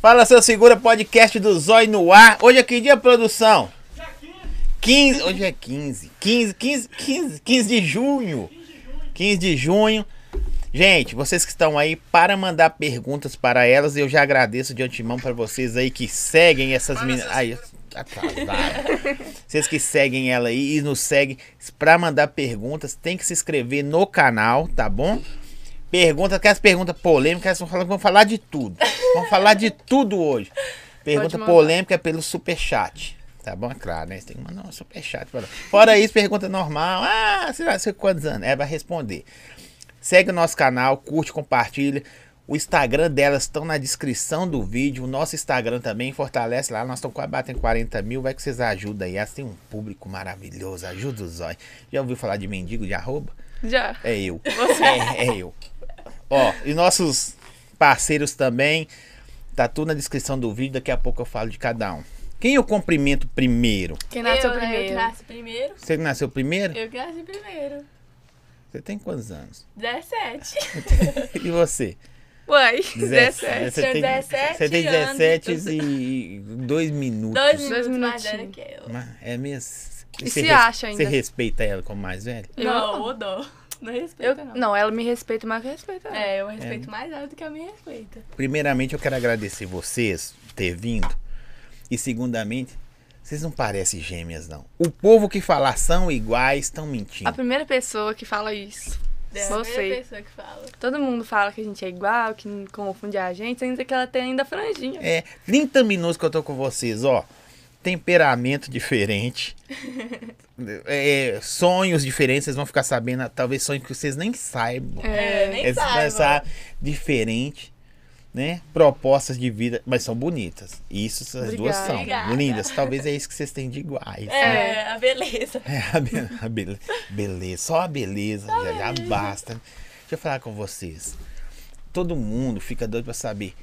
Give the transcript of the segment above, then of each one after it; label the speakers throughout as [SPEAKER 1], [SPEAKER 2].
[SPEAKER 1] Fala seu segura podcast do Zói no ar. Hoje é que dia, produção? 15, hoje é 15. 15, 15, 15, 15 de junho. 15 de junho. Gente, vocês que estão aí para mandar perguntas para elas, eu já agradeço de antemão para vocês aí que seguem essas meninas. Ai, eu- atrasado. Vocês que seguem ela aí e nos seguem para mandar perguntas, tem que se inscrever no canal, tá bom? Pergunta, aquelas perguntas polêmicas, vamos falar, vamos falar de tudo. Vamos falar de tudo hoje. Pergunta
[SPEAKER 2] mandar.
[SPEAKER 1] polêmica é pelo superchat. Tá bom? É claro, né? Você tem que mandar um superchat. pra lá. Fora isso, pergunta normal. Ah, sei lá, sei quantos anos. É, vai responder. Segue o nosso canal, curte, compartilha. O Instagram delas estão na descrição do vídeo. O nosso Instagram também fortalece lá. Nós estamos quase batendo 40 mil. Vai que vocês ajudam aí. Elas têm um público maravilhoso. Ajuda os olhos. Já ouviu falar de mendigo de arroba?
[SPEAKER 2] Já.
[SPEAKER 1] É eu. É, é eu. Ó, e nossos parceiros também. Tá tudo na descrição do vídeo. Daqui a pouco eu falo de cada um. Quem eu cumprimento primeiro?
[SPEAKER 2] Quem
[SPEAKER 3] eu,
[SPEAKER 2] nasceu
[SPEAKER 3] né? Eu que
[SPEAKER 2] primeiro?
[SPEAKER 3] nasci primeiro.
[SPEAKER 1] Você que nasceu primeiro?
[SPEAKER 3] Eu que nasci primeiro.
[SPEAKER 1] Você tem quantos anos?
[SPEAKER 3] 17.
[SPEAKER 1] E você?
[SPEAKER 2] Uai,
[SPEAKER 1] Dezessete.
[SPEAKER 2] 17.
[SPEAKER 1] Você tem,
[SPEAKER 3] 17
[SPEAKER 1] você tem
[SPEAKER 3] anos.
[SPEAKER 1] 17 e dois minutos.
[SPEAKER 3] Dois
[SPEAKER 2] Dois
[SPEAKER 3] minutos mais velha
[SPEAKER 2] minutinhos.
[SPEAKER 3] que eu.
[SPEAKER 1] Mas É mesmo. Você
[SPEAKER 2] E se
[SPEAKER 1] res-
[SPEAKER 2] acha ainda?
[SPEAKER 1] Você respeita ela como mais velha?
[SPEAKER 3] Não,
[SPEAKER 2] Eu-
[SPEAKER 3] mudou. Não
[SPEAKER 2] Eu,
[SPEAKER 3] respeita, não.
[SPEAKER 2] não, ela me respeita mais que eu respeito ela.
[SPEAKER 3] É, eu respeito mais ela do que a minha respeita.
[SPEAKER 1] Primeiramente, eu quero agradecer vocês por ter vindo. E segundamente, vocês não parecem gêmeas, não. O povo que fala são iguais estão
[SPEAKER 2] A
[SPEAKER 1] mentindo.
[SPEAKER 2] primeira pessoa que fala isso.
[SPEAKER 3] É a primeira
[SPEAKER 2] Você.
[SPEAKER 3] pessoa que fala.
[SPEAKER 2] Todo mundo fala que a gente é igual, que não confunde a gente, ainda que ela tem ainda franjinha.
[SPEAKER 1] É, 30 minutos que eu tô com vocês, ó. Temperamento diferente. é, sonhos diferentes, vocês vão ficar sabendo. Talvez sonhos que vocês nem saibam.
[SPEAKER 3] É, nem
[SPEAKER 1] Essa,
[SPEAKER 3] saiba.
[SPEAKER 1] essa diferente, né? Propostas de vida, mas são bonitas. Isso essas duas
[SPEAKER 2] Obrigada.
[SPEAKER 1] são
[SPEAKER 3] Obrigada.
[SPEAKER 1] lindas. Talvez é isso que vocês têm de iguais.
[SPEAKER 3] É, a beleza.
[SPEAKER 1] É, a, be- a bele- beleza, só a beleza já, já basta. Deixa eu falar com vocês. Todo mundo fica doido pra saber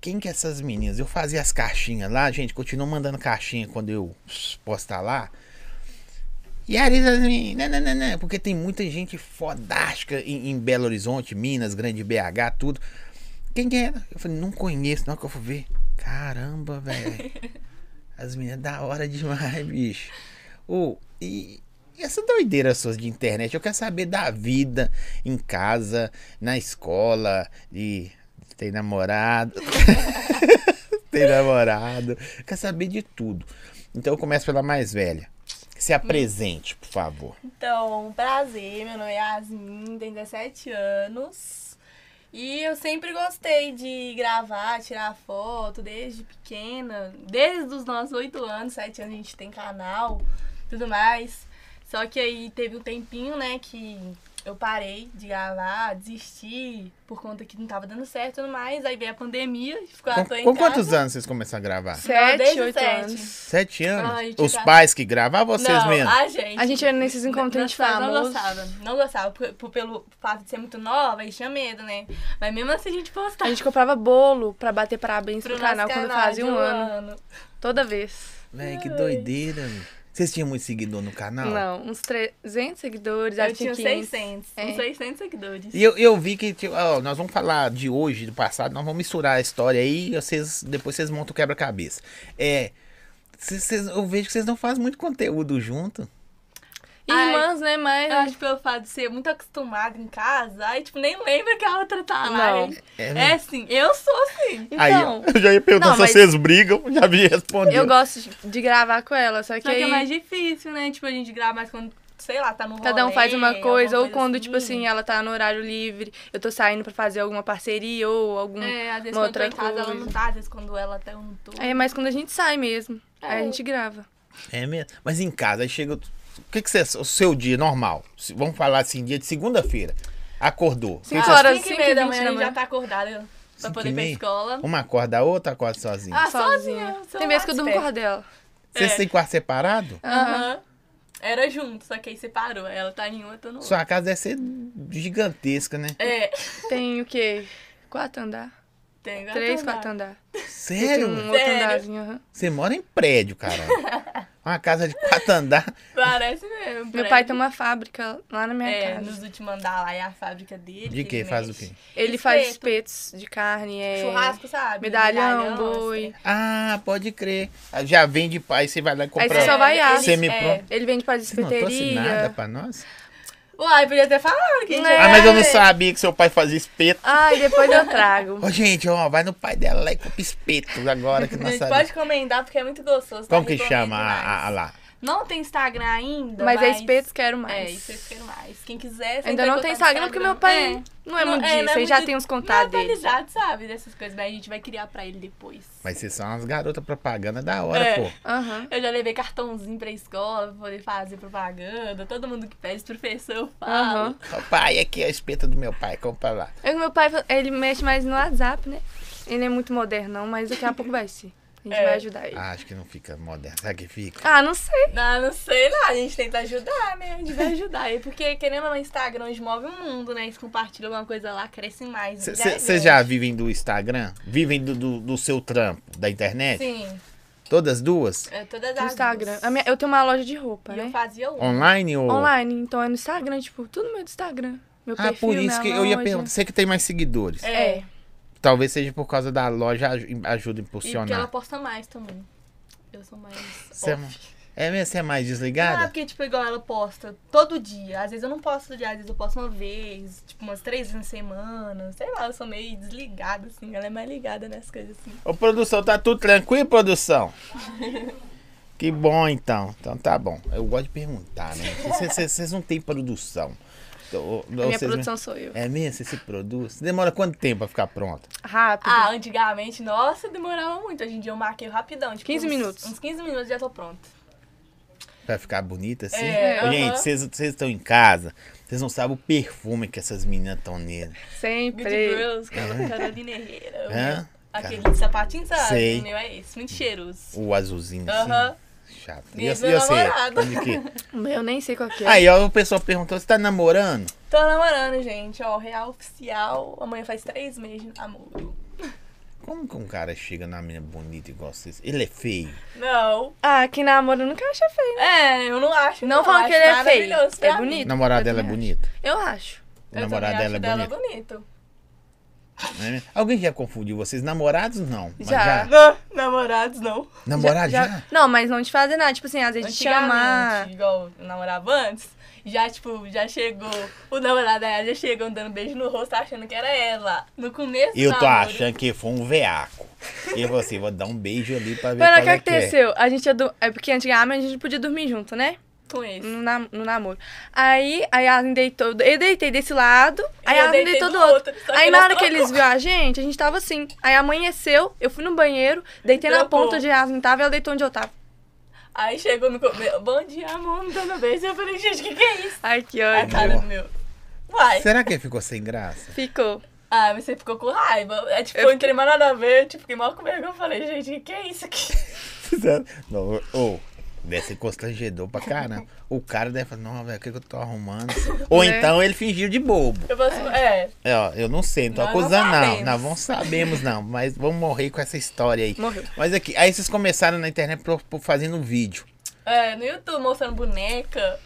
[SPEAKER 1] quem que é essas meninas. Eu fazia as caixinhas lá, gente, continuo mandando caixinha quando eu postar lá. E aí, as meninas, né, né, né, né, porque tem muita gente fodástica em, em Belo Horizonte, Minas, Grande BH, tudo. Quem que era? Eu falei, não conheço, não, que eu fui ver. Caramba, velho. As meninas da hora demais, bicho. Ô, e, e essa doideira suas de internet? Eu quero saber da vida em casa, na escola, e tem namorado. tem namorado. Quer saber de tudo. Então eu começo pela mais velha. Se
[SPEAKER 3] Hum.
[SPEAKER 1] apresente, por favor.
[SPEAKER 3] Então, prazer, meu nome é Yasmin, tenho 17 anos. E eu sempre gostei de gravar, tirar foto desde pequena, desde os nossos 8 anos, 7 anos a gente tem canal, tudo mais. Só que aí teve um tempinho, né, que eu parei de gravar, desisti, por conta que não tava dando certo e tudo mais. Aí veio a pandemia, ficou à
[SPEAKER 1] Com,
[SPEAKER 3] toa em
[SPEAKER 1] com
[SPEAKER 3] casa.
[SPEAKER 1] quantos anos vocês começaram a gravar?
[SPEAKER 2] Sete,
[SPEAKER 3] desde
[SPEAKER 2] oito
[SPEAKER 3] sete.
[SPEAKER 2] anos.
[SPEAKER 1] Sete anos?
[SPEAKER 3] Ai,
[SPEAKER 1] Os
[SPEAKER 3] tira-
[SPEAKER 1] pais que gravavam ou vocês
[SPEAKER 3] não,
[SPEAKER 1] mesmos?
[SPEAKER 3] A gente.
[SPEAKER 2] A gente era nesses encontros de
[SPEAKER 3] Nossa, Não
[SPEAKER 2] famosos.
[SPEAKER 3] gostava, não gostava. por- por- pelo fato de ser muito nova, e tinha medo, né? Mas mesmo assim a gente
[SPEAKER 2] A
[SPEAKER 3] postava.
[SPEAKER 2] gente comprava bolo pra bater parabéns pro,
[SPEAKER 3] pro
[SPEAKER 2] canal
[SPEAKER 3] nosso
[SPEAKER 2] quando
[SPEAKER 3] canal
[SPEAKER 2] fazia
[SPEAKER 3] de
[SPEAKER 2] um ano. Toda vez.
[SPEAKER 1] Véi, que doideira. meu. Vocês tinham muito seguidor no canal?
[SPEAKER 2] Não, uns 300 seguidores,
[SPEAKER 3] Eu
[SPEAKER 2] ela tinha
[SPEAKER 3] tinha
[SPEAKER 2] 500.
[SPEAKER 3] 600,
[SPEAKER 2] É.
[SPEAKER 3] uns 600 seguidores.
[SPEAKER 1] E eu, eu vi que, tipo, ó, nós vamos falar de hoje, do passado, nós vamos misturar a história aí e vocês, depois vocês montam o quebra-cabeça. É. cês- cês- eu vejo que vocês não fazem muito conteúdo junto.
[SPEAKER 2] E Irmãs, né? Mas.
[SPEAKER 3] Eu acho que pelo fato de ser muito acostumada em casa, aí, tipo, nem lembra que a outra tá lá.
[SPEAKER 2] Não.
[SPEAKER 3] hein?
[SPEAKER 1] É,
[SPEAKER 3] É assim, eu sou assim.
[SPEAKER 1] Aí,
[SPEAKER 2] Então,
[SPEAKER 1] ó, eu já ia perguntar
[SPEAKER 2] não,
[SPEAKER 1] se
[SPEAKER 2] mas-
[SPEAKER 1] vocês brigam, já vi responder.
[SPEAKER 2] eu gosto de- de gravar com ela, só que,
[SPEAKER 3] Só que é
[SPEAKER 2] aí-
[SPEAKER 3] mais difícil, né? Tipo, a gente grava mais quando, sei lá, tá no rolê,
[SPEAKER 2] Cada um faz uma
[SPEAKER 3] alguma
[SPEAKER 2] coisa, ou quando, tipo assim, ela tá no horário livre, eu tô saindo pra fazer alguma parceria ou algum. É,
[SPEAKER 3] É, às vezes
[SPEAKER 2] uma
[SPEAKER 3] quando eu tô em
[SPEAKER 2] outra
[SPEAKER 3] casa ela
[SPEAKER 2] coisa.
[SPEAKER 3] não tá, às vezes quando ela tá eu não tô.
[SPEAKER 2] mas é quando a gente sai mesmo, aí a
[SPEAKER 3] É.
[SPEAKER 2] gente grava.
[SPEAKER 1] É mesmo. Mas em casa, aí chega. O que, que cês- O seu dia normal? Se- Vamos falar assim, dia de segunda-feira. Acordou.
[SPEAKER 2] Cinco
[SPEAKER 1] Que que
[SPEAKER 2] Ah, horas,
[SPEAKER 3] Às cinco e
[SPEAKER 2] cinco
[SPEAKER 3] meia
[SPEAKER 2] e
[SPEAKER 3] da
[SPEAKER 2] vinte
[SPEAKER 3] manhã,
[SPEAKER 2] da
[SPEAKER 3] a gente
[SPEAKER 2] manhã.
[SPEAKER 3] já tá acordada pra
[SPEAKER 1] Cinco e
[SPEAKER 3] poder ir pra
[SPEAKER 1] meia?
[SPEAKER 3] escola.
[SPEAKER 1] Uma acorda a outra, acorda sozinha.
[SPEAKER 3] Ah, sozinha. sou
[SPEAKER 2] Tem vezes que eu
[SPEAKER 3] mais
[SPEAKER 2] durmo com a dela.
[SPEAKER 1] Vocês
[SPEAKER 3] é.
[SPEAKER 1] têm quarto separado?
[SPEAKER 3] esperta. Aham. Era junto, só que aí separou. Ela tá em uma, eu tô no outro.
[SPEAKER 1] Sua casa deve ser gigantesca, né?
[SPEAKER 3] É,
[SPEAKER 2] Tem o quê? Quatro andar?
[SPEAKER 3] tem agora
[SPEAKER 2] Três,
[SPEAKER 3] tá lá.
[SPEAKER 2] quatro andar. Tem
[SPEAKER 1] Sério?
[SPEAKER 2] um
[SPEAKER 1] velho?
[SPEAKER 2] outro
[SPEAKER 3] Sério?
[SPEAKER 2] andarzinho, aham.
[SPEAKER 1] Você mora em prédio, cara. Uma casa de quatro andares.
[SPEAKER 3] Parece mesmo.
[SPEAKER 2] Meu pai tem uma fábrica lá na minha
[SPEAKER 3] É,
[SPEAKER 2] casa.
[SPEAKER 3] nos últimos andar lá é a fábrica dele.
[SPEAKER 1] De que?
[SPEAKER 3] ele
[SPEAKER 1] Faz o
[SPEAKER 3] mexe.
[SPEAKER 1] quê?
[SPEAKER 2] Ele faz
[SPEAKER 3] Espeto.
[SPEAKER 2] espetos de carne, é...
[SPEAKER 3] Churrasco, sabe?
[SPEAKER 2] medalhão,
[SPEAKER 3] Medalhão,
[SPEAKER 2] boi.
[SPEAKER 1] Ah, pode crer. Já vende pai, você vai lá
[SPEAKER 2] Aí
[SPEAKER 1] comprar.
[SPEAKER 2] você é só vai
[SPEAKER 3] é Ele-
[SPEAKER 2] aço.
[SPEAKER 1] Semi pro.
[SPEAKER 3] é.
[SPEAKER 2] Ele vende para as
[SPEAKER 1] Você não trouxe nada
[SPEAKER 2] espeterias.
[SPEAKER 1] pra nós?
[SPEAKER 3] Uai, podia ter falado que a gente
[SPEAKER 2] É.
[SPEAKER 3] ia
[SPEAKER 1] Ah, mas eu não
[SPEAKER 3] ver.
[SPEAKER 1] sabia que seu pai fazia espeto.
[SPEAKER 2] Ai, depois eu trago.
[SPEAKER 1] Ô, gente, ó, vai no pai dela lá e compra espeto agora que
[SPEAKER 3] A
[SPEAKER 1] nós
[SPEAKER 3] gente
[SPEAKER 1] sabemos.
[SPEAKER 3] pode comendar porque é muito gostoso. tá?
[SPEAKER 1] Como que
[SPEAKER 3] Recomendo
[SPEAKER 1] chama a, a- a
[SPEAKER 3] demais.
[SPEAKER 1] lá?
[SPEAKER 3] Não tem Instagram ainda.
[SPEAKER 2] Mas é espetos, quero
[SPEAKER 3] É,
[SPEAKER 2] mais.
[SPEAKER 3] isso eu espero mais. Quem quiser, você
[SPEAKER 2] Ainda
[SPEAKER 3] entra em
[SPEAKER 2] não tem
[SPEAKER 3] contato
[SPEAKER 2] Instagram,
[SPEAKER 3] no
[SPEAKER 2] porque meu pai
[SPEAKER 3] É.
[SPEAKER 2] não é
[SPEAKER 3] Não-
[SPEAKER 2] muito
[SPEAKER 3] é, não é
[SPEAKER 2] disso. Ele já
[SPEAKER 3] muito-
[SPEAKER 2] tem os
[SPEAKER 3] Não é
[SPEAKER 2] contatos dele.
[SPEAKER 3] atualizado, sabe? Dessas coisas. Mas a gente vai criar pra ele depois.
[SPEAKER 1] Mas vocês são umas garotas propaganda da hora,
[SPEAKER 3] É.
[SPEAKER 1] pô.
[SPEAKER 2] Aham.
[SPEAKER 3] Eu já levei cartãozinho pra escola pra poder fazer propaganda. Todo mundo que pede professor, eu falo.
[SPEAKER 2] Aham.
[SPEAKER 1] Ô, pai, aqui é o espeto do meu pai, compra lá.
[SPEAKER 2] É que meu pai, ele mexe mais no WhatsApp, né? Ele é muito moderno, não, mas daqui a pouco vai ser. A gente
[SPEAKER 3] É.
[SPEAKER 2] vai ajudar ele.
[SPEAKER 1] Ah, acho que não fica moderno. Sabe que fica?
[SPEAKER 2] Ah, não sei.
[SPEAKER 3] Não, não sei lá, a gente tenta ajudar, né? A gente vai ajudar aí, porque querendo ou não, Instagram hoje move o mundo, né? Eles compartilham alguma coisa lá, cresce mais. milhares
[SPEAKER 1] Vocês já vivem do Instagram? Vivem do, do, do seu trampo, da internet?
[SPEAKER 3] Sim,
[SPEAKER 1] Todas duas?
[SPEAKER 3] é todas
[SPEAKER 2] No
[SPEAKER 3] as
[SPEAKER 2] Instagram.
[SPEAKER 3] duas.
[SPEAKER 2] A minha- eu tenho uma loja de roupa,
[SPEAKER 3] E eu
[SPEAKER 2] né?
[SPEAKER 3] fazia uma.
[SPEAKER 1] Online ou.
[SPEAKER 2] Online, então é no Instagram, tipo, tudo meu do Instagram. Meu
[SPEAKER 1] Ah,
[SPEAKER 2] perfil,
[SPEAKER 1] por isso
[SPEAKER 2] minha
[SPEAKER 1] que eu ia
[SPEAKER 2] loja.
[SPEAKER 1] perguntar. Você que tem mais seguidores.
[SPEAKER 2] É.
[SPEAKER 1] Talvez seja por causa da loja aj- ajuda a
[SPEAKER 3] E porque ela
[SPEAKER 1] impulsionar.
[SPEAKER 3] posta mais também. Eu sou mais.
[SPEAKER 1] Você é
[SPEAKER 3] off.
[SPEAKER 1] mais É mesmo? Você é mais
[SPEAKER 3] Ah,
[SPEAKER 1] desligada?
[SPEAKER 3] porque, tipo, igual ela posta todo dia. Às vezes eu não posto todo dia, às vezes eu posto uma vez, tipo, umas três vezes na semana. Sei lá, eu sou meio desligada, assim. Ela é mais ligada nessas coisas, assim.
[SPEAKER 1] Ô, produção, tá tudo tranquilo, produção? que bom, então. Então tá bom. Eu gosto de perguntar, né? Vocês não têm produção. Então,
[SPEAKER 2] A minha
[SPEAKER 1] vocês me-
[SPEAKER 2] produção sou eu.
[SPEAKER 1] É mesmo? Você se produz? Demora quanto tempo pra ficar pronta?
[SPEAKER 2] Rápido.
[SPEAKER 3] Ah, antigamente, nossa, demorava muito. Hoje em dia eu marquei rapidão. Tipo,
[SPEAKER 2] 15
[SPEAKER 3] uns-
[SPEAKER 2] minutos.
[SPEAKER 3] Uns 15 minutos já tô pronta.
[SPEAKER 1] Pra ficar bonita assim?
[SPEAKER 3] É,
[SPEAKER 1] Ô, Gente,
[SPEAKER 3] aham.
[SPEAKER 1] vocês estão em casa, vocês não sabem o perfume que essas meninas estão nele.
[SPEAKER 3] Good
[SPEAKER 2] Sempre.
[SPEAKER 3] Girls,
[SPEAKER 1] É.
[SPEAKER 3] Carolina Herrera.
[SPEAKER 1] Hã?
[SPEAKER 3] Aquele sapatinho, sabe?
[SPEAKER 1] É, Sei.
[SPEAKER 3] O meu é esse, muito cheiroso.
[SPEAKER 1] O azulzinho assim.
[SPEAKER 3] Aham.
[SPEAKER 1] Chato. E,
[SPEAKER 3] Minha
[SPEAKER 1] eu- e eu sei,
[SPEAKER 3] namorada.
[SPEAKER 1] onde que?
[SPEAKER 2] Eu nem sei qual que é.
[SPEAKER 1] Aí, ó, o pessoal perguntou, você tá namorando?
[SPEAKER 3] Tô namorando, gente, ó, real oficial. Amanhã faz três meses de namoro.
[SPEAKER 1] Como que um cara chega na menina bonita igual vocês? Ele é feio.
[SPEAKER 3] Não.
[SPEAKER 2] Ah, que namoro nunca acha feio.
[SPEAKER 3] É, eu não acho.
[SPEAKER 2] Não falam
[SPEAKER 3] acho
[SPEAKER 2] que ele é feio.
[SPEAKER 3] maravilhoso pra
[SPEAKER 2] É
[SPEAKER 3] mim.
[SPEAKER 1] O
[SPEAKER 2] bonito.
[SPEAKER 1] namorado
[SPEAKER 2] Eu
[SPEAKER 1] dela é
[SPEAKER 2] também
[SPEAKER 1] bonito.
[SPEAKER 2] acho. Eu acho.
[SPEAKER 1] O
[SPEAKER 3] Eu
[SPEAKER 1] namorado
[SPEAKER 3] também
[SPEAKER 1] dela é
[SPEAKER 3] acho
[SPEAKER 1] bonito.
[SPEAKER 3] dela bonito.
[SPEAKER 1] não é mesmo? Alguém já confundiu vocês? Namorados não. mas
[SPEAKER 2] Já.
[SPEAKER 3] Não, namorados não.
[SPEAKER 1] Namorado já?
[SPEAKER 2] Não, mas não te fazer nada. Tipo assim, às vezes te chamar.
[SPEAKER 3] Antigamente, igual eu namorava antes, já, tipo, já chegou. O namorado dela já chegou dando beijo no rosto, achando que era ela. No começo do
[SPEAKER 1] Eu tô
[SPEAKER 3] namoro.
[SPEAKER 1] achando que foi um veaco. E eu falei assim, vou dar um beijo ali pra ver
[SPEAKER 2] Mano, o
[SPEAKER 1] qual
[SPEAKER 2] que
[SPEAKER 1] é que é.
[SPEAKER 2] aconteceu? A gente ia do... É porque antigamente a gente podia dormir junto, né?
[SPEAKER 3] Com esse.
[SPEAKER 2] No, nam- no namoro. Aí a Yasmin deitou. Eu deitei desse lado, aí
[SPEAKER 3] Eu
[SPEAKER 2] a Yasmin
[SPEAKER 3] deitei
[SPEAKER 2] deitou do
[SPEAKER 3] do
[SPEAKER 2] outro.
[SPEAKER 3] outro, só que
[SPEAKER 2] aí na
[SPEAKER 3] ela
[SPEAKER 2] hora que
[SPEAKER 3] trocou.
[SPEAKER 2] eles viram a gente, a gente tava assim. Aí amanheceu, eu fui no banheiro, deitei na
[SPEAKER 3] Trocou.
[SPEAKER 2] ponta onde a Yasmin tava e ela deitou onde eu tava.
[SPEAKER 3] Aí chegou no começo. Bom dia, amor, me dando beijo. Eu falei, gente, o que, que é isso?
[SPEAKER 2] Ai, que
[SPEAKER 3] Aí a
[SPEAKER 2] ódio.
[SPEAKER 3] cara do meu. Uai.
[SPEAKER 1] Será que ele ficou sem graça?
[SPEAKER 2] Ficou.
[SPEAKER 3] Ah, mas você ficou com raiva. É tipo,
[SPEAKER 2] Eu
[SPEAKER 3] eu entrei mais nada a ver, eu, tipo, fiquei mal com vergonha. Eu falei, gente, o que, que é isso aqui?
[SPEAKER 1] Não, Ou, deve ser constrangedor pra caramba. O cara deve falar, não, velho, o que, que eu tô arrumando? Ou
[SPEAKER 2] Né?
[SPEAKER 1] então ele fingiu de bobo.
[SPEAKER 3] Eu falei, assim, é.
[SPEAKER 1] É, ó, eu não sei, não tô
[SPEAKER 3] Nós não
[SPEAKER 1] acusando, não.
[SPEAKER 3] sabemos.
[SPEAKER 1] Nós não sabemos, não. Mas vamos morrer com essa história aí.
[SPEAKER 2] Morreu.
[SPEAKER 1] Mas aqui, aí vocês começaram na internet pro- pro- fazendo um vídeo.
[SPEAKER 3] É, no YouTube, mostrando boneca.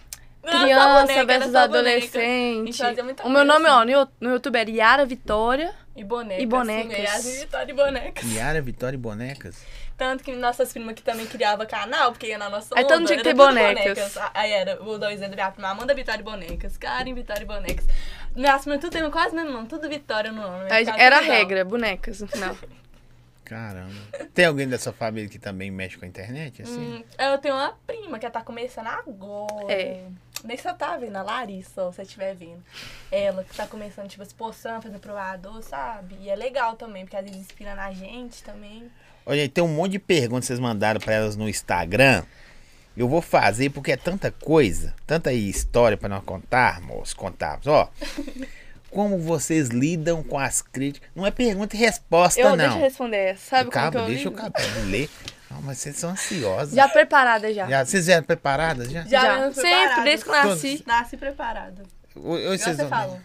[SPEAKER 3] Não era só
[SPEAKER 2] Criança
[SPEAKER 3] boneca, era
[SPEAKER 2] versus
[SPEAKER 3] só boneca.
[SPEAKER 2] adolescente.
[SPEAKER 3] E fazia muita
[SPEAKER 2] O meu
[SPEAKER 3] coisa,
[SPEAKER 2] nome,
[SPEAKER 3] assim.
[SPEAKER 2] ó, no Yo- no YouTube era Yara Vitória.
[SPEAKER 3] E bonecas.
[SPEAKER 2] E bonecas.
[SPEAKER 3] assim, Yasmin Vitória e bonecas.
[SPEAKER 1] Yara, Vitória e Bonecas.
[SPEAKER 3] Tanto que nossas primas aqui também criava canal, porque ia na nossa
[SPEAKER 2] Aí
[SPEAKER 3] onda,
[SPEAKER 2] todo mundo tinha que
[SPEAKER 3] era
[SPEAKER 2] ter
[SPEAKER 3] tudo Ah,
[SPEAKER 2] bonecas.
[SPEAKER 3] Aí era, vou dar o é exemplo da minha prima, Amanda Vitória e Bonecas, Karen Vitória e Bonecas. Minhas primas tudo tem quase o mesmo nome, tudo Vitória no nome. né?
[SPEAKER 2] Aí
[SPEAKER 3] ficava
[SPEAKER 2] era a
[SPEAKER 3] tá tudo igual.
[SPEAKER 2] regra, bonecas no final.
[SPEAKER 1] Tá, Caramba. Tem alguém da sua família que também mexe com a internet, assim?
[SPEAKER 3] Hum, eu tenho uma prima que ela tá começando agora.
[SPEAKER 2] É.
[SPEAKER 3] Nem você tá vendo, a Larissa, ó, se você estiver vendo. Ela que tá começando, tipo, se postando, fazendo provador, sabe? E é legal também, porque às vezes inspira na gente também.
[SPEAKER 1] Olha, aí, tem um monte de perguntas que vocês mandaram pra elas no Instagram. Eu vou fazer porque é tanta coisa, tanta história pra nós contarmos, contarmos. Ó, como vocês lidam com as críticas? Não é pergunta e resposta, não.
[SPEAKER 2] Eu, deixa eu responder essa. Sabe
[SPEAKER 1] Acaba,
[SPEAKER 2] como que eu
[SPEAKER 1] deixa eu
[SPEAKER 2] lido?
[SPEAKER 1] acabar de ler. Não, mas vocês são ansiosas.
[SPEAKER 2] Já preparada já.
[SPEAKER 1] Já- vocês vieram preparadas já?
[SPEAKER 3] Já,
[SPEAKER 2] Já.
[SPEAKER 3] mesmo
[SPEAKER 2] Sempre,
[SPEAKER 3] preparada.
[SPEAKER 2] desde que nasci.
[SPEAKER 3] Nasci preparada.
[SPEAKER 1] Ou- ou
[SPEAKER 3] Igual
[SPEAKER 1] vocês
[SPEAKER 3] você
[SPEAKER 1] vão-
[SPEAKER 3] falou.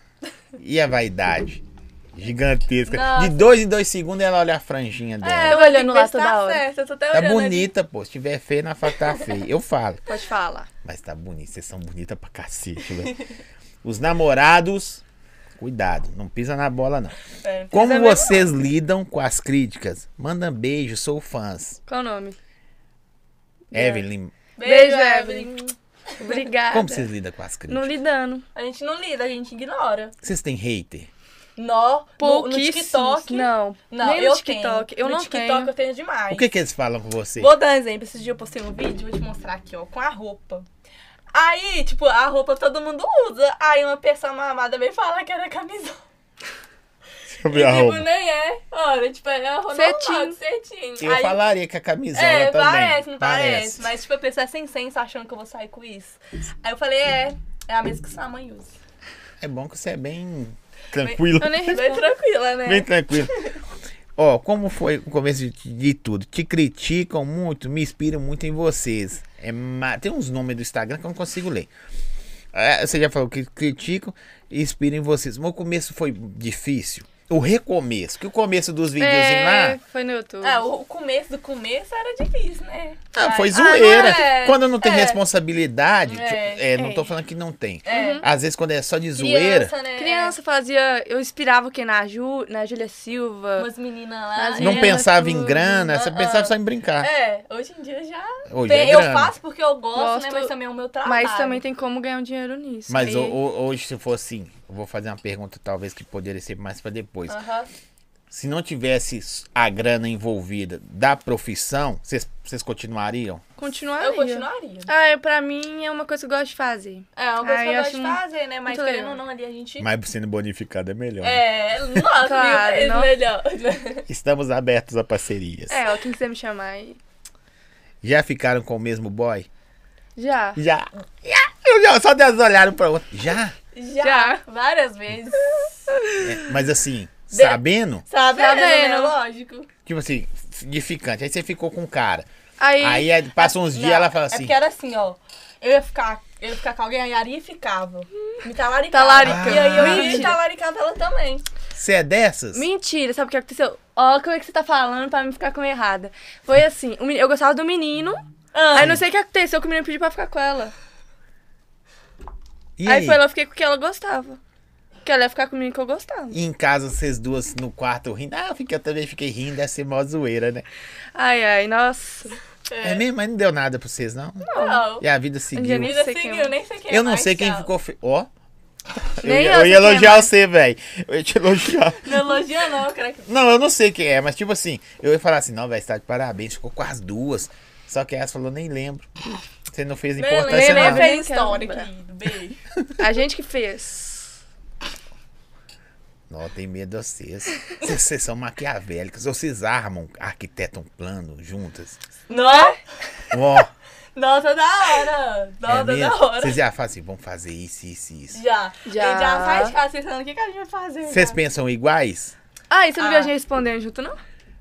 [SPEAKER 1] E a vaidade? Gigantesca.
[SPEAKER 3] Nossa.
[SPEAKER 1] De dois em dois segundos ela olha a franjinha dela.
[SPEAKER 3] É,
[SPEAKER 2] Eu olhando lá toda
[SPEAKER 3] tá
[SPEAKER 2] hora.
[SPEAKER 3] Certo, eu tô até
[SPEAKER 1] Tá
[SPEAKER 3] olhando ali.
[SPEAKER 1] bonita, pô. Se tiver feia, na foto tá feia. Eu falo.
[SPEAKER 2] Pode falar.
[SPEAKER 1] Mas tá bonita. Vocês são bonitas pra cacete, velho. Os namorados, cuidado. Não pisa na bola, não.
[SPEAKER 3] É, não
[SPEAKER 1] Como
[SPEAKER 3] precisa ver-
[SPEAKER 1] vocês lidam com as críticas? Manda um beijo, sou fãs.
[SPEAKER 2] Qual o nome?
[SPEAKER 3] É.
[SPEAKER 1] Evelyn,
[SPEAKER 2] Beijo,
[SPEAKER 3] Beijo, Evelyn.
[SPEAKER 2] Obrigada.
[SPEAKER 1] como vocês lidam com as
[SPEAKER 2] Não
[SPEAKER 1] críticas?
[SPEAKER 2] lidando.
[SPEAKER 3] A gente não lida, a gente ignora.
[SPEAKER 1] Vocês têm hater?
[SPEAKER 3] Nó, no, no
[SPEAKER 2] Pouquíssimos.
[SPEAKER 3] TikTok.
[SPEAKER 2] Não.
[SPEAKER 3] Não,
[SPEAKER 2] Nem
[SPEAKER 3] eu
[SPEAKER 2] no TikTok.
[SPEAKER 3] Tenho.
[SPEAKER 2] Eu
[SPEAKER 3] no
[SPEAKER 2] não
[SPEAKER 3] TikTok
[SPEAKER 2] tenho.
[SPEAKER 3] eu tenho demais.
[SPEAKER 1] O que, que eles falam com você?
[SPEAKER 3] Vou dar um exemplo. Esse dia eu postei um vídeo, vou te mostrar aqui, ó, com a roupa. Aí, tipo, a roupa todo mundo usa. Aí uma pessoa mamada veio falar que era camisola.
[SPEAKER 1] Deixa eu
[SPEAKER 3] E,
[SPEAKER 1] ver a
[SPEAKER 3] tipo,
[SPEAKER 1] roupa.
[SPEAKER 3] nem é. Olha, tipo, é a roupa normal,
[SPEAKER 2] Cetim.
[SPEAKER 3] certinho.
[SPEAKER 1] Eu falaria que a camisola
[SPEAKER 3] É,
[SPEAKER 1] também.
[SPEAKER 3] parece, não parece. Mas, tipo, a pessoa é sem senso achando que eu vou sair com isso. Aí eu falei, é, é a mesma que sua mãe usa.
[SPEAKER 1] É bom que você é bem tranquilo.
[SPEAKER 2] Eu nem
[SPEAKER 3] Bem
[SPEAKER 1] tá.
[SPEAKER 2] respondo.
[SPEAKER 3] tranquila, né?
[SPEAKER 1] Bem tranquilo. Ó, como foi o começo de, de tudo? Te criticam muito, me inspiram muito em vocês. É ma- Tem uns nomes do Instagram que eu não consigo ler. É, você já falou que criticam e inspiram em vocês. Mas o começo foi difícil. O recomeço, que o começo dos videozinhos
[SPEAKER 2] É,
[SPEAKER 1] lá
[SPEAKER 2] foi no YouTube.
[SPEAKER 3] É, o começo do começo era difícil, né?
[SPEAKER 1] ah, foi
[SPEAKER 3] Ai, ah,
[SPEAKER 1] zoeira.
[SPEAKER 3] é,
[SPEAKER 1] quando não tem
[SPEAKER 3] é.
[SPEAKER 1] responsabilidade,
[SPEAKER 3] É,
[SPEAKER 1] tipo, é, não tô
[SPEAKER 2] é.
[SPEAKER 1] falando que não tem.
[SPEAKER 3] É.
[SPEAKER 1] Às vezes quando é só de zoeira,
[SPEAKER 3] Criança, né?
[SPEAKER 2] Criança fazia. Eu inspirava o quê? Na, Ju, na Júlia Silva.
[SPEAKER 3] Umas meninas lá.
[SPEAKER 2] Nas
[SPEAKER 3] né?
[SPEAKER 1] não
[SPEAKER 2] era
[SPEAKER 1] pensava em
[SPEAKER 2] tudo.
[SPEAKER 1] grana, você
[SPEAKER 3] Ah,
[SPEAKER 1] pensava
[SPEAKER 3] ah.
[SPEAKER 1] só em brincar.
[SPEAKER 3] É, hoje em dia já.
[SPEAKER 1] Hoje
[SPEAKER 3] Tem-
[SPEAKER 1] é
[SPEAKER 3] eu
[SPEAKER 1] grana.
[SPEAKER 3] faço porque eu gosto, né?
[SPEAKER 2] Gosto,
[SPEAKER 3] Mas também é o meu trabalho.
[SPEAKER 2] Mas também tem como ganhar um dinheiro nisso.
[SPEAKER 1] Mas
[SPEAKER 2] Aí-
[SPEAKER 1] ho- ho- hoje, se for assim, eu vou fazer uma pergunta, talvez que poderia ser mais pra depois.
[SPEAKER 3] Aham.
[SPEAKER 1] Se não tivesse s- a grana envolvida da profissão, vocês vocês continuariam?
[SPEAKER 2] Continuaria.
[SPEAKER 3] Eu continuaria.
[SPEAKER 2] Ah, é, pra mim é uma coisa que eu gosto de fazer.
[SPEAKER 3] É uma coisa
[SPEAKER 2] Ah,
[SPEAKER 3] que eu
[SPEAKER 2] eu
[SPEAKER 3] gosto de
[SPEAKER 2] acho mu-
[SPEAKER 3] fazer, né? Mas
[SPEAKER 2] muito
[SPEAKER 3] querendo ou
[SPEAKER 2] legal.
[SPEAKER 3] não, ali a gente.
[SPEAKER 1] Mas sendo bonificado é melhor. né?
[SPEAKER 3] É, nossa,
[SPEAKER 2] Claro,
[SPEAKER 3] mil vezes
[SPEAKER 2] não.
[SPEAKER 3] melhor.
[SPEAKER 1] Estamos abertos a parcerias.
[SPEAKER 2] É, ó, quem quiser me chamar aí.
[SPEAKER 1] Já ficaram com o mesmo boy?
[SPEAKER 2] Já.
[SPEAKER 1] Já. Já. Eu já só delas olharam pra outra. Já?
[SPEAKER 3] Já,
[SPEAKER 2] Já.
[SPEAKER 3] várias vezes.
[SPEAKER 1] É, mas assim,
[SPEAKER 3] De-
[SPEAKER 1] sabendo,
[SPEAKER 3] Sabe?
[SPEAKER 2] Tá
[SPEAKER 3] né?
[SPEAKER 2] vendo?
[SPEAKER 3] Lógico.
[SPEAKER 1] tipo assim, f- de ficante. Aí você ficou com o cara.
[SPEAKER 2] Aí,
[SPEAKER 1] Aí é, passa uns dias
[SPEAKER 3] Não,
[SPEAKER 1] ela fala
[SPEAKER 3] É
[SPEAKER 1] assim.
[SPEAKER 3] porque era assim, ó. Eu ia ficar, eu ia ficar com alguém, aí a Ari ficava. Me talaricava.
[SPEAKER 2] Talarica.
[SPEAKER 3] E aí eu ia
[SPEAKER 2] Mentira.
[SPEAKER 3] me talaricava ela também.
[SPEAKER 1] Você é dessas?
[SPEAKER 2] mentira, sabe o que aconteceu? Ó, como é que você tá falando pra mim ficar com errada? Foi assim, o meni- eu gostava do menino,
[SPEAKER 3] Ah,
[SPEAKER 2] aí não sei o que aconteceu, que o menino pediu pra ficar com ela.
[SPEAKER 1] E
[SPEAKER 2] aí,
[SPEAKER 1] aí?
[SPEAKER 2] foi lá, eu fiquei com o que ela gostava. Que ela ia ficar com o menino que eu gostava.
[SPEAKER 1] E em casa, vocês duas no quarto rindo. Ah, eu, fiquei, eu também fiquei rindo, deve ser mó zoeira, né?
[SPEAKER 2] Ai, ai, nossa.
[SPEAKER 1] É. mesmo? Mas não deu nada pra vocês, não?
[SPEAKER 3] não.
[SPEAKER 1] E a vida seguiu.
[SPEAKER 2] Eu
[SPEAKER 3] Nem
[SPEAKER 2] nem
[SPEAKER 3] sei
[SPEAKER 2] sei
[SPEAKER 3] quem,
[SPEAKER 2] quem
[SPEAKER 3] eu
[SPEAKER 2] é.
[SPEAKER 3] nem sei quem é
[SPEAKER 1] Eu não
[SPEAKER 3] mais,
[SPEAKER 1] sei quem
[SPEAKER 3] tchau.
[SPEAKER 1] ficou... fe- Ó. Eu
[SPEAKER 2] Nem
[SPEAKER 1] ia,
[SPEAKER 2] eu
[SPEAKER 1] eu ia
[SPEAKER 2] sei quem é
[SPEAKER 1] elogiar
[SPEAKER 2] mais.
[SPEAKER 1] você, velho. Eu ia te elogiar.
[SPEAKER 3] Não elogia não, cara.
[SPEAKER 1] Não, eu não sei quem é, mas tipo assim, eu ia falar assim, não, velho, você tá de parabéns, ficou com as duas. Só que essa falou, nem lembro. Você não fez importância,
[SPEAKER 2] lembro,
[SPEAKER 1] não.
[SPEAKER 2] lembro.
[SPEAKER 3] fez
[SPEAKER 2] Nem quero
[SPEAKER 3] história,
[SPEAKER 2] lembrar.
[SPEAKER 3] querido. Beijo.
[SPEAKER 2] A gente que fez.
[SPEAKER 1] Não, tem medo de vocês. Vocês vocês são maquiavélicas. Vocês armam, arquitetam um plano juntas.
[SPEAKER 3] Não é?
[SPEAKER 1] Ó,
[SPEAKER 3] Nossa, da hora.
[SPEAKER 1] é
[SPEAKER 3] Nossa, da
[SPEAKER 1] mesmo?
[SPEAKER 3] hora.
[SPEAKER 1] Vocês já fazem, assim, vamos fazer isso, isso, isso.
[SPEAKER 3] Já.
[SPEAKER 2] Já.
[SPEAKER 3] Ele já sai de casa pensando o que, que a gente vai fazer.
[SPEAKER 1] Vocês
[SPEAKER 3] já.
[SPEAKER 1] pensam iguais?
[SPEAKER 2] Ah, e você não
[SPEAKER 3] Ah.
[SPEAKER 2] viu a gente respondendo junto, não?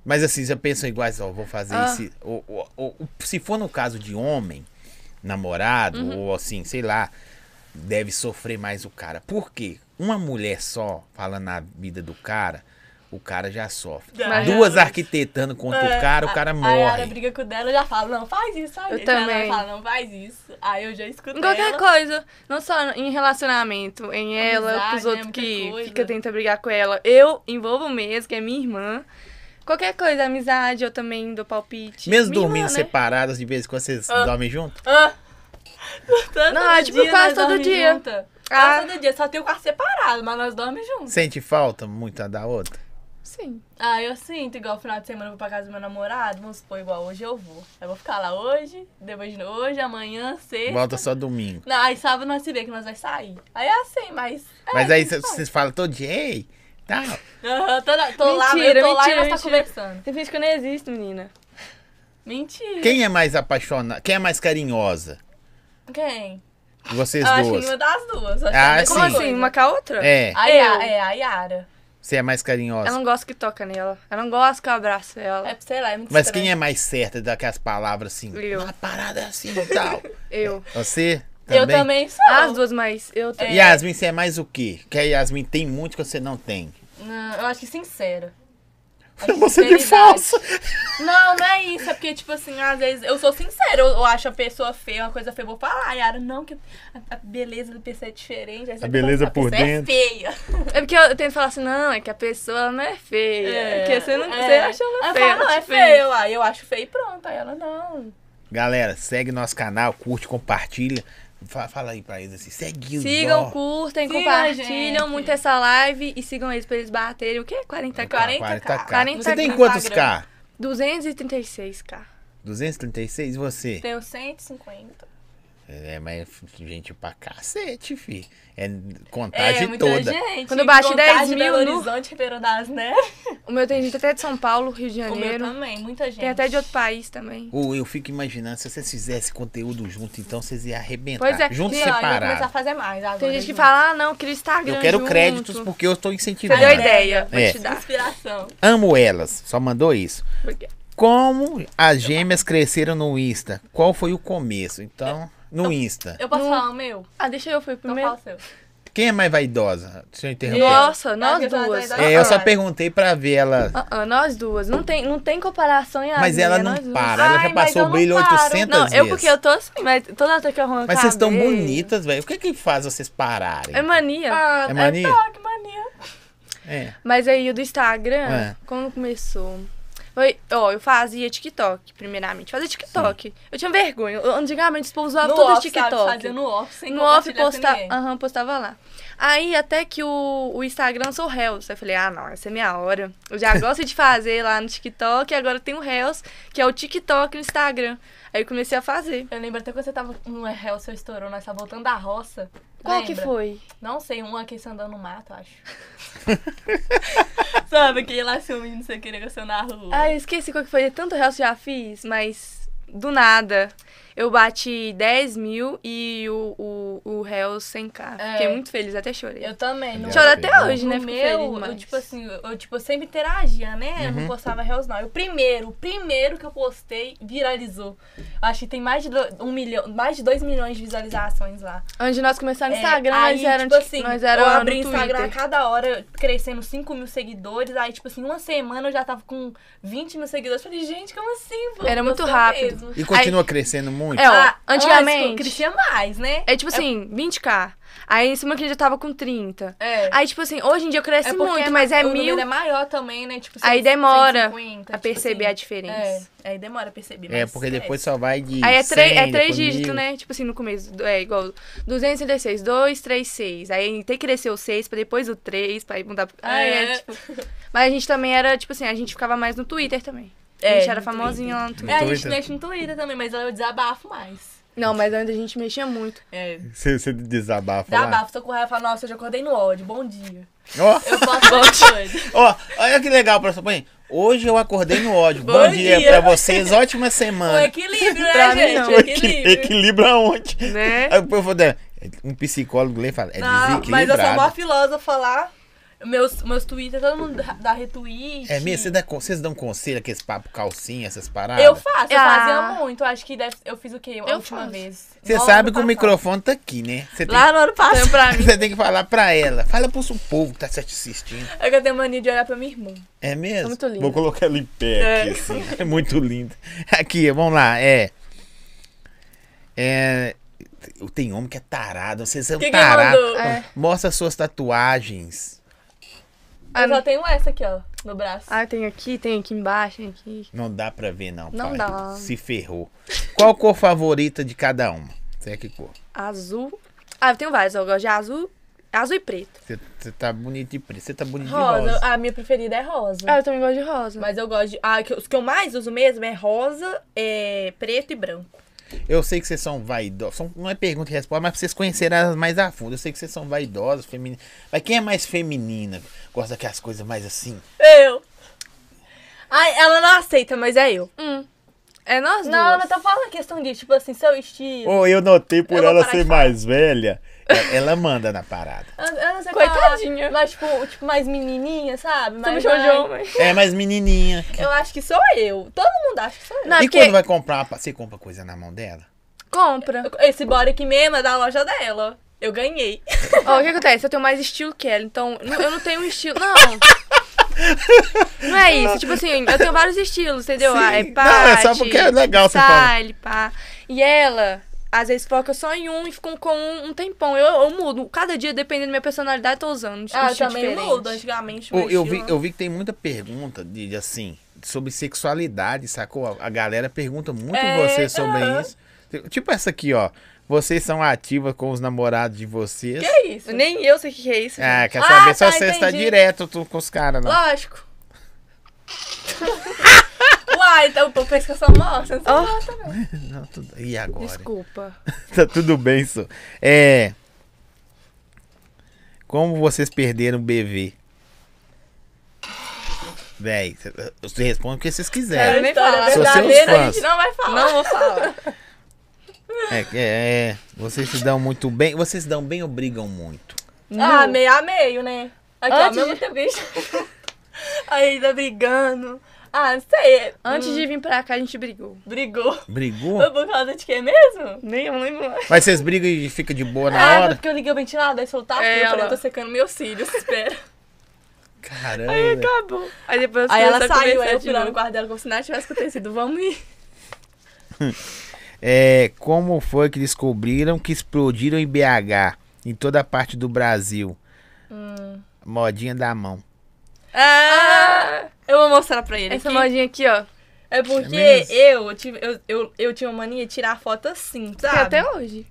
[SPEAKER 1] Mas assim, já pensam iguais, ó, vou fazer
[SPEAKER 2] Ah.
[SPEAKER 1] esse. ou- ou- ou- se for no caso de homem, namorado,
[SPEAKER 3] Uhum.
[SPEAKER 1] ou assim, sei lá, deve sofrer mais o cara. Por quê? Uma mulher só falando na vida do cara, o cara já sofre.
[SPEAKER 3] Já.
[SPEAKER 2] Mas-
[SPEAKER 1] Duas arquitetando contra o cara, o cara
[SPEAKER 3] Aí É, a Yara
[SPEAKER 1] morre.
[SPEAKER 3] briga com o dela, eu já falo, não, faz isso. Aí
[SPEAKER 2] Eu
[SPEAKER 3] ela
[SPEAKER 2] também.
[SPEAKER 3] fala, não, faz isso. Aí eu já escuto
[SPEAKER 2] Em qualquer
[SPEAKER 3] ela.
[SPEAKER 2] coisa. Não só em relacionamento. Em ela,
[SPEAKER 3] Amizade,
[SPEAKER 2] com os
[SPEAKER 3] né?
[SPEAKER 2] outros
[SPEAKER 3] Muita
[SPEAKER 2] que
[SPEAKER 3] coisa.
[SPEAKER 2] fica tenta brigar com ela. Eu envolvo mesmo, que é minha irmã. Qualquer coisa, amizade, eu também dou palpite.
[SPEAKER 1] Mesmo
[SPEAKER 2] Minha
[SPEAKER 1] dormindo
[SPEAKER 2] irmã, né?
[SPEAKER 1] separadas, de vez em quando vocês dormem junto?
[SPEAKER 3] Ah. Todo
[SPEAKER 2] Não, tipo,
[SPEAKER 3] dia
[SPEAKER 2] quase
[SPEAKER 3] nós
[SPEAKER 2] todo
[SPEAKER 3] dorme
[SPEAKER 2] dia.
[SPEAKER 3] junta.
[SPEAKER 2] Ah.
[SPEAKER 3] Quase todo dia, só tem o quarto separado, mas nós dormimos juntos.
[SPEAKER 1] Sente falta muito a da outra?
[SPEAKER 2] Sim.
[SPEAKER 3] Ah, eu sinto, igual final de semana eu vou pra casa do meu namorado, vamos supor, igual hoje eu vou. Eu vou ficar lá hoje, depois de hoje, amanhã, sexta.
[SPEAKER 1] Volta só domingo.
[SPEAKER 3] Não, aí sábado nós se vê que nós vai sair. Aí é assim, mas. é,
[SPEAKER 1] Mas aí
[SPEAKER 3] então.
[SPEAKER 1] vocês falam todo dia, ei, tá, tal.
[SPEAKER 3] Aham, tô, na- tô lá, eu
[SPEAKER 2] Mentira,
[SPEAKER 3] tô lá e nós
[SPEAKER 2] mentira,
[SPEAKER 3] tá
[SPEAKER 2] mentira.
[SPEAKER 3] conversando.
[SPEAKER 2] Você finge que eu não existo, menina.
[SPEAKER 3] Mentira.
[SPEAKER 1] Quem é mais apaixonada? Quem é mais carinhosa?
[SPEAKER 3] Quem?
[SPEAKER 1] Vocês
[SPEAKER 3] Eu acho que
[SPEAKER 1] duas.
[SPEAKER 3] nenhuma das duas. acho que
[SPEAKER 1] Ah,
[SPEAKER 3] é a mesma
[SPEAKER 2] Como
[SPEAKER 1] Sim.
[SPEAKER 2] assim?
[SPEAKER 3] coisa.
[SPEAKER 2] Uma com a outra?
[SPEAKER 1] É.
[SPEAKER 3] A Yara,
[SPEAKER 2] Eu.
[SPEAKER 3] é, a Yara.
[SPEAKER 1] Você é mais carinhosa.
[SPEAKER 2] Ela não gosta que toca nela. Ela não gosta que eu abraço ela.
[SPEAKER 3] É, sei lá, é muito
[SPEAKER 1] Mas quem é mais certa daquelas palavras assim?
[SPEAKER 2] Eu.
[SPEAKER 1] Uma parada é assim e tal.
[SPEAKER 2] Eu.
[SPEAKER 1] Você também?
[SPEAKER 3] Eu também sou.
[SPEAKER 2] As duas, mas eu também.
[SPEAKER 1] é Yasmin, você é mais o quê? Que a Yasmin tem muito que você não tem.
[SPEAKER 3] Não, eu acho que sincera. A
[SPEAKER 1] Você de
[SPEAKER 3] sinceridade.
[SPEAKER 1] falso.
[SPEAKER 3] Não, não é isso. É porque, tipo assim, às vezes eu sou sincera. Eu, eu acho a pessoa feia, uma coisa feia, eu vou falar. Yara, não, que a, a beleza do PC é diferente. Aí você
[SPEAKER 1] A beleza
[SPEAKER 3] fala,
[SPEAKER 1] por
[SPEAKER 3] pessoa
[SPEAKER 1] dentro."
[SPEAKER 3] É feia.
[SPEAKER 2] É porque eu, eu tento falar assim, não, é que a pessoa ela não é feia. É, que você não
[SPEAKER 3] é.
[SPEAKER 2] você acha ela
[SPEAKER 3] Aí
[SPEAKER 2] feia.
[SPEAKER 3] Eu falo, não, é
[SPEAKER 2] tipo isso.
[SPEAKER 3] feio. Aí eu acho feio e pronto. Aí ela, não.
[SPEAKER 1] Galera, segue nosso canal, curte, compartilha. Fa- Fala aí pra eles assim, segue o
[SPEAKER 2] Sigam,
[SPEAKER 1] Zó.
[SPEAKER 2] curtem,
[SPEAKER 3] Siga a
[SPEAKER 2] compartilham
[SPEAKER 3] gente.
[SPEAKER 2] muito essa live e sigam eles pra eles baterem o quê? 40, 40?
[SPEAKER 1] 40K.
[SPEAKER 2] 40K.
[SPEAKER 1] Você tem
[SPEAKER 3] no
[SPEAKER 1] quantos
[SPEAKER 3] Instagram.
[SPEAKER 1] K?
[SPEAKER 2] 236k.
[SPEAKER 1] 236 e você?
[SPEAKER 3] Tenho 150.
[SPEAKER 1] É, mas gente pra cacete, fi. É
[SPEAKER 3] É,
[SPEAKER 1] contagem
[SPEAKER 3] muita
[SPEAKER 1] toda.
[SPEAKER 3] gente.
[SPEAKER 2] Quando eu bati
[SPEAKER 3] Contagem,
[SPEAKER 2] 10 mil,
[SPEAKER 3] Belo
[SPEAKER 2] nu.
[SPEAKER 3] Horizonte, Ribeirão das Neves.
[SPEAKER 2] O meu tem gente até de São Paulo, Rio de
[SPEAKER 3] O meu
[SPEAKER 2] Janeiro.
[SPEAKER 3] também, muita gente.
[SPEAKER 2] Tem até de outro país também.
[SPEAKER 1] Ou eu fico imaginando, se vocês fizessem conteúdo junto, então vocês iam arrebentar.
[SPEAKER 2] Pois é,
[SPEAKER 1] Junto
[SPEAKER 3] Não,
[SPEAKER 1] e
[SPEAKER 3] eu vou começar a
[SPEAKER 1] separado.
[SPEAKER 3] fazer mais agora. né?
[SPEAKER 2] Tem gente que
[SPEAKER 3] junto.
[SPEAKER 2] fala, ah, não, queria o Instagram
[SPEAKER 1] Eu quero
[SPEAKER 2] junto.
[SPEAKER 1] créditos porque eu estou
[SPEAKER 2] Você
[SPEAKER 1] incentivando.
[SPEAKER 3] Ah,
[SPEAKER 2] deu ideia, vou
[SPEAKER 1] É.
[SPEAKER 2] te dar.
[SPEAKER 3] Inspiração.
[SPEAKER 1] Amo elas, só mandou isso.
[SPEAKER 2] Porque-
[SPEAKER 1] Como as gêmeas cresceram no Insta? Qual foi o começo? Então, no Insta.
[SPEAKER 3] Eu posso
[SPEAKER 2] Não.
[SPEAKER 3] falar o meu?
[SPEAKER 2] Ah, deixa eu, fui
[SPEAKER 3] Então
[SPEAKER 2] primeiro.
[SPEAKER 3] fala o seu.
[SPEAKER 1] Quem é mais vaidosa? Deixa eu interromper.
[SPEAKER 2] Nossa,
[SPEAKER 3] Acho
[SPEAKER 2] nós
[SPEAKER 3] que eu tava
[SPEAKER 2] duas.
[SPEAKER 3] atrás da-
[SPEAKER 1] É, eu só perguntei pra ver ela.
[SPEAKER 2] Ah, ah, nós duas. Não tem, não tem comparação em é
[SPEAKER 1] Mas ela não para, ela
[SPEAKER 3] Ai,
[SPEAKER 1] já
[SPEAKER 3] mas
[SPEAKER 1] passou
[SPEAKER 3] eu
[SPEAKER 1] o
[SPEAKER 3] não
[SPEAKER 1] brilho
[SPEAKER 3] paro.
[SPEAKER 1] 800
[SPEAKER 2] Não,
[SPEAKER 1] vezes.
[SPEAKER 2] eu porque eu tô assim, mas toda hora que eu arrumo
[SPEAKER 1] Mas vocês estão
[SPEAKER 2] estão
[SPEAKER 1] bonitas, velho. O que que faz vocês pararem?
[SPEAKER 2] É mania.
[SPEAKER 3] Ah,
[SPEAKER 1] É mania?
[SPEAKER 3] toque, mania.
[SPEAKER 1] É.
[SPEAKER 2] Mas aí o do Instagram,
[SPEAKER 1] É.
[SPEAKER 2] como começou? Foi, ó, eu fazia TikTok, primeiramente. Fazia TikTok. Eu tinha vergonha. Eu- antigamente os povos usavam
[SPEAKER 3] No
[SPEAKER 2] tudo
[SPEAKER 3] off,
[SPEAKER 2] TikTok.
[SPEAKER 3] sabe? Fazer no off, sem
[SPEAKER 2] no off
[SPEAKER 3] compartilhar com
[SPEAKER 2] posta... ah.
[SPEAKER 3] ninguém.
[SPEAKER 2] aham, postava lá. Aí até que o, o Instagram sou Reels. Aí eu falei, ah, não, essa é minha hora. Eu já gosto de fazer lá no TikTok e agora tem o Reels, que é o TikTok no Instagram. Aí eu comecei a fazer.
[SPEAKER 3] Eu lembro até quando você tava no réu, seu estourou, nós tava voltando da roça.
[SPEAKER 2] Qual que
[SPEAKER 3] Lembra?
[SPEAKER 2] foi?
[SPEAKER 3] Não sei, um aqui você andando no mato, acho. Sabe, aquele lá se o menino você queria que eu na rua.
[SPEAKER 2] Ah, eu esqueci qual que foi. É Tanto real que eu já fiz, mas do nada. Eu bati 10 mil e o, o, o réu 100k.
[SPEAKER 3] É.
[SPEAKER 2] Fiquei muito feliz, até chorei.
[SPEAKER 3] Eu também, no
[SPEAKER 2] Choro
[SPEAKER 1] Já
[SPEAKER 2] até
[SPEAKER 1] fiz, né?
[SPEAKER 2] hoje, né?
[SPEAKER 3] No
[SPEAKER 2] Fico feliz
[SPEAKER 3] meu, eu,
[SPEAKER 2] demais. Uhum.
[SPEAKER 3] tipo assim, eu, eu, tipo, eu sempre interagia, né? Eu não postava reels, não. E O primeiro, o primeiro que eu postei viralizou. Eu acho que tem mais de do- um milhão, mais de 2 milhões de visualizações lá.
[SPEAKER 2] Antes de nós começarmos
[SPEAKER 3] É,
[SPEAKER 2] no Instagram,
[SPEAKER 3] aí,
[SPEAKER 2] nós éramos
[SPEAKER 3] tipo assim,
[SPEAKER 2] nós era
[SPEAKER 3] eu
[SPEAKER 2] no
[SPEAKER 3] abri
[SPEAKER 2] Twitter.
[SPEAKER 3] Instagram a cada hora, crescendo 5 mil seguidores. Aí, tipo assim, uma semana eu já tava com 20 mil seguidores. Eu Falei, gente, como assim? Vou-
[SPEAKER 2] Era muito
[SPEAKER 3] gostou
[SPEAKER 2] rápido.
[SPEAKER 3] mesmo.
[SPEAKER 1] E continua crescendo muito?
[SPEAKER 2] É, ó,
[SPEAKER 3] Ah,
[SPEAKER 2] antigamente-
[SPEAKER 3] antes, crescia mais, né?
[SPEAKER 2] É tipo assim, 20k. Aí em cima que a gente já tava com 30.
[SPEAKER 3] É.
[SPEAKER 2] Aí, tipo assim, hoje em dia eu cresci
[SPEAKER 3] porque
[SPEAKER 2] muito, mas é
[SPEAKER 3] o número
[SPEAKER 2] mil.
[SPEAKER 3] é maior também, né? Tipo,
[SPEAKER 2] Aí
[SPEAKER 3] 100,
[SPEAKER 2] demora
[SPEAKER 3] 150,
[SPEAKER 2] a
[SPEAKER 3] tipo
[SPEAKER 2] perceber
[SPEAKER 3] assim.
[SPEAKER 2] a diferença.
[SPEAKER 3] É, aí demora a perceber.
[SPEAKER 1] É,
[SPEAKER 3] mas
[SPEAKER 1] porque
[SPEAKER 3] cresce.
[SPEAKER 1] depois só vai de.
[SPEAKER 2] Aí é, três-
[SPEAKER 1] 100,
[SPEAKER 2] é três
[SPEAKER 1] depois
[SPEAKER 2] dígitos,
[SPEAKER 1] mil.
[SPEAKER 2] né? Tipo assim, no começo é igual 236, 2, 3, 6. Aí tem que crescer o 6 pra depois o 3, pra ir mudar. pro- Aí é,
[SPEAKER 3] É.
[SPEAKER 2] tipo. Mas a gente também era, tipo assim, a gente ficava mais no Twitter também. a
[SPEAKER 3] É,
[SPEAKER 2] gente era
[SPEAKER 3] no
[SPEAKER 2] famosinha lá no Twitter.
[SPEAKER 3] É, a gente
[SPEAKER 1] Twitter.
[SPEAKER 3] mexe no Twitter também, mas eu desabafo mais.
[SPEAKER 2] Não, mas ainda a gente mexia muito.
[SPEAKER 3] É.
[SPEAKER 1] Você, você desabafa lá.
[SPEAKER 3] Desabafo, tô com raiva, falo, nossa, eu já acordei no ódio, bom dia.
[SPEAKER 1] Ó,
[SPEAKER 3] Eu posso falar coisa.
[SPEAKER 1] ó, olha que legal, professor. Põe, Hoje eu acordei no ódio. Bom,
[SPEAKER 3] Bom
[SPEAKER 1] dia,
[SPEAKER 3] dia.
[SPEAKER 1] pra vocês, ótima
[SPEAKER 3] O
[SPEAKER 1] semana.
[SPEAKER 3] equilíbrio,
[SPEAKER 2] Pra
[SPEAKER 3] né,
[SPEAKER 2] mim,
[SPEAKER 3] gente?
[SPEAKER 2] não.
[SPEAKER 3] O
[SPEAKER 1] Pô, equi-
[SPEAKER 3] equilíbrio.
[SPEAKER 1] equilíbrio aonde?
[SPEAKER 2] Né?
[SPEAKER 1] Aí o povo fala, Um psicólogo lê e fala, é
[SPEAKER 3] Ah, mas eu sou mó
[SPEAKER 1] desequilibrado.
[SPEAKER 3] filósofa lá. Meus, meus Twitter, todo mundo dá- dá retweet.
[SPEAKER 1] É mesmo? Você dá con- Vocês dão conselho, aqueles papo calcinha, essas paradas?
[SPEAKER 3] Eu faço, eu
[SPEAKER 2] Ah.
[SPEAKER 3] fazia muito. Acho que deve, eu fiz o quê? A
[SPEAKER 2] Eu
[SPEAKER 3] última
[SPEAKER 2] faço.
[SPEAKER 3] vez.
[SPEAKER 1] Você
[SPEAKER 3] No
[SPEAKER 1] sabe
[SPEAKER 3] ano
[SPEAKER 1] que o
[SPEAKER 3] passado.
[SPEAKER 1] microfone tá aqui, né? Você tem,
[SPEAKER 3] Lá no ano
[SPEAKER 2] Então,
[SPEAKER 3] passado.
[SPEAKER 2] pra mim.
[SPEAKER 1] você tem que falar pra ela. Fala pro seu povo que tá te assistindo.
[SPEAKER 3] É que eu tenho mania de olhar pra minha irmã.
[SPEAKER 1] É mesmo?
[SPEAKER 2] Tá muito linda.
[SPEAKER 1] Vou colocar ela em pé aqui, assim. É muito linda. Aqui, vamos lá. É. É. Tem homem que é tarado. Vocês são
[SPEAKER 3] Que que ele
[SPEAKER 1] tarados.
[SPEAKER 3] mandou?
[SPEAKER 2] É.
[SPEAKER 1] Mostra suas tatuagens.
[SPEAKER 2] Ah,
[SPEAKER 3] Eu
[SPEAKER 2] não-
[SPEAKER 3] só tenho essa aqui, ó, no braço.
[SPEAKER 2] Ah, tem aqui, tem aqui embaixo, tem aqui.
[SPEAKER 1] Não dá pra ver, não.
[SPEAKER 2] Não
[SPEAKER 1] pai.
[SPEAKER 2] dá.
[SPEAKER 1] Se ferrou. Qual cor favorita de cada uma? Você é que cor?
[SPEAKER 2] Azul. Ah, eu tenho vários, ó, eu gosto de azul, azul e preto.
[SPEAKER 1] Você- Você tá bonito de preto. Você tá bonito de
[SPEAKER 3] Rosa.
[SPEAKER 1] rosa.
[SPEAKER 3] A minha preferida é rosa.
[SPEAKER 2] Ah, eu também gosto de rosa.
[SPEAKER 3] Mas eu gosto de. Ah, que- os que eu mais uso mesmo é rosa, é preto e branco.
[SPEAKER 1] Eu sei que vocês são vaidosos. São- Não é pergunta e resposta, mas pra vocês conhecerem elas mais a fundo. Eu sei que vocês são vaidosos, femininas. Mas quem é mais feminina? Gosta daquelas coisas mais assim?
[SPEAKER 3] Eu! Ai, ela não aceita, mas é eu.
[SPEAKER 2] Hum. É nós
[SPEAKER 3] Não, não
[SPEAKER 2] duas.
[SPEAKER 3] tô falando questão de, tipo assim, seu estilo.
[SPEAKER 1] Ou eu notei por
[SPEAKER 3] Eu vou
[SPEAKER 1] ela
[SPEAKER 3] parar
[SPEAKER 1] ser
[SPEAKER 3] de falar.
[SPEAKER 1] mais velha. Ela, ela manda na parada.
[SPEAKER 3] Eu, eu não sei
[SPEAKER 2] Coitadinha.
[SPEAKER 3] falar, mas tipo, tipo, mais menininha, sabe?
[SPEAKER 2] Você me
[SPEAKER 3] Mais,
[SPEAKER 2] chamou de
[SPEAKER 3] mais-
[SPEAKER 2] homem.
[SPEAKER 1] É mais menininha.
[SPEAKER 3] Eu acho que sou eu. Todo mundo acha que sou eu.
[SPEAKER 2] Não, é
[SPEAKER 1] e
[SPEAKER 2] porque
[SPEAKER 1] quando vai comprar, uma pa- você compra coisa na mão dela?
[SPEAKER 2] compra.
[SPEAKER 3] Esse body aqui mesmo é da loja dela. Eu ganhei.
[SPEAKER 2] Ó, o que acontece? Eu tenho mais estilo que ela, então n- eu não tenho um estilo. Não! Não é isso, tipo assim, eu tenho vários estilos, entendeu?
[SPEAKER 1] Sim.
[SPEAKER 2] Ah, é
[SPEAKER 1] Não,
[SPEAKER 2] pá.
[SPEAKER 1] é só porque é legal você falar.
[SPEAKER 2] pá. E ela, às vezes, foca só em um e ficam com um, um tempão. Eu, eu mudo, cada dia, dependendo da minha personalidade, tô usando. um
[SPEAKER 3] Ah, eu
[SPEAKER 2] estilo
[SPEAKER 3] também
[SPEAKER 2] diferente.
[SPEAKER 3] mudo. Antigamente,
[SPEAKER 1] Pô,
[SPEAKER 3] meu
[SPEAKER 1] eu, vi,
[SPEAKER 3] estilo-
[SPEAKER 1] eu vi que tem muita pergunta de, de, assim, sobre sexualidade, sacou? A, a galera pergunta muito
[SPEAKER 3] É,
[SPEAKER 1] você sobre
[SPEAKER 3] aham.
[SPEAKER 1] isso. Tipo essa aqui, ó. Vocês são ativas com os namorados de vocês.
[SPEAKER 3] Que isso?
[SPEAKER 2] Nem eu sei o que que é isso.
[SPEAKER 1] Ah,
[SPEAKER 2] gente.
[SPEAKER 1] quer
[SPEAKER 3] Ah,
[SPEAKER 1] saber
[SPEAKER 3] tá,
[SPEAKER 1] se você está
[SPEAKER 3] entendi.
[SPEAKER 1] direto tu- com os caras, não.
[SPEAKER 3] Lógico. Uai, então o povo pensa que eu sou morta.
[SPEAKER 2] Ó,
[SPEAKER 1] Não, tudo- E agora?
[SPEAKER 2] desculpa.
[SPEAKER 1] Tá tudo bem, só. É. Como vocês perderam o BV? Véi, cê- você responde o que vocês
[SPEAKER 2] Quero
[SPEAKER 1] quiserem.
[SPEAKER 2] nem
[SPEAKER 3] história
[SPEAKER 2] falar.
[SPEAKER 1] Sou seus
[SPEAKER 3] verdadeira, a
[SPEAKER 1] fãs.
[SPEAKER 3] gente não vai falar.
[SPEAKER 2] Não vou falar.
[SPEAKER 1] É,
[SPEAKER 3] né?
[SPEAKER 1] é, é, vocês se dão muito bem. Vocês se dão bem ou brigam muito?
[SPEAKER 3] Ah,
[SPEAKER 2] Nu. Hum.
[SPEAKER 3] meio a meio, né? Aqui,
[SPEAKER 2] Antes
[SPEAKER 3] ó, ao mesmo tempo que a gente... Aí, tá brigando. Ah, não sei.
[SPEAKER 2] Antes de vir pra cá, a gente brigou.
[SPEAKER 3] Brigou.
[SPEAKER 1] Brigou?
[SPEAKER 3] Foi por causa de quê mesmo?
[SPEAKER 2] Nem eu lembro mais.
[SPEAKER 1] Mas vocês brigam e fica de boa
[SPEAKER 3] ah,
[SPEAKER 1] na
[SPEAKER 3] foi
[SPEAKER 1] hora?
[SPEAKER 3] porque eu liguei o ventilador e soltar
[SPEAKER 2] É,
[SPEAKER 3] é, eu falei,
[SPEAKER 2] ela-
[SPEAKER 3] eu tô secando meus cílios, espera.
[SPEAKER 1] Caramba. véi.
[SPEAKER 2] Acabou. Tá Aí depois
[SPEAKER 3] Aí ela
[SPEAKER 2] começou a
[SPEAKER 3] saiu,
[SPEAKER 2] conversar
[SPEAKER 3] aí eu
[SPEAKER 2] de
[SPEAKER 3] fui lá no
[SPEAKER 2] novo.
[SPEAKER 3] quarto dela como se nada tivesse acontecido. Vamos ir.
[SPEAKER 1] É, como foi que descobriram que explodiram em BH, em toda a parte do Brasil?
[SPEAKER 3] Hum.
[SPEAKER 1] Modinha da mão.
[SPEAKER 2] Ah,
[SPEAKER 3] Eu vou mostrar pra ele
[SPEAKER 2] É. essa
[SPEAKER 3] aqui.
[SPEAKER 2] modinha aqui, ó.
[SPEAKER 3] É porque
[SPEAKER 1] É mesmo?
[SPEAKER 3] eu, tive, eu, eu, eu tinha uma mania de tirar foto assim,
[SPEAKER 2] Tem
[SPEAKER 3] sabe?
[SPEAKER 2] até hoje.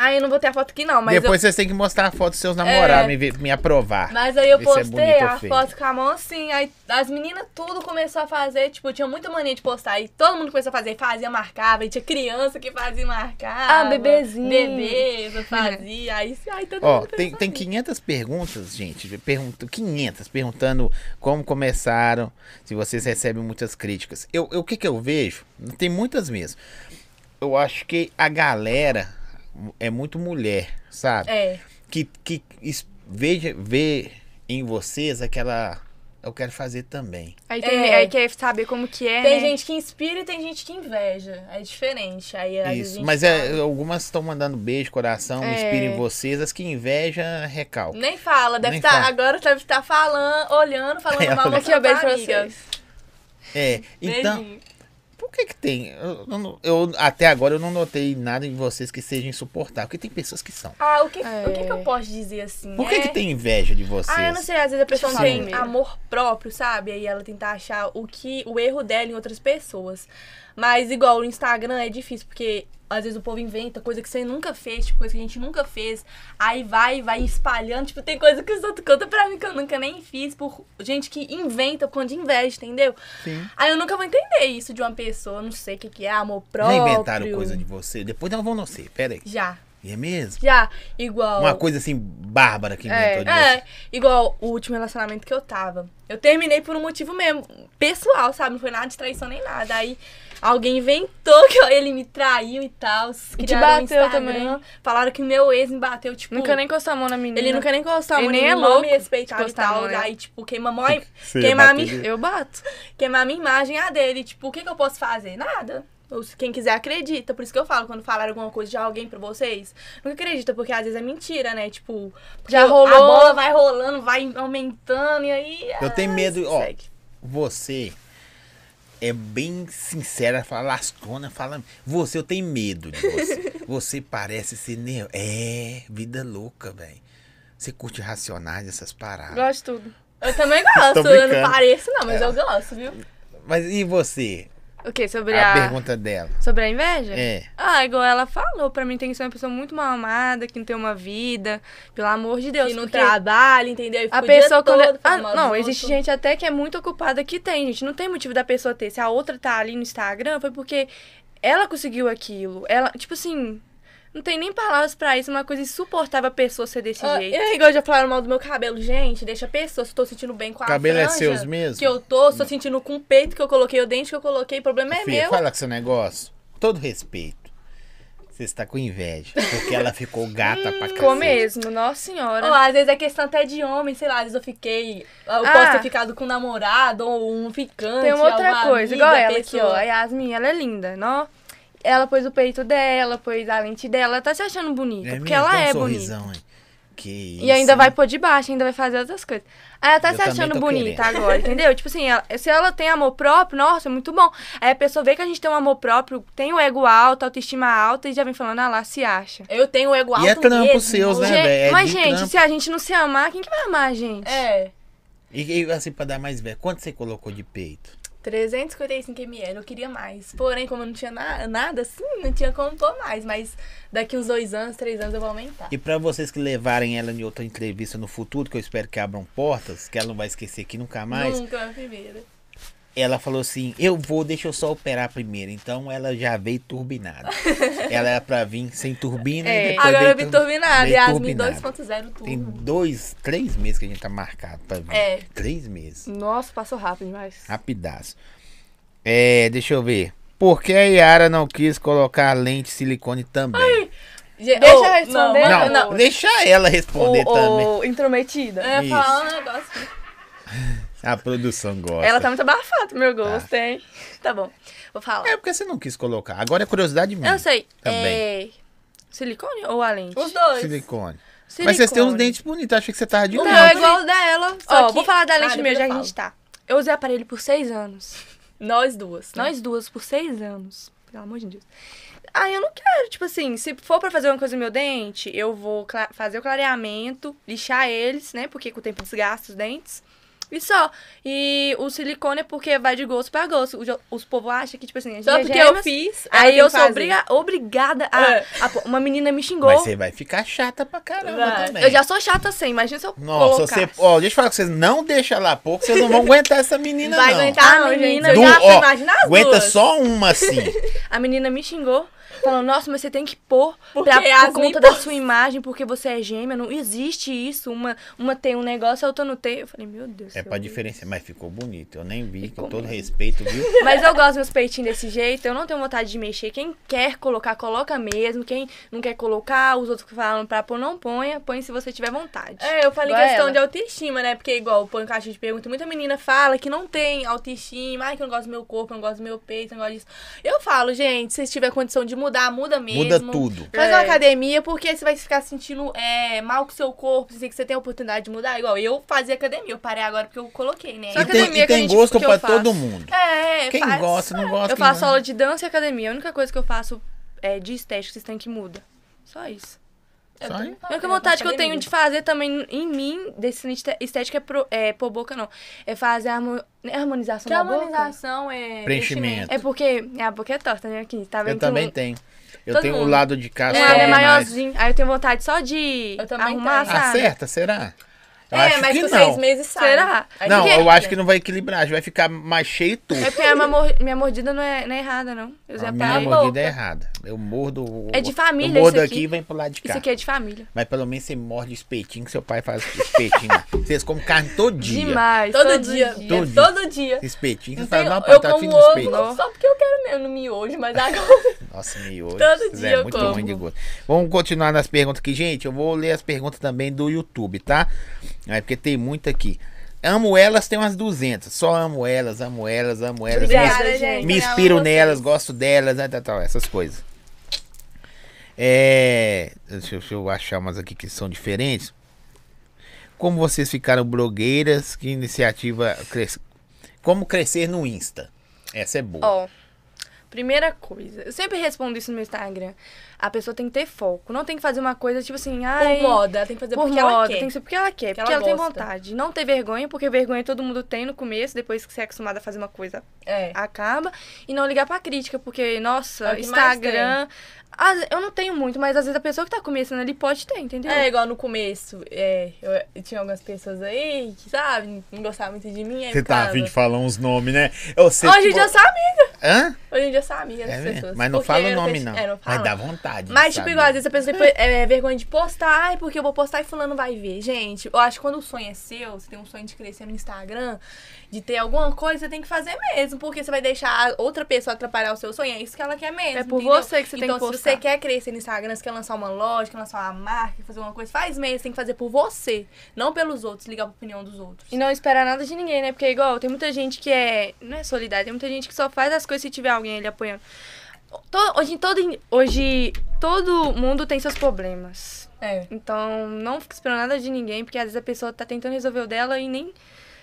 [SPEAKER 3] Aí eu não botei a foto aqui não, mas eu- É.
[SPEAKER 1] Depois vocês têm que mostrar a foto dos seus namorados, me, ver- me aprovar.
[SPEAKER 3] Mas aí eu
[SPEAKER 1] Vê se é
[SPEAKER 3] postei
[SPEAKER 1] bonito ou
[SPEAKER 3] a
[SPEAKER 1] feio.
[SPEAKER 3] foto com a mão assim, aí as meninas tudo começou a fazer, tipo, eu tinha muita mania de postar, aí todo mundo começou a fazer, fazia, marcava, e tinha criança que fazia e marcava.
[SPEAKER 2] Ah, bebezinho.
[SPEAKER 3] Bebês, eu fazia, aí, aí todo
[SPEAKER 1] Ó,
[SPEAKER 3] mundo
[SPEAKER 1] tem, tem 500 perguntas, gente. Pergunto, 500 perguntando como começaram, se vocês recebem muitas críticas. Eu, eu- o que, que eu vejo? Tem muitas mesmo. Eu acho que a galera é muito mulher, sabe?
[SPEAKER 3] É,
[SPEAKER 1] Que, que es- veja, vê em vocês aquela. Eu quero fazer também.
[SPEAKER 2] Aí, tem,
[SPEAKER 3] É.
[SPEAKER 2] aí quer saber como que é, né?
[SPEAKER 3] tem gente que inspira e tem gente que inveja, é diferente, aí às vezes a
[SPEAKER 1] Isso.
[SPEAKER 3] gente
[SPEAKER 1] Mas é,
[SPEAKER 3] fala.
[SPEAKER 1] algumas estão mandando beijo, coração,
[SPEAKER 2] É.
[SPEAKER 1] inspirem vocês. As que inveja, recalca.
[SPEAKER 3] Nem fala,
[SPEAKER 1] Nem
[SPEAKER 3] deve estar,
[SPEAKER 1] fala.
[SPEAKER 3] agora deve estar falando, olhando, falando
[SPEAKER 1] É,
[SPEAKER 3] mal
[SPEAKER 1] olha.
[SPEAKER 3] da
[SPEAKER 2] Aqui, ó,
[SPEAKER 3] sua
[SPEAKER 2] beijo pra
[SPEAKER 3] amiga.
[SPEAKER 2] vocês.
[SPEAKER 1] É, então.
[SPEAKER 3] Beijinho.
[SPEAKER 1] Por que que tem? Eu, eu não- eu- até agora eu não notei nada em vocês que seja insuportável, porque tem pessoas que são.
[SPEAKER 3] Ah, o que, o que
[SPEAKER 2] É.
[SPEAKER 3] que eu posso dizer assim?
[SPEAKER 1] Por que
[SPEAKER 3] É-
[SPEAKER 1] que tem inveja de vocês?
[SPEAKER 3] Ah, eu não sei, às vezes a pessoa não
[SPEAKER 2] Deixa eu
[SPEAKER 3] tem
[SPEAKER 2] falar.
[SPEAKER 3] amor próprio, sabe? Aí ela tenta achar o que o erro dela em outras pessoas. Mas igual o Instagram é difícil, porque às vezes o povo inventa coisa que você nunca fez, tipo, coisa que a gente nunca fez. Aí vai, vai espalhando, tipo, tem coisa que os outros contam pra mim que eu nunca nem fiz, por gente que inventa com de inveja, entendeu?
[SPEAKER 1] Sim.
[SPEAKER 3] Aí eu nunca vou entender isso de uma pessoa, não sei o que, que é amor
[SPEAKER 1] Já
[SPEAKER 3] próprio.
[SPEAKER 1] inventaram coisa de você. Depois não vão não sei. Pera aí.
[SPEAKER 3] Já,
[SPEAKER 1] É mesmo?
[SPEAKER 3] já. Igual.
[SPEAKER 1] Uma coisa assim bárbara que
[SPEAKER 2] É.
[SPEAKER 1] inventou de você.
[SPEAKER 3] É, igual o último relacionamento que eu tava. Eu terminei por um motivo mesmo, pessoal, sabe? Não foi nada de traição nem nada. Aí alguém inventou que eu- ele me traiu e tal.
[SPEAKER 2] te bateu
[SPEAKER 3] criaram um Instagram,
[SPEAKER 2] também.
[SPEAKER 3] Falaram que meu ex me bateu, tipo.
[SPEAKER 2] Nunca nem encostou a mão na menina.
[SPEAKER 3] Ele nunca nem gostou,
[SPEAKER 2] Ele
[SPEAKER 3] ele
[SPEAKER 2] nem é
[SPEAKER 3] mal
[SPEAKER 2] louco
[SPEAKER 3] me
[SPEAKER 2] de
[SPEAKER 3] respeitava e
[SPEAKER 2] encostar a
[SPEAKER 3] tal.
[SPEAKER 2] mão, né?
[SPEAKER 3] Aí, tipo, queimou a mãe,
[SPEAKER 1] Você
[SPEAKER 3] queimar a
[SPEAKER 1] bateu
[SPEAKER 3] minha-
[SPEAKER 1] de-
[SPEAKER 2] Eu bato.
[SPEAKER 3] queimar minha imagem, a dele. Tipo, o que, que eu posso fazer? Nada. Ou se- Quem quiser acredita. Por isso que eu falo, quando falar alguma coisa de alguém pra vocês, nunca acredita, porque às vezes é mentira, né? Tipo, porque
[SPEAKER 2] Já rolou.
[SPEAKER 3] A bola vai rolando, vai aumentando, e aí.
[SPEAKER 1] Eu tenho
[SPEAKER 3] ah,
[SPEAKER 1] medo, ó.
[SPEAKER 3] segue.
[SPEAKER 1] Você é bem sincera, fala lascona, fala. Você, eu tenho medo de você. você parece ser. Ne... É, vida louca, velho. Você curte racionais, essas paradas.
[SPEAKER 2] Gosto de tudo.
[SPEAKER 3] Eu também gosto,
[SPEAKER 1] Tô
[SPEAKER 3] eu
[SPEAKER 1] brincando. É.
[SPEAKER 3] não pareço, não, mas eu gosto, viu?
[SPEAKER 1] Mas e você?
[SPEAKER 2] O quê? Sobre
[SPEAKER 1] A
[SPEAKER 2] a...
[SPEAKER 1] pergunta dela.
[SPEAKER 2] Sobre a inveja?
[SPEAKER 1] É.
[SPEAKER 2] Ah, igual ela falou, pra mim tem que ser uma pessoa muito mal amada, que não tem uma vida, pelo amor de Deus.
[SPEAKER 3] que não
[SPEAKER 2] porque
[SPEAKER 3] trabalha, entendeu? E fica
[SPEAKER 2] a
[SPEAKER 3] o dia
[SPEAKER 2] pessoa quando-
[SPEAKER 3] todo
[SPEAKER 2] Ah,
[SPEAKER 3] falando mal
[SPEAKER 2] não,
[SPEAKER 3] dos
[SPEAKER 2] existe
[SPEAKER 3] outros.
[SPEAKER 2] gente até que é muito ocupada que tem, gente. Não tem motivo da pessoa ter. Se a outra tá ali no Instagram, foi porque ela conseguiu aquilo. Ela, tipo assim, não tem nem palavras pra isso, é uma coisa insuportável a pessoa ser desse
[SPEAKER 3] Ah,
[SPEAKER 2] jeito.
[SPEAKER 3] E aí, igual já falaram mal do meu cabelo, gente, deixa a pessoa, se eu tô sentindo bem com a
[SPEAKER 1] Cabelo é
[SPEAKER 3] franja
[SPEAKER 1] seus mesmo?
[SPEAKER 3] Que eu tô, se tô sentindo com o peito que eu coloquei, o dente que eu coloquei, o problema é
[SPEAKER 1] Fia,
[SPEAKER 3] meu.
[SPEAKER 1] fala com seu negócio. Com Todo respeito. Você está com inveja. Porque ela ficou gata pra
[SPEAKER 2] Ficou
[SPEAKER 1] cacete.
[SPEAKER 2] mesmo, nossa senhora.
[SPEAKER 3] Ou, às vezes é questão até de homem, sei lá, às vezes eu fiquei. Eu
[SPEAKER 2] Ah.
[SPEAKER 3] posso ter ficado com um namorado ou um ficante.
[SPEAKER 2] Tem uma outra
[SPEAKER 3] alguma
[SPEAKER 2] coisa,
[SPEAKER 3] amiga,
[SPEAKER 2] igual ela aqui,
[SPEAKER 3] pessoa.
[SPEAKER 2] ó. A Yasmin, ela é linda, não? Ela pôs o peito dela, pôs a lente dela, ela tá se achando bonita, porque
[SPEAKER 1] mesmo,
[SPEAKER 2] ela
[SPEAKER 1] tem um
[SPEAKER 2] é bonita.
[SPEAKER 1] sorrisão, hein? Que isso,
[SPEAKER 2] E ainda
[SPEAKER 1] hein?
[SPEAKER 2] vai pôr de baixo, ainda vai fazer outras coisas. Aí ela tá
[SPEAKER 1] Eu
[SPEAKER 2] se
[SPEAKER 1] também
[SPEAKER 2] achando
[SPEAKER 1] tô
[SPEAKER 2] bonita
[SPEAKER 1] querendo.
[SPEAKER 2] agora, entendeu? Tipo assim, ela- se ela tem amor próprio, nossa, é muito bom. Aí a pessoa vê que a gente tem um amor próprio, tem o ego alto, a autoestima alta e já vem falando, ah lá, se acha.
[SPEAKER 3] Eu tenho ego alto
[SPEAKER 1] E é trampo
[SPEAKER 3] mesmo.
[SPEAKER 1] seus, né?
[SPEAKER 2] Gente,
[SPEAKER 1] velho? É
[SPEAKER 2] mas,
[SPEAKER 1] de
[SPEAKER 2] gente,
[SPEAKER 1] trampo.
[SPEAKER 2] se a gente não se amar, quem que vai amar a gente?
[SPEAKER 3] É,
[SPEAKER 1] E, e, assim, pra dar mais velho, quanto você colocou de peito?
[SPEAKER 3] 355 ml, eu queria mais. Porém, como eu não tinha na- nada assim, não tinha como pôr mais. Mas daqui uns dois anos, três anos eu vou aumentar.
[SPEAKER 1] E pra vocês que levarem ela em outra entrevista no futuro, que eu espero que abram portas, que ela não vai esquecer aqui nunca mais,
[SPEAKER 3] Nunca é a primeira.
[SPEAKER 1] ela falou assim: eu vou, deixa eu só operar primeiro. Então ela já veio turbinada. ela era pra vir sem turbina
[SPEAKER 2] É.
[SPEAKER 1] e depois.
[SPEAKER 3] Agora eu
[SPEAKER 1] veio
[SPEAKER 3] vi
[SPEAKER 1] tur-
[SPEAKER 3] turbinado.
[SPEAKER 1] veio
[SPEAKER 3] Yasmin
[SPEAKER 1] turbinada.
[SPEAKER 3] 2.0 tudo.
[SPEAKER 1] Tem dois, três meses que a gente tá marcado pra vir.
[SPEAKER 3] É.
[SPEAKER 1] Três meses.
[SPEAKER 2] Nossa, passou rápido demais.
[SPEAKER 1] Rapidaço. É, deixa eu ver. Por que a Yara não quis colocar lente silicone também?
[SPEAKER 3] Ge-
[SPEAKER 2] Deixa
[SPEAKER 3] Oh,
[SPEAKER 2] eu responder,
[SPEAKER 3] Não,
[SPEAKER 1] não,
[SPEAKER 3] mano, não.
[SPEAKER 2] amor.
[SPEAKER 1] deixa ela responder também.
[SPEAKER 2] Ô, ô, intrometida.
[SPEAKER 3] Eu ia falar um
[SPEAKER 1] Isso.
[SPEAKER 3] negócio.
[SPEAKER 1] A produção gosta.
[SPEAKER 2] Ela tá muito abafada, meu gosto, hein?
[SPEAKER 3] Tá bom, vou falar.
[SPEAKER 1] É porque você não quis colocar. Agora é curiosidade minha.
[SPEAKER 2] Eu sei.
[SPEAKER 1] Também.
[SPEAKER 2] É... Silicone ou a lente?
[SPEAKER 3] Os dois.
[SPEAKER 1] Silicone. Mas vocês têm uns dentes bonitos. Achei que você tava de
[SPEAKER 3] Então,
[SPEAKER 2] Não,
[SPEAKER 1] novo.
[SPEAKER 2] é igual o dela. Ó,
[SPEAKER 3] Aqui.
[SPEAKER 2] vou falar da
[SPEAKER 3] Ah,
[SPEAKER 2] lente
[SPEAKER 3] depois
[SPEAKER 2] mesmo, já
[SPEAKER 3] eu
[SPEAKER 2] que a
[SPEAKER 3] falo.
[SPEAKER 2] gente tá. Eu usei aparelho por seis anos.
[SPEAKER 3] Nós duas. né?
[SPEAKER 2] Nós duas, por seis anos. Pelo amor de Deus. Ah, eu não quero, tipo assim, se for pra fazer uma coisa no meu dente, eu vou cla- fazer o clareamento, lixar eles, né? Porque com o tempo desgasta os dentes. E só. E o silicone é porque vai de gosto pra gosto. Os, os povo acham que, tipo assim, a gente
[SPEAKER 3] Só
[SPEAKER 2] é
[SPEAKER 3] porque eu
[SPEAKER 2] gêmeas,
[SPEAKER 3] fiz. ela tem
[SPEAKER 2] Aí
[SPEAKER 3] que
[SPEAKER 2] eu sou
[SPEAKER 3] fazer.
[SPEAKER 2] obriga- obrigada a,
[SPEAKER 3] É.
[SPEAKER 2] a pôr. Uma menina me xingou.
[SPEAKER 1] Mas você vai ficar chata pra caramba
[SPEAKER 3] Vai.
[SPEAKER 1] também.
[SPEAKER 2] Eu já sou chata sem, imagina se eu
[SPEAKER 1] Nossa,
[SPEAKER 2] colocar.
[SPEAKER 1] você... Ó, deixa eu falar com vocês. Não deixa ela pouco. Vocês não vão aguentar essa menina, Ah,
[SPEAKER 3] Vai
[SPEAKER 1] não.
[SPEAKER 3] aguentar,
[SPEAKER 2] A
[SPEAKER 3] não,
[SPEAKER 2] menina,
[SPEAKER 3] gente.
[SPEAKER 1] Du-
[SPEAKER 2] já,
[SPEAKER 1] ó,
[SPEAKER 2] imagina as
[SPEAKER 1] Aguenta
[SPEAKER 2] duas.
[SPEAKER 1] só uma assim.
[SPEAKER 2] A menina me xingou, falando, nossa, mas você tem que pôr
[SPEAKER 3] Porque
[SPEAKER 2] pra- por
[SPEAKER 3] Yasmin
[SPEAKER 2] conta
[SPEAKER 3] pôs.
[SPEAKER 2] da sua imagem, porque você é gêmea, não existe isso, uma, uma tem um negócio, a outra não tem. Eu falei, meu Deus.
[SPEAKER 1] É
[SPEAKER 2] do
[SPEAKER 1] pra
[SPEAKER 2] céu."
[SPEAKER 1] diferenciar. Mas ficou bonito. Eu nem vi, com
[SPEAKER 2] Ficou
[SPEAKER 1] todo
[SPEAKER 2] mesmo.
[SPEAKER 1] respeito, viu?
[SPEAKER 2] Mas eu gosto dos meus peitinhos desse jeito, eu não tenho vontade de mexer. Quem quer colocar, coloca mesmo. Quem não quer colocar, os outros que falam pra pôr, não ponha. Põe se você tiver vontade.
[SPEAKER 3] É, eu falei
[SPEAKER 2] Igual
[SPEAKER 3] questão
[SPEAKER 2] ela.
[SPEAKER 3] de autoestima, né? Porque, igual, põe caixa de pergunta. Muita menina fala que não tem autoestima. Ai, que eu não gosto do meu corpo, eu não gosto do meu peito, eu não gosto disso. Eu falo, gente, se tiver condição de mudar, muda mesmo.
[SPEAKER 1] Muda tudo.
[SPEAKER 3] Faz uma
[SPEAKER 2] É.
[SPEAKER 3] academia, porque você vai ficar se sentindo é, mal com o seu corpo. Você, que você tem a oportunidade de mudar. Igual, eu fazia academia, eu parei agora porque eu coloquei, né?
[SPEAKER 2] Só
[SPEAKER 1] E
[SPEAKER 2] que
[SPEAKER 1] tem,
[SPEAKER 2] academia
[SPEAKER 1] e
[SPEAKER 2] que a
[SPEAKER 1] tem
[SPEAKER 2] gente-
[SPEAKER 1] gosto
[SPEAKER 2] que eu
[SPEAKER 1] pra
[SPEAKER 2] faço.
[SPEAKER 1] todo mundo.
[SPEAKER 3] É,
[SPEAKER 1] Quem
[SPEAKER 3] faz-
[SPEAKER 1] gosta, não gosta.
[SPEAKER 2] Eu
[SPEAKER 1] quem
[SPEAKER 2] faço
[SPEAKER 1] não.
[SPEAKER 2] aula de dança e academia. A única coisa que eu faço é de estética, vocês têm que muda. Só isso.
[SPEAKER 3] Eu
[SPEAKER 1] Só
[SPEAKER 3] também
[SPEAKER 1] aí?
[SPEAKER 3] faço,
[SPEAKER 2] A única
[SPEAKER 3] eu
[SPEAKER 2] vontade
[SPEAKER 3] faço
[SPEAKER 2] que eu tenho
[SPEAKER 3] academia.
[SPEAKER 2] de fazer também em mim, desse este- estética é, pro, é pôr boca, não. É fazer a harmo- não é harmonização
[SPEAKER 3] Que
[SPEAKER 2] da boca.
[SPEAKER 3] harmonização é.
[SPEAKER 1] Preenchimento.
[SPEAKER 2] É porque minha boca é torta, né? Aqui, tá vendo?
[SPEAKER 1] Eu
[SPEAKER 2] que
[SPEAKER 1] também
[SPEAKER 2] um-
[SPEAKER 1] tenho. Eu
[SPEAKER 2] todo
[SPEAKER 1] tenho o
[SPEAKER 2] mundo.
[SPEAKER 1] lado de cá
[SPEAKER 2] um
[SPEAKER 1] só
[SPEAKER 2] lado é
[SPEAKER 1] mais-
[SPEAKER 2] maiorzinho. Aí eu tenho vontade só de
[SPEAKER 3] Eu também
[SPEAKER 2] arrumar,
[SPEAKER 3] tenho.
[SPEAKER 2] sabe?
[SPEAKER 1] Acerta, será? Eu
[SPEAKER 3] é,
[SPEAKER 1] acho
[SPEAKER 3] mas
[SPEAKER 1] que
[SPEAKER 3] com
[SPEAKER 1] não.
[SPEAKER 3] seis meses sai.
[SPEAKER 2] Será?
[SPEAKER 3] Aí
[SPEAKER 1] Não,
[SPEAKER 3] ninguém-
[SPEAKER 1] eu acho que não vai equilibrar. acho que Vai ficar mais cheio e tudo.
[SPEAKER 2] É porque a minha, mor- minha mordida não é, não é errada, não. Eu já
[SPEAKER 1] A minha
[SPEAKER 2] parei.
[SPEAKER 3] boca.
[SPEAKER 1] mordida é errada. Eu mordo. o-
[SPEAKER 2] É de família
[SPEAKER 1] Eu mordo
[SPEAKER 2] isso
[SPEAKER 1] aqui
[SPEAKER 2] aqui.
[SPEAKER 1] e vem pro lado de cá.
[SPEAKER 2] Isso aqui é de família.
[SPEAKER 1] Mas pelo menos você morde espetinho, que seu pai faz espetinho. vocês comem carne todo dia.
[SPEAKER 2] Demais.
[SPEAKER 3] Todo, dia. É
[SPEAKER 1] Todo dia. tá
[SPEAKER 3] Todo dia.
[SPEAKER 1] Espetinho, vocês
[SPEAKER 3] Então,
[SPEAKER 1] fazem uma
[SPEAKER 3] eu
[SPEAKER 1] batatinha
[SPEAKER 3] como
[SPEAKER 1] no espetinho.
[SPEAKER 3] ovo só porque eu quero mesmo no miojo, mas agora.
[SPEAKER 1] Nossa, miojo.
[SPEAKER 3] Todo
[SPEAKER 1] Vocês
[SPEAKER 3] dia
[SPEAKER 1] é
[SPEAKER 3] eu
[SPEAKER 1] muito
[SPEAKER 3] como.
[SPEAKER 1] ruim de gosto. Vamos continuar nas perguntas aqui, gente. Eu vou ler as perguntas também do YouTube, tá? É porque tem muita aqui. Amo elas, tem umas 200. Só amo elas, amo elas, amo elas.
[SPEAKER 2] Obrigada,
[SPEAKER 1] me,
[SPEAKER 2] gente.
[SPEAKER 1] Me
[SPEAKER 3] Eu amo
[SPEAKER 1] inspiro
[SPEAKER 3] vocês.
[SPEAKER 1] nelas, gosto delas, né, tal, tal, essas coisas. É, deixa, eu- deixa eu achar umas aqui que são diferentes. Como vocês ficaram blogueiras? Que iniciativa cres... Como crescer no Insta? Essa é boa.
[SPEAKER 2] Ó, primeira coisa, eu sempre respondo isso no meu Instagram. A pessoa tem que ter foco. Não tem que fazer uma coisa tipo
[SPEAKER 3] Um
[SPEAKER 2] assim, ai.
[SPEAKER 3] Por moda, ela tem que fazer
[SPEAKER 2] Por
[SPEAKER 3] é porque ela
[SPEAKER 2] moda,
[SPEAKER 3] quer.
[SPEAKER 2] tem que ser porque ela quer,
[SPEAKER 3] Porque
[SPEAKER 2] porque,
[SPEAKER 3] ela
[SPEAKER 2] ela, tem
[SPEAKER 3] gosta.
[SPEAKER 2] vontade. Não ter vergonha, porque vergonha todo mundo tem no começo, depois que você é acostumada a fazer uma coisa,
[SPEAKER 3] É.
[SPEAKER 2] acaba. E não ligar pra crítica, porque,
[SPEAKER 3] É o
[SPEAKER 2] nossa,
[SPEAKER 3] que mais
[SPEAKER 2] Instagram. às- eu não tenho muito, mas às vezes a pessoa que tá começando ali pode ter, entendeu?
[SPEAKER 3] É, igual no começo, é, eu, eu tinha algumas pessoas aí que, sabe, não gostavam muito de mim. aí
[SPEAKER 1] Você tá
[SPEAKER 3] ficava.
[SPEAKER 1] afim de falar uns nomes, né? Ou você-
[SPEAKER 3] Hoje em dia eu sou amiga.
[SPEAKER 1] Hã?
[SPEAKER 3] Hoje em dia eu sou amiga das
[SPEAKER 1] É mesmo?
[SPEAKER 3] pessoas.
[SPEAKER 1] Mas não
[SPEAKER 3] Porque
[SPEAKER 1] fala
[SPEAKER 3] eu
[SPEAKER 1] o nome,
[SPEAKER 3] peixe-
[SPEAKER 1] não.
[SPEAKER 3] É, não fala.
[SPEAKER 1] Mas dá vontade.
[SPEAKER 3] Mas, tipo,
[SPEAKER 1] sabe?
[SPEAKER 3] igual, às vezes a pessoa tem é, vergonha de postar, ai, porque eu vou postar e fulano vai ver. Gente, eu acho que quando o sonho é seu, você tem um sonho de crescer no Instagram, de ter alguma coisa, você tem que fazer mesmo, porque você vai deixar a outra pessoa atrapalhar o seu sonho, é isso que ela quer mesmo.
[SPEAKER 2] É por
[SPEAKER 3] entendeu?
[SPEAKER 2] você que você tem
[SPEAKER 3] então,
[SPEAKER 2] que
[SPEAKER 3] se
[SPEAKER 2] postar.
[SPEAKER 3] você quer crescer no Instagram, você quer lançar uma loja, quer lançar uma marca, quer fazer alguma coisa, faz mesmo, você tem que fazer por você, não pelos outros, ligar pra opinião dos outros.
[SPEAKER 2] E não esperar nada de ninguém, né? Porque, igual, tem muita gente que é. Não é solidária, tem muita gente que só faz as coisas se tiver alguém ali apoiando. to- hoje, em todo, in- hoje todo mundo tem seus problemas.
[SPEAKER 3] É.
[SPEAKER 2] Então não fica esperando nada de ninguém, porque às vezes a pessoa tá tentando resolver o dela e nem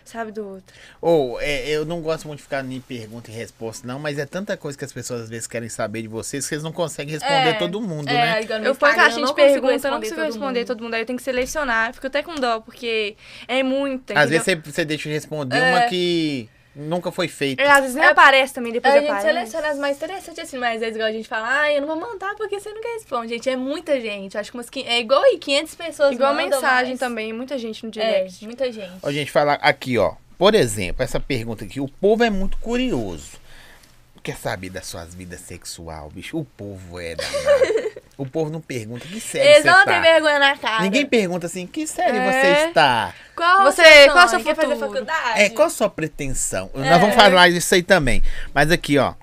[SPEAKER 2] sabe do outro.
[SPEAKER 1] Ou, é, eu não gosto muito de ficar em pergunta e resposta, não, mas é tanta coisa que as pessoas às vezes querem saber de vocês que eles não conseguem responder
[SPEAKER 3] É.
[SPEAKER 1] todo mundo, né?
[SPEAKER 3] É, igual no
[SPEAKER 2] Eu ponho
[SPEAKER 3] Instagram,
[SPEAKER 2] caixinha
[SPEAKER 3] não
[SPEAKER 2] de
[SPEAKER 3] consigo
[SPEAKER 2] pergunta, eu não consigo
[SPEAKER 3] todo
[SPEAKER 2] responder
[SPEAKER 3] mundo.
[SPEAKER 2] todo mundo. Aí eu tenho que selecionar. Eu Fico até com dó, porque é muita.
[SPEAKER 1] Às
[SPEAKER 2] entendeu?
[SPEAKER 1] vezes você, você deixa de responder uma que nunca foi feita.
[SPEAKER 2] É, Às vezes nem
[SPEAKER 3] É,
[SPEAKER 2] aparece também, depois
[SPEAKER 3] A gente
[SPEAKER 2] aparece.
[SPEAKER 3] seleciona as mais interessantes, assim, mas às vezes igual a gente fala, ai, eu não vou mandar porque você nunca responde. Gente, é muita gente. Acho que umas, quin- é igual aí, 500 pessoas
[SPEAKER 2] Igual
[SPEAKER 3] mandam
[SPEAKER 2] mensagem
[SPEAKER 3] mais.
[SPEAKER 2] também, muita gente no
[SPEAKER 3] É,
[SPEAKER 2] direct.
[SPEAKER 3] muita gente.
[SPEAKER 1] Ó, gente, falar aqui, ó. Por exemplo, essa pergunta aqui. O povo é muito curioso. Quer saber das suas vidas sexual, bicho? O povo é danado. o povo não pergunta que série
[SPEAKER 3] Eles
[SPEAKER 1] você
[SPEAKER 3] não têm
[SPEAKER 1] tá.
[SPEAKER 3] vergonha na cara.
[SPEAKER 1] Ninguém pergunta assim, que série
[SPEAKER 2] É.
[SPEAKER 1] você está?
[SPEAKER 3] Qual
[SPEAKER 2] Você-
[SPEAKER 3] seu
[SPEAKER 2] qual
[SPEAKER 3] sonho?
[SPEAKER 2] seu
[SPEAKER 3] Quer fazer
[SPEAKER 2] futuro?
[SPEAKER 3] faculdade?
[SPEAKER 1] É, qual a sua pretensão?
[SPEAKER 3] É.
[SPEAKER 1] Nós vamos falar disso aí também. Mas aqui, ó.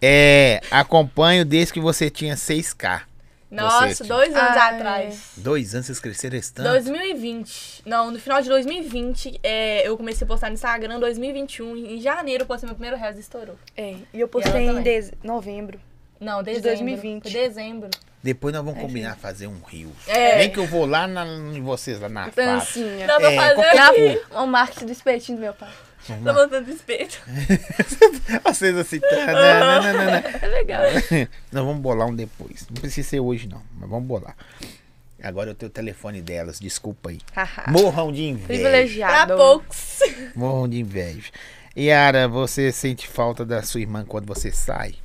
[SPEAKER 1] É, acompanho desde que você tinha 6K.
[SPEAKER 3] Nossa,
[SPEAKER 1] Você,
[SPEAKER 3] dois anos
[SPEAKER 2] Ai.
[SPEAKER 3] atrás.
[SPEAKER 1] Dois anos vocês cresceram esse tanto?
[SPEAKER 3] 2020. Não, no final de 2020, é, eu comecei a postar no Instagram. 2021, em janeiro, eu postei meu primeiro Reels e estourou.
[SPEAKER 2] É, e eu
[SPEAKER 3] E
[SPEAKER 2] postei
[SPEAKER 3] ela
[SPEAKER 2] em
[SPEAKER 3] também.
[SPEAKER 2] deze- novembro.
[SPEAKER 3] Não, dezembro.
[SPEAKER 2] 2020.
[SPEAKER 3] Foi dezembro.
[SPEAKER 1] Depois nós vamos combinar fazer um rio.
[SPEAKER 3] É.
[SPEAKER 1] Nem que eu vou lá na, em vocês, lá na
[SPEAKER 2] Então,
[SPEAKER 1] fábrica.
[SPEAKER 2] Dancinha.
[SPEAKER 3] Dá pra
[SPEAKER 1] É,
[SPEAKER 3] fazer
[SPEAKER 1] qualquer
[SPEAKER 3] aqui.
[SPEAKER 2] O Marx do espetinho do meu pai.
[SPEAKER 3] Tô montando espelho.
[SPEAKER 1] Vocês assim, tá, né, né, né, né, né.
[SPEAKER 2] É legal.
[SPEAKER 1] Nós vamos bolar um depois. Não precisa ser hoje, não, mas vamos bolar. Agora eu tenho o telefone delas, desculpa aí. Morram de inveja.
[SPEAKER 2] Ah, Privilegiado.
[SPEAKER 3] Pra poucos.
[SPEAKER 1] Morram de inveja. Yara, você sente falta da sua irmã quando você sai?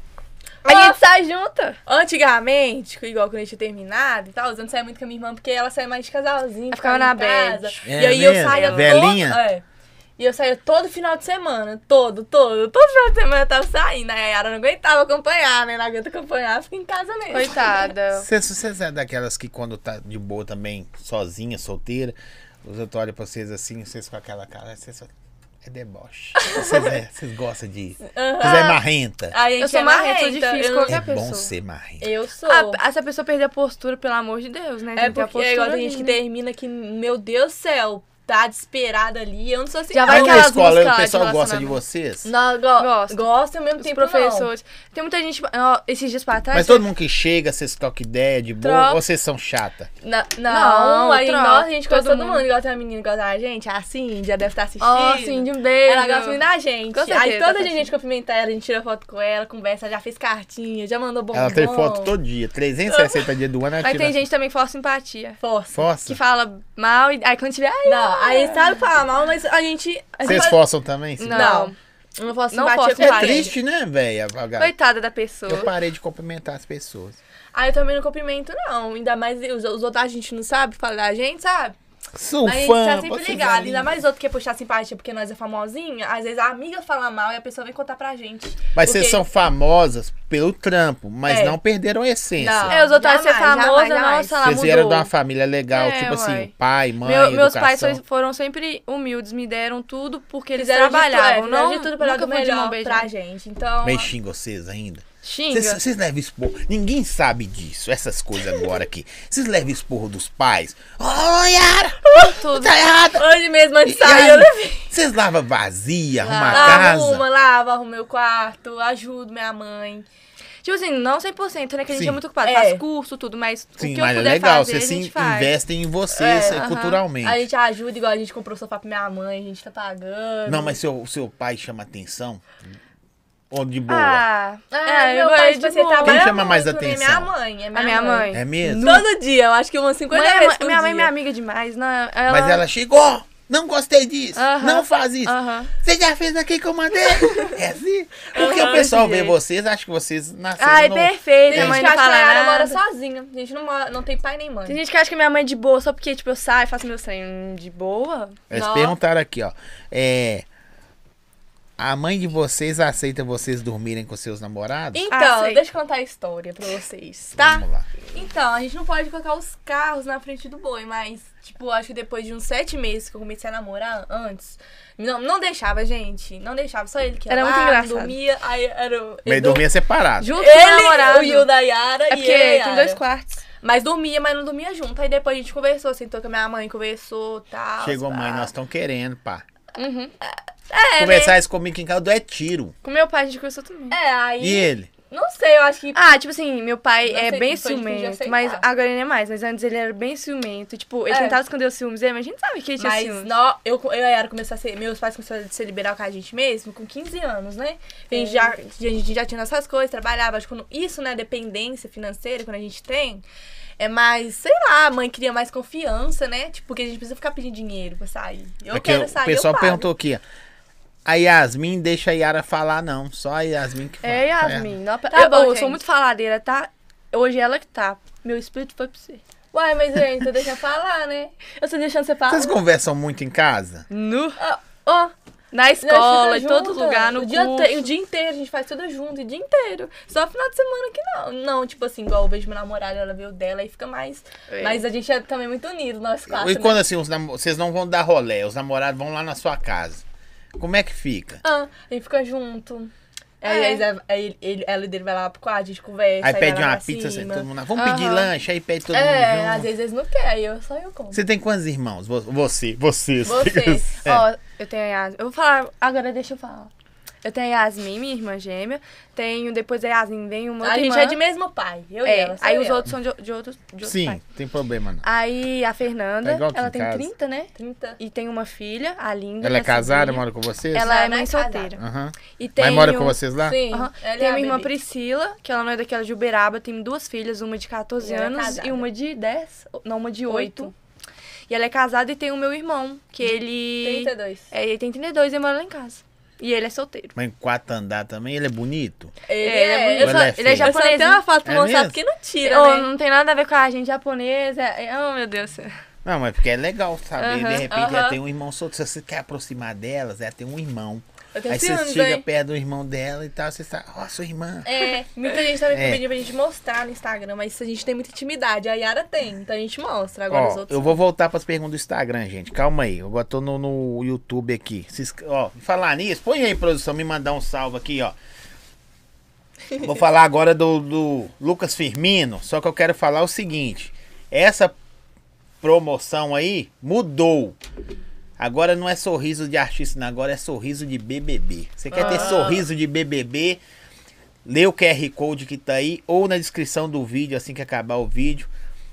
[SPEAKER 2] A gente sai junta.
[SPEAKER 3] Antigamente, igual quando a gente tinha terminado e tal, eu não saía muito com a minha irmã porque ela saía mais de casalzinho.
[SPEAKER 2] Ela ficava
[SPEAKER 3] em
[SPEAKER 2] na
[SPEAKER 3] casa.
[SPEAKER 2] bad.
[SPEAKER 1] É
[SPEAKER 3] e aí eu
[SPEAKER 1] mesmo?
[SPEAKER 3] saía
[SPEAKER 1] Velhinha?
[SPEAKER 3] todo. É. E eu saía todo final de semana. Todo, todo. Todo final de semana eu tava saindo. Aí a Yara não aguentava acompanhar, né? Não aguenta acompanhar, fica em casa mesmo.
[SPEAKER 2] Coitada.
[SPEAKER 1] Você você é daquelas que quando tá de boa também, sozinha, solteira, os outros olham pra vocês assim, vocês com aquela cara, vocês só... é deboche. Vocês, é- vocês gostam de. Vocês é marrenta.
[SPEAKER 3] Aí a gente
[SPEAKER 2] Eu sou
[SPEAKER 3] é
[SPEAKER 2] marrenta,
[SPEAKER 3] marrenta,
[SPEAKER 2] difícil.
[SPEAKER 3] Eu,
[SPEAKER 1] É
[SPEAKER 2] Qualquer
[SPEAKER 1] bom
[SPEAKER 2] pessoa.
[SPEAKER 1] ser marrenta.
[SPEAKER 3] eu sou.
[SPEAKER 2] Ah, essa pessoa perder a postura, pelo amor de Deus, né?
[SPEAKER 3] é
[SPEAKER 2] Tem que ter a
[SPEAKER 3] porque é igual
[SPEAKER 2] postura
[SPEAKER 3] tem gente
[SPEAKER 2] ali,
[SPEAKER 3] que
[SPEAKER 2] né?
[SPEAKER 3] termina que, meu Deus do céu, tá desesperada ali. Eu não sou assim.
[SPEAKER 2] Já
[SPEAKER 3] não.
[SPEAKER 2] vai
[SPEAKER 1] Aí na
[SPEAKER 2] aquelas
[SPEAKER 1] escola
[SPEAKER 2] músicas
[SPEAKER 1] o
[SPEAKER 2] lá de
[SPEAKER 1] pessoal gosta de
[SPEAKER 2] relacionamento.
[SPEAKER 1] vocês?
[SPEAKER 3] Não, go
[SPEAKER 2] Gosto.
[SPEAKER 3] gosto. Gosto e ao mesmo
[SPEAKER 2] Os
[SPEAKER 3] tempo não.
[SPEAKER 2] professores. Tem muita gente. ó, esses dias pra trás.
[SPEAKER 1] Mas todo mundo que chega, vocês trocam ideia de boa,
[SPEAKER 2] é Troca.
[SPEAKER 1] ou vocês são chata?
[SPEAKER 3] Na-
[SPEAKER 2] Não,
[SPEAKER 3] não, aí
[SPEAKER 2] troca,
[SPEAKER 3] nós, a gente gosta de
[SPEAKER 2] todo
[SPEAKER 3] todo
[SPEAKER 2] mundo.
[SPEAKER 3] mundo. Igual tem uma menina que gosta da gente, é a Cindy, ela deve estar assistindo.
[SPEAKER 2] Ó, assim, de um beijo.
[SPEAKER 3] Ela gosta muito da gente.
[SPEAKER 2] Com certeza, tá
[SPEAKER 3] aí toda dia a
[SPEAKER 2] assistindo.
[SPEAKER 3] gente cumprimenta ela, a gente tira foto com ela, conversa, já fez cartinha, já mandou bombom.
[SPEAKER 1] Ela tem foto todo dia, 360 dias do ano, ela
[SPEAKER 2] Aí tem
[SPEAKER 1] tira
[SPEAKER 2] gente também que fala simpatia.
[SPEAKER 3] Força.
[SPEAKER 2] Que
[SPEAKER 1] força.
[SPEAKER 2] fala mal e. Aí quando tiver. Ai,
[SPEAKER 3] Não, aí sabe falar mal, mas a gente... a gente
[SPEAKER 1] Vocês
[SPEAKER 3] faz-
[SPEAKER 1] forçam também? sim?
[SPEAKER 2] Não.
[SPEAKER 3] Não. Não posso
[SPEAKER 2] Não
[SPEAKER 3] bater
[SPEAKER 2] força
[SPEAKER 3] com
[SPEAKER 2] a
[SPEAKER 1] É
[SPEAKER 2] Parei.
[SPEAKER 1] triste, né, velho?
[SPEAKER 2] coitada da pessoa.
[SPEAKER 1] Eu parei de cumprimentar as pessoas.
[SPEAKER 3] Aí eu também não cumprimento, não. Ainda mais os, os outros a gente não sabe falar da gente, sabe?
[SPEAKER 1] Sou
[SPEAKER 3] Mas a gente
[SPEAKER 1] fã.
[SPEAKER 3] tá sempre
[SPEAKER 1] vocês
[SPEAKER 3] ligado.
[SPEAKER 1] ali.
[SPEAKER 3] Ainda mais outro que é puxar simpatia porque nós é famosinha. Às vezes a amiga fala mal e a pessoa vem contar pra gente.
[SPEAKER 1] Mas
[SPEAKER 3] Porque-
[SPEAKER 1] vocês são famosas pelo trampo, mas
[SPEAKER 3] É.
[SPEAKER 1] não perderam a
[SPEAKER 3] Não.
[SPEAKER 1] essência.
[SPEAKER 2] É, os outros ser
[SPEAKER 3] Jamais,
[SPEAKER 2] famosa,
[SPEAKER 3] jamais.
[SPEAKER 2] nossa, lá
[SPEAKER 1] Vocês
[SPEAKER 2] mudou.
[SPEAKER 1] vieram de uma família legal,
[SPEAKER 2] É,
[SPEAKER 1] tipo assim,
[SPEAKER 2] uai.
[SPEAKER 1] pai, mãe,
[SPEAKER 2] Meu- meus
[SPEAKER 1] educação.
[SPEAKER 2] pais so- foram sempre humildes, me deram tudo porque eles
[SPEAKER 3] Fizeram de tudo,
[SPEAKER 2] trabalhavam.
[SPEAKER 3] é, fizeram
[SPEAKER 2] não,
[SPEAKER 3] de tudo pra dar
[SPEAKER 2] nunca
[SPEAKER 3] do
[SPEAKER 2] fui de mão
[SPEAKER 3] melhor pra
[SPEAKER 2] beijada.
[SPEAKER 3] gente. Então,
[SPEAKER 1] Mas xingam vocês ainda?
[SPEAKER 2] Xinga.
[SPEAKER 1] Vocês vocês levam expor. Ninguém sabe disso, essas coisas agora aqui. Vocês levam expor dos pais. Ô, Yara!
[SPEAKER 2] Tudo.
[SPEAKER 1] Tá errado!
[SPEAKER 3] hoje mesmo
[SPEAKER 1] E
[SPEAKER 3] antes de sair,
[SPEAKER 1] aí,
[SPEAKER 3] eu levei.
[SPEAKER 1] Vocês lavam vazia, arruma a
[SPEAKER 3] Ah,
[SPEAKER 1] casa.
[SPEAKER 3] Arruma, né? lava, arruma meu quarto, ajudo minha mãe.
[SPEAKER 2] Tipo assim, não 100%, né? Que a gente
[SPEAKER 1] Sim.
[SPEAKER 2] é muito ocupado.
[SPEAKER 3] É.
[SPEAKER 2] Faz curso, tudo, mas o
[SPEAKER 1] Sim,
[SPEAKER 2] que eu
[SPEAKER 1] mas é
[SPEAKER 2] puder
[SPEAKER 1] legal.
[SPEAKER 2] fazer, a
[SPEAKER 1] vocês se
[SPEAKER 2] gente faz.
[SPEAKER 1] investem em vocês
[SPEAKER 3] É,
[SPEAKER 1] eh,
[SPEAKER 2] aham.
[SPEAKER 1] culturalmente.
[SPEAKER 3] A gente ajuda, igual a gente comprou sofá pra minha mãe, a gente tá pagando.
[SPEAKER 1] Não, mas seu, seu pai chama atenção? Ou de boa?
[SPEAKER 2] Ah,
[SPEAKER 3] Ah,
[SPEAKER 2] é,
[SPEAKER 3] meu
[SPEAKER 2] eu
[SPEAKER 3] pai,
[SPEAKER 2] pai,
[SPEAKER 3] tipo
[SPEAKER 2] de
[SPEAKER 3] assim,
[SPEAKER 2] boa.
[SPEAKER 3] trabalha
[SPEAKER 1] Quem chama
[SPEAKER 3] muito,
[SPEAKER 1] mais
[SPEAKER 3] né?
[SPEAKER 1] atenção?
[SPEAKER 3] Minha mãe, é minha,
[SPEAKER 2] A minha mãe.
[SPEAKER 1] é mesmo?
[SPEAKER 3] Todo dia, eu acho que umas 50
[SPEAKER 2] Minha,
[SPEAKER 3] vezes
[SPEAKER 2] mãe-
[SPEAKER 3] por
[SPEAKER 2] minha mãe é
[SPEAKER 3] dia.
[SPEAKER 2] minha amiga demais. Não, ela...
[SPEAKER 1] Mas ela chegou! Não gostei disso!
[SPEAKER 2] Aham.
[SPEAKER 1] Não faz isso!
[SPEAKER 2] Aham.
[SPEAKER 1] Você já fez aqui que eu mandei? É assim? Porque
[SPEAKER 2] Aham,
[SPEAKER 1] o pessoal
[SPEAKER 2] desse
[SPEAKER 1] vê
[SPEAKER 2] jeito.
[SPEAKER 1] vocês, acha que vocês nasceram
[SPEAKER 2] Ai,
[SPEAKER 1] no...
[SPEAKER 2] perfeita.
[SPEAKER 3] Tem
[SPEAKER 2] Minha
[SPEAKER 3] gente
[SPEAKER 2] mãe
[SPEAKER 3] que
[SPEAKER 2] não
[SPEAKER 3] acha que a
[SPEAKER 2] fala
[SPEAKER 3] Yara
[SPEAKER 2] nada.
[SPEAKER 3] mora sozinha. A gente não, mora- não tem pai nem mãe.
[SPEAKER 2] Tem gente que acha que minha mãe é de boa só porque, tipo, eu saio e faço meu sonho de boa.
[SPEAKER 1] Eles
[SPEAKER 3] Não.
[SPEAKER 1] perguntaram aqui, ó. É... A mãe de vocês aceita vocês dormirem com seus namorados?
[SPEAKER 3] Então,
[SPEAKER 2] Ah, sei.
[SPEAKER 3] deixa eu contar a história pra vocês, tá?
[SPEAKER 1] Vamos lá.
[SPEAKER 3] Então, a gente não pode colocar os carros na frente do boi, mas, tipo, acho que depois de uns sete meses que eu comecei a namorar antes, não, não deixava, gente. Não deixava, só ele que ia
[SPEAKER 2] Era
[SPEAKER 3] lá,
[SPEAKER 2] muito engraçado.
[SPEAKER 3] dormia, aí era o-
[SPEAKER 1] Meio dormia separado.
[SPEAKER 2] Junto com o
[SPEAKER 3] Ele,
[SPEAKER 2] namorado.
[SPEAKER 3] o Will da Yara
[SPEAKER 2] É
[SPEAKER 3] e
[SPEAKER 2] porque
[SPEAKER 3] eu e a
[SPEAKER 2] tem
[SPEAKER 3] Yara.
[SPEAKER 2] dois quartos.
[SPEAKER 3] Mas dormia, mas não dormia junto. Aí depois a gente conversou, sentou com a minha mãe, conversou, tal.
[SPEAKER 1] Chegou,
[SPEAKER 3] pá.
[SPEAKER 1] mãe, nós estão querendo, pá.
[SPEAKER 2] Uhum. né?
[SPEAKER 1] Conversar isso comigo aqui em casa é tiro.
[SPEAKER 2] Com meu pai a gente conversou também.
[SPEAKER 3] É, aí...
[SPEAKER 1] E ele?
[SPEAKER 3] Não sei, eu acho que.
[SPEAKER 2] Ah, tipo assim, meu pai
[SPEAKER 3] Não
[SPEAKER 2] é bem
[SPEAKER 3] sei, foi difícil de
[SPEAKER 2] ciumento,
[SPEAKER 3] aceitar.
[SPEAKER 2] mas agora ele não é mais, mas antes ele era bem ciumento. Tipo, ele
[SPEAKER 3] É.
[SPEAKER 2] tentava esconder os ciúmes dele, mas a gente assim, sabe que ele tinha
[SPEAKER 3] Mas
[SPEAKER 2] ciúmes.
[SPEAKER 3] nó- eu, eu era começar a ser. Meus pais começaram a ser liberal com a gente mesmo, com 15 anos, né? A gente,
[SPEAKER 2] É.
[SPEAKER 3] já, a gente já tinha nossas coisas, trabalhava. Acho que quando isso, né, dependência financeira, quando a gente tem, é mais, sei lá, a mãe cria mais confiança, né? Tipo, porque a gente precisa ficar pedindo dinheiro pra sair. Eu
[SPEAKER 1] Aqui,
[SPEAKER 3] quero
[SPEAKER 1] É o
[SPEAKER 3] sair.
[SPEAKER 1] pessoal
[SPEAKER 3] eu pago.
[SPEAKER 1] perguntou aqui, ó. A Yasmin deixa a Yara falar, não. Só a Yasmin que fala.
[SPEAKER 2] É,
[SPEAKER 1] Só a
[SPEAKER 2] Yasmin. Não,
[SPEAKER 3] Tá
[SPEAKER 2] eu,
[SPEAKER 3] bom,
[SPEAKER 2] eu
[SPEAKER 3] gente.
[SPEAKER 2] sou muito faladeira, tá? Hoje ela que tá. Meu espírito foi pra você.
[SPEAKER 3] Uai, mas gente, eu deixa eu falar, né? Eu tô deixando você falar.
[SPEAKER 1] Vocês conversam muito em casa?
[SPEAKER 2] Nu.
[SPEAKER 3] Ah, ó,
[SPEAKER 2] Na
[SPEAKER 3] Nós
[SPEAKER 2] escola, em
[SPEAKER 3] fica
[SPEAKER 2] todo
[SPEAKER 3] junta.
[SPEAKER 2] lugar, no
[SPEAKER 3] o dia,
[SPEAKER 2] curso.
[SPEAKER 3] te- o dia inteiro, a gente faz tudo junto, o dia inteiro. Só final de semana que não. Não, tipo assim, igual eu vejo meu namorado, ela veio dela e fica mais.
[SPEAKER 2] É.
[SPEAKER 3] Mas a gente é também muito unido, nós quatro.
[SPEAKER 1] e
[SPEAKER 3] né?
[SPEAKER 1] quando assim, os namo- vocês não vão dar rolé, os namorados vão lá na sua casa. Como é que fica?
[SPEAKER 3] Ah, a gente fica junto. Aí,
[SPEAKER 2] É.
[SPEAKER 3] aí, Zé- aí ele, ele- ela e dele vai lá pro quarto, a gente conversa.
[SPEAKER 1] aí pede
[SPEAKER 3] vai lá
[SPEAKER 1] uma
[SPEAKER 3] pra
[SPEAKER 1] pizza, assim,
[SPEAKER 3] cima.
[SPEAKER 1] todo mundo. Vamos pedir
[SPEAKER 2] Aham.
[SPEAKER 1] lanche, aí pede todo mundo.
[SPEAKER 3] É,
[SPEAKER 1] junto.
[SPEAKER 3] às vezes eles não querem, eu, só eu como.
[SPEAKER 1] Você tem quantos irmãos? Vo- Você, vocês.
[SPEAKER 3] Vocês.
[SPEAKER 1] É.
[SPEAKER 2] Ó, eu tenho a Yasmin. Eu vou falar, agora deixa eu falar. Eu tenho a Yasmin, minha irmã gêmea. Tenho, depois da Yasmin vem uma outra
[SPEAKER 3] a gente
[SPEAKER 2] irmã.
[SPEAKER 3] é de mesmo pai, eu e
[SPEAKER 2] É,
[SPEAKER 3] ela. só
[SPEAKER 2] aí
[SPEAKER 3] eu.
[SPEAKER 2] os outros são de, de outros de outros
[SPEAKER 1] Sim,
[SPEAKER 2] pais.
[SPEAKER 1] tem problema não.
[SPEAKER 2] Aí a Fernanda,
[SPEAKER 1] É igual aqui
[SPEAKER 2] ela
[SPEAKER 1] em
[SPEAKER 2] tem
[SPEAKER 1] casa.
[SPEAKER 2] 30, né?
[SPEAKER 3] 30.
[SPEAKER 2] E tem uma filha, a Linda.
[SPEAKER 1] Ela é
[SPEAKER 2] minha
[SPEAKER 1] casada,
[SPEAKER 2] sobrinha.
[SPEAKER 1] mora com vocês?
[SPEAKER 2] Ela
[SPEAKER 3] Não,
[SPEAKER 2] é
[SPEAKER 3] não é
[SPEAKER 2] mãe
[SPEAKER 3] casada.
[SPEAKER 2] solteira.
[SPEAKER 1] Aham.
[SPEAKER 2] E tem
[SPEAKER 1] Mas mora
[SPEAKER 2] um-
[SPEAKER 1] com vocês lá?
[SPEAKER 3] Sim,
[SPEAKER 2] Aham.
[SPEAKER 3] ela
[SPEAKER 2] Tem
[SPEAKER 3] é
[SPEAKER 2] a minha irmã
[SPEAKER 3] bebê.
[SPEAKER 2] Priscila, que ela não é daquela de Uberaba, tem duas filhas, uma de 14
[SPEAKER 3] E ela é
[SPEAKER 2] anos
[SPEAKER 3] casada.
[SPEAKER 2] e uma de 10, não, uma de 8.
[SPEAKER 3] Oito.
[SPEAKER 2] E ela é casada e tem o meu irmão, que ele
[SPEAKER 3] 32.
[SPEAKER 2] é, ele tem 32 e mora lá em casa. E ele é solteiro.
[SPEAKER 1] Mas em quatro andar também, ele é bonito.
[SPEAKER 3] Ele
[SPEAKER 2] É, ele é
[SPEAKER 3] é, né?
[SPEAKER 2] bonito.
[SPEAKER 3] eu só-
[SPEAKER 1] Ela é
[SPEAKER 2] ele é
[SPEAKER 1] feia.
[SPEAKER 3] Eu só
[SPEAKER 2] japonês.
[SPEAKER 3] tenho uma foto pra
[SPEAKER 1] É
[SPEAKER 3] mostrar
[SPEAKER 1] mesmo?
[SPEAKER 3] porque não tira,
[SPEAKER 2] Oh,
[SPEAKER 3] né?
[SPEAKER 2] não tem nada a ver com a gente japonesa. é- Oh, meu Deus. do céu.
[SPEAKER 1] Não, mas porque é legal saber.
[SPEAKER 2] Aham,
[SPEAKER 1] de repente ela
[SPEAKER 3] aham.
[SPEAKER 1] tem um irmão solto. Se você quer aproximar delas, ela tem um irmão.
[SPEAKER 3] Eu tenho
[SPEAKER 1] Aí você
[SPEAKER 3] ciúmes,
[SPEAKER 1] chega
[SPEAKER 3] hein?
[SPEAKER 1] perto do irmão dela e tal, você está. Ó, sua irmã.
[SPEAKER 3] É, muita gente também
[SPEAKER 1] É.
[SPEAKER 3] fica pedindo pra gente mostrar no Instagram, mas a gente tem muita intimidade. A Yara tem, então a gente mostra. Agora os
[SPEAKER 1] Ó,
[SPEAKER 3] outros.
[SPEAKER 1] eu vou voltar pras perguntas do Instagram, gente. Calma aí. Eu agora tô no, no YouTube aqui. Se inscre- ó, falar nisso, põe aí, produção, me mandar um salve aqui, ó. Vou falar agora do, do Lucas Firmino. Só que eu quero falar o seguinte: essa promoção aí mudou. Agora não é sorriso de artista, não. Agora é sorriso de BBB. Você quer ter
[SPEAKER 3] Ah.
[SPEAKER 1] sorriso de BBB? Lê o QR Code que tá aí ou na descrição do vídeo, assim que acabar o vídeo.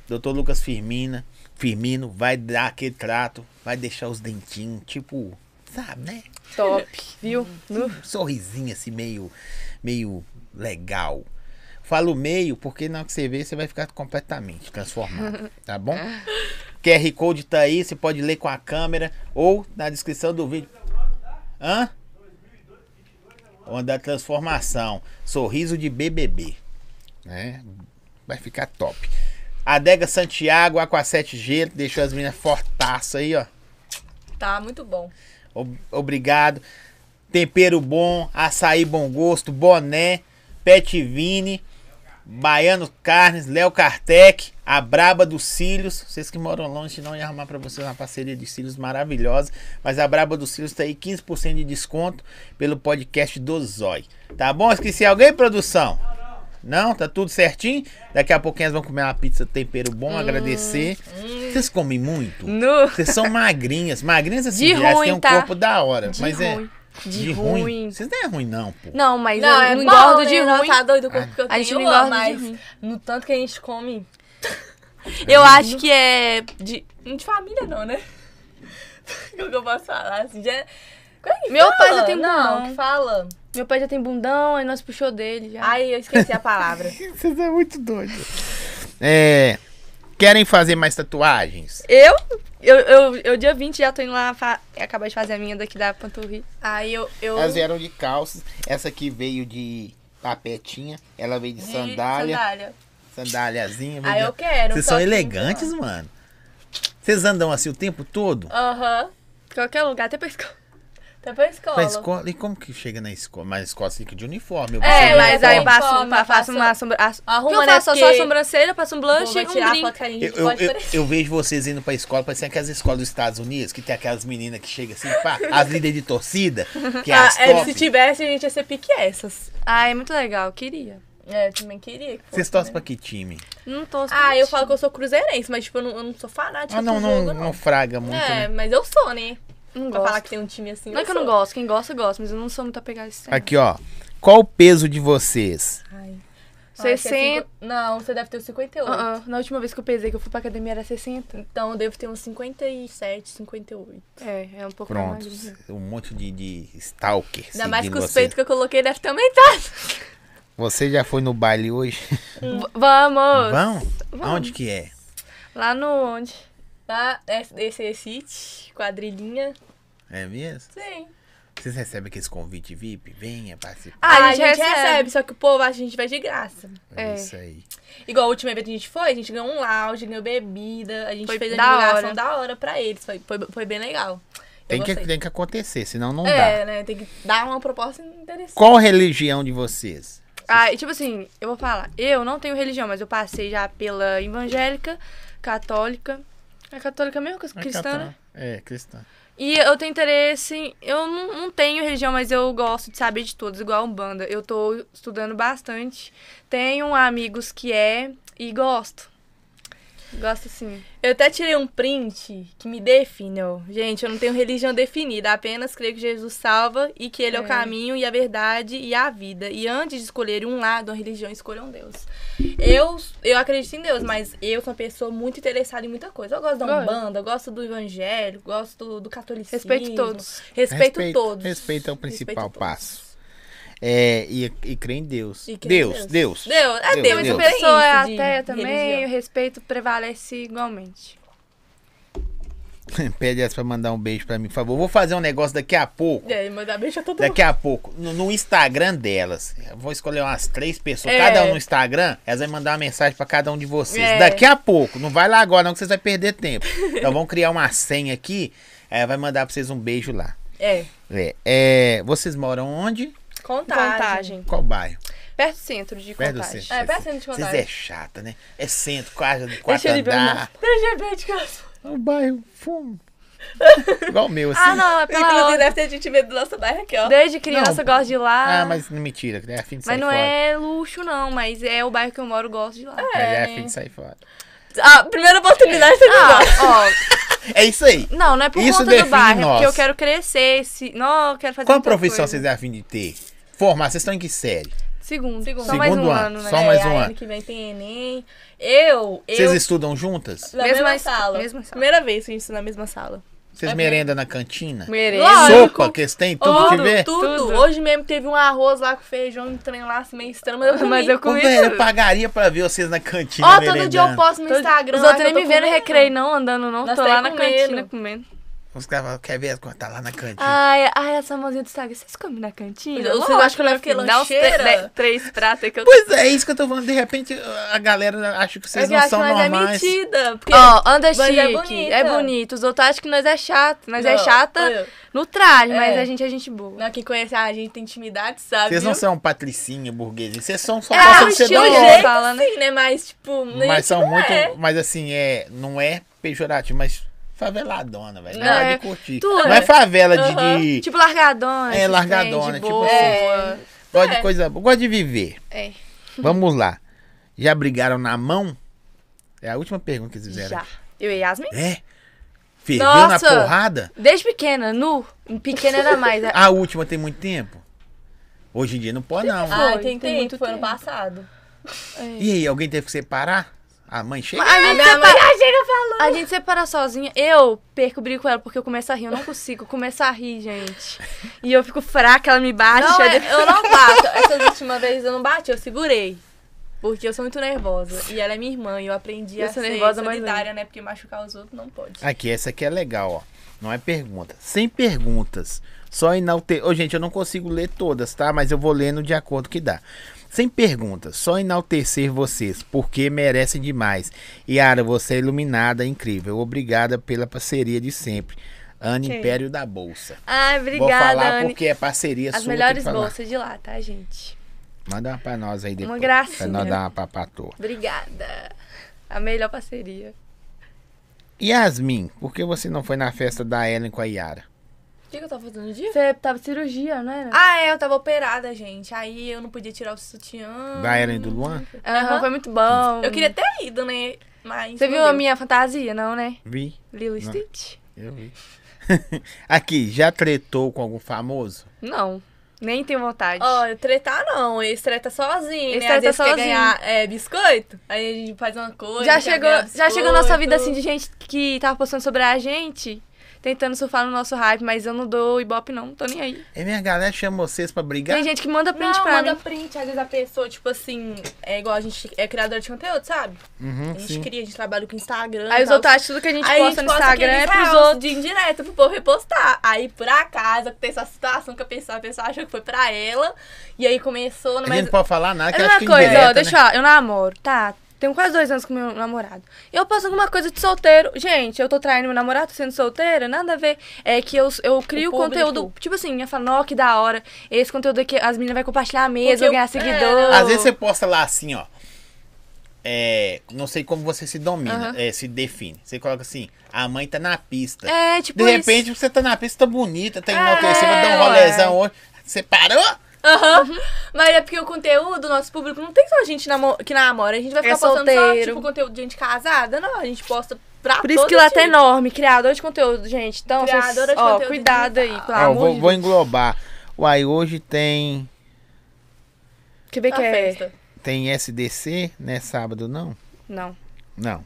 [SPEAKER 1] Dr. Lucas Firmina, Firmino vai dar aquele trato, vai deixar os dentinhos, tipo, sabe, né?
[SPEAKER 2] Top, viu? Nu.
[SPEAKER 1] Um sorrisinho assim, meio, meio legal. Falo meio porque na hora que você vê, você vai ficar completamente transformado, tá bom? QR Code tá aí, você pode ler com a câmera ou na descrição do vídeo. Hã? Onda da transformação. Sorriso de BBB. Né? Vai ficar top. Adega Santiago, Aqua 7G, deixou as meninas fortaça aí, ó.
[SPEAKER 3] Tá muito bom.
[SPEAKER 1] Ob- Obrigado. Tempero bom, açaí bom gosto, boné, pet vini, baiano carnes, Léo Kartek, a braba dos cílios. Vocês que moram longe não ia arrumar pra vocês uma parceria de cílios maravilhosa, mas a braba dos cílios tá aí 15% de desconto pelo podcast do Zói. Tá bom? Esqueci alguém, produção? Não, tá tudo certinho? Daqui a pouquinho elas vão comer uma pizza tempero bom, agradecer. Vocês comem muito?
[SPEAKER 2] Nu.
[SPEAKER 1] Vocês são magrinhas. Magrinhas assim,
[SPEAKER 2] De
[SPEAKER 1] elas
[SPEAKER 2] ruim,
[SPEAKER 1] têm um
[SPEAKER 2] tá?
[SPEAKER 1] corpo da hora.
[SPEAKER 2] De
[SPEAKER 1] mas
[SPEAKER 2] ruim.
[SPEAKER 1] é.
[SPEAKER 2] De ruim.
[SPEAKER 1] Vocês não é ruim, não, pô.
[SPEAKER 2] Não, mas eu não é
[SPEAKER 3] bom,
[SPEAKER 2] engordo
[SPEAKER 3] né?
[SPEAKER 2] de
[SPEAKER 3] Não
[SPEAKER 2] ruim.
[SPEAKER 3] tá doido o
[SPEAKER 1] Ah.
[SPEAKER 3] corpo que eu
[SPEAKER 2] A
[SPEAKER 3] tenho,
[SPEAKER 2] gente não engorda de
[SPEAKER 3] mas
[SPEAKER 2] ruim.
[SPEAKER 3] no tanto que a gente come.
[SPEAKER 2] Eu acho que é
[SPEAKER 3] De, de família, não, né? O que eu posso falar? Assim, já... Como é que
[SPEAKER 2] Meu
[SPEAKER 3] fala?
[SPEAKER 2] pai já tem
[SPEAKER 3] Não,
[SPEAKER 2] bom.
[SPEAKER 3] que fala.
[SPEAKER 2] Meu pai já tem bundão, aí nós puxou dele já.
[SPEAKER 3] Ai, eu esqueci a palavra.
[SPEAKER 1] Vocês é muito doido. É. Querem fazer mais tatuagens?
[SPEAKER 2] Eu, eu, eu, eu dia 20 já tô indo lá fa- acabar de fazer a minha daqui da panturrilha.
[SPEAKER 3] Aí eu. eu...
[SPEAKER 1] Elas vieram de calças. Essa aqui veio de papetinha. Ela veio de,
[SPEAKER 3] de
[SPEAKER 1] sandália.
[SPEAKER 3] sandália.
[SPEAKER 1] Sandáliazinha.
[SPEAKER 2] Ah,
[SPEAKER 1] veio
[SPEAKER 3] Aí
[SPEAKER 1] de-
[SPEAKER 3] eu quero.
[SPEAKER 1] Vocês
[SPEAKER 3] só
[SPEAKER 1] são
[SPEAKER 3] que-
[SPEAKER 1] elegantes, mano. Vocês andam assim o tempo todo?
[SPEAKER 3] Aham.
[SPEAKER 2] Qualquer lugar, até pra escola.
[SPEAKER 3] Até pra escola.
[SPEAKER 1] Pra escola. E como que chega na escola? Mas na escola você fica de uniforme. eu
[SPEAKER 3] É,
[SPEAKER 1] percebi
[SPEAKER 2] É, mas
[SPEAKER 1] isso.
[SPEAKER 2] aí
[SPEAKER 3] eu
[SPEAKER 2] passo,
[SPEAKER 3] como,
[SPEAKER 2] pa-
[SPEAKER 3] eu
[SPEAKER 2] faço uma
[SPEAKER 3] faço-
[SPEAKER 2] sombra... as-
[SPEAKER 3] Arruma,
[SPEAKER 2] Porque eu
[SPEAKER 3] né,
[SPEAKER 2] faço um- só a
[SPEAKER 3] porque-
[SPEAKER 2] sobrancelha, passo um
[SPEAKER 3] Vou,
[SPEAKER 2] blush
[SPEAKER 3] vou
[SPEAKER 2] e um
[SPEAKER 3] tirar a
[SPEAKER 2] brinco.
[SPEAKER 3] foto que a gente
[SPEAKER 1] Eu, eu,
[SPEAKER 3] pode
[SPEAKER 1] eu,
[SPEAKER 3] parecer.
[SPEAKER 1] eu vejo vocês indo pra escola, parece aquelas escolas dos Estados Unidos, que tem aquelas meninas que chegam assim, pá, as líderes de torcida, que é
[SPEAKER 3] Ah,
[SPEAKER 1] as
[SPEAKER 3] é,
[SPEAKER 1] top.
[SPEAKER 3] se tivesse, a gente ia ser pique essas.
[SPEAKER 2] Ah, é muito legal, queria.
[SPEAKER 3] É, eu também queria. que fosse,
[SPEAKER 1] Vocês torcem
[SPEAKER 3] né?
[SPEAKER 1] pra que time?
[SPEAKER 2] Não tô...
[SPEAKER 3] Ah, eu falo que eu sou cruzeirense, mas tipo, eu não, eu não sou fanática
[SPEAKER 1] Ah, não,
[SPEAKER 3] do
[SPEAKER 1] não,
[SPEAKER 3] jogo,
[SPEAKER 1] não,
[SPEAKER 3] não.
[SPEAKER 1] fraga muito,
[SPEAKER 3] é,
[SPEAKER 1] né?
[SPEAKER 3] mas eu sou, né?
[SPEAKER 2] Não
[SPEAKER 3] Pra falar
[SPEAKER 2] gosto.
[SPEAKER 3] que tem um time assim.
[SPEAKER 2] Não é que eu não
[SPEAKER 3] sou. é.
[SPEAKER 2] gosto, quem gosta, gosta, mas eu não sou muito apegada a isso.
[SPEAKER 1] Aqui, ó. Qual o peso de vocês?
[SPEAKER 3] Ai.
[SPEAKER 2] Você
[SPEAKER 3] Ai, você é
[SPEAKER 2] senta-
[SPEAKER 3] cinqu- Não, você deve ter os 58.
[SPEAKER 2] Ah, ah, na última vez que eu pesei que eu fui pra academia era 60.
[SPEAKER 3] Então eu devo ter uns 57, 58.
[SPEAKER 2] É, é um pouco mais.
[SPEAKER 1] Pronto.
[SPEAKER 2] magrinha.
[SPEAKER 1] Um monte de, de stalker.
[SPEAKER 3] Ainda mais que
[SPEAKER 1] seguindo
[SPEAKER 3] os
[SPEAKER 1] você.
[SPEAKER 3] peitos que eu coloquei deve ter aumentado.
[SPEAKER 1] Você já foi no baile hoje?
[SPEAKER 2] V- Vamos!
[SPEAKER 1] Vão?
[SPEAKER 2] Vamos.
[SPEAKER 1] Aonde que é?
[SPEAKER 2] Lá no onde?
[SPEAKER 3] Tá? Esse- Esse é City, quadrilhinha.
[SPEAKER 1] É mesmo?
[SPEAKER 3] Sim.
[SPEAKER 1] Vocês recebem aqueles convite VIP? Venha participar.
[SPEAKER 2] Ah,
[SPEAKER 3] a gente recebe. só que o povo acha que a gente vai de graça.
[SPEAKER 1] É
[SPEAKER 2] é.
[SPEAKER 1] isso aí.
[SPEAKER 3] Igual o último evento que a gente foi, a gente ganhou um lounge, ganhou bebida, a gente
[SPEAKER 2] Foi
[SPEAKER 3] fez a
[SPEAKER 2] da
[SPEAKER 3] divulgação
[SPEAKER 2] hora.
[SPEAKER 3] da hora pra eles. Foi, foi, foi bem legal. Eu
[SPEAKER 1] Tem que,
[SPEAKER 3] gostei.
[SPEAKER 1] tem que acontecer, senão não dá.
[SPEAKER 3] É, né? Tem que dar uma proposta interessante.
[SPEAKER 1] Qual a religião de vocês?
[SPEAKER 2] Ah, e tipo assim, eu vou falar, eu não tenho religião, mas eu passei já pela evangélica, católica. É católica mesmo, cristã, né?
[SPEAKER 1] É, cristã.
[SPEAKER 2] E eu tenho interesse. em- Eu não, não tenho religião, mas eu gosto de saber de todos, igual a Umbanda. Eu tô estudando bastante. Tenho amigos que é e gosto. Gosto assim, sim.
[SPEAKER 3] Eu até tirei um print que me definiu. Gente, eu não tenho religião definida, apenas creio que Jesus salva e que ele é,
[SPEAKER 2] É.
[SPEAKER 3] o caminho e a verdade e a vida. E antes de escolher um lado, uma religião, escolham Deus. Eu, eu acredito em Deus, mas eu sou uma pessoa muito interessada em muita coisa. Eu gosto da
[SPEAKER 2] Gosto.
[SPEAKER 3] Umbanda, eu gosto do evangelho, gosto do, do catolicismo.
[SPEAKER 2] Respeito todos.
[SPEAKER 3] Respeito, todos.
[SPEAKER 1] Respeito é o principal
[SPEAKER 3] Respeito todos.
[SPEAKER 1] passo. É, e, e crê em Deus.
[SPEAKER 3] E crê em
[SPEAKER 1] Deus,
[SPEAKER 3] Deus.
[SPEAKER 1] Deus.
[SPEAKER 3] Deus, é
[SPEAKER 1] Deus,
[SPEAKER 3] Deus.
[SPEAKER 2] Mas
[SPEAKER 1] Deus.
[SPEAKER 2] a
[SPEAKER 3] Tem
[SPEAKER 2] pessoa é
[SPEAKER 3] isso de
[SPEAKER 2] ateia também,
[SPEAKER 3] religião.
[SPEAKER 2] o respeito prevalece igualmente.
[SPEAKER 1] Pede essa pra mandar um beijo pra mim, por favor. Vou fazer um negócio daqui a pouco.
[SPEAKER 3] E aí, mandar beijo a todo mundo.
[SPEAKER 1] Daqui a pouco, no, no Instagram delas. Eu vou escolher umas três pessoas,
[SPEAKER 2] É.
[SPEAKER 1] cada um no Instagram. Elas vão mandar uma mensagem pra cada um de vocês.
[SPEAKER 2] É.
[SPEAKER 1] Daqui a pouco. Não vai lá agora, não, que vocês vão perder tempo. Então vamos criar uma senha aqui. É, vai mandar pra vocês um beijo lá.
[SPEAKER 3] É,
[SPEAKER 1] É, é, vocês moram onde?
[SPEAKER 3] contagem.
[SPEAKER 2] Contagem.
[SPEAKER 1] Qual bairro?
[SPEAKER 2] Perto do centro de
[SPEAKER 1] Perto do
[SPEAKER 2] contagem.
[SPEAKER 1] centro.
[SPEAKER 3] É, perto do centro de
[SPEAKER 1] Vocês
[SPEAKER 3] Contagem. É
[SPEAKER 1] é chata, né? É centro, quase quatro
[SPEAKER 3] Deixa ele ver o
[SPEAKER 1] andar.
[SPEAKER 3] nome. Deixa eu ver de casa.
[SPEAKER 1] É um bairro fumo. Igual o meu, assim.
[SPEAKER 2] Ah, não, é pela
[SPEAKER 3] Inclusive,
[SPEAKER 2] hora.
[SPEAKER 3] deve ter gente medo do nosso bairro aqui, ó.
[SPEAKER 2] Desde criança eu gosto de ir lá.
[SPEAKER 1] Ah, mas não me tira, que é afim de
[SPEAKER 2] mas
[SPEAKER 1] sair
[SPEAKER 2] não
[SPEAKER 1] fora.
[SPEAKER 2] é luxo, não, mas é o bairro que eu moro, eu gosto de ir lá.
[SPEAKER 1] Mas é afim de sair fora.
[SPEAKER 3] Ah, primeira oportunidade você me
[SPEAKER 2] Ah,
[SPEAKER 3] dá.
[SPEAKER 2] ó,
[SPEAKER 1] É isso aí.
[SPEAKER 2] Não, não é por
[SPEAKER 1] Isso
[SPEAKER 2] conta do
[SPEAKER 1] define
[SPEAKER 2] bairro, é
[SPEAKER 1] nós.
[SPEAKER 2] porque eu quero crescer, se... não, eu quero fazer
[SPEAKER 1] Qual
[SPEAKER 2] muita
[SPEAKER 1] profissão
[SPEAKER 2] coisa.
[SPEAKER 1] vocês é afim de ter? Formar, vocês estão em que série?
[SPEAKER 2] Segundo,
[SPEAKER 3] Segundo.
[SPEAKER 2] só mais um
[SPEAKER 1] Segundo
[SPEAKER 2] ano,
[SPEAKER 1] ano,
[SPEAKER 2] né?
[SPEAKER 1] só mais um
[SPEAKER 3] É, aí
[SPEAKER 1] ano.
[SPEAKER 3] Ano que vem tem Enem. Eu,
[SPEAKER 1] Vocês
[SPEAKER 3] eu...
[SPEAKER 1] estudam juntas?
[SPEAKER 3] Na
[SPEAKER 2] Mesma
[SPEAKER 3] mesma,
[SPEAKER 2] es-
[SPEAKER 3] sala.
[SPEAKER 2] mesma sala.
[SPEAKER 3] Primeira vez que a gente está na mesma sala.
[SPEAKER 1] Vocês
[SPEAKER 3] É
[SPEAKER 1] merendam na cantina?
[SPEAKER 2] Merenda.
[SPEAKER 3] Lógico.
[SPEAKER 1] Sopa, que vocês têm tudo que
[SPEAKER 3] Tudo,
[SPEAKER 1] ver?
[SPEAKER 3] tudo,
[SPEAKER 2] Tudo.
[SPEAKER 3] Hoje mesmo teve um arroz lá com feijão, um trem lá, assim, meio estranho, mas eu comi.
[SPEAKER 2] Ah, Mas eu
[SPEAKER 1] Ô,
[SPEAKER 2] comi.
[SPEAKER 1] velho, eu pagaria pra ver vocês na cantina
[SPEAKER 3] Ó, todo
[SPEAKER 1] merendando.
[SPEAKER 3] dia eu posto no
[SPEAKER 2] Todo-
[SPEAKER 3] Instagram.
[SPEAKER 2] Os
[SPEAKER 3] lá
[SPEAKER 2] outros
[SPEAKER 3] que
[SPEAKER 2] nem
[SPEAKER 3] eu tô
[SPEAKER 2] me vendo no
[SPEAKER 3] comendo.
[SPEAKER 2] recreio, não, andando, não.
[SPEAKER 3] Nós
[SPEAKER 2] Tô
[SPEAKER 3] tá
[SPEAKER 2] lá
[SPEAKER 3] aí
[SPEAKER 2] na
[SPEAKER 3] comendo.
[SPEAKER 2] cantina comendo.
[SPEAKER 1] Os caras falam, quer ver quando tá lá na
[SPEAKER 3] Ah,
[SPEAKER 1] cantina?
[SPEAKER 2] Ai, ai, essa mãozinha do Instagram, vocês comem na cantina?
[SPEAKER 3] Vocês acham que eu levo que
[SPEAKER 2] Dá uns
[SPEAKER 3] lancheira?
[SPEAKER 2] tre- de- três pratos aí que eu...
[SPEAKER 1] Pois é, é isso que eu tô falando. De repente, a galera acha que
[SPEAKER 3] É
[SPEAKER 1] vocês
[SPEAKER 3] que
[SPEAKER 1] não
[SPEAKER 3] eu acho que
[SPEAKER 1] são
[SPEAKER 3] nós é
[SPEAKER 1] normais.
[SPEAKER 3] mentira. Porque...
[SPEAKER 2] Ó, anda
[SPEAKER 3] Mas é
[SPEAKER 2] chique, é bonito.
[SPEAKER 3] bonita.
[SPEAKER 2] Os outros acham que nós é chato, nós é
[SPEAKER 3] Não,
[SPEAKER 2] chata
[SPEAKER 3] olha,
[SPEAKER 2] no traje, mas
[SPEAKER 3] É.
[SPEAKER 2] a gente é gente boa.
[SPEAKER 3] Não, quem conhece ah, a gente tem intimidade, sabe?
[SPEAKER 1] Vocês não
[SPEAKER 3] viu?
[SPEAKER 1] são patricinha, burguesinha. Vocês são só
[SPEAKER 2] É,
[SPEAKER 1] gostam
[SPEAKER 2] o
[SPEAKER 1] de ser
[SPEAKER 2] estilo
[SPEAKER 1] da
[SPEAKER 2] de
[SPEAKER 1] hora.
[SPEAKER 2] jeito.
[SPEAKER 3] fala,
[SPEAKER 2] fala, né?
[SPEAKER 3] né? Sim, né? Mas, tipo, nem-
[SPEAKER 1] Mas são
[SPEAKER 3] não
[SPEAKER 1] muito.
[SPEAKER 3] é.
[SPEAKER 1] Mas assim, é, não é pejorativo, mas faveladona, velho.
[SPEAKER 2] Não,
[SPEAKER 1] Não,
[SPEAKER 2] é
[SPEAKER 1] de curtir.
[SPEAKER 2] tudo.
[SPEAKER 1] Não é favela de.
[SPEAKER 3] Aham.
[SPEAKER 1] de-
[SPEAKER 2] Tipo largadona.
[SPEAKER 1] É,
[SPEAKER 2] esses
[SPEAKER 1] largadona,
[SPEAKER 2] trem de
[SPEAKER 1] tipo
[SPEAKER 2] boa.
[SPEAKER 3] assim.
[SPEAKER 1] gosta
[SPEAKER 3] é.
[SPEAKER 1] de coisa boa. Gosta de viver.
[SPEAKER 2] É.
[SPEAKER 1] Vamos lá. Já brigaram na mão? É a última pergunta que eles fizeram.
[SPEAKER 2] Já. Eu e Yasmin?
[SPEAKER 1] É? Ferveu na
[SPEAKER 2] Nossa.
[SPEAKER 1] porrada?
[SPEAKER 2] Desde pequena, nu. Pequena era mais. é. a-
[SPEAKER 1] A última tem muito tempo? Hoje em dia não pode, não. né?
[SPEAKER 2] Ah,
[SPEAKER 3] Ah,
[SPEAKER 2] Foi, tem tem
[SPEAKER 3] tem, tem
[SPEAKER 2] muito
[SPEAKER 3] muito. Foi ano
[SPEAKER 2] tempo.
[SPEAKER 3] passado.
[SPEAKER 2] É.
[SPEAKER 1] E aí, alguém teve que separar? A mãe chega.
[SPEAKER 2] A gente,
[SPEAKER 3] minha mãe
[SPEAKER 2] separa,
[SPEAKER 3] já chega falando.
[SPEAKER 2] a gente separa sozinha. Eu perco o brilho com ela porque eu começo a rir. Eu não consigo começar a rir, gente. E eu fico fraca, ela me bate.
[SPEAKER 3] Não,
[SPEAKER 2] eu
[SPEAKER 3] é-
[SPEAKER 2] de-
[SPEAKER 3] eu não bato. Essa última vez eu não bati, eu segurei. Porque eu sou muito nervosa. E ela é minha irmã. E eu aprendi
[SPEAKER 2] Eu
[SPEAKER 3] a
[SPEAKER 2] sou
[SPEAKER 3] ser
[SPEAKER 2] nervosa, mas
[SPEAKER 3] solidária, né? Porque machucar os outros não pode.
[SPEAKER 1] Aqui, essa aqui é legal, ó. Não é pergunta. Sem perguntas. Só enaltecer. Ô, gente, eu não consigo ler todas, tá? Mas eu vou lendo de acordo que dá. Sem perguntas, só enaltecer vocês, porque merecem demais. Yara, você é iluminada, incrível. Obrigada pela parceria de sempre. Ana
[SPEAKER 2] Ok.
[SPEAKER 1] Império da Bolsa.
[SPEAKER 2] Ai,
[SPEAKER 1] vou falar
[SPEAKER 2] obrigada, Anne.
[SPEAKER 1] porque é parceria
[SPEAKER 2] As
[SPEAKER 1] sua. tem
[SPEAKER 2] melhores
[SPEAKER 1] que falar.
[SPEAKER 2] bolsas de lá, tá, gente?
[SPEAKER 1] Manda uma pra nós aí depois. Pra
[SPEAKER 2] gracinha.
[SPEAKER 1] nós dar uma papatua.
[SPEAKER 2] Obrigada. A melhor parceria.
[SPEAKER 1] Yasmin, por que você não foi na festa da Ellen com a Yara?
[SPEAKER 3] O que, que eu tava fazendo no dia?
[SPEAKER 2] Você é, tava de cirurgia, não era?
[SPEAKER 3] Ah, é, eu tava operada, gente. Aí eu não podia tirar o sutiã.
[SPEAKER 1] Da Ellen e do Luan?
[SPEAKER 2] Ah, Aham,
[SPEAKER 3] aham.
[SPEAKER 2] foi muito bom.
[SPEAKER 3] Eu queria ter ido, né? Mas.
[SPEAKER 2] Você
[SPEAKER 3] não
[SPEAKER 2] viu a
[SPEAKER 3] deu.
[SPEAKER 2] minha fantasia, não, né?
[SPEAKER 1] Vi.
[SPEAKER 2] Lilo e
[SPEAKER 1] Não.
[SPEAKER 2] Stitch?
[SPEAKER 1] Eu vi. Aqui, já tretou com algum famoso?
[SPEAKER 2] Não. Nem tenho vontade.
[SPEAKER 3] Ó, tretar não, eles treta sozinho,
[SPEAKER 2] Eles
[SPEAKER 3] né?
[SPEAKER 2] treta
[SPEAKER 3] Às vezes
[SPEAKER 2] sozinho.
[SPEAKER 3] quer ganhar é, biscoito, aí a gente faz uma coisa.
[SPEAKER 2] já
[SPEAKER 3] quer
[SPEAKER 2] chegou,
[SPEAKER 3] ganhar
[SPEAKER 2] já chegou nossa vida assim
[SPEAKER 3] biscoito.
[SPEAKER 2] de gente que tava postando sobre a gente, tentando surfar no nosso hype, mas eu não dou ibope não, tô nem aí.
[SPEAKER 1] É minha galera chama vocês pra brigar?
[SPEAKER 2] Tem gente que manda assim print
[SPEAKER 3] não,
[SPEAKER 2] pra
[SPEAKER 3] manda
[SPEAKER 2] mim.
[SPEAKER 3] print, às vezes a pessoa, tipo assim, é igual a gente é criador de conteúdo, sabe?
[SPEAKER 1] Uhum,
[SPEAKER 3] A gente
[SPEAKER 1] sim.
[SPEAKER 3] cria, a gente trabalha com Instagram.
[SPEAKER 2] Aí
[SPEAKER 3] e
[SPEAKER 2] os
[SPEAKER 3] tal.
[SPEAKER 2] outros acham tudo que a gente
[SPEAKER 3] Aí
[SPEAKER 2] posta no Instagram é
[SPEAKER 3] aqueles
[SPEAKER 2] pros
[SPEAKER 3] reels
[SPEAKER 2] outros.
[SPEAKER 3] de indireto pro povo repostar. Aí, por acaso, aconteceu essa situação que a pessoa, a pessoa achou que foi pra ela. E aí começou,
[SPEAKER 1] A
[SPEAKER 3] mas...
[SPEAKER 1] gente não pode falar nada, que
[SPEAKER 2] É
[SPEAKER 1] acho
[SPEAKER 2] uma
[SPEAKER 1] que é
[SPEAKER 2] coisa,
[SPEAKER 1] indireta,
[SPEAKER 2] ó, deixa
[SPEAKER 1] né?
[SPEAKER 2] eu falar, eu namoro, tá? Tenho quase dois anos com meu namorado. Eu posto alguma coisa de solteiro. Gente, eu tô traindo meu namorado, tô sendo solteira, nada a ver. É que eu, eu crio
[SPEAKER 3] público.
[SPEAKER 2] conteúdo, tipo assim, eu falo, ó, que da hora. Esse conteúdo aqui, as meninas vão compartilhar mesmo,
[SPEAKER 3] Porque
[SPEAKER 2] vou
[SPEAKER 3] eu-
[SPEAKER 2] ganhar
[SPEAKER 3] é,
[SPEAKER 2] seguidor.
[SPEAKER 1] Às vezes você posta lá assim, ó. É, não sei como você se domina,
[SPEAKER 2] Aham.
[SPEAKER 1] é, se define. Você coloca assim, a mãe tá na pista.
[SPEAKER 2] É, Ah, tipo
[SPEAKER 1] De
[SPEAKER 2] isso.
[SPEAKER 1] repente você tá na pista, tá bonita, tá enlouquecida, vai dar um
[SPEAKER 2] ué.
[SPEAKER 1] rolezão hoje. Você parou?
[SPEAKER 3] Aham. Mas é porque o conteúdo, nosso público, não tem só gente namo- que namora. A gente vai ficar
[SPEAKER 2] É
[SPEAKER 3] postando
[SPEAKER 2] solteiro.
[SPEAKER 3] só, tipo, conteúdo de gente casada. Não, a gente posta pra
[SPEAKER 2] Por isso
[SPEAKER 3] todo
[SPEAKER 2] que lá tá
[SPEAKER 3] tipo.
[SPEAKER 2] enorme, criador de conteúdo, gente. Então, vocês-
[SPEAKER 3] Criadora de
[SPEAKER 2] ó,
[SPEAKER 3] conteúdo
[SPEAKER 2] cuidado aí,
[SPEAKER 3] digital.
[SPEAKER 2] pelo
[SPEAKER 1] Ó,
[SPEAKER 2] amor
[SPEAKER 1] Ah, vou,
[SPEAKER 2] de
[SPEAKER 1] vou
[SPEAKER 2] Deus.
[SPEAKER 1] englobar. Uai, hoje tem,
[SPEAKER 2] Quer ver
[SPEAKER 3] Tá
[SPEAKER 2] que é?
[SPEAKER 3] festa.
[SPEAKER 1] tem SDC, né? Sábado não?
[SPEAKER 2] Não.
[SPEAKER 1] Não,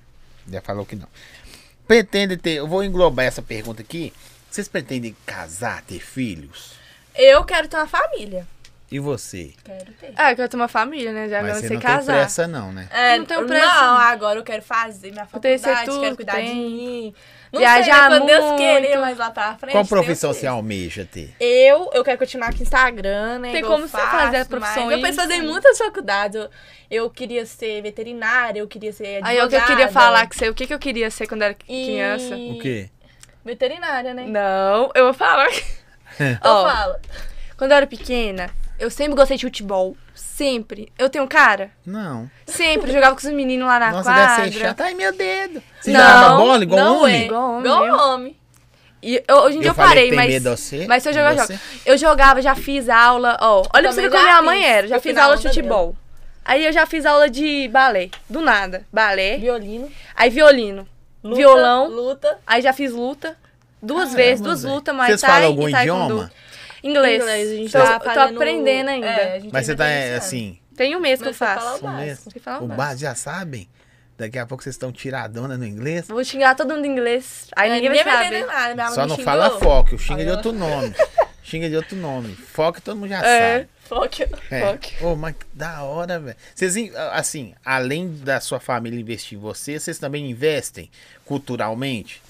[SPEAKER 1] já falou que não. Pretende ter, eu vou englobar essa pergunta aqui. Vocês pretendem casar, ter filhos?
[SPEAKER 3] Eu quero ter uma família.
[SPEAKER 1] E você?
[SPEAKER 3] Quero ter.
[SPEAKER 2] Ah, eu quero ter uma família, né? Já
[SPEAKER 1] Mas
[SPEAKER 2] não
[SPEAKER 1] você
[SPEAKER 2] sei
[SPEAKER 1] não tem
[SPEAKER 2] casar.
[SPEAKER 1] pressa não, né?
[SPEAKER 3] É,
[SPEAKER 2] Não tenho pressa.
[SPEAKER 3] Não, agora eu quero fazer minha
[SPEAKER 2] Porque isso é
[SPEAKER 3] faculdade,
[SPEAKER 2] tudo
[SPEAKER 3] quero cuidar de
[SPEAKER 2] tem.
[SPEAKER 3] mim. Não
[SPEAKER 2] Viajar
[SPEAKER 3] sei, né, quando Deus
[SPEAKER 2] muito.
[SPEAKER 3] querer, mas lá pra frente.
[SPEAKER 1] Qual
[SPEAKER 2] um
[SPEAKER 1] profissão assim,
[SPEAKER 3] Deus
[SPEAKER 1] você
[SPEAKER 3] queira.
[SPEAKER 1] almeja ter?
[SPEAKER 3] Eu, eu quero continuar com Instagram, né?
[SPEAKER 2] Tem
[SPEAKER 3] igual
[SPEAKER 2] como
[SPEAKER 3] eu
[SPEAKER 2] você
[SPEAKER 3] faço,
[SPEAKER 2] fazer a
[SPEAKER 3] mas
[SPEAKER 2] profissão,
[SPEAKER 3] Eu pensei
[SPEAKER 2] isso.
[SPEAKER 3] em muitas faculdades. Eu, eu queria ser veterinária, eu queria ser advogada.
[SPEAKER 2] Aí é o que eu queria falar que é sei o que que eu queria ser quando era
[SPEAKER 3] E-
[SPEAKER 2] criança.
[SPEAKER 1] O quê? Hum.
[SPEAKER 3] Veterinária, né?
[SPEAKER 2] Não, eu vou falar.
[SPEAKER 3] Eu
[SPEAKER 2] Ó,
[SPEAKER 3] falo.
[SPEAKER 2] quando eu era pequena, eu sempre gostei de futebol. Sempre. Eu tenho um cara?
[SPEAKER 1] Não.
[SPEAKER 2] Sempre. Jogava com os meninos lá na
[SPEAKER 1] Nossa,
[SPEAKER 2] Tá quadra.
[SPEAKER 1] deve ser chato. Ai, meu dedo. Você
[SPEAKER 2] Não,
[SPEAKER 1] jogava bola igual
[SPEAKER 3] não
[SPEAKER 1] homem?
[SPEAKER 3] é.
[SPEAKER 2] Igual homem, né?
[SPEAKER 3] Igual
[SPEAKER 2] eu.
[SPEAKER 3] homem.
[SPEAKER 2] E eu- hoje em dia eu,
[SPEAKER 1] falei
[SPEAKER 2] parei,
[SPEAKER 1] que tem
[SPEAKER 2] mas.
[SPEAKER 1] medo a você,
[SPEAKER 2] mas se eu
[SPEAKER 1] de
[SPEAKER 2] jogar, eu
[SPEAKER 1] você.
[SPEAKER 2] jogo. Eu jogava, já fiz aula. Ó, olha pra você ver
[SPEAKER 3] Também
[SPEAKER 2] como
[SPEAKER 3] já
[SPEAKER 2] minha mãe
[SPEAKER 3] fiz.
[SPEAKER 2] era. Já
[SPEAKER 3] Eu
[SPEAKER 2] fiz
[SPEAKER 3] fui na
[SPEAKER 2] aula de
[SPEAKER 3] onda dela.
[SPEAKER 2] futebol. Aí eu já fiz aula de balé. Do nada. Balé.
[SPEAKER 3] Violino.
[SPEAKER 2] Aí violino.
[SPEAKER 3] luta,
[SPEAKER 2] violão.
[SPEAKER 3] Luta.
[SPEAKER 2] Aí já fiz luta. Duas
[SPEAKER 1] Caramba,
[SPEAKER 2] vezes, duas
[SPEAKER 1] velho.
[SPEAKER 2] lutas, mas
[SPEAKER 1] Ah,
[SPEAKER 2] tá
[SPEAKER 1] Vocês falam algum idioma?
[SPEAKER 2] Inglês.
[SPEAKER 3] Inglês, a gente
[SPEAKER 2] tô,
[SPEAKER 3] tá
[SPEAKER 2] tô
[SPEAKER 3] fazendo-
[SPEAKER 2] aprendendo ainda.
[SPEAKER 3] É, a gente
[SPEAKER 1] Mas você
[SPEAKER 3] ainda
[SPEAKER 1] tá,
[SPEAKER 3] esse
[SPEAKER 1] é,
[SPEAKER 3] ano.
[SPEAKER 1] assim...
[SPEAKER 2] Tem um mês que eu
[SPEAKER 3] Mas você fala
[SPEAKER 2] faço.
[SPEAKER 3] o básico.
[SPEAKER 1] mesmo?
[SPEAKER 2] Tem que falar
[SPEAKER 1] O
[SPEAKER 2] mais.
[SPEAKER 1] básico já sabem? Daqui a pouco vocês estão tiradona no inglês?
[SPEAKER 2] Vou xingar todo mundo em inglês. Aí
[SPEAKER 3] É,
[SPEAKER 2] ninguém vai saber.
[SPEAKER 3] entender nada. Minha
[SPEAKER 1] Só
[SPEAKER 3] mãe
[SPEAKER 1] não
[SPEAKER 3] me
[SPEAKER 1] fala
[SPEAKER 3] xingou.
[SPEAKER 1] foco, xinga de
[SPEAKER 3] Falou.
[SPEAKER 1] outro nome. xinga de outro nome. Foco todo mundo já
[SPEAKER 2] É.
[SPEAKER 1] sabe.
[SPEAKER 3] Foco.
[SPEAKER 1] É.
[SPEAKER 2] Fuck.
[SPEAKER 1] Ô, mas que da hora, velho. Vocês, in- assim, além da sua família investir em você, vocês também investem culturalmente?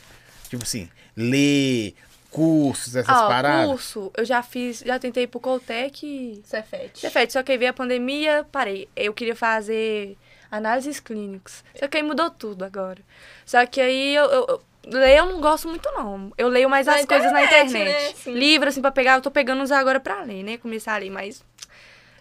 [SPEAKER 1] Tipo assim, ler, cursos, essas
[SPEAKER 2] Ó,
[SPEAKER 1] paradas?
[SPEAKER 2] curso, eu já fiz, já tentei ir pro Coltec e...
[SPEAKER 3] Isso é fete.
[SPEAKER 2] Defeito, só que aí veio a pandemia, parei. Eu queria fazer análises clínicas. Só que aí mudou tudo agora. Só que aí eu... eu- eu- Ler eu não gosto muito, não. Eu leio mais
[SPEAKER 3] Na
[SPEAKER 2] as coisas na
[SPEAKER 3] internet,
[SPEAKER 2] internet.
[SPEAKER 3] né? Sim.
[SPEAKER 2] Livro, assim, pra pegar. Eu tô pegando uns agora pra ler, né? Começar a ler, mas...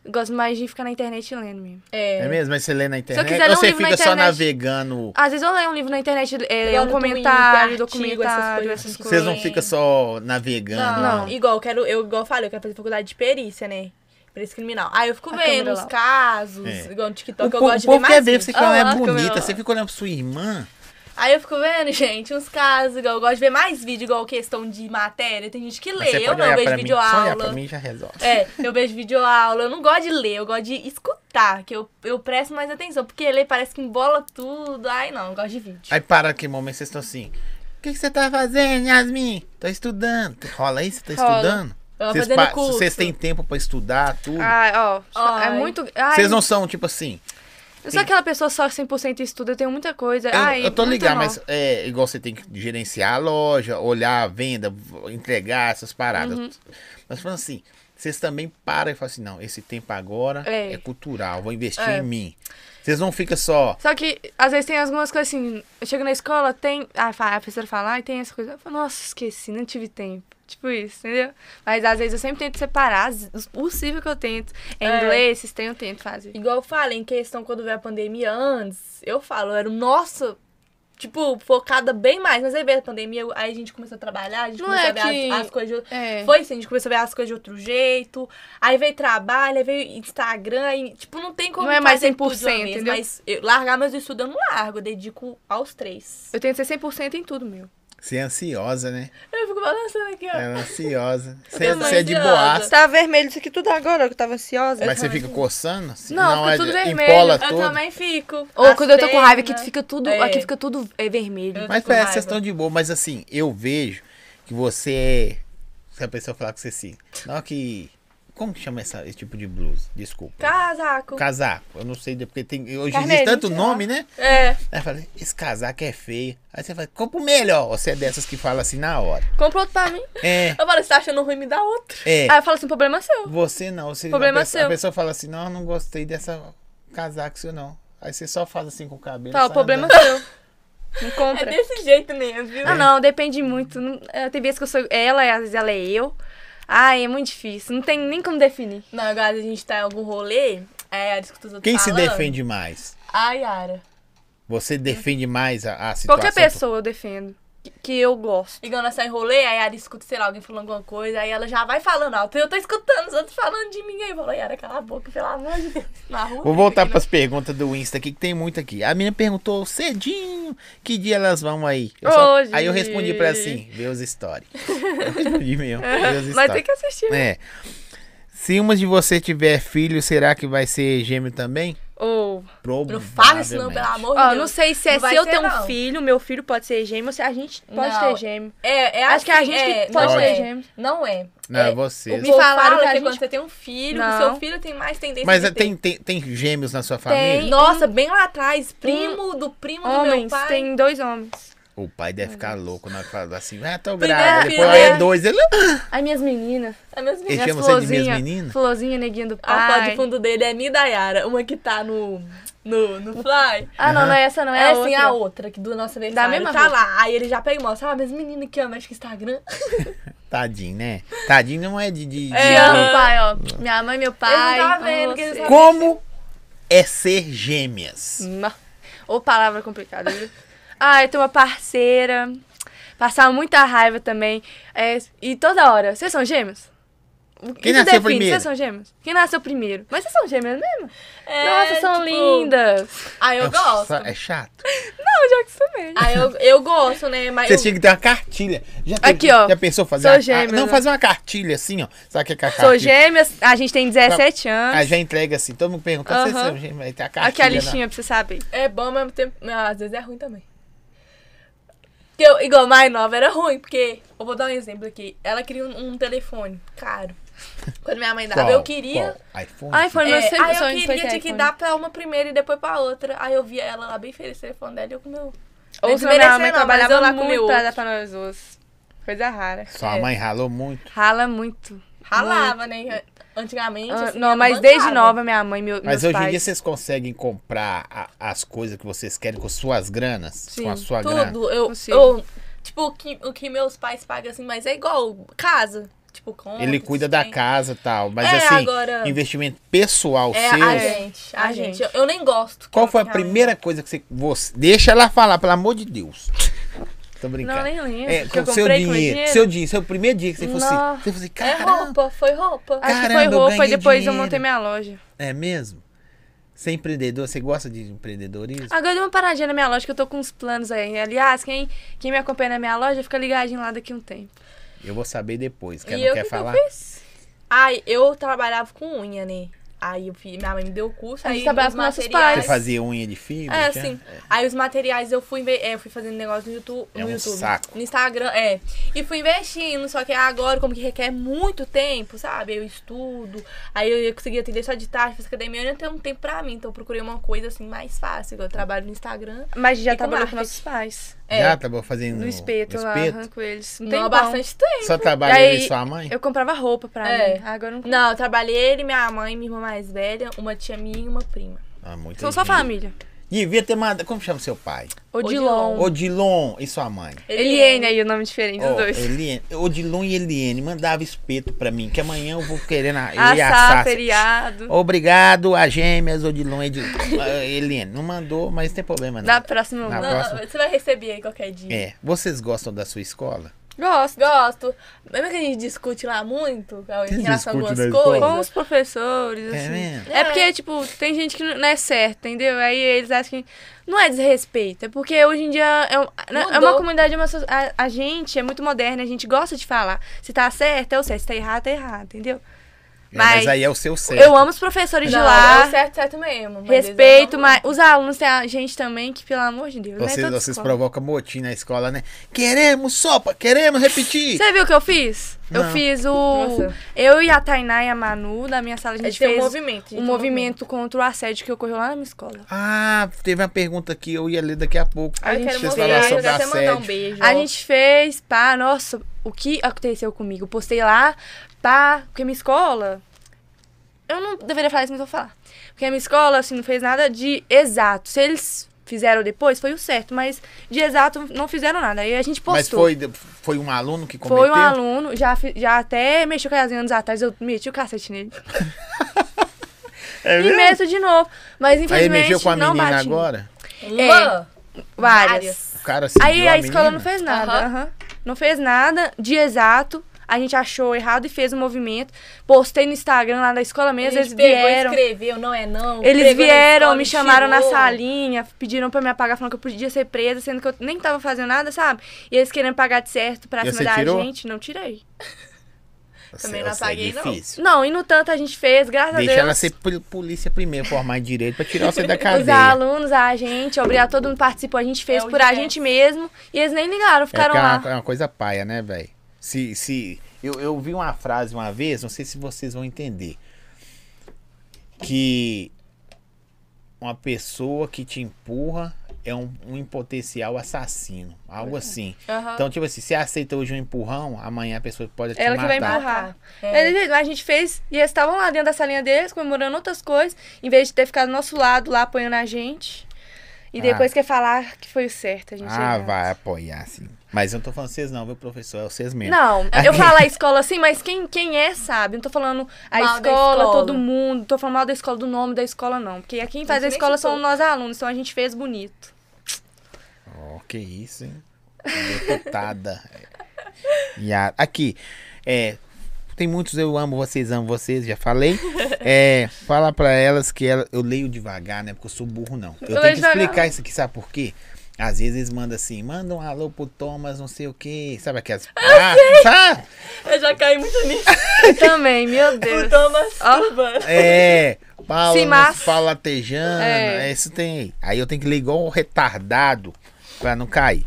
[SPEAKER 2] eu Gosto mais de ficar na internet lendo mesmo.
[SPEAKER 1] É mesmo? Mas você lê na internet?
[SPEAKER 2] quiser ler
[SPEAKER 1] Ou
[SPEAKER 2] um
[SPEAKER 1] você
[SPEAKER 2] livro
[SPEAKER 1] fica
[SPEAKER 2] na
[SPEAKER 1] só
[SPEAKER 2] internet-
[SPEAKER 1] navegando?
[SPEAKER 2] Às vezes eu leio um livro na internet, é,
[SPEAKER 3] Lá
[SPEAKER 2] um
[SPEAKER 3] no
[SPEAKER 2] comentário,
[SPEAKER 3] Twitter, artigo,
[SPEAKER 2] documentário,
[SPEAKER 3] essas
[SPEAKER 2] essas
[SPEAKER 3] coisas.
[SPEAKER 2] coisas.
[SPEAKER 1] Vocês não ficam só navegando?
[SPEAKER 3] Não,
[SPEAKER 2] Não.
[SPEAKER 3] igual eu quero, eu igual eu falei, eu quero fazer faculdade de perícia, né? Perícia criminal. Aí eu fico
[SPEAKER 2] A
[SPEAKER 3] vendo
[SPEAKER 2] câmera
[SPEAKER 3] os
[SPEAKER 2] lá.
[SPEAKER 3] casos,
[SPEAKER 1] É.
[SPEAKER 3] igual no
[SPEAKER 1] O,
[SPEAKER 3] TikTok, Então, eu
[SPEAKER 1] po-
[SPEAKER 3] gosto
[SPEAKER 1] o
[SPEAKER 3] de ver
[SPEAKER 1] povo
[SPEAKER 3] mais
[SPEAKER 1] quer ver
[SPEAKER 3] vídeo.
[SPEAKER 1] você que ela
[SPEAKER 3] Ah,
[SPEAKER 1] é
[SPEAKER 3] como eu-
[SPEAKER 1] bonita. Você fica olhando pra sua irmã?
[SPEAKER 3] Aí eu fico vendo, gente, uns casos, igual eu gosto de ver mais vídeo, igual questão de matéria. Tem gente que
[SPEAKER 1] Mas
[SPEAKER 3] lê,
[SPEAKER 1] você
[SPEAKER 3] eu
[SPEAKER 1] pode
[SPEAKER 3] não, eu
[SPEAKER 1] olhar pra
[SPEAKER 3] vejo
[SPEAKER 1] mim. Só olhar pra
[SPEAKER 3] videoaula.
[SPEAKER 1] mim já resolve.
[SPEAKER 3] É, eu vejo videoaula, eu não gosto de ler, eu gosto de escutar, que eu, eu presto mais atenção, porque ler parece que embola tudo. Ai, não, eu gosto de vídeo.
[SPEAKER 1] Aí para aquele momento, vocês estão assim. O que, que você tá fazendo, Yasmin? Tô estudando. Rola aí? Você tá
[SPEAKER 2] Rola.
[SPEAKER 1] estudando?
[SPEAKER 3] Eu vou
[SPEAKER 1] Vocês,
[SPEAKER 3] fazendo
[SPEAKER 1] pa-
[SPEAKER 3] curso.
[SPEAKER 1] vocês têm tempo pra estudar tudo?
[SPEAKER 2] Ai, ó, é
[SPEAKER 3] Ai.
[SPEAKER 2] muito... Ai,
[SPEAKER 1] Vocês não são, tipo assim.
[SPEAKER 2] Eu sou aquela pessoa só 100% estuda, eu tenho muita coisa.
[SPEAKER 1] Eu,
[SPEAKER 2] Ai,
[SPEAKER 1] eu tô
[SPEAKER 2] muito
[SPEAKER 1] ligado,
[SPEAKER 2] não.
[SPEAKER 1] mas é igual você tem que gerenciar a loja, olhar a venda, v- entregar essas paradas.
[SPEAKER 2] Uhum.
[SPEAKER 1] Mas falando assim, vocês também param e falam assim: não, esse tempo agora é,
[SPEAKER 2] É.
[SPEAKER 1] cultural, vou investir
[SPEAKER 2] É.
[SPEAKER 1] em mim. Vocês não ficam só.
[SPEAKER 2] Só que, às vezes, tem algumas coisas assim. Eu chego na escola, tem. Ah, fa- a professora fala, ai, tem essa coisa. Eu falo, nossa, esqueci, não tive tempo. Tipo isso, entendeu? Mas às vezes eu sempre tento separar as- os possível que eu tento. Em
[SPEAKER 3] É.
[SPEAKER 2] inglês, esses tem, um eu tento fazer.
[SPEAKER 3] Igual eu falo, em questão quando veio a pandemia antes, eu falo, eu era, nossa, tipo, focada bem mais. Mas aí veio a pandemia, aí a gente começou a trabalhar, a gente
[SPEAKER 2] Não
[SPEAKER 3] começou
[SPEAKER 2] é
[SPEAKER 3] a ver
[SPEAKER 2] que-
[SPEAKER 3] as, as coisas de outro...
[SPEAKER 2] É.
[SPEAKER 3] Foi assim, a gente começou a ver as coisas de outro jeito. Aí veio trabalho, aí veio Instagram, aí, tipo, não tem como
[SPEAKER 2] Não é mais
[SPEAKER 3] fazer tudo de uma
[SPEAKER 2] 100%,
[SPEAKER 3] vez,
[SPEAKER 2] entendeu?
[SPEAKER 3] Mas eu- largar meus estudos eu não largo, eu dedico aos três.
[SPEAKER 2] Eu tento ser 100% em tudo, meu.
[SPEAKER 1] Você é ansiosa, né?
[SPEAKER 3] Eu fico balançando aqui, ó.
[SPEAKER 1] Ela é ansiosa. Você
[SPEAKER 3] tô
[SPEAKER 1] é, você é de
[SPEAKER 3] ansiosa.
[SPEAKER 1] boaça.
[SPEAKER 2] Tá vermelho isso aqui tudo agora, que eu tava ansiosa.
[SPEAKER 1] Mas você fica coçando? assim?
[SPEAKER 2] Não, fica
[SPEAKER 1] é
[SPEAKER 2] tudo
[SPEAKER 1] de-
[SPEAKER 2] vermelho.
[SPEAKER 1] Empola
[SPEAKER 3] Eu
[SPEAKER 1] todo.
[SPEAKER 3] também fico.
[SPEAKER 4] Ou
[SPEAKER 3] As
[SPEAKER 4] quando eu tô com raiva, aqui
[SPEAKER 3] pernas.
[SPEAKER 4] fica tudo,
[SPEAKER 3] É.
[SPEAKER 4] aqui fica tudo é, vermelho.
[SPEAKER 3] Eu-
[SPEAKER 1] Mas
[SPEAKER 3] com
[SPEAKER 1] é, vocês
[SPEAKER 3] raiva.
[SPEAKER 1] estão de boa. Mas assim, eu vejo que você é. Se a pessoa falar com você assim, não que. Como que chama essa- esse tipo de blusa? Desculpa.
[SPEAKER 2] Casaco.
[SPEAKER 1] Casaco. Eu não sei, porque tem, hoje
[SPEAKER 2] Carneiro,
[SPEAKER 1] existe tanto
[SPEAKER 2] sei
[SPEAKER 1] nome, né?
[SPEAKER 2] É.
[SPEAKER 1] Aí fala, esse casaco é feio. Aí você fala, compra o melhor. Você é dessas que fala assim na hora.
[SPEAKER 2] Compra outro pra mim.
[SPEAKER 1] É,
[SPEAKER 3] Eu falo, você tá achando ruim, me dá outro.
[SPEAKER 1] é.
[SPEAKER 2] Aí eu falo assim, problema seu.
[SPEAKER 1] Você não. Você,
[SPEAKER 2] Problema
[SPEAKER 1] a, pessoa, a
[SPEAKER 2] seu.
[SPEAKER 1] pessoa fala assim, não, eu não gostei dessa casaco seu, não. Aí você só faz assim com o cabelo.
[SPEAKER 2] Tá, o
[SPEAKER 1] sai
[SPEAKER 2] problema
[SPEAKER 1] andando.
[SPEAKER 2] seu. Não
[SPEAKER 3] É
[SPEAKER 2] compra.
[SPEAKER 3] desse jeito mesmo, viu?
[SPEAKER 2] Ah, não, depende muito. Não- é, Tem vezes que eu sou ela, e às vezes ela é eu. Ai, é muito difícil. Não tem nem como definir.
[SPEAKER 3] Não, agora a gente tá em algum rolê, aí a escuta os
[SPEAKER 2] tá
[SPEAKER 3] outros
[SPEAKER 1] Quem se
[SPEAKER 3] falando.
[SPEAKER 1] defende mais?
[SPEAKER 3] A Yara.
[SPEAKER 1] Você defende mais a, a situação?
[SPEAKER 2] Qualquer pessoa eu defendo. que- Que eu gosto.
[SPEAKER 3] Igual nós saímos em rolê, aí a Yara escuta, sei lá, alguém falando alguma coisa, aí ela já vai falando alto. Eu tô escutando os outros falando de mim, aí eu falo, Yara, cala a boca, pelo amor de Deus. Na rua.
[SPEAKER 1] Vou voltar
[SPEAKER 3] aqui, né?
[SPEAKER 1] pras perguntas do Insta aqui, que tem muito aqui. A menina perguntou cedinho que dia elas vão aí. Eu
[SPEAKER 2] Hoje.
[SPEAKER 1] Aí eu respondi pra ela assim, vê os stories. Eu respondi mesmo, vê os
[SPEAKER 2] Vai
[SPEAKER 1] stories.
[SPEAKER 2] ter que assistir.
[SPEAKER 1] É. Se uma de você tiver filho, será que vai ser gêmeo também?
[SPEAKER 2] Ou.
[SPEAKER 1] Provavelmente.
[SPEAKER 3] Não fala isso não, pelo amor de
[SPEAKER 2] Ó,
[SPEAKER 3] Deus.
[SPEAKER 2] não sei se é
[SPEAKER 3] Não vai
[SPEAKER 2] se eu
[SPEAKER 3] ser,
[SPEAKER 2] ter um
[SPEAKER 3] não.
[SPEAKER 2] filho, meu filho pode ser gêmeo, ou se a gente pode
[SPEAKER 3] Não.
[SPEAKER 2] ter gêmeo.
[SPEAKER 3] É, é
[SPEAKER 2] Acho que é a gente
[SPEAKER 3] é,
[SPEAKER 2] que pode
[SPEAKER 1] não
[SPEAKER 2] ter
[SPEAKER 1] é.
[SPEAKER 2] gêmeo.
[SPEAKER 3] Não é.
[SPEAKER 1] Não,
[SPEAKER 3] é,
[SPEAKER 1] é você.
[SPEAKER 3] O
[SPEAKER 2] Me
[SPEAKER 3] povo
[SPEAKER 2] falaram
[SPEAKER 3] fala
[SPEAKER 2] que a
[SPEAKER 3] que,
[SPEAKER 2] gente-
[SPEAKER 3] quando você tem um filho,
[SPEAKER 2] Não.
[SPEAKER 3] o seu filho tem mais tendência
[SPEAKER 1] Mas é,
[SPEAKER 3] de ter.
[SPEAKER 1] tem, tem, tem gêmeos na sua família?
[SPEAKER 3] Nossa, bem lá atrás, primo do primo do meu
[SPEAKER 2] Homens,
[SPEAKER 3] pai.
[SPEAKER 2] um tem dois homens.
[SPEAKER 1] O pai deve ficar louco na hora que fala assim, ah, tô
[SPEAKER 3] Primeiro
[SPEAKER 1] grávida.
[SPEAKER 3] filho,
[SPEAKER 1] Depois aí é
[SPEAKER 3] né?
[SPEAKER 1] dois. Ele...
[SPEAKER 2] Ai, minhas meninas.
[SPEAKER 3] É mesmo
[SPEAKER 1] Ele
[SPEAKER 2] Minhas
[SPEAKER 1] chama você de minhas
[SPEAKER 2] florzinha-
[SPEAKER 1] meninas?
[SPEAKER 2] Florzinha, neguinha do
[SPEAKER 3] A foto
[SPEAKER 2] pai.
[SPEAKER 3] de fundo dele é minha e da Yara. Uma que tá no, no, no fly.
[SPEAKER 2] Ah, não, não é essa, não.
[SPEAKER 3] É
[SPEAKER 2] É,
[SPEAKER 3] assim
[SPEAKER 2] outra.
[SPEAKER 3] a outra, que do nosso aniversário.
[SPEAKER 2] mesma
[SPEAKER 3] tá
[SPEAKER 2] roupa.
[SPEAKER 3] lá. Aí ele já pega e mostra. Ah, mas menina que ama, acho que Instagram.
[SPEAKER 1] Tadinho, né? Tadinho não é de... de, de-
[SPEAKER 2] Te amo, pai, ó. Minha mãe, meu pai.
[SPEAKER 3] tava
[SPEAKER 2] amo
[SPEAKER 3] vendo que
[SPEAKER 2] você.
[SPEAKER 3] eles-
[SPEAKER 1] Como é ser gêmeas?
[SPEAKER 2] Nó. Ô, palavra complicada, viu? Ah, eu tenho uma parceira. Passava muita raiva também. É, e toda hora. Vocês são gêmeos? O que
[SPEAKER 1] Quem
[SPEAKER 2] isso
[SPEAKER 1] nasceu
[SPEAKER 2] define?
[SPEAKER 1] primeiro?
[SPEAKER 2] Vocês são gêmeos? Quem nasceu primeiro? Mas vocês são gêmeos mesmo?
[SPEAKER 3] É,
[SPEAKER 2] Nossa, são
[SPEAKER 3] tipo,
[SPEAKER 2] lindas.
[SPEAKER 3] Aí eu
[SPEAKER 1] é, Ah,
[SPEAKER 3] gosto.
[SPEAKER 1] É chato.
[SPEAKER 2] Não, já acostumei.
[SPEAKER 3] Aí eu, eu gosto, né? Mas
[SPEAKER 1] Vocês
[SPEAKER 3] eu,
[SPEAKER 1] tinham que ter uma cartilha. Já teve-
[SPEAKER 2] Aqui, ó.
[SPEAKER 1] Já pensou fazer
[SPEAKER 2] Sou
[SPEAKER 1] uma...
[SPEAKER 2] gêmea,
[SPEAKER 1] Não,
[SPEAKER 2] né?
[SPEAKER 1] fazer uma cartilha assim, ó. Sabe o que é cartilha?
[SPEAKER 2] Sou gêmeas, a gente tem 17
[SPEAKER 1] Aí
[SPEAKER 2] anos.
[SPEAKER 1] já entrega assim, todo mundo pergunta, vocês
[SPEAKER 2] Aham.
[SPEAKER 1] são gêmeas? Aí tem a cartilha. né?
[SPEAKER 2] Aqui a
[SPEAKER 1] na-
[SPEAKER 2] listinha pra você saber.
[SPEAKER 3] é bom, mas ao mesmo tempo- mas às vezes é ruim também. Porque Eu, igual mais nova era ruim, porque. Eu vou dar um exemplo aqui. Ela queria um, um telefone caro. Quando minha mãe dava,
[SPEAKER 1] Qual?
[SPEAKER 3] eu queria.
[SPEAKER 1] Qual? iPhone?
[SPEAKER 2] Ai, foi
[SPEAKER 3] É,
[SPEAKER 2] meu sempre
[SPEAKER 3] aí eu
[SPEAKER 2] sonho foi
[SPEAKER 3] queria
[SPEAKER 2] ter
[SPEAKER 3] tinha que
[SPEAKER 2] iPhone.
[SPEAKER 3] dar pra uma primeira e depois pra outra. Aí eu via ela lá bem feliz no telefone dela e eu com o meu.
[SPEAKER 2] Ou
[SPEAKER 3] Nem
[SPEAKER 2] se minha
[SPEAKER 3] desmerecer,
[SPEAKER 2] mãe
[SPEAKER 3] não,
[SPEAKER 2] trabalhava
[SPEAKER 3] mas eu lá com
[SPEAKER 2] muito
[SPEAKER 3] meu
[SPEAKER 2] pra
[SPEAKER 3] outro.
[SPEAKER 2] dar pra nós duas. Coisa rara.
[SPEAKER 1] Sua mãe ralou muito.
[SPEAKER 2] Rala muito.
[SPEAKER 3] Ralava, né? Antigamente.
[SPEAKER 2] tá Ah,
[SPEAKER 3] assim,
[SPEAKER 2] não,
[SPEAKER 3] ela
[SPEAKER 2] mas desde
[SPEAKER 3] bancava.
[SPEAKER 2] nova minha mãe, meu,
[SPEAKER 1] Mas
[SPEAKER 2] meus
[SPEAKER 1] hoje
[SPEAKER 2] pais.
[SPEAKER 1] em dia vocês conseguem comprar a- as coisas que vocês querem com suas granas?
[SPEAKER 2] Sim,
[SPEAKER 1] com a sua grana?
[SPEAKER 3] Tudo. Eu,
[SPEAKER 2] Consigo.
[SPEAKER 3] eu, tipo, o que, o que meus pais pagam assim, mas é igual casa. Tipo, conta,
[SPEAKER 1] Ele cuida da
[SPEAKER 3] sustento.
[SPEAKER 1] casa e tal. Mas
[SPEAKER 3] É,
[SPEAKER 1] assim,
[SPEAKER 3] agora-
[SPEAKER 1] investimento pessoal
[SPEAKER 3] É,
[SPEAKER 1] seu.
[SPEAKER 3] a gente. A
[SPEAKER 2] A
[SPEAKER 3] gente.
[SPEAKER 2] gente.
[SPEAKER 3] Eu, eu nem gosto. que
[SPEAKER 1] Qual
[SPEAKER 3] eu-
[SPEAKER 1] foi a
[SPEAKER 3] que é
[SPEAKER 1] primeira coisa que você, você- Deixa ela falar, pelo amor de Deus. Tô brincando.
[SPEAKER 2] Não, nem lembro.
[SPEAKER 1] É,
[SPEAKER 2] que
[SPEAKER 1] com
[SPEAKER 2] eu
[SPEAKER 1] o seu
[SPEAKER 2] comprei com meu
[SPEAKER 1] dinheiro, seu dinheiro, seu primeiro dia que você fosse.
[SPEAKER 2] Nó.
[SPEAKER 1] Você fosse,
[SPEAKER 3] É
[SPEAKER 1] caramba,
[SPEAKER 3] roupa, foi roupa.
[SPEAKER 2] Acho que
[SPEAKER 1] Caramba,
[SPEAKER 2] foi
[SPEAKER 1] eu
[SPEAKER 2] roupa e
[SPEAKER 1] ganhei
[SPEAKER 2] depois
[SPEAKER 1] dinheiro.
[SPEAKER 2] eu montei minha loja.
[SPEAKER 1] é mesmo? Você é empreendedor, você gosta de empreendedorismo?
[SPEAKER 2] Agora eu dei uma paradinha na minha loja, que eu tô com uns planos aí. Aliás, quem, quem me acompanha na minha loja, fica ligadinho lá daqui um tempo.
[SPEAKER 1] Eu vou saber depois. Quer,
[SPEAKER 3] E
[SPEAKER 1] não
[SPEAKER 3] eu
[SPEAKER 1] quer
[SPEAKER 3] que eu
[SPEAKER 1] falar?
[SPEAKER 3] fiz? Ai, eu trabalhava com unha, né? Aí eu fiz, minha mãe me deu curso.
[SPEAKER 2] A
[SPEAKER 3] aí
[SPEAKER 2] gente trabalhava
[SPEAKER 3] os
[SPEAKER 2] com nossos
[SPEAKER 3] materiais-
[SPEAKER 1] Você
[SPEAKER 2] pais.
[SPEAKER 1] fazia unha de fibra?
[SPEAKER 3] É,
[SPEAKER 1] tinha?
[SPEAKER 3] sim. Aí os materiais eu fui, inve- é, eu fui fazendo negócio no YouTube.
[SPEAKER 1] É
[SPEAKER 3] no
[SPEAKER 1] um
[SPEAKER 3] YouTube,
[SPEAKER 1] saco.
[SPEAKER 3] No Instagram, é. E fui investindo, só que agora, como que requer muito tempo, sabe? Eu estudo, aí eu consegui atender só de tarde, fiz academia, eu não tenho um tempo pra mim, então eu procurei uma coisa assim mais fácil. igual Eu trabalho no Instagram.
[SPEAKER 2] Mas já
[SPEAKER 3] E com
[SPEAKER 2] trabalhou com
[SPEAKER 3] marketing.
[SPEAKER 2] nossos pais.
[SPEAKER 3] É.
[SPEAKER 1] Já tava fazendo
[SPEAKER 2] No espeto, lá, arranco eles. Não
[SPEAKER 3] Não
[SPEAKER 2] tem
[SPEAKER 3] há
[SPEAKER 2] bastante.
[SPEAKER 3] bastante tempo.
[SPEAKER 1] Só trabalha ele
[SPEAKER 2] Daí-
[SPEAKER 1] e sua mãe?
[SPEAKER 2] Eu comprava roupa pra
[SPEAKER 3] É.
[SPEAKER 2] mim. Agora eu não compro.
[SPEAKER 3] Não, eu trabalhei ele, minha mãe, minha irmã mais velha, uma tia minha e uma prima.
[SPEAKER 1] Ah, muito
[SPEAKER 2] São só
[SPEAKER 1] dinheiro.
[SPEAKER 2] família.
[SPEAKER 1] Devia ter mandado. Como chama seu pai?
[SPEAKER 2] Odilon.
[SPEAKER 3] Odilon.
[SPEAKER 1] Odilon e sua mãe.
[SPEAKER 2] Eliene aí, o nome diferente dos
[SPEAKER 1] Ó,
[SPEAKER 2] dois.
[SPEAKER 1] Eliene, Odilon e Eliene, mandava espeto pra mim, que amanhã eu vou querendo a, eu ia
[SPEAKER 2] Assar,
[SPEAKER 1] assar.
[SPEAKER 2] feriado.
[SPEAKER 1] Obrigado, a gêmeas, Odilon e Edilon. Ah, Eliene, não mandou, mas não tem problema não.
[SPEAKER 2] Na próxima.
[SPEAKER 1] Na
[SPEAKER 3] Não,
[SPEAKER 1] próxima.
[SPEAKER 3] você vai receber aí qualquer dia.
[SPEAKER 1] É, vocês gostam da sua escola?
[SPEAKER 2] Gosto.
[SPEAKER 3] Gosto. Lembra que a gente discute lá muito Cauê,
[SPEAKER 1] Quem
[SPEAKER 3] em relação
[SPEAKER 1] discute
[SPEAKER 3] a algumas
[SPEAKER 1] na escola?
[SPEAKER 3] coisas?
[SPEAKER 2] Com os professores,
[SPEAKER 1] É
[SPEAKER 2] assim.
[SPEAKER 1] mesmo?
[SPEAKER 2] É porque, tipo, tem gente que não é certo, entendeu? Aí eles acham que. Não é desrespeito, é porque hoje em dia é, um- né, é uma
[SPEAKER 3] Mudou.
[SPEAKER 2] comunidade, é uma so- a, a gente é muito moderna, a gente gosta de falar. Se tá certo, é o certo. Se tá errado, tá errado, entendeu?
[SPEAKER 1] É, mas
[SPEAKER 2] Mas
[SPEAKER 1] aí é o seu certo.
[SPEAKER 2] Eu amo os professores
[SPEAKER 3] Não,
[SPEAKER 2] de lá.
[SPEAKER 3] é o certo, certo mesmo. mas eles
[SPEAKER 2] Respeito,
[SPEAKER 3] eram-
[SPEAKER 2] mas os alunos tem a gente também que, pelo amor de Deus, né?
[SPEAKER 1] Vocês,
[SPEAKER 2] Toda
[SPEAKER 1] vocês
[SPEAKER 2] escola.
[SPEAKER 1] provocam motim na escola, né? Queremos sopa, queremos repetir.
[SPEAKER 2] Você viu o que eu fiz?
[SPEAKER 1] Não.
[SPEAKER 2] Eu fiz o.
[SPEAKER 3] Nossa.
[SPEAKER 2] Eu e a Tainá e a Manu, da minha sala, a
[SPEAKER 3] É
[SPEAKER 2] gente
[SPEAKER 3] de ter um
[SPEAKER 2] fez
[SPEAKER 3] movimento.
[SPEAKER 2] um movimento contra o assédio que ocorreu lá na minha escola.
[SPEAKER 1] Ah, teve uma pergunta que eu ia ler daqui a pouco.
[SPEAKER 2] A gente
[SPEAKER 1] Vocês
[SPEAKER 2] fez-
[SPEAKER 1] falaram
[SPEAKER 3] eu
[SPEAKER 1] sobre
[SPEAKER 3] quero até mandar um
[SPEAKER 1] assédio.
[SPEAKER 3] beijo.
[SPEAKER 2] A gente fez, pá, nossa, o que aconteceu comigo? Postei lá, pá, porque minha escola. Eu não deveria falar isso, mas vou falar. Porque a minha escola, assim, não fez nada de exato. Se eles fizeram depois, foi o certo, mas de exato não fizeram nada. Aí a gente postou.
[SPEAKER 1] Mas foi, foi um aluno que cometeu?
[SPEAKER 2] Foi um aluno, já, fi- já até mexeu com as anos atrás, eu meti o cacete nele.
[SPEAKER 1] É
[SPEAKER 2] E
[SPEAKER 1] mesmo?
[SPEAKER 2] meto de novo. Mas
[SPEAKER 1] Aí
[SPEAKER 2] infelizmente
[SPEAKER 1] mexeu com a
[SPEAKER 2] não
[SPEAKER 1] menina
[SPEAKER 2] bate. em mim.
[SPEAKER 1] agora?
[SPEAKER 3] Uma,
[SPEAKER 2] é, Várias.
[SPEAKER 3] várias.
[SPEAKER 1] O cara seguiu
[SPEAKER 2] Aí a, escola
[SPEAKER 1] menina?
[SPEAKER 2] não fez nada.
[SPEAKER 3] Aham.
[SPEAKER 2] aham. Não fez nada de exato. A gente achou errado e fez o movimento. Postei no Instagram lá da escola
[SPEAKER 3] A
[SPEAKER 2] mesmo. Eles
[SPEAKER 3] gente pegou,
[SPEAKER 2] vieram.
[SPEAKER 3] escreveu, não é não.
[SPEAKER 2] Eles
[SPEAKER 3] pegou na
[SPEAKER 2] vieram,
[SPEAKER 3] escola,
[SPEAKER 2] me chamaram na
[SPEAKER 3] tirou.
[SPEAKER 2] salinha, pediram pra me apagar, falando que eu podia ser presa, sendo que eu nem tava fazendo nada, sabe? E eles querendo pagar de certo pra
[SPEAKER 1] E
[SPEAKER 2] cima
[SPEAKER 1] você
[SPEAKER 2] da
[SPEAKER 1] tirou?
[SPEAKER 2] gente, não tirei.
[SPEAKER 1] Você-
[SPEAKER 3] Também não
[SPEAKER 1] você
[SPEAKER 3] apaguei,
[SPEAKER 1] é
[SPEAKER 3] não.
[SPEAKER 1] difícil.
[SPEAKER 2] Não, e no tanto a gente fez, graças a
[SPEAKER 1] Deixa
[SPEAKER 2] Deus.
[SPEAKER 1] ela ser pol- polícia primeiro, formar em direito, pra tirar você da
[SPEAKER 2] Os
[SPEAKER 1] cadeia. É
[SPEAKER 2] alunos, a gente, obrigado, todo mundo participou, a gente fez
[SPEAKER 3] É o
[SPEAKER 2] por a
[SPEAKER 3] yes.
[SPEAKER 2] gente mesmo. E eles nem ligaram,
[SPEAKER 1] É
[SPEAKER 2] ficaram
[SPEAKER 1] porque é
[SPEAKER 2] lá.
[SPEAKER 1] uma, é uma coisa paia, né, velho? Se, se, eu, eu vi uma frase uma vez, não sei se vocês vão entender. Que uma pessoa que te empurra é um, um potencial assassino.
[SPEAKER 2] Uhum.
[SPEAKER 1] Algo assim.
[SPEAKER 2] Aham.
[SPEAKER 1] Então, tipo assim, você aceita hoje um empurrão, amanhã a pessoa pode te
[SPEAKER 2] Ela que
[SPEAKER 1] matar.
[SPEAKER 3] Ah,
[SPEAKER 2] vai empurrar.
[SPEAKER 3] tá. É.
[SPEAKER 2] Eles- A gente fez, e eles estavam lá dentro da salinha deles, comemorando outras coisas, em vez de ter ficado do nosso lado lá apoiando a gente. E
[SPEAKER 1] Ah.
[SPEAKER 2] depois quer falar que foi o certo, a gente. né?
[SPEAKER 1] Ah,
[SPEAKER 2] errando.
[SPEAKER 1] vai apoiar, sim. Mas eu não tô falando vocês não, viu, professor? É vocês mesmo.
[SPEAKER 2] Não, eu falo a escola assim, mas quem, quem é sabe. Não tô falando a
[SPEAKER 3] Mal da
[SPEAKER 2] escola,
[SPEAKER 3] escola.
[SPEAKER 2] todo mundo. Tô falando mal da escola, do nome da escola, não. Porque quem faz a
[SPEAKER 3] nem
[SPEAKER 2] escola
[SPEAKER 3] citou.
[SPEAKER 2] são nós alunos, então a gente fez bonito.
[SPEAKER 1] Oh, que isso, hein? Deputada. E a- aqui, é, tem muitos eu amo vocês, amo vocês, já falei. É, fala pra elas que ela, eu leio devagar, né? Porque eu sou burro, não. Eu
[SPEAKER 2] Eu
[SPEAKER 1] tenho
[SPEAKER 2] leio
[SPEAKER 1] que
[SPEAKER 2] devagar.
[SPEAKER 1] explicar isso aqui, sabe por quê? Às vezes eles mandam assim, manda um alô pro Thomas, não sei o quê. Sabe aquelas... Ah, sabe?
[SPEAKER 3] Eu já caí muito nisso.
[SPEAKER 2] Eu também, meu Deus.
[SPEAKER 3] O Thomas
[SPEAKER 2] Ó.
[SPEAKER 3] Turban.
[SPEAKER 1] É, Paula,
[SPEAKER 2] Sim, mas-
[SPEAKER 1] Paula Tejana,
[SPEAKER 2] É.
[SPEAKER 1] isso tem. Aí eu tenho que ler igual um retardado pra não cair.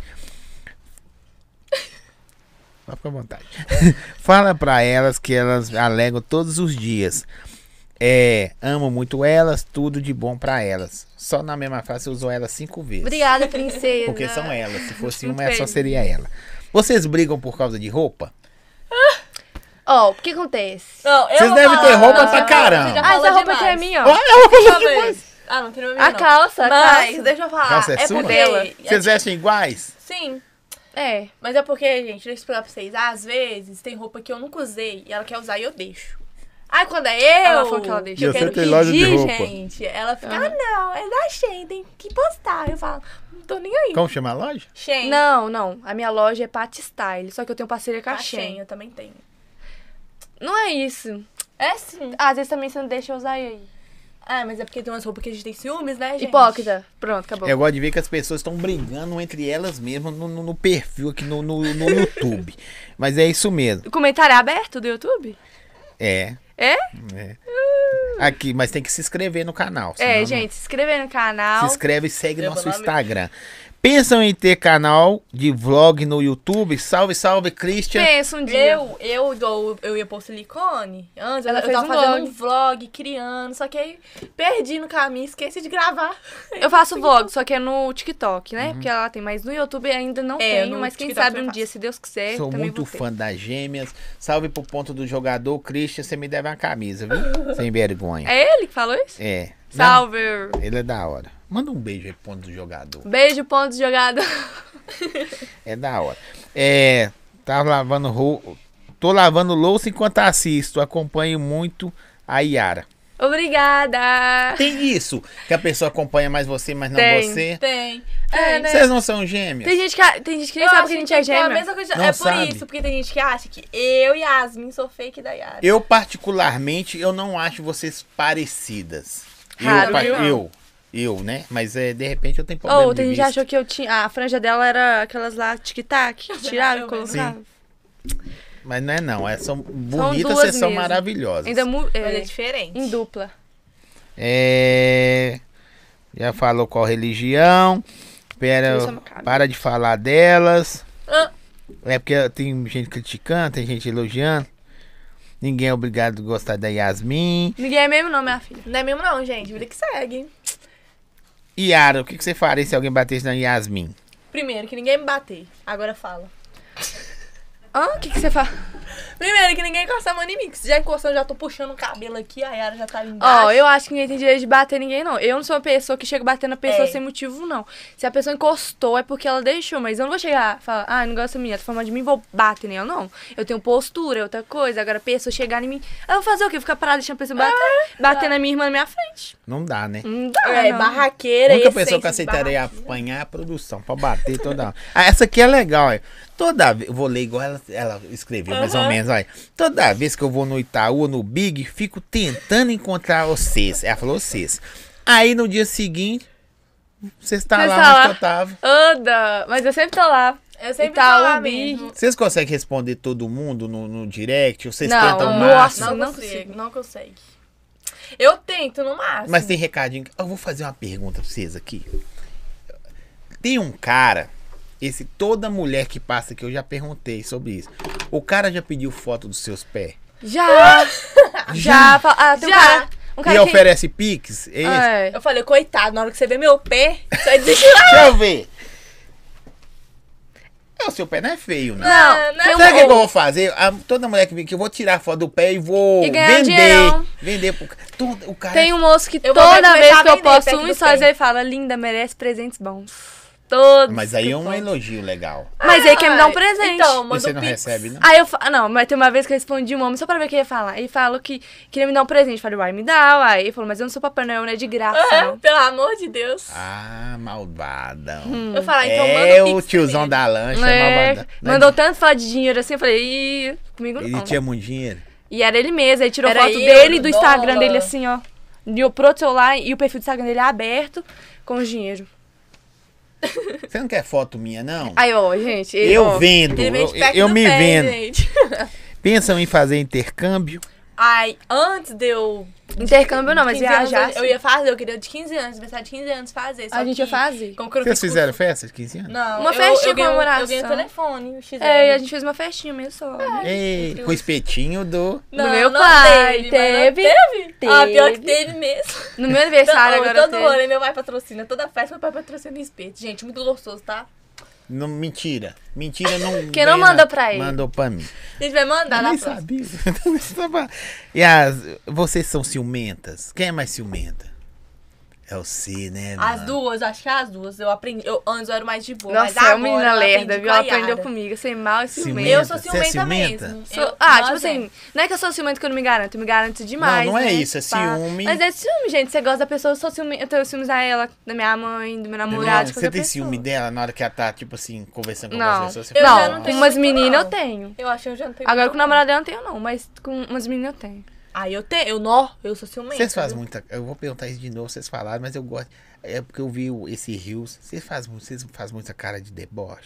[SPEAKER 1] Vai ficar à vontade. Fala pra elas que elas alegam todos os dias. É, amo muito elas, tudo de bom pra elas. Só na mesma frase eu uso elas cinco vezes.
[SPEAKER 2] Obrigada, princesa.
[SPEAKER 1] Porque são elas. Se fosse
[SPEAKER 2] Muito
[SPEAKER 1] uma, só
[SPEAKER 2] bem.
[SPEAKER 1] seria ela. Vocês brigam por causa de roupa?
[SPEAKER 2] Ó, o que acontece?
[SPEAKER 3] Não, eu
[SPEAKER 1] Vocês
[SPEAKER 3] vou
[SPEAKER 1] devem ter
[SPEAKER 3] falar.
[SPEAKER 1] roupa
[SPEAKER 3] Não,
[SPEAKER 1] pra
[SPEAKER 3] você
[SPEAKER 1] caramba.
[SPEAKER 3] já
[SPEAKER 2] Ah,
[SPEAKER 3] falou
[SPEAKER 2] essa roupa aqui é
[SPEAKER 3] demais.
[SPEAKER 2] minha, ó.
[SPEAKER 1] Olha, eu vou falar
[SPEAKER 3] Deixa eu
[SPEAKER 1] de
[SPEAKER 3] ver. Ah, não tem
[SPEAKER 2] A
[SPEAKER 3] não.
[SPEAKER 2] calça, a
[SPEAKER 3] Mas,
[SPEAKER 2] calça.
[SPEAKER 3] deixa eu falar.
[SPEAKER 1] Calça é sua?
[SPEAKER 3] porque...
[SPEAKER 2] Dela.
[SPEAKER 1] Vocês vestem iguais?
[SPEAKER 3] Sim.
[SPEAKER 2] É.
[SPEAKER 3] Mas é porque, gente, deixa eu explicar pra vocês. Às vezes tem roupa que eu nunca usei e ela quer usar e eu deixo. Aí quando é eu.
[SPEAKER 2] Ela falou que ela deixou.
[SPEAKER 3] eu
[SPEAKER 1] E você
[SPEAKER 3] quero
[SPEAKER 1] tem
[SPEAKER 3] pedir,
[SPEAKER 1] loja de roupa?
[SPEAKER 3] gente. Ela fica, ah, não, é da Shein, tem que postar. Eu falo, não tô nem aí.
[SPEAKER 1] Como chama a loja?
[SPEAKER 3] Shein.
[SPEAKER 2] Não, não. A minha loja é Pat Style, só que eu tenho parceria com a
[SPEAKER 3] Ah, Shein,
[SPEAKER 2] Shein.
[SPEAKER 3] eu também tenho.
[SPEAKER 2] Não é isso.
[SPEAKER 3] É sim.
[SPEAKER 2] Às vezes também você não deixa eu usar aí.
[SPEAKER 3] Ah, mas é porque tem umas roupas que a gente tem ciúmes, né, gente?
[SPEAKER 2] Hipócrita. Pronto, acabou.
[SPEAKER 1] Eu gosto de ver que as pessoas estão brigando entre elas mesmas no, no- no perfil aqui no, no- no YouTube. Mas é isso mesmo.
[SPEAKER 2] O Comentário é aberto do YouTube?
[SPEAKER 1] É.
[SPEAKER 2] É?
[SPEAKER 1] é. Aqui, mas tem que se inscrever no canal. senão
[SPEAKER 2] é,
[SPEAKER 1] não-
[SPEAKER 2] gente, se inscrever no
[SPEAKER 1] Se
[SPEAKER 2] canal.
[SPEAKER 1] inscreve e segue
[SPEAKER 3] Eu
[SPEAKER 1] nosso
[SPEAKER 3] vou lá mesmo.
[SPEAKER 1] Instagram. Pensam em ter canal de vlog no YouTube? Salve, salve, Christian.
[SPEAKER 2] Pensa um dia.
[SPEAKER 3] Eu, eu, dou, eu ia pôr silicone. Antes
[SPEAKER 2] Ela
[SPEAKER 3] eu
[SPEAKER 2] fez
[SPEAKER 3] tava
[SPEAKER 2] um
[SPEAKER 3] fazendo
[SPEAKER 2] vlog.
[SPEAKER 3] um vlog, criando, só que aí perdi no caminho, esqueci de gravar.
[SPEAKER 2] Eu faço vlog, só que é no TikTok,
[SPEAKER 1] Uhum.
[SPEAKER 2] né? Porque ela tem, mas no YouTube ainda não
[SPEAKER 3] É,
[SPEAKER 2] tenho,
[SPEAKER 3] no
[SPEAKER 2] mas quem
[SPEAKER 3] TikTok
[SPEAKER 2] sabe
[SPEAKER 3] eu
[SPEAKER 2] um
[SPEAKER 3] faço.
[SPEAKER 2] dia, se Deus quiser,
[SPEAKER 1] Sou
[SPEAKER 2] também
[SPEAKER 1] muito
[SPEAKER 2] vou ter.
[SPEAKER 1] fã das gêmeas. Salve pro ponto do jogador. Christian, você me deve uma camisa, viu? Sem vergonha.
[SPEAKER 2] É ele que falou isso?
[SPEAKER 1] É. Não,
[SPEAKER 2] Salve!
[SPEAKER 1] ele é da hora. Manda um beijo aí pro ponto do jogador.
[SPEAKER 2] Beijo, pontos jogados.
[SPEAKER 1] É da hora. É, tava lavando roupa. Tô lavando louça enquanto assisto. Acompanho muito a Yara.
[SPEAKER 2] Obrigada!
[SPEAKER 1] Tem isso, que a pessoa acompanha mais você, mas não
[SPEAKER 2] Tem,
[SPEAKER 1] você.
[SPEAKER 3] Tem.
[SPEAKER 2] É,
[SPEAKER 3] É,
[SPEAKER 2] né?
[SPEAKER 3] né?
[SPEAKER 1] Vocês não são gêmeos?
[SPEAKER 2] Tem gente que, tem gente que nem sabe que a gente é
[SPEAKER 3] É, a
[SPEAKER 2] gêmea.
[SPEAKER 3] mesma coisa.
[SPEAKER 1] Não
[SPEAKER 3] é por
[SPEAKER 1] sabe.
[SPEAKER 3] isso, porque tem gente que acha que eu e a Yasmin sou fake da Yasmin.
[SPEAKER 1] Eu, particularmente, eu não acho vocês parecidas.
[SPEAKER 2] Raro,
[SPEAKER 1] eu, pa-
[SPEAKER 2] viu?
[SPEAKER 1] eu, eu, né? Mas é, de repente eu tenho problema
[SPEAKER 2] Ou tem
[SPEAKER 1] de
[SPEAKER 2] gente que
[SPEAKER 1] vista.
[SPEAKER 2] achou que eu tinha. A franja dela era aquelas lá tic-tac, que tiraram e
[SPEAKER 3] Eu mesmo.
[SPEAKER 2] colocaram.
[SPEAKER 1] Mas não é não, é, são bonitas,
[SPEAKER 2] duas
[SPEAKER 1] vocês são
[SPEAKER 2] mesmo.
[SPEAKER 1] maravilhosas.
[SPEAKER 2] Ainda mu
[SPEAKER 3] Mas é
[SPEAKER 2] é,
[SPEAKER 3] diferente.
[SPEAKER 2] em dupla.
[SPEAKER 1] É... Já falou qual religião. Pera,
[SPEAKER 2] Isso é macabro.
[SPEAKER 1] para de falar delas.
[SPEAKER 3] Ah.
[SPEAKER 1] É porque tem gente criticando, tem gente elogiando. Ninguém é obrigado a gostar da Yasmin.
[SPEAKER 2] Ninguém é mesmo, não, minha filha.
[SPEAKER 3] Não é mesmo, não, gente. Vida que segue.
[SPEAKER 1] Yara, o que, que você faria se alguém batesse na Yasmin?
[SPEAKER 3] Primeiro, que ninguém me bater. Agora fala.
[SPEAKER 2] Ah, o que, que você fala?
[SPEAKER 3] Primeiro, que ninguém encosta a mão em mim. que Se já encostou, eu já tô puxando o cabelo aqui. A Yara já tá embaixo.
[SPEAKER 2] Ó, eu acho que ninguém tem direito de bater ninguém, não. Eu não sou uma pessoa que chega batendo a pessoa
[SPEAKER 3] É.
[SPEAKER 2] sem motivo, não. Se a pessoa encostou, é porque ela deixou, mas eu não vou chegar e falar, ah, não gosta minha, tá falando de mim, vou bater nela, não. Eu tenho postura, é outra coisa. Agora a pessoa chegar em mim, "Ah, eu vou fazer o quê? Ficar parada deixando a pessoa bater, bater na minha irmã na minha frente.
[SPEAKER 1] Não dá, né?
[SPEAKER 2] Não dá,
[SPEAKER 3] É,
[SPEAKER 2] não.
[SPEAKER 3] barraqueira,
[SPEAKER 1] A única
[SPEAKER 3] essência
[SPEAKER 1] pessoa que
[SPEAKER 3] de
[SPEAKER 1] aceitaria
[SPEAKER 3] barraqueira.
[SPEAKER 1] apanhar é a produção, pra bater toda hora. Ah, essa aqui é legal, ó. Toda vez, eu vou ler igual ela, ela escreveu, mais ou
[SPEAKER 3] Aham.
[SPEAKER 1] menos, olha. Toda vez que eu vou no Itaú ou no Big, fico tentando encontrar vocês. Ela falou vocês. Aí no dia seguinte, vocês estão
[SPEAKER 2] Vocês
[SPEAKER 1] lá
[SPEAKER 2] tá
[SPEAKER 1] onde
[SPEAKER 2] lá.
[SPEAKER 1] eu tava.
[SPEAKER 2] Anda, mas eu sempre tô lá. um
[SPEAKER 3] Eu sempre
[SPEAKER 2] Itaú,
[SPEAKER 3] falo
[SPEAKER 2] Big.
[SPEAKER 3] mesmo.
[SPEAKER 1] Vocês conseguem responder todo mundo no, no direct? Ou vocês
[SPEAKER 2] Não,
[SPEAKER 1] tentam o
[SPEAKER 2] nossa.
[SPEAKER 1] máximo?
[SPEAKER 3] Não,
[SPEAKER 2] não
[SPEAKER 3] consigo,
[SPEAKER 2] consigo.
[SPEAKER 3] não consegue. Eu tento no máximo.
[SPEAKER 2] Assim.
[SPEAKER 1] Mas tem recadinho. Eu vou fazer uma pergunta pra vocês aqui. Tem um cara, esse toda mulher que passa aqui, eu já perguntei sobre isso. O cara já pediu foto dos seus pés.
[SPEAKER 2] Já, já, fala- ah, tem um
[SPEAKER 3] Já.
[SPEAKER 2] cara, um
[SPEAKER 1] e
[SPEAKER 2] cara que...
[SPEAKER 1] oferece pix? É isso?
[SPEAKER 2] É.
[SPEAKER 3] Eu falei, coitado, na hora que você vê meu pé, você vai desistir.
[SPEAKER 1] Deixa eu ver. É, o seu pé não é feio, não.
[SPEAKER 2] Não,
[SPEAKER 3] Não,
[SPEAKER 2] tem um-
[SPEAKER 1] Sabe o que, que eu vou fazer? A- toda mulher que vem aqui, eu vou tirar a foto do pé e vou
[SPEAKER 2] E ganhar um
[SPEAKER 1] vender.
[SPEAKER 2] dinheirão.
[SPEAKER 1] Vender pro cara. Todo- O cara é
[SPEAKER 2] Tem um moço que
[SPEAKER 3] Eu vou
[SPEAKER 2] toda
[SPEAKER 3] começar
[SPEAKER 2] vez
[SPEAKER 3] a
[SPEAKER 2] que eu
[SPEAKER 3] vender
[SPEAKER 2] posto
[SPEAKER 3] pack
[SPEAKER 2] um
[SPEAKER 3] do
[SPEAKER 2] stories,
[SPEAKER 3] pé.
[SPEAKER 2] ele fala, linda, merece presentes bons. Todos.
[SPEAKER 1] Mas aí
[SPEAKER 2] que
[SPEAKER 1] é
[SPEAKER 2] eu
[SPEAKER 1] um
[SPEAKER 2] posto.
[SPEAKER 1] elogio legal.
[SPEAKER 2] Mas ele quer me dar um presente.
[SPEAKER 3] Então, manda
[SPEAKER 1] Você
[SPEAKER 3] um
[SPEAKER 1] não
[SPEAKER 3] pix.
[SPEAKER 1] recebe, não?
[SPEAKER 2] Aí eu falo, não, mas tem uma vez que eu respondi um homem só pra ver o que ele ia falar. Ele falou que queria me dar um presente. Eu falei, uai, me dá, uai. Ele falou, mas eu não sou Papai Noel, não é de graça,
[SPEAKER 3] Aham,
[SPEAKER 2] não.
[SPEAKER 3] Pelo amor de Deus.
[SPEAKER 1] Ah, malvadão.
[SPEAKER 3] Eu falar, então manda
[SPEAKER 1] é
[SPEAKER 3] um
[SPEAKER 1] o
[SPEAKER 3] pix
[SPEAKER 1] tiozão
[SPEAKER 3] primeiro.
[SPEAKER 1] da lancha,
[SPEAKER 2] É,
[SPEAKER 1] malvadão.
[SPEAKER 2] mandou tanto falar de dinheiro assim, eu falei, ih, comigo
[SPEAKER 1] né? Ele
[SPEAKER 2] não.
[SPEAKER 1] tinha muito dinheiro.
[SPEAKER 2] E era ele mesmo, ele tirou
[SPEAKER 3] Era
[SPEAKER 2] foto
[SPEAKER 3] euro,
[SPEAKER 2] dele e do Instagram
[SPEAKER 3] dólar.
[SPEAKER 2] dele assim, ó. E o pro celular e o perfil do Instagram dele é aberto com o dinheiro.
[SPEAKER 1] Você não quer foto minha, não?
[SPEAKER 2] Aí, ó, gente. ele,
[SPEAKER 1] eu
[SPEAKER 2] ó,
[SPEAKER 1] vendo,
[SPEAKER 3] Ele
[SPEAKER 1] eu,
[SPEAKER 3] vende pack
[SPEAKER 1] eu
[SPEAKER 3] do
[SPEAKER 1] me
[SPEAKER 3] pé,
[SPEAKER 1] vendo.
[SPEAKER 3] gente.
[SPEAKER 1] Pensam em fazer intercâmbio?
[SPEAKER 3] Ai, antes de eu.
[SPEAKER 2] Intercâmbio não, mas
[SPEAKER 3] 15 anos,
[SPEAKER 2] viajar.
[SPEAKER 3] Eu ia fazer, eu queria de 15 anos, aniversário de 15 anos fazer. Só
[SPEAKER 2] A gente
[SPEAKER 3] que
[SPEAKER 2] ia fazer.
[SPEAKER 3] como que eu
[SPEAKER 1] Vocês
[SPEAKER 3] fiz
[SPEAKER 1] fizeram
[SPEAKER 3] curso-
[SPEAKER 1] festa de 15 anos?
[SPEAKER 3] Não.
[SPEAKER 2] Uma
[SPEAKER 3] eu,
[SPEAKER 2] festinha
[SPEAKER 3] eu ganhei, um- Eu ganhei o
[SPEAKER 2] comemoração.
[SPEAKER 3] telefone, o XL.
[SPEAKER 2] É, e a gente fez uma festinha mesmo só. né?
[SPEAKER 1] Ei, com espetinho do.
[SPEAKER 3] Não,
[SPEAKER 2] do meu
[SPEAKER 3] não
[SPEAKER 2] pai,
[SPEAKER 3] teve, mas
[SPEAKER 2] teve,
[SPEAKER 3] não teve. Ah, pior que
[SPEAKER 2] teve.
[SPEAKER 3] teve mesmo.
[SPEAKER 2] No meu aniversário
[SPEAKER 3] Todo-
[SPEAKER 2] agora.
[SPEAKER 3] todo
[SPEAKER 2] teve.
[SPEAKER 3] ano aí meu pai patrocina, toda festa meu pai patrocina espeto. Gente, muito gostoso, tá?
[SPEAKER 1] Não, mentira. Mentira não.
[SPEAKER 2] Quem não
[SPEAKER 1] vem
[SPEAKER 2] mandou
[SPEAKER 1] na-
[SPEAKER 2] pra ele?
[SPEAKER 1] Mandou pra mim.
[SPEAKER 3] A gente vai mandar
[SPEAKER 1] Eu
[SPEAKER 3] Tá na
[SPEAKER 1] nem
[SPEAKER 3] próxima.
[SPEAKER 1] sabia. e as, vocês são ciumentas? Quem é mais ciumenta? É o C, né?
[SPEAKER 3] As
[SPEAKER 1] mano?
[SPEAKER 3] duas, acho que é as duas. Eu aprendi. Eu, antes eu era mais de boa. mas
[SPEAKER 2] Nossa, é
[SPEAKER 3] agora
[SPEAKER 2] uma menina
[SPEAKER 3] eu
[SPEAKER 2] lerda,
[SPEAKER 3] aprendi
[SPEAKER 2] viu?
[SPEAKER 3] com a
[SPEAKER 2] Ela aprendeu
[SPEAKER 3] Yara.
[SPEAKER 2] comigo, sem mal e ciumento.
[SPEAKER 1] Ciumento.
[SPEAKER 3] Eu sou
[SPEAKER 1] Você é
[SPEAKER 3] ciumenta,
[SPEAKER 1] ciumenta?
[SPEAKER 3] mesmo.
[SPEAKER 2] Sou-
[SPEAKER 3] Eu-
[SPEAKER 2] ah,
[SPEAKER 3] nós
[SPEAKER 2] tipo
[SPEAKER 3] é.
[SPEAKER 2] assim, não é que eu sou ciumenta que eu não me garanto, eu me garanto demais.
[SPEAKER 1] Não, não é
[SPEAKER 2] né?
[SPEAKER 1] isso, é
[SPEAKER 2] Pá.
[SPEAKER 1] ciúme.
[SPEAKER 2] Mas é ciúme, gente. Você gosta da pessoa, eu sou ciumenta, eu tenho ciúmes a ela, da minha mãe, do meu namorado, de
[SPEAKER 1] Você
[SPEAKER 2] qualquer
[SPEAKER 1] tem
[SPEAKER 2] pessoa.
[SPEAKER 1] ciúme dela na hora que ela tá, tipo assim, conversando com
[SPEAKER 2] Não,
[SPEAKER 1] algumas pessoas? Você
[SPEAKER 3] Eu
[SPEAKER 1] fala,
[SPEAKER 3] já
[SPEAKER 2] não,
[SPEAKER 3] não
[SPEAKER 1] "Ah,
[SPEAKER 2] com
[SPEAKER 3] tenho
[SPEAKER 2] umas
[SPEAKER 3] muito,
[SPEAKER 2] meninas eu
[SPEAKER 3] não."
[SPEAKER 2] tenho.
[SPEAKER 3] Eu acho que eu já não tenho.
[SPEAKER 2] Agora com o
[SPEAKER 3] muito
[SPEAKER 2] namorado dela eu não tenho, não, mas com umas meninas eu tenho.
[SPEAKER 3] Aí eu tenho. Eu nó, eu sou ciumenta.
[SPEAKER 1] Vocês fazem
[SPEAKER 3] viu?
[SPEAKER 1] muita. Eu vou perguntar isso de novo, vocês falaram, mas eu gosto. É porque eu vi o- esse Rios. Vocês fazem, mu- vocês fazem muita cara de deboche.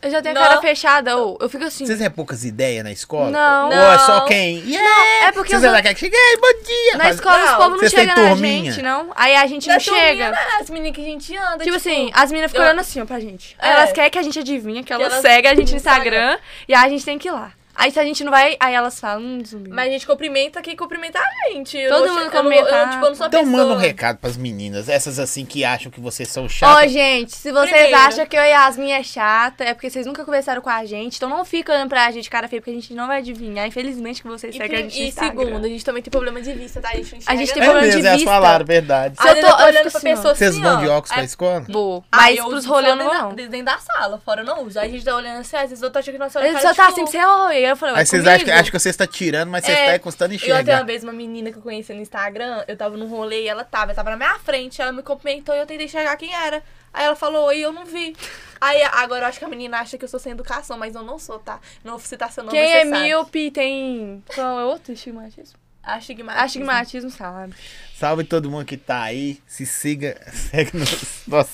[SPEAKER 2] Eu já tenho a
[SPEAKER 3] Não.
[SPEAKER 2] cara fechada, ou eu fico assim.
[SPEAKER 1] Vocês é poucas ideias na escola?
[SPEAKER 2] Não.
[SPEAKER 1] Ou é só
[SPEAKER 3] Não.
[SPEAKER 1] quem? Yeah!
[SPEAKER 2] É porque
[SPEAKER 1] vocês
[SPEAKER 2] os-
[SPEAKER 1] é daquela que chega, "Ei, bom dia!
[SPEAKER 2] na
[SPEAKER 1] faz-
[SPEAKER 2] escola os
[SPEAKER 3] Não,
[SPEAKER 2] povos não
[SPEAKER 1] vocês têm
[SPEAKER 2] chegam na
[SPEAKER 1] turminha?
[SPEAKER 2] gente, não. Aí a gente
[SPEAKER 3] Da
[SPEAKER 2] não
[SPEAKER 3] turminha,
[SPEAKER 2] chega.
[SPEAKER 3] né? As meninas que a gente anda.
[SPEAKER 2] Tipo assim, as meninas ficam
[SPEAKER 3] eu-
[SPEAKER 2] olhando assim, ó, pra gente. Aí
[SPEAKER 3] É.
[SPEAKER 2] Elas querem que a gente adivinha, que elas,
[SPEAKER 3] elas-
[SPEAKER 2] seguem a gente no
[SPEAKER 3] no
[SPEAKER 2] Instagram, e aí a gente tem que ir lá. Aí se a gente não vai, aí elas falam, hum, zumbi.
[SPEAKER 3] Mas a gente cumprimenta quem cumprimenta a gente. Eu
[SPEAKER 2] Todo
[SPEAKER 3] não
[SPEAKER 2] mundo
[SPEAKER 3] che- eu não- Eu,
[SPEAKER 2] cumprimenta.
[SPEAKER 3] tipo, eu não sou
[SPEAKER 1] Então
[SPEAKER 3] pessoa.
[SPEAKER 1] manda um recado pras meninas, essas assim que acham que vocês são
[SPEAKER 2] Ó,
[SPEAKER 1] chatas.
[SPEAKER 2] gente, se vocês
[SPEAKER 3] Primeiro.
[SPEAKER 2] acham que eu e a Yasmin é chata, é porque vocês nunca conversaram com a gente, então não fica olhando pra gente cara feia, porque a gente não vai adivinhar. Infelizmente é que vocês
[SPEAKER 3] E,
[SPEAKER 2] seguem a gente né? no
[SPEAKER 3] e
[SPEAKER 2] Instagram.
[SPEAKER 3] segundo, a gente também tem problema de vista, tá? A gente não enxerga
[SPEAKER 2] gente tem
[SPEAKER 1] é
[SPEAKER 2] problema de
[SPEAKER 1] mesmo, elas
[SPEAKER 2] vista.
[SPEAKER 1] falaram, verdade.
[SPEAKER 2] Se eu
[SPEAKER 3] Às vezes
[SPEAKER 2] tô- eu
[SPEAKER 3] olhando
[SPEAKER 2] fico
[SPEAKER 3] pra
[SPEAKER 2] assim, ó. é
[SPEAKER 3] pessoa
[SPEAKER 1] Vocês
[SPEAKER 3] assim,
[SPEAKER 1] vão
[SPEAKER 3] ó.
[SPEAKER 1] de óculos
[SPEAKER 3] Aí-
[SPEAKER 1] pra escola?
[SPEAKER 2] Vou.
[SPEAKER 3] Ah,
[SPEAKER 2] Mas
[SPEAKER 3] eu
[SPEAKER 2] pros
[SPEAKER 3] uso só
[SPEAKER 2] rolê eu não vou,
[SPEAKER 3] dentro da-
[SPEAKER 2] não.
[SPEAKER 3] Dentro da sala, fora eu não uso. Aí a gente tá olhando assim, às vezes eu tô achando que nossa
[SPEAKER 2] Ele só tá assim pra você, oi, eu falei,
[SPEAKER 1] Aí vocês acham, que- acham que você está tirando, mas você
[SPEAKER 3] É,
[SPEAKER 1] está encostando e
[SPEAKER 3] E outra
[SPEAKER 1] enxerga.
[SPEAKER 3] vez, uma menina que eu conheci no Instagram, eu tava num rolê e ela tava, eu tava na minha frente, ela me cumprimentou e eu tentei enxergar quem era. Aí ela falou, oi, eu não vi. Aí agora eu acho que a menina acha que eu sou sem educação, mas eu não sou, tá? Não vou citar seu nome,
[SPEAKER 2] Quem
[SPEAKER 3] você
[SPEAKER 2] é
[SPEAKER 3] sabe.
[SPEAKER 2] míope tem. Qual é outro estigmatismo?
[SPEAKER 3] Astigmatismo.
[SPEAKER 2] Astigmatismo, sabe?
[SPEAKER 1] Salve todo mundo que tá aí. Se siga. Segue nos. Nossa,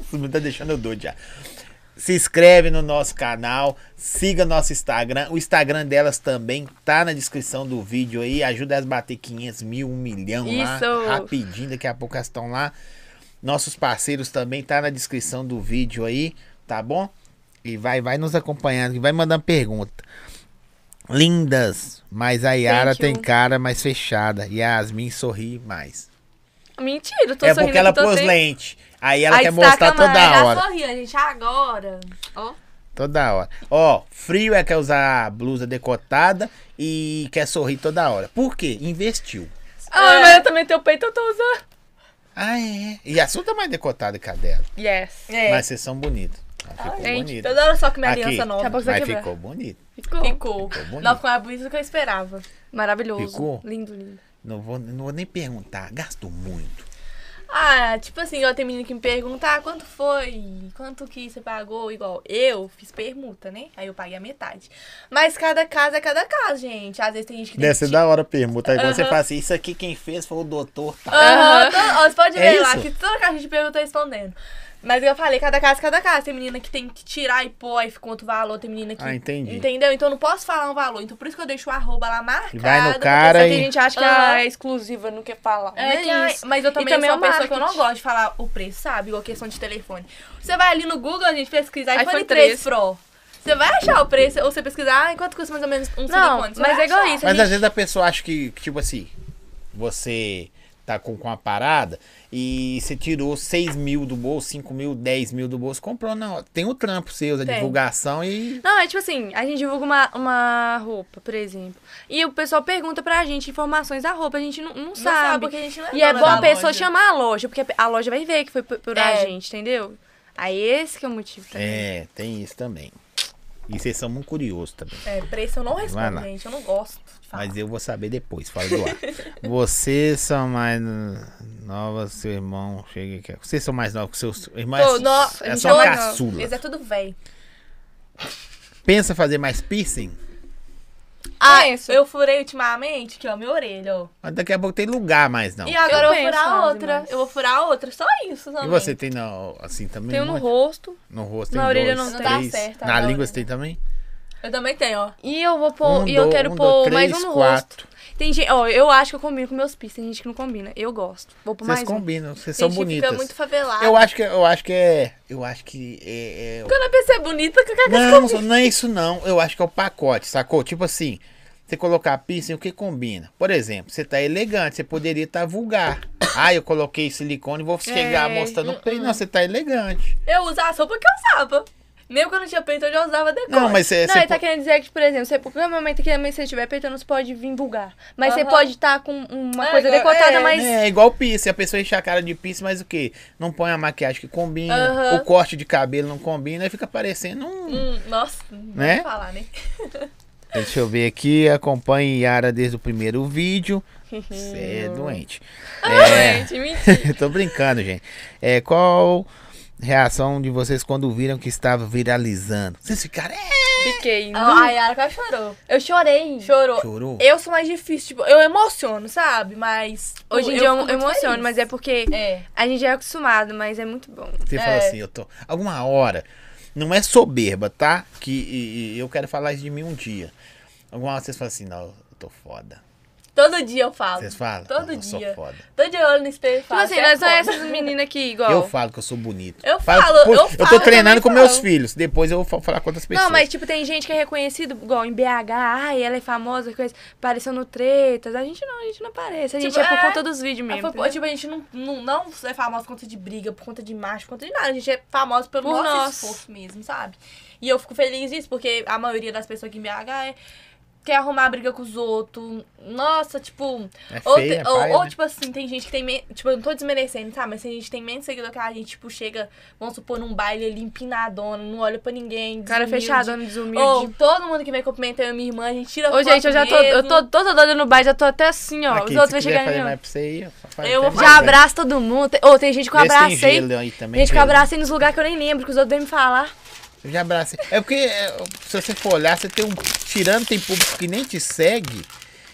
[SPEAKER 1] isso me tá deixando doido já. Se inscreve no nosso canal, siga nosso Instagram. O Instagram delas também tá na descrição do vídeo aí. Ajuda elas a bater 500 mil, 1 milhão
[SPEAKER 2] Isso.
[SPEAKER 1] lá. Rapidinho, daqui a pouco elas estão lá. Nossos parceiros também tá na descrição do vídeo aí, tá bom? E vai, vai nos acompanhando, que vai mandando pergunta. Lindas, mas a Yara
[SPEAKER 2] Thank you.
[SPEAKER 1] tem cara mais fechada. Yasmin sorri mais.
[SPEAKER 2] Mentira, eu tô
[SPEAKER 1] é
[SPEAKER 2] sorrindo
[SPEAKER 1] porque ela
[SPEAKER 2] que eu tô
[SPEAKER 1] pôs
[SPEAKER 2] sem-
[SPEAKER 1] lente. Aí ela
[SPEAKER 2] Aí
[SPEAKER 1] quer
[SPEAKER 3] Tá,
[SPEAKER 2] destaca
[SPEAKER 1] mostrar toda
[SPEAKER 2] mais.
[SPEAKER 1] hora.
[SPEAKER 3] Ela sorria, gente, agora. Ó.
[SPEAKER 1] Toda hora. Ó, frio é quer usar a blusa decotada e quer sorrir toda hora. Por quê? Investiu.
[SPEAKER 2] Ah,
[SPEAKER 3] É.
[SPEAKER 2] mas eu também tenho peito, eu tô usando.
[SPEAKER 1] Ah, é. E a sua tá mais decotada que a dela.
[SPEAKER 2] Yes.
[SPEAKER 3] É.
[SPEAKER 1] Mas vocês são bonitos. Mas ficou
[SPEAKER 2] gente, Tá
[SPEAKER 1] bonito.
[SPEAKER 3] Toda hora só que minha
[SPEAKER 1] Aqui.
[SPEAKER 3] aliança
[SPEAKER 2] Daqui a
[SPEAKER 3] nova.
[SPEAKER 2] pouco você vai
[SPEAKER 1] Mas
[SPEAKER 2] quebrar.
[SPEAKER 1] ficou bonito.
[SPEAKER 2] Ficou.
[SPEAKER 3] Ficou.
[SPEAKER 1] Ficou bonito.
[SPEAKER 3] Não ficou mais bonito do que eu esperava.
[SPEAKER 2] Maravilhoso.
[SPEAKER 1] Ficou?
[SPEAKER 2] Lindo, lindo.
[SPEAKER 1] Não vou, não vou nem perguntar. Gastou muito.
[SPEAKER 3] Ah, tipo assim, ó, tem menino que me pergunta, ah, quanto foi? Quanto que você pagou? Igual, eu fiz permuta, né? Aí eu paguei a metade. Mas cada caso é cada caso, gente. Às vezes tem gente que tem
[SPEAKER 1] Deve ser
[SPEAKER 3] que-
[SPEAKER 1] Né, é da hora a pergunta. Aí quando você
[SPEAKER 3] Aham.
[SPEAKER 1] fala assim, isso aqui quem fez foi o doutor. Tá?
[SPEAKER 3] Aham, to- ó, você pode
[SPEAKER 1] É
[SPEAKER 3] ver lá
[SPEAKER 1] isso?
[SPEAKER 3] que toda caixa de pergunta eu tô respondendo. Mas eu falei, cada caso, cada caso. Tem menina que tem que tirar e pôr, aí fica um outro valor. Tem menina que.
[SPEAKER 1] Ah, entendi.
[SPEAKER 3] Entendeu? Então eu não posso falar um valor. Então por isso que eu deixo o arroba lá marcado.
[SPEAKER 1] Vai no cara
[SPEAKER 3] porque
[SPEAKER 2] Só
[SPEAKER 1] Pera
[SPEAKER 2] que a
[SPEAKER 1] aí.
[SPEAKER 2] gente acha que
[SPEAKER 3] Ah.
[SPEAKER 2] ela é exclusiva, não quer falar.
[SPEAKER 3] É,
[SPEAKER 2] Não
[SPEAKER 3] que, ai,
[SPEAKER 2] isso.
[SPEAKER 3] mas eu também,
[SPEAKER 2] também
[SPEAKER 3] sou
[SPEAKER 2] é
[SPEAKER 3] uma pessoa que eu não
[SPEAKER 2] marketing.
[SPEAKER 3] gosto de falar o preço, sabe? Igual questão de telefone. Você vai ali no Google, a gente pesquisar iPhone,
[SPEAKER 2] iPhone
[SPEAKER 3] 13
[SPEAKER 2] 13
[SPEAKER 3] Pro. Você vai achar o preço, ou você pesquisar, ah, quanto custa mais ou menos um
[SPEAKER 2] Não,
[SPEAKER 3] telefone.
[SPEAKER 2] mas é igual isso.
[SPEAKER 1] Mas
[SPEAKER 2] gente-
[SPEAKER 1] às vezes a pessoa acha que, que, tipo assim, você tá com, com uma parada e você tirou 6 mil do bolso, 5 mil, 10 mil do bolso, comprou, não. Tem o trampo seu, da
[SPEAKER 3] Tem.
[SPEAKER 1] divulgação e.
[SPEAKER 2] Não, é tipo assim, a gente divulga uma, uma roupa, por exemplo. E o pessoal pergunta pra gente informações da roupa, a gente não, não
[SPEAKER 3] Não sabe,
[SPEAKER 2] sabe.
[SPEAKER 3] porque a gente não é
[SPEAKER 2] E é
[SPEAKER 3] dona
[SPEAKER 2] bom
[SPEAKER 3] da
[SPEAKER 2] a pessoa
[SPEAKER 3] loja.
[SPEAKER 2] chamar a loja, porque a loja vai ver que foi por, por a
[SPEAKER 3] É.
[SPEAKER 2] gente, entendeu? Aí esse que é o motivo também.
[SPEAKER 1] É, tem isso também. E vocês são muito curiosos também.
[SPEAKER 3] É, preço eu não
[SPEAKER 1] Vai
[SPEAKER 3] respondo,
[SPEAKER 1] lá.
[SPEAKER 3] gente. Eu não gosto de falar.
[SPEAKER 1] Mas eu vou saber depois, fora do ar. vocês são mais uh, novas, seu irmão chega aqui. Vocês são mais novos que seus irmãos?
[SPEAKER 2] Todos. A
[SPEAKER 1] É
[SPEAKER 2] gente
[SPEAKER 1] só
[SPEAKER 2] é mais
[SPEAKER 1] caçula.
[SPEAKER 3] Eles é tudo velho.
[SPEAKER 1] Pensa fazer mais piercing?
[SPEAKER 3] Ah,
[SPEAKER 2] Penso.
[SPEAKER 3] eu furei ultimamente, que ó, minha orelha, ó.
[SPEAKER 1] Mas daqui a pouco tem lugar mais, não.
[SPEAKER 3] e agora eu vou
[SPEAKER 2] penso
[SPEAKER 3] furar
[SPEAKER 2] nada
[SPEAKER 3] outra.
[SPEAKER 2] demais.
[SPEAKER 3] Eu vou furar outra, só isso também.
[SPEAKER 1] E você tem não, assim também?
[SPEAKER 2] Tem um
[SPEAKER 1] um
[SPEAKER 2] no
[SPEAKER 1] monte?
[SPEAKER 2] rosto.
[SPEAKER 1] No rosto
[SPEAKER 2] Na
[SPEAKER 1] tem
[SPEAKER 2] orelha
[SPEAKER 1] dois,
[SPEAKER 2] não
[SPEAKER 3] tem.
[SPEAKER 1] três.
[SPEAKER 3] Tá certo,
[SPEAKER 1] Na
[SPEAKER 3] na
[SPEAKER 1] língua
[SPEAKER 3] orelha.
[SPEAKER 1] você tem também?
[SPEAKER 3] Eu também tenho, ó.
[SPEAKER 2] E eu vou pôr.
[SPEAKER 1] Um,
[SPEAKER 2] né? e eu
[SPEAKER 1] dois-
[SPEAKER 2] quero
[SPEAKER 1] um,
[SPEAKER 2] pôr
[SPEAKER 1] dois,
[SPEAKER 2] mais
[SPEAKER 1] três,
[SPEAKER 2] um no
[SPEAKER 1] quatro.
[SPEAKER 2] rosto. Tem gente. Ó, eu acho que eu combino com meus piercing, tem gente que não combina. Eu gosto. Vou pôr
[SPEAKER 1] Vocês
[SPEAKER 2] mais um.
[SPEAKER 1] combinam, vocês
[SPEAKER 3] Tem
[SPEAKER 1] são
[SPEAKER 3] gente que
[SPEAKER 1] bonitas.
[SPEAKER 3] fica muito favelado.
[SPEAKER 1] Eu acho que eu acho que é, eu acho que é, é-
[SPEAKER 3] Quando a pessoa é bonita, que eu quero
[SPEAKER 1] Não, não é isso não. Eu acho que é o pacote, sacou? Tipo assim, você colocar piercing, o que combina? Por exemplo, você tá elegante, você poderia estar vulgar. Ah, eu coloquei silicone e vou
[SPEAKER 2] É,
[SPEAKER 1] chegar mostrando
[SPEAKER 2] hum,
[SPEAKER 1] o peito. Não, você tá elegante.
[SPEAKER 3] Eu usava só porque eu usava. Mesmo que eu não tinha peito, eu já usava decote.
[SPEAKER 1] Não, mas É, você,
[SPEAKER 2] Não,
[SPEAKER 1] você
[SPEAKER 2] ele tá
[SPEAKER 1] po-
[SPEAKER 2] querendo dizer que, por exemplo, você, porque normalmente que também, se você estiver peitando, você pode vir vulgar. Mas você
[SPEAKER 3] Aham.
[SPEAKER 2] pode estar com uma
[SPEAKER 3] É,
[SPEAKER 2] coisa
[SPEAKER 3] igual-
[SPEAKER 2] decotada,
[SPEAKER 3] é.
[SPEAKER 2] mas.
[SPEAKER 1] É igual piercing, a pessoa enche a cara de piercing, mas o quê? Não põe a maquiagem que combina,
[SPEAKER 3] Aham.
[SPEAKER 1] o corte de cabelo não combina, aí fica parecendo um
[SPEAKER 3] Hum, nossa, não
[SPEAKER 1] Né?
[SPEAKER 3] vou falar, né?
[SPEAKER 1] Deixa eu ver aqui, acompanhe Yara desde o primeiro vídeo. Você é doente. É,
[SPEAKER 2] Gente, mentira.
[SPEAKER 1] eu tô brincando, gente. É, qual reação de vocês quando viram que estava viralizando? Vocês ficaram. É,
[SPEAKER 2] Fiquei. nu.
[SPEAKER 3] Ah, A Yara quase chorou.
[SPEAKER 2] eu chorei.
[SPEAKER 3] Chorou.
[SPEAKER 1] chorou.
[SPEAKER 3] Eu sou mais difícil, tipo, eu emociono, sabe? Mas.
[SPEAKER 2] Hoje em dia eu,
[SPEAKER 3] fico
[SPEAKER 2] eu
[SPEAKER 3] muito
[SPEAKER 2] emociono,
[SPEAKER 3] feliz. Tá,
[SPEAKER 2] mas é porque
[SPEAKER 3] É.
[SPEAKER 2] a gente é acostumado, mas é muito bom.
[SPEAKER 1] Você falou assim, eu tô. Alguma hora, não é soberba, tá? Que e- e eu quero falar isso de mim um dia. Alguma hora vocês falam assim, não, eu tô foda.
[SPEAKER 3] Todo dia eu falo.
[SPEAKER 1] Vocês falam?
[SPEAKER 3] Todo
[SPEAKER 1] "Não, eu
[SPEAKER 3] dia.
[SPEAKER 1] sou foda.
[SPEAKER 3] Todo dia eu olho no espelho e
[SPEAKER 2] Tipo
[SPEAKER 3] falo.
[SPEAKER 2] assim,
[SPEAKER 3] "Você
[SPEAKER 2] nós não é
[SPEAKER 3] foda."
[SPEAKER 2] essas meninas aqui, igual.
[SPEAKER 1] Eu falo que eu sou bonito.
[SPEAKER 3] Eu falo, eu
[SPEAKER 1] pô, Eu
[SPEAKER 3] falo,
[SPEAKER 1] tô
[SPEAKER 3] eu
[SPEAKER 1] treinando
[SPEAKER 3] também
[SPEAKER 1] com meus
[SPEAKER 3] falo.
[SPEAKER 1] filhos. Depois eu vou fa- falar com outras pessoas.
[SPEAKER 2] Não, mas tipo, tem gente que é reconhecida, igual em BH, ai, ela é famosa, coisa, apareceu no tretas. A gente não, a gente não aparece. A gente
[SPEAKER 3] Tipo,
[SPEAKER 2] é por
[SPEAKER 3] é.
[SPEAKER 2] conta dos vídeos
[SPEAKER 3] Mas
[SPEAKER 2] mesmo.
[SPEAKER 3] foi- tipo, a gente não, não, não é famoso por conta de briga, por conta de macho, por conta de nada. A gente é famoso pelo
[SPEAKER 2] Por
[SPEAKER 3] nosso
[SPEAKER 2] nós.
[SPEAKER 3] esforço mesmo, sabe? E eu fico feliz disso, porque a maioria das pessoas aqui em BH é. quer arrumar briga com os outros. Nossa, tipo.
[SPEAKER 1] É
[SPEAKER 3] Ou,
[SPEAKER 1] feia,
[SPEAKER 3] te-
[SPEAKER 1] é
[SPEAKER 3] ou-
[SPEAKER 1] paia,
[SPEAKER 3] ou,
[SPEAKER 1] né?
[SPEAKER 3] tipo assim, tem gente que tem. men- Tipo, eu não tô desmerecendo, tá? Mas tem gente que tem menos seguidor que a gente, tipo, chega, vamos supor, num baile ali empinadona, não olha pra ninguém.
[SPEAKER 2] Cara
[SPEAKER 3] desumilde.
[SPEAKER 2] fechadona, desumilde.
[SPEAKER 3] Ou todo mundo que vem cumprimentar eu e minha irmã, a gente tira
[SPEAKER 2] Ô, gente,
[SPEAKER 3] foto
[SPEAKER 2] eu já tô, eu
[SPEAKER 3] mesmo.
[SPEAKER 2] tô toda doida no baile, já tô até assim, ó.
[SPEAKER 1] Aqui,
[SPEAKER 2] Os outros
[SPEAKER 1] se quiser
[SPEAKER 2] vão chegar
[SPEAKER 1] fazer
[SPEAKER 2] em mim.
[SPEAKER 1] mais pra você aí, eu faço
[SPEAKER 3] Eu
[SPEAKER 1] até
[SPEAKER 3] vou-
[SPEAKER 1] de
[SPEAKER 2] Já
[SPEAKER 1] leve.
[SPEAKER 2] abraça todo mundo. Tem- Ou tem gente que eu
[SPEAKER 1] Vê se tem
[SPEAKER 2] abracei.
[SPEAKER 1] gelo aí também,
[SPEAKER 2] Gente que eu
[SPEAKER 1] gelo.
[SPEAKER 2] abracei nos lugares que eu nem lembro, que os outros vêm me falar.
[SPEAKER 1] Eu já abracei. É porque é, se você for olhar, você tem um. Tirando, tem público que nem te segue.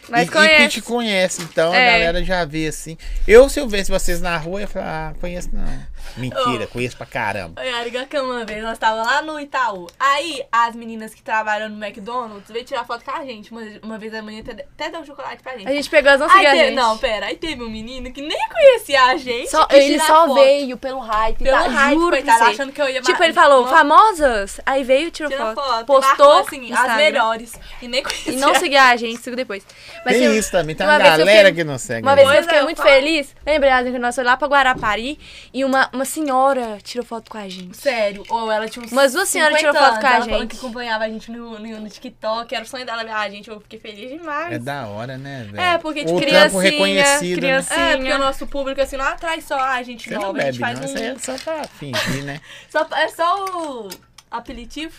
[SPEAKER 2] Mas
[SPEAKER 1] e,
[SPEAKER 2] conhece.
[SPEAKER 1] e que te conhece. Então
[SPEAKER 2] É.
[SPEAKER 1] a galera já vê assim. Eu, se eu vesse vocês na rua, eu ia falar, ah, conheço não. Mentira,
[SPEAKER 2] Oh.
[SPEAKER 1] conheço pra caramba.
[SPEAKER 3] Oi, Ari Gacama, uma vez, nós tava lá no Itaú. Aí, as meninas que trabalham no McDonald's veio tirar foto com a gente. Uma, uma vez a menina até, até deu um chocolate pra gente.
[SPEAKER 2] A gente pegou as não
[SPEAKER 3] Aí
[SPEAKER 2] seguia a
[SPEAKER 3] te-
[SPEAKER 2] gente.
[SPEAKER 3] Não, pera, aí teve um menino que nem conhecia a gente.
[SPEAKER 4] Só-
[SPEAKER 3] que
[SPEAKER 4] ele
[SPEAKER 3] tirar
[SPEAKER 4] só
[SPEAKER 3] foto.
[SPEAKER 4] veio pelo hype,
[SPEAKER 3] Pelo
[SPEAKER 4] tá?
[SPEAKER 3] hype,
[SPEAKER 4] Juro
[SPEAKER 3] coitado,
[SPEAKER 4] pra você.
[SPEAKER 3] achando que eu ia
[SPEAKER 2] Tipo,
[SPEAKER 3] ma-
[SPEAKER 2] ele falou,
[SPEAKER 3] Nossa,
[SPEAKER 2] famosas? Aí veio e tirou
[SPEAKER 3] tira
[SPEAKER 2] foto.
[SPEAKER 3] foto.
[SPEAKER 2] Postou.
[SPEAKER 3] Marcou, assim,
[SPEAKER 2] no
[SPEAKER 3] as
[SPEAKER 2] Instagram.
[SPEAKER 3] melhores. E nem conhecia.
[SPEAKER 2] E não seguia a gente, sigo depois. Mas
[SPEAKER 1] tem
[SPEAKER 2] eu-
[SPEAKER 1] isso também. Tem
[SPEAKER 2] uma
[SPEAKER 1] uma,
[SPEAKER 2] vez eu
[SPEAKER 1] galera
[SPEAKER 2] fiquei-
[SPEAKER 1] que não segue.
[SPEAKER 2] Uma
[SPEAKER 1] né?
[SPEAKER 2] vez eu
[SPEAKER 3] Pois
[SPEAKER 2] fiquei
[SPEAKER 3] é,
[SPEAKER 2] muito
[SPEAKER 3] eu falo.
[SPEAKER 2] feliz. Lembra, Yasmin, que nós foi lá pra Guarapari e uma, uma senhora tirou foto com a gente.
[SPEAKER 3] Sério, ou ela tinha uns
[SPEAKER 2] Mas duas senhoras
[SPEAKER 3] 50
[SPEAKER 2] tirou foto com a
[SPEAKER 3] anos, ela falando
[SPEAKER 2] gente.
[SPEAKER 3] que acompanhava a gente no, no, no TikTok, era o sonho dela. Ah, gente, eu fiquei feliz demais.
[SPEAKER 1] É da hora, né, velho?
[SPEAKER 3] É, porque, tipo,
[SPEAKER 1] o campo
[SPEAKER 2] criancinha,
[SPEAKER 1] reconhecido.
[SPEAKER 2] criança-
[SPEAKER 1] Né?
[SPEAKER 3] É,
[SPEAKER 2] Sim,
[SPEAKER 3] porque
[SPEAKER 2] né?
[SPEAKER 3] o nosso público assim não atrai só a gente
[SPEAKER 1] Você
[SPEAKER 3] nova,
[SPEAKER 1] não
[SPEAKER 3] a gente
[SPEAKER 1] bebe, não.
[SPEAKER 3] faz
[SPEAKER 1] Isso aí
[SPEAKER 3] um.
[SPEAKER 1] é só pra fingir, né?
[SPEAKER 3] Só, é só o apelitivo.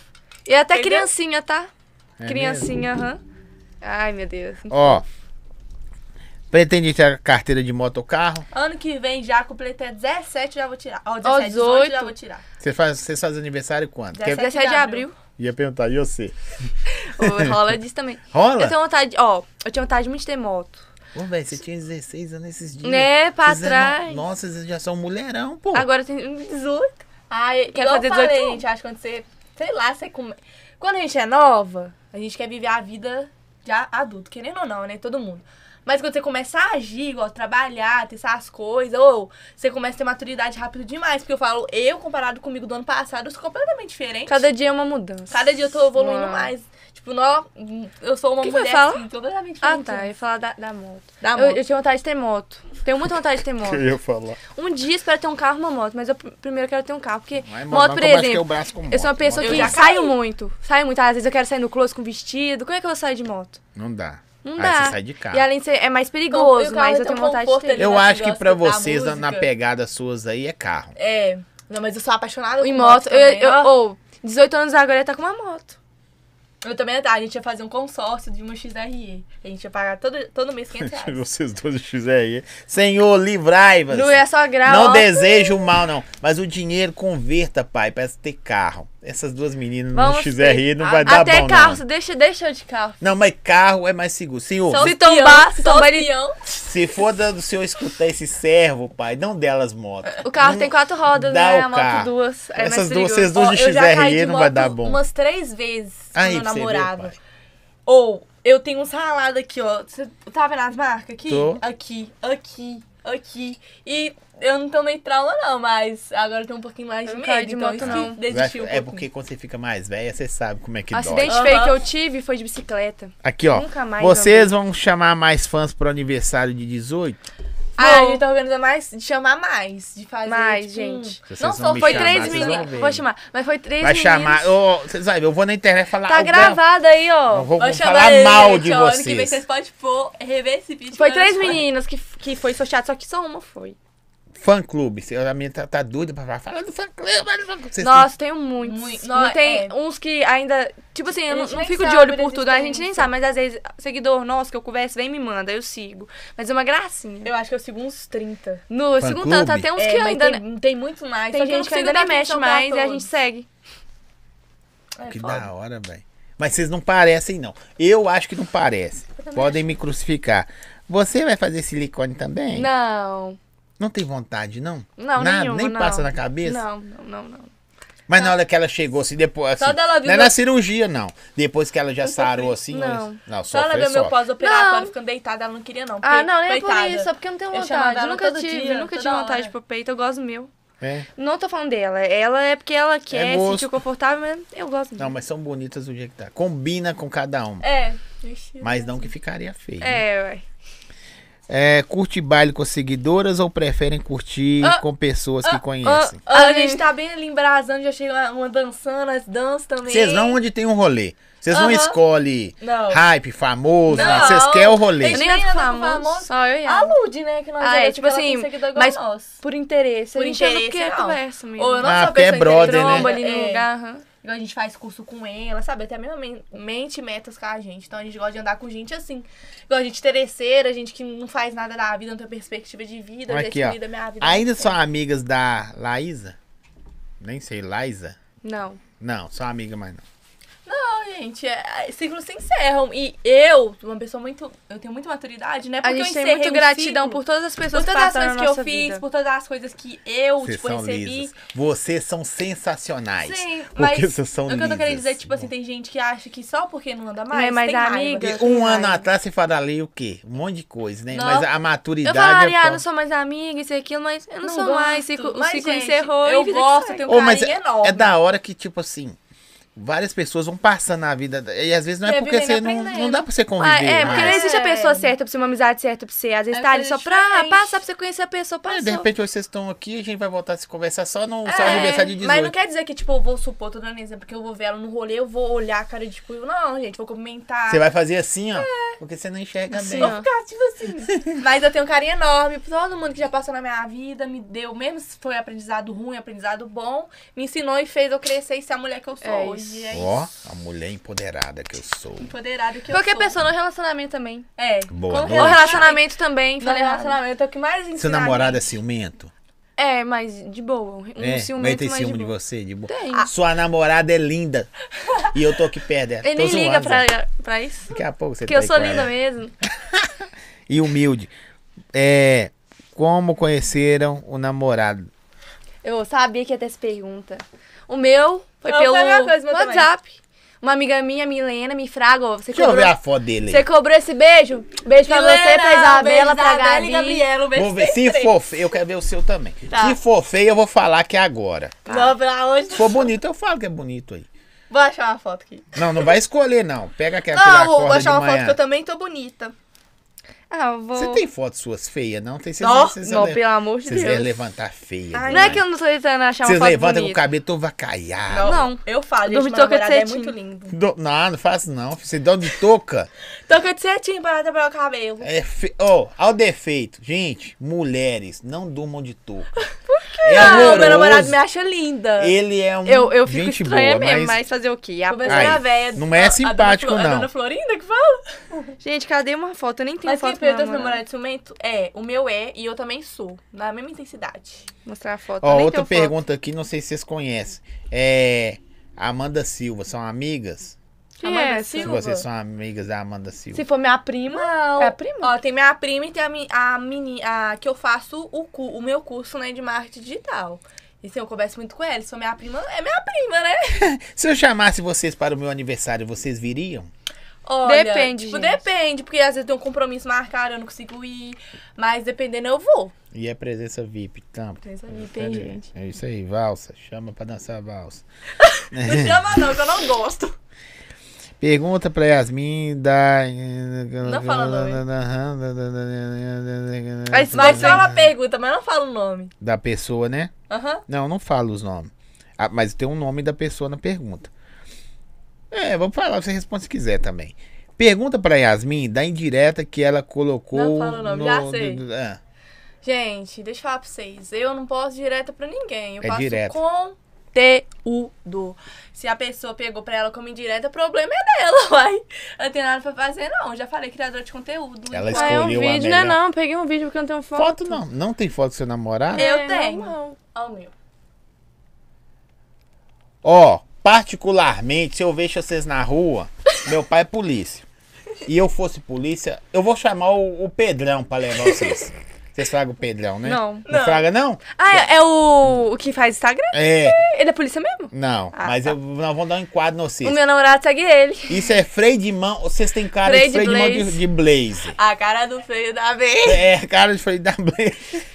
[SPEAKER 2] E até
[SPEAKER 3] Entendeu?
[SPEAKER 2] criancinha, tá?
[SPEAKER 1] É
[SPEAKER 2] criancinha, aham. Ai, meu Deus.
[SPEAKER 1] Ó. Pretende tirar carteira de moto ou carro?
[SPEAKER 3] Ano que vem já completei 17, já vou tirar. Ó, 17,
[SPEAKER 2] Ó,
[SPEAKER 3] 18, já
[SPEAKER 2] 18.
[SPEAKER 3] vou tirar.
[SPEAKER 1] Você faz, você faz aniversário quando? Quer...
[SPEAKER 3] Dezessete.
[SPEAKER 2] 17 de abril.
[SPEAKER 1] Ia perguntar, e você?
[SPEAKER 2] Ô, rola disso também.
[SPEAKER 1] Rola?
[SPEAKER 2] Eu tenho vontade, ó, eu tinha vontade muito de ter moto.
[SPEAKER 1] Ô, velho, você tinha 16 anos esses dias.
[SPEAKER 2] Né, pra
[SPEAKER 1] Vocês eram-
[SPEAKER 2] trás.
[SPEAKER 1] Nossa, vocês já são mulherão, pô.
[SPEAKER 2] Agora eu tenho 18.
[SPEAKER 3] Ah, e-
[SPEAKER 2] Quer
[SPEAKER 3] igual
[SPEAKER 2] fazer
[SPEAKER 3] eu falei,
[SPEAKER 2] 18?
[SPEAKER 3] gente, acho que quando você, sei lá, você come... Quando a gente é nova, a gente quer viver a vida já adulto, querendo ou não, né? Todo mundo. Mas quando você começa a agir, igual trabalhar, ter essas coisas, ou você começa a ter maturidade rápido demais, porque eu falo, eu comparado comigo do ano passado, eu sou completamente diferente.
[SPEAKER 2] Cada dia é uma mudança.
[SPEAKER 3] Cada dia eu tô evoluindo
[SPEAKER 2] Uau.
[SPEAKER 3] mais. Tipo, nó, eu sou uma
[SPEAKER 2] Que que eu
[SPEAKER 3] mulher
[SPEAKER 2] falo?
[SPEAKER 3] assim, completamente
[SPEAKER 2] Ah,
[SPEAKER 3] diferente.
[SPEAKER 2] tá. Eu ia falar da, da moto.
[SPEAKER 3] Da
[SPEAKER 2] eu,
[SPEAKER 3] moto.
[SPEAKER 2] eu tinha vontade de ter moto. Tenho muita vontade de ter moto.
[SPEAKER 1] ia falar.
[SPEAKER 2] Um dia espero ter um carro e uma moto, mas eu pr- primeiro quero ter um carro, porque
[SPEAKER 1] Vai,
[SPEAKER 2] moto, por exemplo,
[SPEAKER 1] é o braço com moto.
[SPEAKER 2] eu sou uma pessoa
[SPEAKER 1] Moto
[SPEAKER 2] que
[SPEAKER 3] Eu já
[SPEAKER 2] saio
[SPEAKER 3] caí.
[SPEAKER 2] muito. Saio muito. Às vezes eu quero sair no close com vestido. Como é que eu saio de moto?
[SPEAKER 1] Não dá.
[SPEAKER 2] Não
[SPEAKER 1] Aí
[SPEAKER 2] dá.
[SPEAKER 1] Ah, você sai de carro.
[SPEAKER 2] E além de ser, é mais
[SPEAKER 3] Então, e
[SPEAKER 2] perigoso,
[SPEAKER 3] o carro
[SPEAKER 2] mas
[SPEAKER 3] tem
[SPEAKER 2] eu tenho
[SPEAKER 3] um
[SPEAKER 2] vontade de
[SPEAKER 3] conforto
[SPEAKER 2] ter.
[SPEAKER 3] ali.
[SPEAKER 1] Eu
[SPEAKER 3] Esse
[SPEAKER 1] acho que
[SPEAKER 3] negócio
[SPEAKER 1] pra
[SPEAKER 3] da
[SPEAKER 1] vocês, na, na
[SPEAKER 3] música.
[SPEAKER 1] pegada suas aí, é carro.
[SPEAKER 3] É. Não, mas eu sou apaixonada
[SPEAKER 2] Em
[SPEAKER 3] por
[SPEAKER 2] moto,
[SPEAKER 3] também.
[SPEAKER 2] eu, eu,
[SPEAKER 3] Ó,
[SPEAKER 2] ou, 18 anos agora eu ia tá com uma moto.
[SPEAKER 3] eu também, tá, a gente ia fazer um consórcio de uma XRE. A gente ia pagar todo, todo mês 500 reais.
[SPEAKER 1] vocês dois fizerem aí. Senhor, livrai-vos.
[SPEAKER 2] Não é só grau.
[SPEAKER 1] Não
[SPEAKER 2] ó.
[SPEAKER 1] desejo o mal, não. Mas o dinheiro converta, pai, pra ter carro. Essas duas meninas não
[SPEAKER 2] Vamos
[SPEAKER 1] XR aí, não
[SPEAKER 3] ter-
[SPEAKER 1] vai dar
[SPEAKER 2] Até
[SPEAKER 1] bom,
[SPEAKER 2] carro,
[SPEAKER 1] não.
[SPEAKER 2] você deixa, deixa eu de carro.
[SPEAKER 1] Não, mas carro é mais seguro. Senhor,
[SPEAKER 3] Só
[SPEAKER 2] Se
[SPEAKER 3] os
[SPEAKER 2] tombar,
[SPEAKER 3] peão,
[SPEAKER 2] se
[SPEAKER 3] só os
[SPEAKER 2] tombar, ele-
[SPEAKER 3] peão.
[SPEAKER 1] se for dando se eu escutar esse servo, pai, não delas motos.
[SPEAKER 2] O carro tem quatro rodas,
[SPEAKER 1] Hum, dá
[SPEAKER 2] né?
[SPEAKER 1] o
[SPEAKER 2] A moto
[SPEAKER 1] carro.
[SPEAKER 2] duas. É
[SPEAKER 1] Essas
[SPEAKER 2] mais
[SPEAKER 1] duas,
[SPEAKER 2] perigoso.
[SPEAKER 1] vocês duas
[SPEAKER 3] Ó,
[SPEAKER 1] de
[SPEAKER 3] eu já caí
[SPEAKER 1] XRE
[SPEAKER 3] de
[SPEAKER 1] não vai
[SPEAKER 3] moto
[SPEAKER 1] dar bom.
[SPEAKER 3] umas três vezes
[SPEAKER 1] Aí,
[SPEAKER 3] quando
[SPEAKER 1] Ah,
[SPEAKER 3] eu
[SPEAKER 1] é pra você ver,
[SPEAKER 3] namorava.
[SPEAKER 1] pai.
[SPEAKER 3] Ou, eu tenho um salado aqui, ó. Você tá vendo as marcas aqui?
[SPEAKER 1] Tô.
[SPEAKER 3] Aqui, aqui, aqui. E eu não tô nem trauma, não, mas agora eu tenho um pouquinho mais
[SPEAKER 2] Eu não
[SPEAKER 3] de medo.
[SPEAKER 2] caio de
[SPEAKER 3] então
[SPEAKER 2] moto,
[SPEAKER 3] isso
[SPEAKER 2] não.
[SPEAKER 3] que desistiu um
[SPEAKER 1] é
[SPEAKER 3] pouquinho.
[SPEAKER 1] porque quando você fica mais velha, você sabe como é que
[SPEAKER 2] O
[SPEAKER 1] dói.
[SPEAKER 2] acidente
[SPEAKER 3] Aham.
[SPEAKER 2] feio que eu tive foi de bicicleta.
[SPEAKER 1] Aqui, ó.
[SPEAKER 2] Nunca mais
[SPEAKER 1] Vocês vão chamar mais fãs pro aniversário de 18?
[SPEAKER 3] Ah, a
[SPEAKER 2] Bom.
[SPEAKER 3] gente tá organizando mais, de chamar mais, de fazer.
[SPEAKER 2] Mais,
[SPEAKER 3] tipo,
[SPEAKER 2] gente.
[SPEAKER 1] Vocês
[SPEAKER 3] Não
[SPEAKER 1] vão
[SPEAKER 3] só
[SPEAKER 1] me
[SPEAKER 2] Foi
[SPEAKER 1] chamar,
[SPEAKER 2] três
[SPEAKER 1] vocês vão
[SPEAKER 2] meninas.
[SPEAKER 1] ver.
[SPEAKER 2] Vou chamar. Mas foi três
[SPEAKER 1] Vai
[SPEAKER 2] meninas.
[SPEAKER 1] chamar. Ô, vocês vão ver, eu vou na internet falar.
[SPEAKER 2] Tá
[SPEAKER 1] "Ô, Bel,
[SPEAKER 2] gravado aí,
[SPEAKER 1] Eu
[SPEAKER 2] ó.
[SPEAKER 1] vou,
[SPEAKER 3] Vai
[SPEAKER 1] vou
[SPEAKER 3] chamar
[SPEAKER 1] falar
[SPEAKER 3] ele,
[SPEAKER 1] mal de
[SPEAKER 3] ó, Ano que vem
[SPEAKER 1] vocês.
[SPEAKER 3] vocês podem pôr, rever esse vídeo.
[SPEAKER 2] Foi
[SPEAKER 3] pra
[SPEAKER 2] três
[SPEAKER 3] nós-
[SPEAKER 2] meninas que, que foi sorteado, só que só uma foi.
[SPEAKER 1] Fã clube. se- A minha tá, tá doida pra falar. Fala do fã clube. fala do fã clube. Vocês
[SPEAKER 2] Nossa, tenho muitos.
[SPEAKER 3] Muito.
[SPEAKER 2] Não,
[SPEAKER 3] Nó-
[SPEAKER 2] tem
[SPEAKER 3] é.
[SPEAKER 2] uns que ainda. Tipo assim,
[SPEAKER 3] A
[SPEAKER 2] eu não,
[SPEAKER 3] gente
[SPEAKER 2] não
[SPEAKER 3] nem
[SPEAKER 2] fico de
[SPEAKER 3] sabe
[SPEAKER 2] olho por
[SPEAKER 3] da
[SPEAKER 2] tudo, a gente nem
[SPEAKER 3] existência.
[SPEAKER 2] sabe, mas às vezes, seguidor nosso que eu converso, vem e me manda, eu sigo. Mas é uma gracinha.
[SPEAKER 3] Eu acho que eu sigo uns 30.
[SPEAKER 2] No
[SPEAKER 1] Fã
[SPEAKER 2] segundo ano, tá
[SPEAKER 1] clube?
[SPEAKER 2] tem uns
[SPEAKER 3] É,
[SPEAKER 2] que
[SPEAKER 3] mas
[SPEAKER 2] ainda.
[SPEAKER 3] tem,
[SPEAKER 2] né,
[SPEAKER 3] tem muito mais.
[SPEAKER 2] Tem
[SPEAKER 3] só que eu não
[SPEAKER 2] gente que
[SPEAKER 3] consigo
[SPEAKER 2] ainda
[SPEAKER 3] dar
[SPEAKER 2] nem mexe
[SPEAKER 3] atenção pra
[SPEAKER 2] mais e a gente
[SPEAKER 3] todos.
[SPEAKER 2] segue.
[SPEAKER 3] É
[SPEAKER 1] Que
[SPEAKER 3] foda.
[SPEAKER 1] da hora, velho. Mas vocês não parecem, não. Eu acho que não parece. Podem me crucificar. Você vai fazer silicone também?
[SPEAKER 2] Não.
[SPEAKER 1] Não tem vontade, não?
[SPEAKER 2] Não,
[SPEAKER 1] Nada,
[SPEAKER 2] nenhuma,
[SPEAKER 1] nem
[SPEAKER 2] não.
[SPEAKER 1] passa na cabeça?
[SPEAKER 2] Não, não, não, não.
[SPEAKER 1] Mas na hora que ela chegou, assim, depois. Assim,
[SPEAKER 3] Só dela ver
[SPEAKER 1] não é
[SPEAKER 3] meu-
[SPEAKER 1] na cirurgia, não. Depois que ela já sarou assim.
[SPEAKER 2] Não.
[SPEAKER 1] mas- não só
[SPEAKER 3] Só ela
[SPEAKER 1] foi
[SPEAKER 3] ver meu
[SPEAKER 1] só.
[SPEAKER 3] pós-operatório
[SPEAKER 2] Não.
[SPEAKER 3] ficando deitada, ela não queria não.
[SPEAKER 2] Ah,
[SPEAKER 3] porque,
[SPEAKER 2] não, nem é por
[SPEAKER 3] coitada,
[SPEAKER 2] isso, só porque eu não tenho
[SPEAKER 3] eu chamava
[SPEAKER 2] vontade.
[SPEAKER 3] ela
[SPEAKER 2] Eu nunca
[SPEAKER 3] todo
[SPEAKER 2] tive,
[SPEAKER 3] dia,
[SPEAKER 2] nunca
[SPEAKER 3] toda
[SPEAKER 2] tive vontade
[SPEAKER 3] hora.
[SPEAKER 2] de pôr peito, eu gosto do meu.
[SPEAKER 1] É.
[SPEAKER 2] Não tô falando dela, ela é porque ela quer, se
[SPEAKER 1] gosto.
[SPEAKER 2] sentiu confortável, mas eu gosto do
[SPEAKER 1] Não,
[SPEAKER 2] meu.
[SPEAKER 1] mas são bonitas do jeito que tá. Combina com cada uma.
[SPEAKER 3] É.
[SPEAKER 1] Mas não que ficaria feio. né?
[SPEAKER 2] É, ué.
[SPEAKER 1] É, curte baile com as seguidoras ou preferem curtir
[SPEAKER 2] Ah,
[SPEAKER 1] com pessoas que conhecem?
[SPEAKER 2] ah,
[SPEAKER 3] a gente tá bem ali embrasando, já chega uma, uma dançando, as danças também.
[SPEAKER 1] Vocês Ah. vão onde tem um rolê. Vocês não
[SPEAKER 3] Aham.
[SPEAKER 1] escolhem
[SPEAKER 3] Não.
[SPEAKER 1] hype, famoso,
[SPEAKER 3] Não.
[SPEAKER 1] não. vocês querem o rolê.
[SPEAKER 2] Eu
[SPEAKER 3] Eles-
[SPEAKER 2] nem ando com
[SPEAKER 3] Ela tá com
[SPEAKER 2] famoso,
[SPEAKER 3] famoso.
[SPEAKER 2] só eu e
[SPEAKER 3] A
[SPEAKER 2] ela.
[SPEAKER 3] Lud, né? Que nós
[SPEAKER 2] Ah,
[SPEAKER 3] olhamos
[SPEAKER 2] é,
[SPEAKER 3] que
[SPEAKER 2] tipo
[SPEAKER 3] ela tem
[SPEAKER 2] assim,
[SPEAKER 3] seguidor igual
[SPEAKER 2] mas
[SPEAKER 3] nós.
[SPEAKER 2] Por interesse.
[SPEAKER 3] Por
[SPEAKER 2] a gente anda
[SPEAKER 3] interesse,
[SPEAKER 2] porque é
[SPEAKER 3] não.
[SPEAKER 2] conversa mesmo.
[SPEAKER 3] Ou eu não
[SPEAKER 1] Ah,
[SPEAKER 3] sou
[SPEAKER 1] porque é
[SPEAKER 3] pessoa
[SPEAKER 1] brother, né?
[SPEAKER 2] Tromba
[SPEAKER 3] inteligente,
[SPEAKER 2] ali no
[SPEAKER 3] é.
[SPEAKER 2] lugar. aham.
[SPEAKER 3] Igual a gente faz curso com ela, sabe? Até mesmo men- mente metas com a gente. Então a gente gosta de andar com gente assim. Igual a gente terceira, a gente que não faz nada da vida, não tem perspectiva de vida,
[SPEAKER 1] Aqui,
[SPEAKER 3] perspectiva
[SPEAKER 1] ó.
[SPEAKER 3] da minha vida.
[SPEAKER 1] Ainda são amigas da Laísa? Nem sei, Laísa?
[SPEAKER 2] Não.
[SPEAKER 1] Não, só amiga, mas não.
[SPEAKER 3] Não, gente, é, ciclos se encerram. E eu, uma pessoa muito. Eu tenho muita maturidade, né?
[SPEAKER 2] A
[SPEAKER 3] Porque eu
[SPEAKER 2] gente tem
[SPEAKER 3] encerrei
[SPEAKER 2] muito
[SPEAKER 3] o
[SPEAKER 2] gratidão
[SPEAKER 3] ciclo.
[SPEAKER 2] por todas as pessoas
[SPEAKER 3] por
[SPEAKER 2] que
[SPEAKER 3] todas as
[SPEAKER 2] passaram
[SPEAKER 3] coisas
[SPEAKER 2] na
[SPEAKER 3] que eu
[SPEAKER 2] nossa
[SPEAKER 3] fiz,
[SPEAKER 2] vida.
[SPEAKER 3] por todas as coisas que eu,
[SPEAKER 1] Vocês
[SPEAKER 3] tipo,
[SPEAKER 1] são
[SPEAKER 3] recebi.
[SPEAKER 1] lisas. Vocês são sensacionais.
[SPEAKER 3] Sim,
[SPEAKER 1] Porque
[SPEAKER 3] mas
[SPEAKER 1] vocês são
[SPEAKER 3] o que eu tô querendo
[SPEAKER 1] lisas.
[SPEAKER 3] dizer, tipo assim, tem gente que acha que só porque não anda
[SPEAKER 2] Não
[SPEAKER 3] mais,
[SPEAKER 2] é mais
[SPEAKER 3] tem raiva.
[SPEAKER 2] amiga.
[SPEAKER 1] Porque um
[SPEAKER 2] Ai.
[SPEAKER 1] ano atrás você falaria o quê? Um monte de coisa, né?
[SPEAKER 3] Não.
[SPEAKER 1] Mas a
[SPEAKER 2] Eu
[SPEAKER 1] maturidade
[SPEAKER 2] falaria,
[SPEAKER 1] é.
[SPEAKER 2] ah,
[SPEAKER 1] tão-
[SPEAKER 2] não sou mais amiga, isso e aquilo, mas eu não, sou
[SPEAKER 3] gosto.
[SPEAKER 2] mais. Ciclo, o
[SPEAKER 3] Mas,
[SPEAKER 2] ciclo
[SPEAKER 3] gente,
[SPEAKER 2] encerrou.
[SPEAKER 3] Eu
[SPEAKER 2] e vida que
[SPEAKER 3] gosto, eu
[SPEAKER 2] segue.
[SPEAKER 3] tenho um
[SPEAKER 1] Ô, mas
[SPEAKER 3] carinho enorme.
[SPEAKER 1] É da hora que, tipo assim, várias pessoas vão passando na vida. E às vezes não
[SPEAKER 3] E
[SPEAKER 1] é
[SPEAKER 3] a
[SPEAKER 1] porque
[SPEAKER 3] vida
[SPEAKER 1] você
[SPEAKER 3] ainda
[SPEAKER 1] não,
[SPEAKER 3] aprendendo.
[SPEAKER 1] não dá pra você
[SPEAKER 2] Ah,
[SPEAKER 1] conviver
[SPEAKER 2] é, porque não
[SPEAKER 1] mais.
[SPEAKER 2] existe a
[SPEAKER 3] É.
[SPEAKER 2] pessoa certa pra você, uma amizade certa pra você. Às vezes
[SPEAKER 3] É
[SPEAKER 2] tá ali só
[SPEAKER 3] coisa
[SPEAKER 2] pra
[SPEAKER 3] diferente.
[SPEAKER 2] passar pra você conhecer a pessoa.
[SPEAKER 1] Ah,
[SPEAKER 2] Passou.
[SPEAKER 1] de repente vocês estão aqui e a gente vai voltar a se conversar só no só
[SPEAKER 3] É,
[SPEAKER 1] aniversário de 18.
[SPEAKER 3] Mas não quer dizer que, tipo, eu vou supor, tô dando exemplo, porque eu vou ver ela no rolê, eu vou olhar a cara de cu. Não, gente, vou comentar.
[SPEAKER 1] Você vai fazer assim, ó. Porque você não enxerga
[SPEAKER 2] É. Assim,
[SPEAKER 1] bem.
[SPEAKER 2] ó.
[SPEAKER 3] Tá, tipo assim. Mas eu tenho um carinho enorme por todo mundo que já passou na minha vida, me deu, mesmo se foi aprendizado ruim, aprendizado bom, me ensinou e fez eu crescer e ser a mulher que eu sou
[SPEAKER 2] É
[SPEAKER 3] hoje. É isso.
[SPEAKER 1] Ó, a mulher empoderada que eu sou.
[SPEAKER 3] Empoderada que
[SPEAKER 2] Qualquer
[SPEAKER 3] eu sou.
[SPEAKER 2] pessoa, no relacionamento também.
[SPEAKER 3] É.
[SPEAKER 1] Boa
[SPEAKER 3] Com
[SPEAKER 1] noite.
[SPEAKER 2] Ou relacionamento né? também,
[SPEAKER 3] No
[SPEAKER 2] falei errado.
[SPEAKER 3] relacionamento é o que mais ensina.
[SPEAKER 1] Seu namorado é ciumento?
[SPEAKER 2] É, mas de boa. Um
[SPEAKER 1] é, mas
[SPEAKER 2] ciumento,
[SPEAKER 1] tem
[SPEAKER 2] mas de
[SPEAKER 1] ciúme de
[SPEAKER 2] boa.
[SPEAKER 1] você? De boa.
[SPEAKER 2] Tem.
[SPEAKER 1] Sua namorada é linda. E eu tô aqui perto dela.
[SPEAKER 2] Ele
[SPEAKER 1] Tô
[SPEAKER 2] nem
[SPEAKER 1] zoando,
[SPEAKER 2] liga
[SPEAKER 1] Então, Zé.
[SPEAKER 2] pra, pra isso.
[SPEAKER 1] Daqui a pouco você
[SPEAKER 2] Porque
[SPEAKER 1] tá
[SPEAKER 2] eu
[SPEAKER 1] aí
[SPEAKER 2] sou
[SPEAKER 1] com
[SPEAKER 2] linda
[SPEAKER 1] ela.
[SPEAKER 2] mesmo.
[SPEAKER 1] E humilde. É, como conheceram o namorado?
[SPEAKER 2] Eu sabia que ia ter essa pergunta. O meu foi
[SPEAKER 3] Não,
[SPEAKER 2] pelo
[SPEAKER 3] foi a mesma coisa, meu também.
[SPEAKER 2] WhatsApp. Uma amiga minha, Milena, me fraga. ó, Você
[SPEAKER 1] Deixa eu ver
[SPEAKER 2] cobrou,
[SPEAKER 1] a foto dele
[SPEAKER 2] você
[SPEAKER 1] aí.
[SPEAKER 2] cobrou esse beijo? Beijo pra você, pra Isabela, pra
[SPEAKER 3] E
[SPEAKER 2] Gabi.
[SPEAKER 3] Gabriela, um beijo
[SPEAKER 1] Vou ver.
[SPEAKER 3] pra
[SPEAKER 1] Se
[SPEAKER 3] vocês
[SPEAKER 1] for feio, eu quero ver o seu também.
[SPEAKER 3] Tá.
[SPEAKER 1] Se for feio, eu vou falar que é agora.
[SPEAKER 2] Tá.
[SPEAKER 3] três. Não, pelo amor de
[SPEAKER 1] Se for bonito, eu falo que é bonito aí.
[SPEAKER 3] Vou achar uma foto aqui.
[SPEAKER 1] Não, não vai escolher, não. Pega aquela que
[SPEAKER 3] Não,
[SPEAKER 1] ele
[SPEAKER 3] vou vou
[SPEAKER 1] acorda
[SPEAKER 3] achar
[SPEAKER 1] de
[SPEAKER 3] uma foto
[SPEAKER 1] manhã.
[SPEAKER 3] que eu também tô bonita.
[SPEAKER 2] Ah, eu vou.
[SPEAKER 1] Você tem fotos suas feias, não? Tem vocês,
[SPEAKER 3] Não,
[SPEAKER 1] vocês,
[SPEAKER 2] Não,
[SPEAKER 1] le-
[SPEAKER 2] pelo amor de
[SPEAKER 1] vocês é devem
[SPEAKER 2] Deus.
[SPEAKER 1] levantar feia.
[SPEAKER 3] Ai,
[SPEAKER 2] Não é
[SPEAKER 1] demais.
[SPEAKER 2] que eu não tô tentando achar uma
[SPEAKER 1] Vocês
[SPEAKER 2] foto
[SPEAKER 1] levantam com o
[SPEAKER 2] bonita.
[SPEAKER 1] cabelo todo vacaiado.
[SPEAKER 2] Não.
[SPEAKER 3] Eu falo, gente,
[SPEAKER 2] Dorme
[SPEAKER 3] meu
[SPEAKER 2] toca de
[SPEAKER 3] namorado é
[SPEAKER 2] cetim.
[SPEAKER 3] muito lindo.
[SPEAKER 1] Do- Não, não faço não. Você dá de touca.
[SPEAKER 3] Toca de certinho pra trabalhar o cabelo.
[SPEAKER 1] É fe... oh, ao defeito. Gente, mulheres, não durmam de touca. Por quê? É
[SPEAKER 2] Ah,
[SPEAKER 3] Não,
[SPEAKER 1] horroroso.
[SPEAKER 3] Ah, meu namorado me acha linda.
[SPEAKER 1] Ele é um.
[SPEAKER 2] Eu, eu fico
[SPEAKER 1] gente boa,
[SPEAKER 2] estranha mesmo, mas...
[SPEAKER 1] mas.
[SPEAKER 2] fazer o quê? A-
[SPEAKER 3] Eu pensei na
[SPEAKER 1] Ai,
[SPEAKER 3] véia-
[SPEAKER 1] não é
[SPEAKER 3] a- a
[SPEAKER 1] simpático,
[SPEAKER 3] dona Flo- A
[SPEAKER 1] não.
[SPEAKER 3] dona Florinda que fala?
[SPEAKER 2] Gente, cadê uma foto? Eu nem tenho
[SPEAKER 3] Mas quem
[SPEAKER 2] foto né? pra
[SPEAKER 3] perdeu
[SPEAKER 2] namorar.
[SPEAKER 3] seu namorado ciumento é, o meu é e eu também sou. Na mesma intensidade.
[SPEAKER 2] Mostrar a foto. Eu
[SPEAKER 1] Ó,
[SPEAKER 2] nem
[SPEAKER 1] outra
[SPEAKER 2] tenho foto.
[SPEAKER 1] pergunta aqui, não sei se vocês conhecem. É. Amanda Silva, são amigas?
[SPEAKER 2] Quem
[SPEAKER 3] Amanda
[SPEAKER 2] é essa?
[SPEAKER 1] Se
[SPEAKER 3] Silva?
[SPEAKER 1] Vocês são amigas da Amanda Silva.
[SPEAKER 2] Se for minha prima,
[SPEAKER 3] Não.
[SPEAKER 2] é a prima.
[SPEAKER 3] Ó, tem minha prima e tem a, mi- a menina que eu faço o, cu- o meu curso, né, de marketing digital. E se eu converso muito com ela, se for minha prima, é minha prima, né?
[SPEAKER 1] Se eu chamasse vocês para o meu aniversário, vocês viriam?
[SPEAKER 3] Olha,
[SPEAKER 2] Depende,
[SPEAKER 3] tipo,
[SPEAKER 2] gente.
[SPEAKER 3] depende, porque às vezes tem um compromisso marcado, eu não consigo ir. Mas dependendo, eu vou.
[SPEAKER 1] E é presença VIP, tampa.
[SPEAKER 3] Pensa nisso.
[SPEAKER 2] Tem gente.
[SPEAKER 1] É isso aí, valsa. Chama pra dançar valsa.
[SPEAKER 3] Não chama não, que eu não gosto.
[SPEAKER 1] Pergunta pra Yasmin da.
[SPEAKER 3] Não fala
[SPEAKER 2] Mas-
[SPEAKER 3] Mas só
[SPEAKER 1] Uhum.
[SPEAKER 3] uma pergunta, mas não fala o nome.
[SPEAKER 1] Da pessoa, né?
[SPEAKER 3] Aham.
[SPEAKER 1] Não, não falo os nomes. Ah, mas tem um nome da pessoa na pergunta. É, vou falar, você responde se quiser também. Pergunta pra Yasmin da indireta que ela colocou.
[SPEAKER 3] Não fala o nome, já sei.
[SPEAKER 1] ah,
[SPEAKER 3] Gente, deixa eu falar pra vocês. Eu não posso direta pra ninguém. Eu
[SPEAKER 1] É
[SPEAKER 3] passo
[SPEAKER 1] direto.
[SPEAKER 3] conteúdo. Se a pessoa pegou pra ela como indireta, o problema é dela, uai. Eu não tenho nada pra fazer, não. Já falei, criadora de conteúdo.
[SPEAKER 1] Ela
[SPEAKER 3] Então,
[SPEAKER 2] Ah, é um
[SPEAKER 1] Escolheu a
[SPEAKER 2] vídeo, né?
[SPEAKER 1] melhor.
[SPEAKER 2] Não, eu peguei um vídeo porque eu não tenho foto.
[SPEAKER 1] foto não. Não tem foto do seu namorado?
[SPEAKER 3] Eu
[SPEAKER 2] É,
[SPEAKER 3] tenho.
[SPEAKER 2] normal.
[SPEAKER 3] Ó, o meu.
[SPEAKER 1] Ó, particularmente, se eu vejo vocês na rua, meu pai é polícia. E eu fosse polícia, eu vou chamar o, o Pedrão pra levar vocês. Vocês fragam o Pedrão, né?
[SPEAKER 2] Não.
[SPEAKER 1] Não fraga, não?
[SPEAKER 2] Ah, é, é o, o que faz Instagram?
[SPEAKER 1] É,
[SPEAKER 2] Ele é polícia mesmo?
[SPEAKER 1] não.
[SPEAKER 2] Ah,
[SPEAKER 1] mas
[SPEAKER 2] tá.
[SPEAKER 1] eu, nós vamos dar um enquadro no vocês.
[SPEAKER 2] O meu namorado segue ele.
[SPEAKER 1] Isso é freio de mão. Vocês têm cara
[SPEAKER 2] Freio
[SPEAKER 1] de
[SPEAKER 2] de
[SPEAKER 1] freio de, mão de,
[SPEAKER 2] blaze.
[SPEAKER 1] de blaze.
[SPEAKER 3] A cara do feio da vez.
[SPEAKER 1] É, cara de freio da blaze.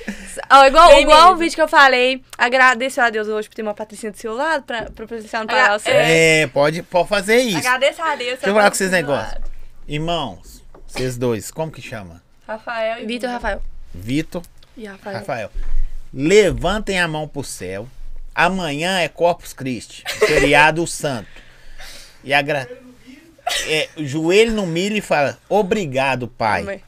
[SPEAKER 2] Ó, igual
[SPEAKER 3] Tem
[SPEAKER 2] igual
[SPEAKER 3] mesmo.
[SPEAKER 2] o vídeo que eu falei. Agradeço a Deus hoje por ter uma Patricinha do seu lado pra, pra policial não parar
[SPEAKER 3] Agra-
[SPEAKER 2] você.
[SPEAKER 1] É, pode, pode fazer isso.
[SPEAKER 3] Agradeço a
[SPEAKER 2] tá
[SPEAKER 3] Deus.
[SPEAKER 1] Deixa eu falar com vocês negócio. Irmãos, vocês dois, como que chama?
[SPEAKER 3] Fabiana Rafael e
[SPEAKER 2] Vitor e Rafael.
[SPEAKER 1] Vitor,
[SPEAKER 2] E Rafael.
[SPEAKER 1] Rafael. Levantem a mão pro céu. Amanhã é Corpus Christi, feriado santo. E agra... é, joelho no milho e fala: Obrigado, pai.
[SPEAKER 2] Amém.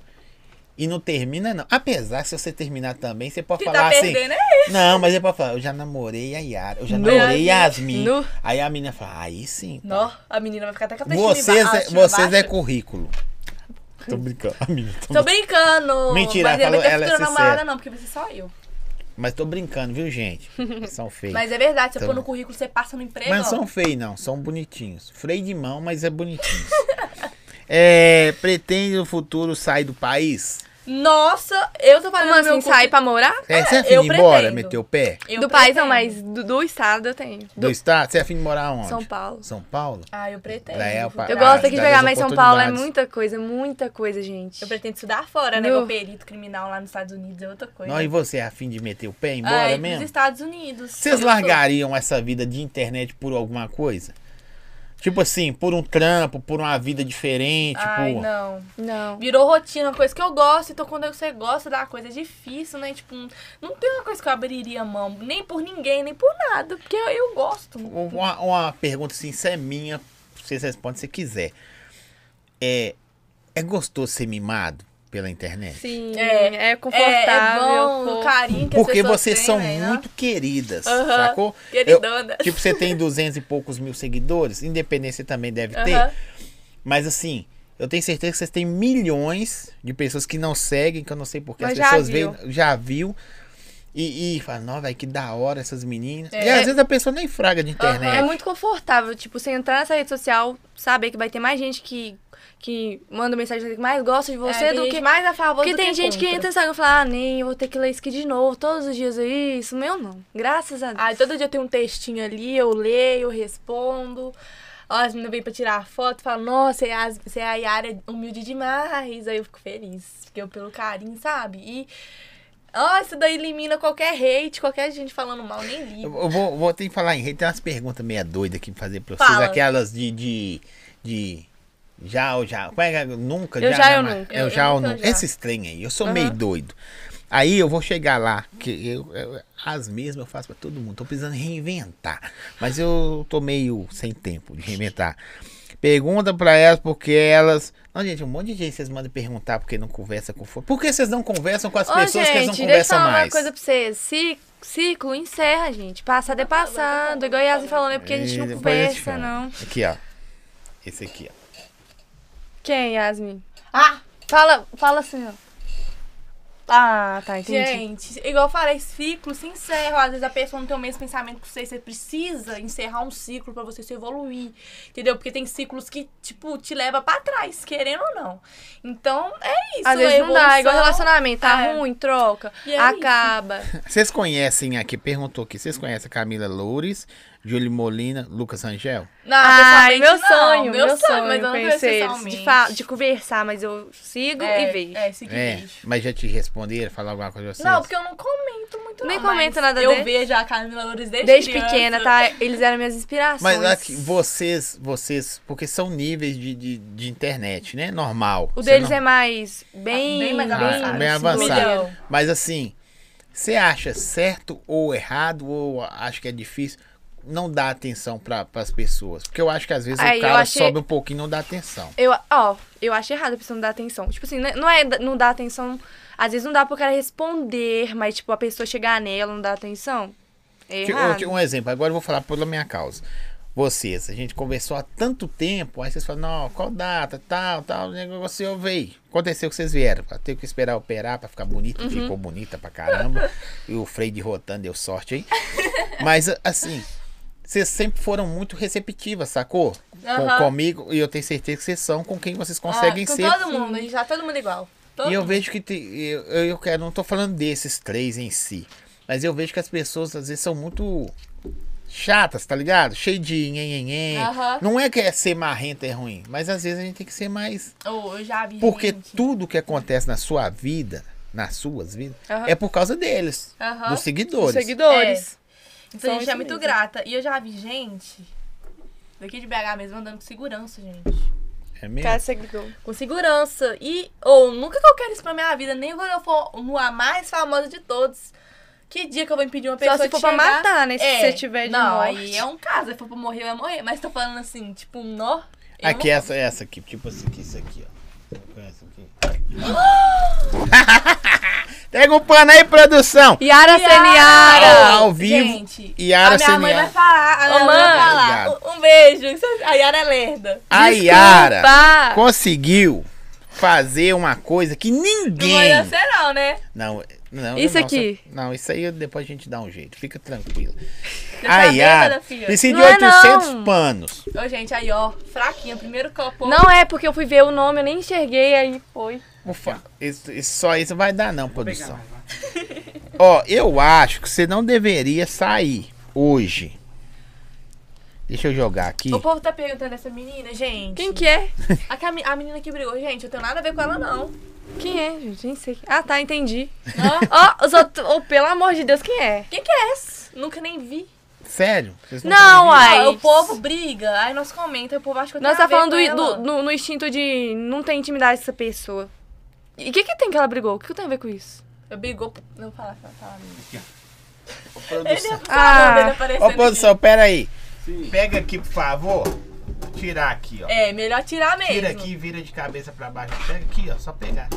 [SPEAKER 1] E não termina, não. Apesar que se você terminar também, você pode
[SPEAKER 3] Que
[SPEAKER 1] falar
[SPEAKER 3] tá
[SPEAKER 1] assim.
[SPEAKER 3] perdendo é
[SPEAKER 1] Não, mas é pra falar, eu já namorei a Yara, eu já
[SPEAKER 2] Nu.
[SPEAKER 1] namorei a Yasmin.
[SPEAKER 2] Nu.
[SPEAKER 1] Aí a menina fala, aí sim.
[SPEAKER 3] Nó, a menina vai ficar até com a testinha
[SPEAKER 1] Vocês,
[SPEAKER 3] emba-
[SPEAKER 1] é,
[SPEAKER 3] ah,
[SPEAKER 1] vocês é
[SPEAKER 3] embaixo.
[SPEAKER 1] currículo. Tô brincando. A menina, tá tô
[SPEAKER 3] Tô
[SPEAKER 1] brin-
[SPEAKER 3] brincando.
[SPEAKER 1] Mentira,
[SPEAKER 3] mas
[SPEAKER 1] ela falou-
[SPEAKER 3] ele vai ter
[SPEAKER 1] ela é
[SPEAKER 3] futura namorada,
[SPEAKER 1] sincera.
[SPEAKER 3] não, porque vai ser só eu.
[SPEAKER 1] Mas tô brincando, viu, gente? São feios.
[SPEAKER 3] Mas
[SPEAKER 1] Mas,
[SPEAKER 3] é verdade, você
[SPEAKER 1] Então-
[SPEAKER 3] pôr no currículo, você passa no emprego.
[SPEAKER 1] não
[SPEAKER 3] ó.
[SPEAKER 1] são feios, não. São bonitinhos. Freio de mão, mas é bonitinhos. é, pretende no futuro sair do país?
[SPEAKER 3] Nossa, eu tô
[SPEAKER 2] Como
[SPEAKER 3] falando
[SPEAKER 2] assim, sair pra morar?
[SPEAKER 1] É, você é afim
[SPEAKER 3] eu
[SPEAKER 1] de ir embora,
[SPEAKER 3] pretendo.
[SPEAKER 1] meter o pé?
[SPEAKER 2] do país não, mas do, do estado eu tenho.
[SPEAKER 1] Do estado? Você é afim de morar onde?
[SPEAKER 2] São Paulo.
[SPEAKER 1] São Paulo?
[SPEAKER 3] Ah, eu pretendo.
[SPEAKER 1] Pra ela,
[SPEAKER 3] no futuro.
[SPEAKER 1] pra-
[SPEAKER 2] Eu
[SPEAKER 1] Ah,
[SPEAKER 2] gosto
[SPEAKER 1] cidade
[SPEAKER 2] daqui de
[SPEAKER 1] das
[SPEAKER 2] pegar, mas São Paulo é
[SPEAKER 1] oportunidades.
[SPEAKER 2] muita coisa, muita coisa, gente.
[SPEAKER 3] Eu pretendo estudar fora, né?
[SPEAKER 2] Não.
[SPEAKER 3] Meu perito criminal lá nos Estados Unidos é outra coisa.
[SPEAKER 1] Não, e você é afim de meter o pé e ir
[SPEAKER 3] Ah,
[SPEAKER 1] embora
[SPEAKER 3] ir pros
[SPEAKER 1] mesmo?
[SPEAKER 3] Estados Unidos.
[SPEAKER 1] Vocês largariam essa vida de internet por alguma coisa? Tipo assim, por um trampo, por uma vida diferente,
[SPEAKER 3] Ai,
[SPEAKER 1] por...
[SPEAKER 3] não.
[SPEAKER 2] Não.
[SPEAKER 3] Virou rotina, uma coisa que eu gosto. Então, quando você gosta da coisa, é difícil, né? Tipo, não tem uma coisa que eu abriria a mão. Nem por ninguém, nem por nada. Porque eu, eu gosto.
[SPEAKER 1] Uma, uma pergunta assim, isso é minha, vocês respondem se quiser. É, é gostoso ser mimado pela internet?
[SPEAKER 2] Sim,
[SPEAKER 3] É,
[SPEAKER 2] é, confortável.
[SPEAKER 3] é, é bom,
[SPEAKER 2] fofo.
[SPEAKER 3] o carinho que as
[SPEAKER 1] Porque
[SPEAKER 3] pessoas
[SPEAKER 1] vocês
[SPEAKER 3] têm,
[SPEAKER 1] são
[SPEAKER 3] né?
[SPEAKER 1] muito queridas,
[SPEAKER 3] Aham,
[SPEAKER 1] sacou? Eu-
[SPEAKER 3] Queridona.
[SPEAKER 1] tipo, você tem 200 e poucos mil seguidores, independência também deve ter.
[SPEAKER 3] Aham.
[SPEAKER 1] Mas assim, eu tenho certeza que vocês têm milhões de pessoas que não seguem, que eu não sei porque
[SPEAKER 2] Mas
[SPEAKER 1] as
[SPEAKER 2] já
[SPEAKER 1] pessoas
[SPEAKER 2] viu.
[SPEAKER 1] veem, já viu. E, e fala, não, velho, que da hora essas meninas. E
[SPEAKER 3] É.
[SPEAKER 1] às vezes a pessoa nem fraga de
[SPEAKER 2] É
[SPEAKER 1] internet.
[SPEAKER 2] muito confortável, tipo, você entrar nessa rede social, saber que vai ter mais gente que, que manda mensagem que mais gosta de você
[SPEAKER 3] É, tem
[SPEAKER 2] do
[SPEAKER 3] gente
[SPEAKER 2] que.
[SPEAKER 3] mais a favor
[SPEAKER 2] Porque
[SPEAKER 3] do
[SPEAKER 2] tem
[SPEAKER 3] que
[SPEAKER 2] gente que
[SPEAKER 3] contra.
[SPEAKER 2] entra e sai e fala, ah, nem, eu vou ter que ler isso aqui de novo, todos os dias é isso. Meu não. Graças a Deus.
[SPEAKER 3] Ai, todo dia tem um textinho ali, eu leio, eu respondo. Ó, as meninas vêm pra tirar foto e falam, nossa, você é a- você é a Yara é humilde demais. Aí eu fico feliz, porque eu pelo carinho, sabe? E, ó, isso daí elimina qualquer hate, qualquer gente falando mal, nem
[SPEAKER 1] Eu,
[SPEAKER 3] ligo.
[SPEAKER 1] eu vou, vou ter que falar em rede. Tem umas perguntas meia doidas aqui pra fazer pra vocês.
[SPEAKER 3] Fala.
[SPEAKER 1] Aquelas de. de, de já ou já. Como é que é? Nunca?
[SPEAKER 2] Eu já,
[SPEAKER 1] né,
[SPEAKER 2] eu
[SPEAKER 1] Mar-
[SPEAKER 2] nunca.
[SPEAKER 1] Eu,
[SPEAKER 3] Eu-
[SPEAKER 1] já
[SPEAKER 3] eu
[SPEAKER 1] ou
[SPEAKER 3] nunca,
[SPEAKER 1] nunca.
[SPEAKER 3] já.
[SPEAKER 1] Esse trem aí. Eu sou meio doido. Aí eu vou chegar lá, que eu, eu- as mesmas eu faço pra todo mundo. Tô precisando reinventar. Mas eu tô meio sem tempo de reinventar. Pergunta pra elas porque elas. Não, gente, um monte de gente vocês mandam perguntar porque não conversa com. fo- Por que vocês não conversam com as
[SPEAKER 2] Ô,
[SPEAKER 1] pessoas que eles não
[SPEAKER 2] gente, deixa eu
[SPEAKER 1] conversam
[SPEAKER 2] falar
[SPEAKER 1] mais?
[SPEAKER 2] uma coisa pra vocês. Ci- Ciclo encerra, gente. Passado é passado. Igual a Yasmin falou, né? Porque a gente
[SPEAKER 1] E
[SPEAKER 2] não
[SPEAKER 1] depois a gente
[SPEAKER 2] conversa,
[SPEAKER 1] fala.
[SPEAKER 2] não.
[SPEAKER 1] Aqui, ó. Esse aqui, ó.
[SPEAKER 2] Quem, Yasmin?
[SPEAKER 3] Ah,
[SPEAKER 2] Fala, fala assim, ó. Ah, tá, entendi.
[SPEAKER 3] gente, igual eu falei, ciclo se encerra. Às vezes a pessoa não tem o mesmo pensamento que você. Você precisa encerrar um ciclo pra você se evoluir, entendeu? Porque tem ciclos que, tipo, te leva pra trás, querendo ou não. Então, é isso.
[SPEAKER 2] Às vezes
[SPEAKER 3] a
[SPEAKER 2] não dá, é igual
[SPEAKER 3] evolução-
[SPEAKER 2] relacionamento, tá
[SPEAKER 3] É.
[SPEAKER 2] ruim, troca,
[SPEAKER 3] E é
[SPEAKER 2] acaba.
[SPEAKER 1] Vocês conhecem aqui, perguntou aqui, vocês conhecem a Camila Loures, Júlio Molina, Lucas Rangel?
[SPEAKER 3] Não,
[SPEAKER 2] Ai, Ah,
[SPEAKER 3] pessoalmente
[SPEAKER 2] meu
[SPEAKER 3] não,
[SPEAKER 2] sonho,
[SPEAKER 3] meu sonho, mas
[SPEAKER 2] mas
[SPEAKER 3] eu não
[SPEAKER 2] conhecer eles,
[SPEAKER 3] pessoalmente.
[SPEAKER 2] de, fa- de conversar, mas eu sigo e vejo.
[SPEAKER 3] É, seguir
[SPEAKER 1] É,
[SPEAKER 3] vídeo.
[SPEAKER 1] mas já te responderam, falaram alguma coisa pra vocês?
[SPEAKER 3] Não, porque eu não comento muito
[SPEAKER 2] Nem
[SPEAKER 3] não, mas
[SPEAKER 2] comenta nada
[SPEAKER 3] Eu
[SPEAKER 2] dele.
[SPEAKER 3] vejo a Camila Loures desde,
[SPEAKER 2] Desde
[SPEAKER 3] criança.
[SPEAKER 2] pequena, tá? Eles eram minhas inspirações.
[SPEAKER 1] Mas aqui, vocês, vocês, porque são níveis de, de, de internet, né? Normal.
[SPEAKER 2] O
[SPEAKER 1] Você
[SPEAKER 2] deles
[SPEAKER 1] não-
[SPEAKER 2] é mais Ah, bem,
[SPEAKER 3] Bem mais avançado.
[SPEAKER 1] Ah, Bem avançado.
[SPEAKER 2] desenvolvido.
[SPEAKER 3] Milhão.
[SPEAKER 1] Mas assim, você acha certo ou errado, ou acho que é difícil, não dá atenção para as pessoas. Porque eu acho que às vezes
[SPEAKER 2] Aí,
[SPEAKER 1] o
[SPEAKER 2] eu
[SPEAKER 1] cara
[SPEAKER 2] achei-
[SPEAKER 1] sobe um pouquinho e não dá atenção.
[SPEAKER 2] Eu, ó, eu acho errado a pessoa não dar atenção. Tipo assim, né, não é da- não dar atenção. Às vezes não dá pro cara responder, mas tipo, a pessoa chegar nela, não dá atenção. É
[SPEAKER 1] Ti- eu
[SPEAKER 2] errado.
[SPEAKER 1] ti- Um exemplo, agora eu vou falar pela minha causa. Vocês, a gente conversou há tanto tempo, aí vocês falam, não, qual data, tal, tal, o negócio eu veio. Aconteceu que vocês vieram, eu tenho que esperar operar pra ficar bonito,
[SPEAKER 3] Uhum.
[SPEAKER 1] e ficou bonita pra caramba. e o freio de Rotan deu sorte aí. Mas a- assim, vocês sempre foram muito receptivas, sacou? Com-
[SPEAKER 3] Aham.
[SPEAKER 1] comigo, e eu tenho certeza que vocês são com quem vocês
[SPEAKER 3] Ah,
[SPEAKER 1] conseguem
[SPEAKER 3] com
[SPEAKER 1] ser.
[SPEAKER 3] todo mundo, a gente tá todo mundo igual. Todo
[SPEAKER 1] E eu
[SPEAKER 3] mundo.
[SPEAKER 1] vejo que te- eu, eu quero, não tô falando desses três em si, mas eu vejo que as pessoas às vezes são muito chatas, tá ligado? Cheio de nhenhenhen.
[SPEAKER 3] Aham.
[SPEAKER 1] Não é que é ser marrenta é ruim, mas às vezes a gente tem que ser mais.
[SPEAKER 3] Oh, eu já vi
[SPEAKER 1] Porque
[SPEAKER 3] gente.
[SPEAKER 1] tudo que acontece na sua vida, nas suas vidas,
[SPEAKER 2] Aham.
[SPEAKER 1] é por causa deles,
[SPEAKER 3] Aham.
[SPEAKER 1] dos seguidores.
[SPEAKER 2] Seguidores.
[SPEAKER 3] Então a
[SPEAKER 2] São
[SPEAKER 3] gente é
[SPEAKER 2] isso
[SPEAKER 3] muito
[SPEAKER 2] mesmo.
[SPEAKER 3] grata. E eu já vi gente daqui de BH mesmo andando com segurança, gente.
[SPEAKER 1] É mesmo?
[SPEAKER 5] Cara, você ligou.
[SPEAKER 3] Com segurança. E, ou, nunca que eu quero isso pra minha vida, nem quando eu for a mais famosa de todos. Que dia que eu vou impedir uma pessoa
[SPEAKER 5] Só se
[SPEAKER 3] de
[SPEAKER 5] for pra
[SPEAKER 3] chegar?
[SPEAKER 5] matar, né? Se
[SPEAKER 3] É.
[SPEAKER 5] você tiver de
[SPEAKER 3] Não,
[SPEAKER 5] morte.
[SPEAKER 3] aí é um caso. Se for pra morrer, vai morrer. Mas tô falando assim, tipo, um nó. eu
[SPEAKER 1] Aqui,
[SPEAKER 3] não-
[SPEAKER 1] Ah, essa, essa aqui, tipo assim, que isso aqui, ó. Você conhece aqui? Pega um pano aí, produção!
[SPEAKER 2] Yara
[SPEAKER 1] Ao,
[SPEAKER 2] Seniara!
[SPEAKER 1] ao vivo,
[SPEAKER 3] Gente,
[SPEAKER 1] Yara
[SPEAKER 3] a minha
[SPEAKER 2] É.
[SPEAKER 3] mãe vai
[SPEAKER 1] Seniara.
[SPEAKER 3] falar. A minha
[SPEAKER 5] Ô,
[SPEAKER 3] mãe vai
[SPEAKER 5] mãe.
[SPEAKER 3] falar.
[SPEAKER 1] Obrigado.
[SPEAKER 3] Um, um beijo. Isso- A Yara é lerda.
[SPEAKER 1] A Yara
[SPEAKER 2] Pá!
[SPEAKER 1] conseguiu fazer uma coisa que
[SPEAKER 3] Não vai
[SPEAKER 1] ninguém.
[SPEAKER 3] dar certo, não, né?
[SPEAKER 1] Não, não,
[SPEAKER 2] Isso
[SPEAKER 1] não,
[SPEAKER 2] aqui.
[SPEAKER 1] você- Não, isso aí depois a gente dá um jeito, fica tranquilo.
[SPEAKER 3] Você
[SPEAKER 1] A
[SPEAKER 3] tá
[SPEAKER 1] Yara
[SPEAKER 3] bêbada, filha?
[SPEAKER 1] precisa de
[SPEAKER 2] Não é, não.
[SPEAKER 1] 800 panos.
[SPEAKER 3] Ô, gente, aí, ó. Fraquinha. Primeiro copo.
[SPEAKER 2] Não é porque eu fui ver o nome, eu nem enxerguei, aí foi.
[SPEAKER 1] Ufa, isso, isso- só isso vai dar não, produção. Ó, eu acho que você não deveria sair hoje. Deixa eu jogar aqui.
[SPEAKER 3] O povo tá perguntando essa menina, gente.
[SPEAKER 2] Quem que é?
[SPEAKER 3] A, cami- a menina que brigou. Gente, eu tenho nada a ver com ela, não.
[SPEAKER 2] Quem é, gente? Nem sei. Ah, tá, entendi.
[SPEAKER 3] Ó,
[SPEAKER 2] Ó, os outros. Oh, pelo amor de Deus, quem é?
[SPEAKER 3] Quem que é essa? Nunca nem vi.
[SPEAKER 1] Sério? Vocês
[SPEAKER 2] Não,
[SPEAKER 1] têm-
[SPEAKER 2] ai.
[SPEAKER 3] Ó, Ah, é o povo briga. Aí nós comenta, o povo acha que eu tenho
[SPEAKER 2] Nós
[SPEAKER 3] nada
[SPEAKER 2] tá
[SPEAKER 3] a ver
[SPEAKER 2] falando
[SPEAKER 3] com
[SPEAKER 2] do,
[SPEAKER 3] ela.
[SPEAKER 2] do- no, no instinto de não ter intimidade com essa pessoa. E o que, que tem que ela brigou? O que, que tem a ver com isso?
[SPEAKER 3] Eu brigou... Não, fala, fala, fala. amiga. Ele
[SPEAKER 1] Produção.
[SPEAKER 3] é ah.
[SPEAKER 2] Ah.
[SPEAKER 3] dele aparecendo
[SPEAKER 1] Ô,
[SPEAKER 3] aqui.
[SPEAKER 1] produção, pera aí. Pega aqui, por favor. Tirar aqui, ó.
[SPEAKER 3] É, melhor tirar mesmo.
[SPEAKER 1] Tira aqui, vira de cabeça pra baixo. Pega aqui, ó, só pegar.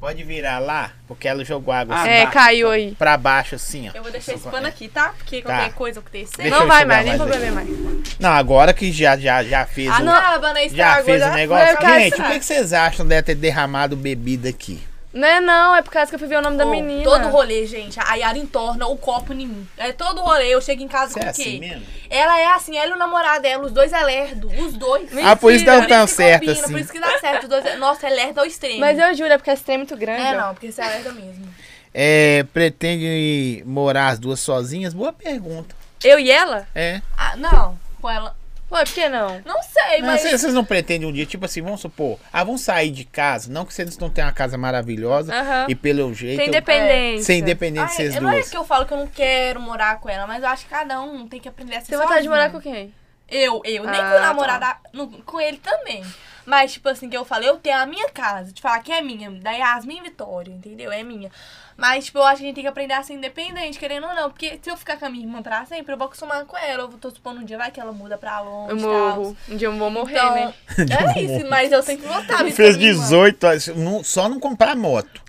[SPEAKER 1] Pode virar lá, porque ela jogou água
[SPEAKER 6] Ah,
[SPEAKER 1] assim,
[SPEAKER 2] é,
[SPEAKER 6] tá.
[SPEAKER 2] caiu aí.
[SPEAKER 1] pra baixo assim, ó.
[SPEAKER 3] Eu vou deixar esse
[SPEAKER 1] Só-
[SPEAKER 3] pano
[SPEAKER 1] é.
[SPEAKER 3] aqui, tá? Porque
[SPEAKER 1] Tá.
[SPEAKER 3] qualquer coisa que acontecer...
[SPEAKER 1] Deixa
[SPEAKER 2] não
[SPEAKER 1] eu
[SPEAKER 2] vai
[SPEAKER 1] enxugar
[SPEAKER 2] mais, nem vou
[SPEAKER 1] mais
[SPEAKER 2] beber mais.
[SPEAKER 1] Não, agora que já, já, já fez
[SPEAKER 3] Ah,
[SPEAKER 1] o...
[SPEAKER 3] não, a banda
[SPEAKER 1] Já
[SPEAKER 3] estragou.
[SPEAKER 1] fez o negócio.
[SPEAKER 2] eu quero
[SPEAKER 1] Gente, o
[SPEAKER 3] saber.
[SPEAKER 1] que que vocês acham dela ter derramado bebida aqui?
[SPEAKER 2] Não é não, é por causa que eu fui ver o nome da
[SPEAKER 3] Ô,
[SPEAKER 2] menina.
[SPEAKER 3] Todo rolê, gente. A Yara entorna o copo em mim. É todo rolê. Eu chego em casa
[SPEAKER 1] Você
[SPEAKER 3] com
[SPEAKER 1] é
[SPEAKER 3] o quê?
[SPEAKER 1] assim mesmo?
[SPEAKER 3] Ela é assim, ela e o namorado dela, os dois é lerdo, os dois.
[SPEAKER 1] Ah, por isso
[SPEAKER 3] Mentira.
[SPEAKER 1] não tão
[SPEAKER 3] que
[SPEAKER 1] certo
[SPEAKER 3] combina,
[SPEAKER 1] assim.
[SPEAKER 3] Por isso que dá certo. Os dois é- Nossa, é lerdo ao extremo.
[SPEAKER 2] Mas eu juro, é porque esse trem é muito grande.
[SPEAKER 3] É,
[SPEAKER 2] ó.
[SPEAKER 3] não, porque você é lerdo mesmo.
[SPEAKER 1] É, pretende morar as duas sozinhas? Boa pergunta.
[SPEAKER 2] Eu e ela?
[SPEAKER 1] É.
[SPEAKER 3] Ah, não. Com ela.
[SPEAKER 2] Ué, por que não?
[SPEAKER 3] Não sei,
[SPEAKER 1] Não, é
[SPEAKER 3] mas.
[SPEAKER 1] vocês, vocês não pretendem um dia, tipo assim, vamos supor, ah, vamos sair de casa. Não que vocês não tenham uma casa maravilhosa
[SPEAKER 2] Aham.
[SPEAKER 1] e pelo jeito.
[SPEAKER 2] Tem independência.
[SPEAKER 1] Então, Sem independente
[SPEAKER 3] Ai,
[SPEAKER 1] de vocês
[SPEAKER 3] não é
[SPEAKER 1] duas.
[SPEAKER 3] que eu falo que eu não quero morar com ela, mas eu acho que cada um tem que aprender a ser
[SPEAKER 2] Tem vontade de
[SPEAKER 3] sozinho.
[SPEAKER 2] morar com quem?
[SPEAKER 3] Eu, eu, nem
[SPEAKER 2] Ah,
[SPEAKER 3] com
[SPEAKER 2] tá.
[SPEAKER 3] o namorado, não, com ele também. Mas, tipo assim, que eu falei, eu tenho a minha casa, te falar que é minha, da Yasmin e Vitória, entendeu? É minha. Mas, tipo, eu acho que a gente tem que aprender a ser independente, querendo ou não. Porque se eu ficar com a minha irmã pra sempre, eu vou acostumar com ela. Eu tô supondo um dia, vai que ela muda pra longe
[SPEAKER 2] Eu
[SPEAKER 3] e
[SPEAKER 2] morro. Um dia eu vou
[SPEAKER 3] tal.
[SPEAKER 2] morrer,
[SPEAKER 3] Então,
[SPEAKER 2] né?
[SPEAKER 3] é isso, mas eu sempre voltava. isso
[SPEAKER 1] Fez
[SPEAKER 3] pra minha irmã.
[SPEAKER 1] 18, ó, isso não- só não comprar moto.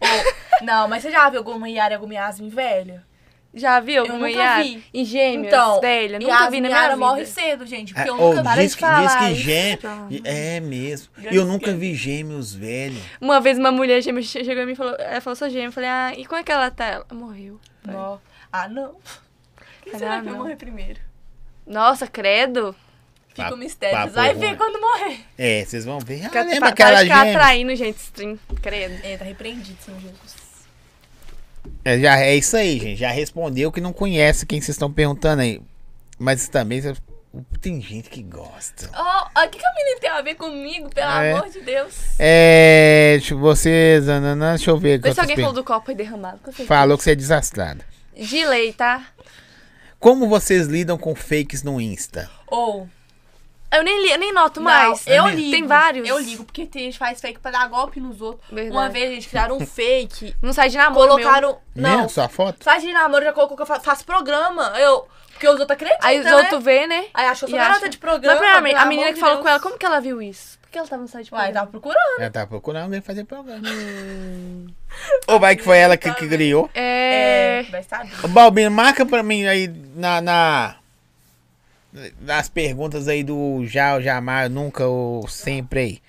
[SPEAKER 3] Não, mas você já viu alguma Yara e alguma Yasmin velha?
[SPEAKER 2] Já viu
[SPEAKER 3] Eu
[SPEAKER 2] alguma
[SPEAKER 3] nunca
[SPEAKER 2] Yara?
[SPEAKER 3] vi.
[SPEAKER 2] Em gêmeos,
[SPEAKER 3] então,
[SPEAKER 2] velha. Nunca
[SPEAKER 3] Yasmin
[SPEAKER 2] vi na
[SPEAKER 3] e
[SPEAKER 2] minha
[SPEAKER 3] Yara
[SPEAKER 2] vida.
[SPEAKER 3] morre cedo, gente. Porque
[SPEAKER 1] É,
[SPEAKER 3] eu
[SPEAKER 1] ou
[SPEAKER 3] nunca parei
[SPEAKER 1] diz
[SPEAKER 3] de
[SPEAKER 1] que, diz
[SPEAKER 3] falar
[SPEAKER 1] que
[SPEAKER 3] isso.
[SPEAKER 1] gêmeos. É mesmo.
[SPEAKER 3] Grande
[SPEAKER 1] Eu nunca vi gêmeos velhos.
[SPEAKER 2] Uma vez uma mulher gêmea che- chegou em mim e falou, ela falou, sou gêmea. Eu falei, ah, e como é que ela tá? Ela morreu.
[SPEAKER 3] Nó. Ah, não. Quem
[SPEAKER 2] Ah,
[SPEAKER 3] será que vai
[SPEAKER 2] não.
[SPEAKER 3] morrer primeiro?
[SPEAKER 2] Nossa, credo.
[SPEAKER 3] Fica
[SPEAKER 1] Papo-
[SPEAKER 3] o mistério.
[SPEAKER 1] papo
[SPEAKER 3] Vai
[SPEAKER 1] ruim.
[SPEAKER 3] ver quando morrer.
[SPEAKER 1] É, vocês vão ver. Ah,
[SPEAKER 2] Fica-
[SPEAKER 1] lembra
[SPEAKER 2] pa-
[SPEAKER 1] aquela
[SPEAKER 2] para de ficar
[SPEAKER 1] gêmea?
[SPEAKER 2] atraindo, gente, stream. Credo.
[SPEAKER 3] É, tá repreendido, Senhor Jesus.
[SPEAKER 1] É, já, é isso aí, gente. Já respondeu que não conhece quem vocês estão perguntando aí. Mas também cê- tem gente que gosta.
[SPEAKER 3] Ó, o que, que a menina tem a ver comigo, pelo
[SPEAKER 1] Ah, é?
[SPEAKER 3] amor de Deus?
[SPEAKER 1] É. deixa- Vocês. nananã, Deixa eu ver.
[SPEAKER 2] Vê se
[SPEAKER 1] quantas
[SPEAKER 2] alguém falou
[SPEAKER 1] perguntas.
[SPEAKER 2] do copo aí derramado. com certeza.
[SPEAKER 1] Falou que você é desastrada.
[SPEAKER 2] De lei, tá?
[SPEAKER 1] Como vocês lidam com fakes no Insta?
[SPEAKER 3] Ou.
[SPEAKER 2] Eu nem, li, eu nem noto mais.
[SPEAKER 3] eu
[SPEAKER 1] Também.
[SPEAKER 3] ligo.
[SPEAKER 2] Tem vários.
[SPEAKER 3] Eu ligo, porque tem gente que faz fake pra dar golpe nos outros.
[SPEAKER 2] Verdade.
[SPEAKER 3] Uma vez, gente, criaram um fake.
[SPEAKER 2] Não sai de namoro meu.
[SPEAKER 3] colocaram. Não.
[SPEAKER 1] Mesmo? Sua foto?
[SPEAKER 3] Site de namoro já colocou que eu fa- faço programa. Eu. Porque os outros acreditam.
[SPEAKER 2] Aí os
[SPEAKER 3] né?
[SPEAKER 2] outros vê, né?
[SPEAKER 3] Aí achou que
[SPEAKER 2] E
[SPEAKER 3] eu sou garota
[SPEAKER 2] acha-
[SPEAKER 3] de programa.
[SPEAKER 2] Mas primeiramente,
[SPEAKER 3] pelo
[SPEAKER 2] a menina
[SPEAKER 3] amor
[SPEAKER 2] que
[SPEAKER 3] de
[SPEAKER 2] falou com
[SPEAKER 3] Deus.
[SPEAKER 2] ela, como que ela viu isso? Por que ela tava no site de
[SPEAKER 3] Uai,
[SPEAKER 2] programa?
[SPEAKER 3] tava procurando.
[SPEAKER 1] Ela tá procurando alguém fazer programa. Ou vai que foi ela que, que criou?
[SPEAKER 2] É...
[SPEAKER 3] Vai saber.
[SPEAKER 1] Ô, Balbino, marca pra mim aí na. na... Nas perguntas aí do já, ou jamais, nunca ou sempre aí.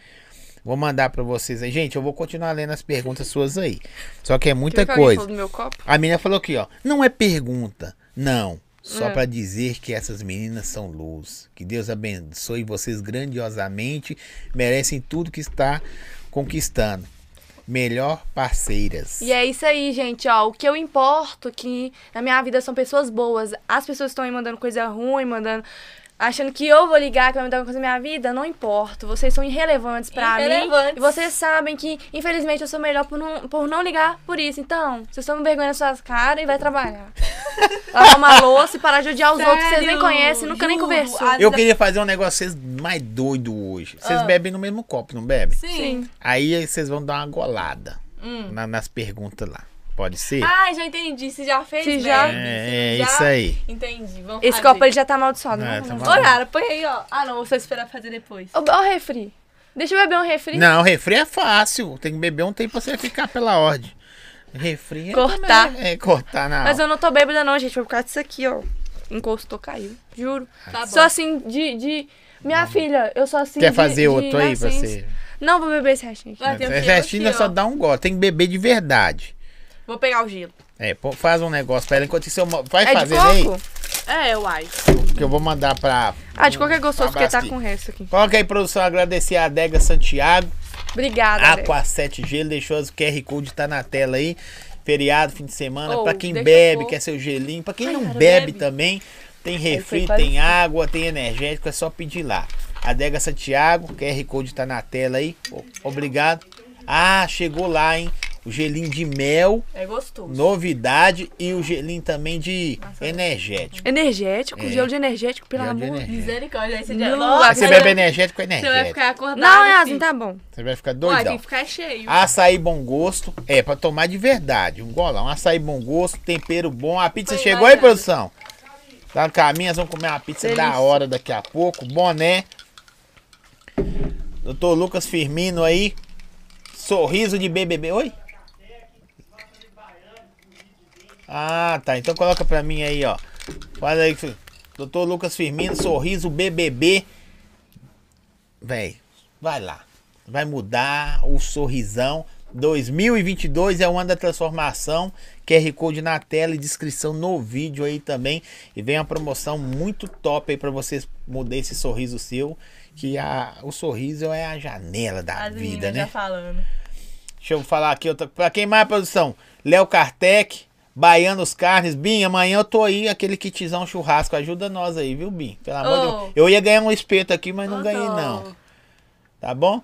[SPEAKER 1] Vou mandar pra vocês aí. Gente, eu vou continuar lendo as perguntas suas aí. Só que é
[SPEAKER 2] Deixa
[SPEAKER 1] muita
[SPEAKER 2] eu ver o que alguém
[SPEAKER 1] coisa.
[SPEAKER 2] falou do meu copo?
[SPEAKER 1] A menina falou aqui, ó. Não é pergunta, não. Só pra dizer que essas meninas são luz. Que Deus abençoe vocês grandiosamente. Merecem tudo que está conquistando. Melhor parceiras.
[SPEAKER 2] E é isso aí, gente, ó. O que eu importo é que na minha vida são pessoas boas. As pessoas estão aí mandando coisa ruim, mandando. Achando que eu vou ligar, que vai mudar alguma coisa na minha vida, não importa. Vocês são irrelevantes pra mim.
[SPEAKER 3] Irrelevantes.
[SPEAKER 2] E vocês sabem que, infelizmente, eu sou melhor por não, por não ligar por isso. Então, vocês tomam vergonha nas suas caras e vai trabalhar.
[SPEAKER 4] Lavar uma louça e parar de odiar os outros que vocês nem
[SPEAKER 3] Sério?
[SPEAKER 4] conhecem, nunca nem
[SPEAKER 3] Juro.
[SPEAKER 4] conversou.
[SPEAKER 2] Ah,
[SPEAKER 3] A-
[SPEAKER 1] Eu queria fazer um negócio vocês mais doido hoje. Vocês bebem no mesmo copo, não bebem?
[SPEAKER 3] Sim.
[SPEAKER 1] Aí vocês vão dar uma golada na- nas perguntas lá. Pode ser?
[SPEAKER 3] Ah, já entendi. Você já fez,
[SPEAKER 4] Se
[SPEAKER 3] né?
[SPEAKER 4] já-
[SPEAKER 1] é, é
[SPEAKER 3] Você já-
[SPEAKER 1] isso aí.
[SPEAKER 3] Entendi. Vamos
[SPEAKER 4] Esse
[SPEAKER 3] fazer.
[SPEAKER 4] copo ele já tá amaldiçoado.
[SPEAKER 1] É,
[SPEAKER 4] vamos
[SPEAKER 1] tá
[SPEAKER 4] lá.
[SPEAKER 1] mal-
[SPEAKER 3] Ô, Yara, põe aí, ó. Ah, não. Você esperar fazer depois.
[SPEAKER 4] Ô, ó o refri. Deixa eu beber um refri.
[SPEAKER 1] Não, refri é fácil. Tem que beber um tempo pra você ficar pela ordem. Refri é
[SPEAKER 4] Cortar.
[SPEAKER 1] também- É, cortar na
[SPEAKER 4] Mas eu não tô bêbada não, gente. Foi por causa disso aqui, ó. Encostou, caiu. Juro.
[SPEAKER 3] Tá bom.
[SPEAKER 4] Sou assim de... de- Minha filha, eu sou assim
[SPEAKER 1] Quer
[SPEAKER 4] de-
[SPEAKER 1] fazer
[SPEAKER 4] de
[SPEAKER 1] outro aí pra
[SPEAKER 4] nascença. Ah,
[SPEAKER 1] você?
[SPEAKER 4] Não, vou beber esse restinho aqui.
[SPEAKER 3] Vai ter o quê?
[SPEAKER 1] Essa restinga
[SPEAKER 3] Aqui, ó.
[SPEAKER 1] só dá um gole. Tem que beber de verdade.
[SPEAKER 3] Vou pegar o gelo.
[SPEAKER 1] É, pô, faz um negócio pra ela. Enquanto isso, eu mo- vai
[SPEAKER 4] É de
[SPEAKER 1] fazendo aí.
[SPEAKER 4] coco?
[SPEAKER 3] É, uai.
[SPEAKER 1] Que eu vou mandar pra.
[SPEAKER 4] Ah, de qualquer gostoso, porque tá
[SPEAKER 1] Abasque.
[SPEAKER 4] com o resto aqui.
[SPEAKER 1] Coloca aí, produção. Agradecer a Adega Santiago.
[SPEAKER 4] Obrigada, Alex.
[SPEAKER 1] Aqua 7G. Ele deixou as- o QR Code, tá na tela aí. Feriado, fim de semana.
[SPEAKER 3] Oh,
[SPEAKER 1] pra quem
[SPEAKER 3] deixa
[SPEAKER 1] bebe,
[SPEAKER 3] eu-
[SPEAKER 1] quer seu gelinho. Pra quem
[SPEAKER 3] Ai,
[SPEAKER 1] não
[SPEAKER 3] cara,
[SPEAKER 1] bebe,
[SPEAKER 3] bebe.
[SPEAKER 1] também, tem refri,
[SPEAKER 4] quase
[SPEAKER 1] tem água, tem energético. É só pedir lá. Adega Santiago. QR Code tá na tela aí. Obrigado. Ah, chegou lá, hein? O gelinho de mel.
[SPEAKER 3] É gostoso.
[SPEAKER 1] Novidade e o gelinho também de energético.
[SPEAKER 4] Energético,
[SPEAKER 1] É.
[SPEAKER 4] gelo de energético, pelo
[SPEAKER 1] Gelo de
[SPEAKER 4] amor.
[SPEAKER 1] energético.
[SPEAKER 3] Misericórdia. Aí você
[SPEAKER 4] Não,
[SPEAKER 3] já... Nossa,
[SPEAKER 1] Aí Você
[SPEAKER 3] aí
[SPEAKER 1] bebe
[SPEAKER 3] já-
[SPEAKER 1] energético é
[SPEAKER 3] Você vai
[SPEAKER 1] energético.
[SPEAKER 3] ficar acordado. assim.
[SPEAKER 4] Não, Yasmin,
[SPEAKER 3] filho.
[SPEAKER 4] tá bom.
[SPEAKER 1] Você vai ficar
[SPEAKER 3] é, Uai, tem
[SPEAKER 1] doidão. Ah,
[SPEAKER 3] que ficar cheio.
[SPEAKER 1] Açaí bom gosto. É, pra tomar de verdade. Um golão. Açaí bom gosto, tempero bom. A pizza
[SPEAKER 3] Foi
[SPEAKER 1] chegou aí,
[SPEAKER 3] bacana.
[SPEAKER 1] produção? Tá no caminho, nós vamos comer uma pizza da
[SPEAKER 4] Delícia.
[SPEAKER 1] hora daqui a pouco. Boné. Doutor Lucas Firmino aí. Sorriso de BBB. Oi? Ah, tá. Então coloca pra mim aí, ó. Fala aí. fi- Doutor Lucas Firmino, sorriso BBB. Véi, vai lá. Vai mudar o sorrisão. 2022 é o ano da transformação. QR Code na tela e descrição no vídeo aí também. E vem uma promoção muito top aí pra vocês mudar esse sorriso seu. Que a, o sorriso é a janela da
[SPEAKER 3] As
[SPEAKER 1] vida,
[SPEAKER 3] meninas
[SPEAKER 1] né?
[SPEAKER 3] já falando.
[SPEAKER 1] Deixa eu falar aqui. Outra... Pra quem mais, produção? Léo Kartek, Baianos Carnes. Bim, amanhã eu tô aí, aquele kitzão churrasco. Ajuda nós aí, viu, Bim? Pelo amor de
[SPEAKER 3] Ô.
[SPEAKER 1] Deus. Eu ia ganhar um espeto aqui, mas não
[SPEAKER 3] Ô,
[SPEAKER 1] ganhei,
[SPEAKER 3] dó.
[SPEAKER 1] não. Tá bom?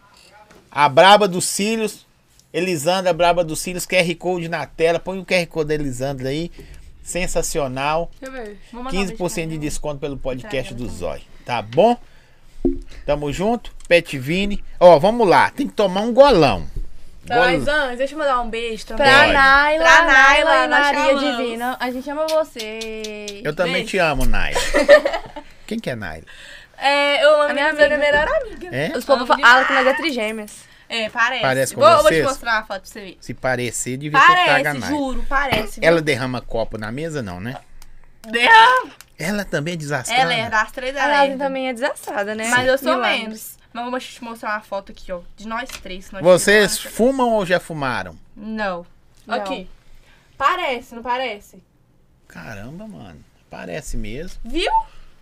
[SPEAKER 1] A Braba dos Cílios. Elisandra Braba dos Cílios, QR Code na tela. Põe o QR Code da Elisandra aí. Sensacional.
[SPEAKER 3] Deixa eu ver. Vou mandar um beijo pra
[SPEAKER 1] 15% de
[SPEAKER 3] ela.
[SPEAKER 1] desconto pelo podcast
[SPEAKER 3] Traga
[SPEAKER 1] do Zói. Tá bom? Tamo junto. Pet Vini. Ó, vamos lá. Tem que tomar um golão.
[SPEAKER 3] Tá, mas antes, deixa eu mandar um beijo também.
[SPEAKER 4] Pra
[SPEAKER 1] Pode.
[SPEAKER 4] Naila,
[SPEAKER 3] Pra
[SPEAKER 4] Naila
[SPEAKER 3] Naila,
[SPEAKER 4] e
[SPEAKER 3] nós
[SPEAKER 4] Maria
[SPEAKER 3] chamamos.
[SPEAKER 4] Divina. A gente ama você.
[SPEAKER 1] Eu também
[SPEAKER 3] Beijo.
[SPEAKER 1] te amo, Naila. Quem que é Naila?
[SPEAKER 3] É, eu amo
[SPEAKER 4] minha
[SPEAKER 3] minha, minha
[SPEAKER 4] amiga.
[SPEAKER 3] melhor amiga.
[SPEAKER 1] É?
[SPEAKER 4] Os povos falam que nós é trigêmeas.
[SPEAKER 3] É, parece.
[SPEAKER 1] Parece com
[SPEAKER 3] vou, vou te
[SPEAKER 1] vocês?
[SPEAKER 3] mostrar uma foto pra você ver.
[SPEAKER 1] Se parecer, devia ter trago a
[SPEAKER 3] Parece,
[SPEAKER 1] Naila.
[SPEAKER 3] juro, parece.
[SPEAKER 1] Ela derrama copo na mesa, não, né?
[SPEAKER 3] Ela,
[SPEAKER 1] Ela também é desastrada.
[SPEAKER 3] ela é das três
[SPEAKER 4] A
[SPEAKER 3] da
[SPEAKER 4] Naila
[SPEAKER 3] também.
[SPEAKER 4] também é desastrada, né?
[SPEAKER 3] Mas eu sou
[SPEAKER 4] Milagre.
[SPEAKER 3] menos. Mas vou te mostrar uma foto aqui, ó. De nós três. que é Nós
[SPEAKER 1] Vocês
[SPEAKER 3] tiramos.
[SPEAKER 1] fumam ou já fumaram?
[SPEAKER 3] Não.
[SPEAKER 4] Não.
[SPEAKER 3] Aqui. Parece, não parece?
[SPEAKER 1] Caramba, mano. Parece mesmo.
[SPEAKER 3] Viu?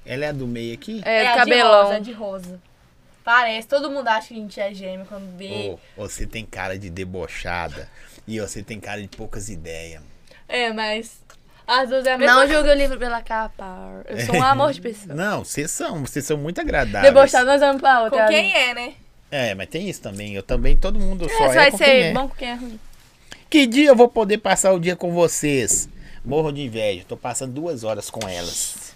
[SPEAKER 1] Ela é a do meio aqui?
[SPEAKER 4] É, do
[SPEAKER 3] a
[SPEAKER 4] cabelão.
[SPEAKER 3] de rosa, é de rosa. Parece. Todo mundo acha que a gente é gêmeo quando vê.
[SPEAKER 1] Ô, você tem cara de debochada. E você tem cara de poucas ideias.
[SPEAKER 3] É, mas... As duas é a mesma
[SPEAKER 4] Não julgue o livro pela capa. Eu sou um
[SPEAKER 1] É.
[SPEAKER 4] amor de pessoa.
[SPEAKER 1] Não, vocês são. Vocês são muito agradáveis.
[SPEAKER 4] Debochado, nós vamos pra outra.
[SPEAKER 3] Com quem é, né?
[SPEAKER 1] É, mas tem isso também. Eu também, todo mundo
[SPEAKER 4] É,
[SPEAKER 1] só é,
[SPEAKER 4] só vai
[SPEAKER 1] com
[SPEAKER 4] ser
[SPEAKER 1] quem é.
[SPEAKER 4] bom com quem é ruim.
[SPEAKER 1] Que dia eu vou poder passar o dia com vocês? Morro de inveja. Tô passando duas horas com elas.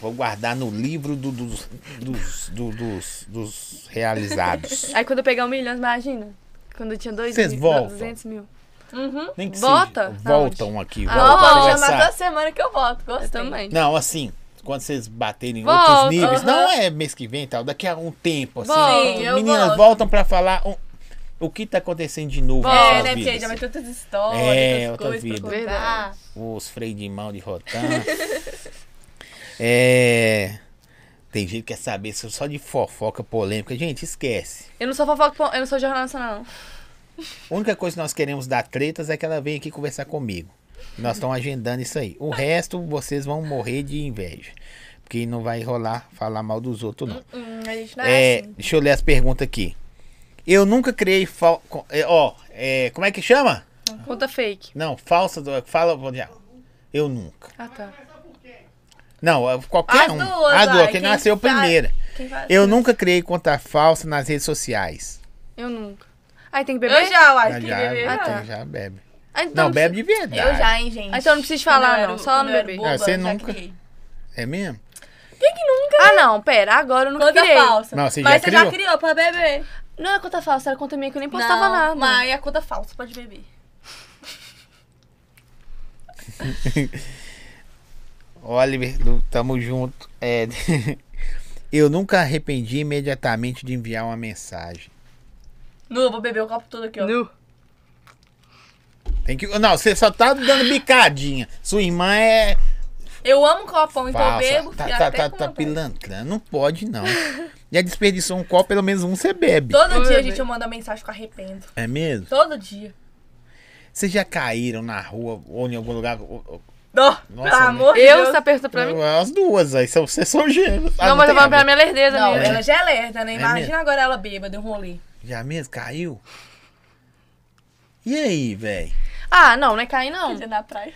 [SPEAKER 1] Vou guardar no livro do- dos, dos, do- dos, dos realizados.
[SPEAKER 4] Aí quando eu pegar um milhão, imagina. Quando eu tinha dois
[SPEAKER 1] Vocês
[SPEAKER 4] mil,
[SPEAKER 1] voltam.
[SPEAKER 4] 200 mil.
[SPEAKER 3] Uhum.
[SPEAKER 1] Nem que
[SPEAKER 4] Bota?
[SPEAKER 1] seja. Voltam aqui.
[SPEAKER 4] Ah,
[SPEAKER 1] voltam
[SPEAKER 4] volta,
[SPEAKER 3] Ó, mas
[SPEAKER 1] conversar.
[SPEAKER 3] toda semana que eu volto. Gostei.
[SPEAKER 4] Eu também.
[SPEAKER 1] Não, assim, quando vocês baterem em
[SPEAKER 4] Volta,
[SPEAKER 1] outros níveis,
[SPEAKER 3] aham.
[SPEAKER 1] não é mês que vem e tal, daqui a um tempo, assim.
[SPEAKER 4] Volta.
[SPEAKER 1] né?
[SPEAKER 3] Sim, eu
[SPEAKER 1] Meninas,
[SPEAKER 3] volto.
[SPEAKER 1] voltam pra falar o, o que tá acontecendo de novo nas
[SPEAKER 3] É,
[SPEAKER 1] suas
[SPEAKER 3] né, porque
[SPEAKER 1] vidas.
[SPEAKER 3] já vai ter outras histórias,
[SPEAKER 1] É,
[SPEAKER 3] outras
[SPEAKER 1] outra
[SPEAKER 3] coisas pra
[SPEAKER 1] vida.
[SPEAKER 3] contar.
[SPEAKER 4] Verdade.
[SPEAKER 1] Os freios de mão de rotan. é. Tem gente que quer saber se- só de fofoca polêmica. Gente, esquece.
[SPEAKER 4] Eu não sou fofoca, eu não sou jornalista, não.
[SPEAKER 1] A única coisa que nós queremos dar tretas é que ela vem aqui conversar comigo. Nós estamos agendando isso aí. O resto, vocês vão morrer de inveja. Porque não vai rolar falar mal dos outros, não.
[SPEAKER 3] Hum, a gente não é,
[SPEAKER 1] É, deixa eu ler as perguntas aqui. Eu nunca criei. fal- co- é, Ó, é, como é que chama?
[SPEAKER 4] Conta fake.
[SPEAKER 1] Não, falsa. do- Fala. vou já. Eu nunca.
[SPEAKER 4] Ah, tá.
[SPEAKER 1] Não, é qualquer
[SPEAKER 3] As
[SPEAKER 1] um.
[SPEAKER 3] duas,
[SPEAKER 1] As duas,
[SPEAKER 3] vai,
[SPEAKER 1] quem
[SPEAKER 3] quem
[SPEAKER 1] nasceu
[SPEAKER 3] faz-
[SPEAKER 1] primeira.
[SPEAKER 3] Quem faz-
[SPEAKER 1] Eu nunca criei conta falsa nas redes sociais.
[SPEAKER 4] Eu nunca. Aí tem que beber?
[SPEAKER 3] Eu já,
[SPEAKER 1] Ah,
[SPEAKER 3] uai.
[SPEAKER 1] já,
[SPEAKER 3] queria ver.
[SPEAKER 1] já
[SPEAKER 4] Ah, tá.
[SPEAKER 1] tem, já bebe.
[SPEAKER 2] Ah, então
[SPEAKER 1] Não, bebe de verdade.
[SPEAKER 3] Eu já, hein, gente.
[SPEAKER 2] Ah, então não precisa de falar,
[SPEAKER 3] Quando eu
[SPEAKER 2] não. Só
[SPEAKER 3] quando
[SPEAKER 2] não
[SPEAKER 3] eu era
[SPEAKER 2] beber.
[SPEAKER 3] boba,
[SPEAKER 1] É, você
[SPEAKER 3] eu já
[SPEAKER 1] nunca.
[SPEAKER 3] criei.
[SPEAKER 1] É mesmo?
[SPEAKER 2] Ah, não, pera, agora eu não
[SPEAKER 3] Conta
[SPEAKER 2] criei.
[SPEAKER 3] falsa.
[SPEAKER 1] Não, você
[SPEAKER 3] mas
[SPEAKER 1] já
[SPEAKER 3] você já
[SPEAKER 1] criou?
[SPEAKER 3] criou pra beber.
[SPEAKER 2] Não é conta falsa, era conta minha que eu nem postava
[SPEAKER 3] não,
[SPEAKER 2] nada.
[SPEAKER 3] Mas é conta falsa, pode beber.
[SPEAKER 1] Oliver, do- tamo junto. É, eu nunca arrependi imediatamente de enviar uma mensagem.
[SPEAKER 3] Nu, eu vou beber o copo todo aqui, ó.
[SPEAKER 2] Nu.
[SPEAKER 1] Tem que. Não, você só tá dando bicadinha. Sua irmã é.
[SPEAKER 3] Eu amo copão, então eu
[SPEAKER 1] Falsa.
[SPEAKER 3] bebo.
[SPEAKER 1] Tá,
[SPEAKER 3] fica
[SPEAKER 1] tá,
[SPEAKER 3] até
[SPEAKER 1] tá,
[SPEAKER 3] com
[SPEAKER 1] tá
[SPEAKER 3] vontade.
[SPEAKER 1] pilantrando. Não pode, não. Já desperdiçou um copo, pelo menos um você bebe.
[SPEAKER 3] Todo
[SPEAKER 2] Vou
[SPEAKER 3] dia,
[SPEAKER 2] beber.
[SPEAKER 3] gente, eu mando uma mensagem que eu arrependo.
[SPEAKER 1] É mesmo?
[SPEAKER 3] Todo dia.
[SPEAKER 1] Vocês já caíram na rua ou em algum lugar? Ou- ou-
[SPEAKER 3] Não,
[SPEAKER 1] Nossa,
[SPEAKER 3] pelo
[SPEAKER 1] né?
[SPEAKER 3] amor de
[SPEAKER 2] Eu,
[SPEAKER 3] Deus.
[SPEAKER 2] você apertou pra mim?
[SPEAKER 1] As duas, aí são- vocês são gêmeos. Ah,
[SPEAKER 2] não, mas
[SPEAKER 1] tem
[SPEAKER 2] eu tô falando
[SPEAKER 1] a
[SPEAKER 2] pra
[SPEAKER 1] ver.
[SPEAKER 2] minha lerdeza
[SPEAKER 3] Não,
[SPEAKER 2] mesmo.
[SPEAKER 3] ela já é lerda, né?
[SPEAKER 1] É
[SPEAKER 3] Imagina
[SPEAKER 1] mesmo?
[SPEAKER 3] agora ela bêbada, um rolê.
[SPEAKER 1] Já mesmo? Caiu? E aí, velho?
[SPEAKER 2] Ah, não, não
[SPEAKER 4] né?
[SPEAKER 2] é cair, não.
[SPEAKER 3] Dia tá na praia.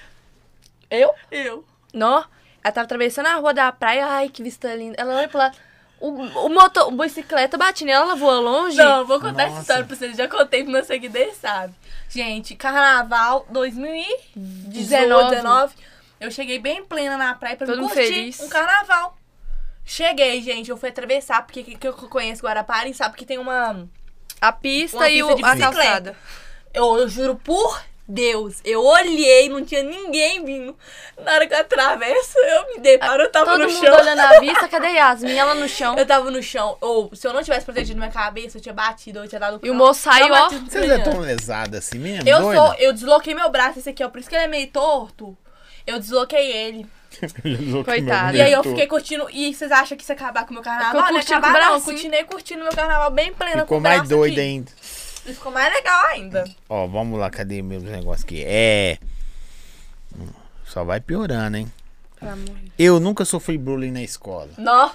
[SPEAKER 2] Eu?
[SPEAKER 3] Eu.
[SPEAKER 2] Não. Ela tava atravessando a rua da praia. Ai, que vista linda. Ela olha pro lado. O, o motor, a bicicleta bate nela, ela voa longe.
[SPEAKER 3] Não, eu vou contar
[SPEAKER 1] Nossa.
[SPEAKER 3] essa história pra vocês. Já contei pros meus seguidores, sabe? Gente, carnaval 2019.
[SPEAKER 2] 19.
[SPEAKER 3] 19, eu cheguei bem plena na praia pra
[SPEAKER 2] Todo
[SPEAKER 3] me
[SPEAKER 2] mundo
[SPEAKER 3] curtir
[SPEAKER 2] feliz.
[SPEAKER 3] um carnaval. Cheguei, gente. Eu fui atravessar, porque que, que eu conheço Guarapari, sabe que tem uma...
[SPEAKER 2] A pista
[SPEAKER 3] Uma
[SPEAKER 2] e o,
[SPEAKER 3] pista de
[SPEAKER 2] a
[SPEAKER 3] bicicleta.
[SPEAKER 2] calçada.
[SPEAKER 3] Eu, eu juro por Deus, eu olhei, não tinha ninguém vindo. Na hora que eu atravesso, eu me deparo, eu tava
[SPEAKER 2] Todo
[SPEAKER 3] no
[SPEAKER 2] mundo
[SPEAKER 3] chão.
[SPEAKER 2] olhando a vista. Cadê Yasmin? Ela no chão.
[SPEAKER 3] Eu tava no chão. Ou se eu não tivesse protegido minha cabeça, eu tinha batido, eu tinha dado
[SPEAKER 2] E o moço saiu, ó.
[SPEAKER 3] traumatismo
[SPEAKER 1] Vocês é
[SPEAKER 3] craniano.
[SPEAKER 1] tão lesada assim mesmo?
[SPEAKER 3] Eu
[SPEAKER 1] doida?
[SPEAKER 3] sou, eu desloquei meu braço, esse aqui, ó. Por isso que ele é meio torto. Eu desloquei ele.
[SPEAKER 2] Coitado.
[SPEAKER 3] E aí eu fiquei curtindo. E vocês acham que isso ia acabar com o meu carnaval?
[SPEAKER 2] Ficou
[SPEAKER 3] não ia
[SPEAKER 2] curtindo com o
[SPEAKER 3] acabar, não. Eu
[SPEAKER 2] bracinho.
[SPEAKER 3] Continuei curtindo meu carnaval bem plena com
[SPEAKER 1] Ficou
[SPEAKER 3] o
[SPEAKER 1] mais
[SPEAKER 3] braço
[SPEAKER 1] doida
[SPEAKER 3] aqui.
[SPEAKER 1] ainda.
[SPEAKER 3] E Ficou mais legal ainda.
[SPEAKER 1] Ó, vamos lá, cadê meus negócios aqui? É. Só vai piorando, hein?
[SPEAKER 2] Pelo amor de Deus.
[SPEAKER 1] Eu nunca sofri bullying na escola.
[SPEAKER 3] Nó.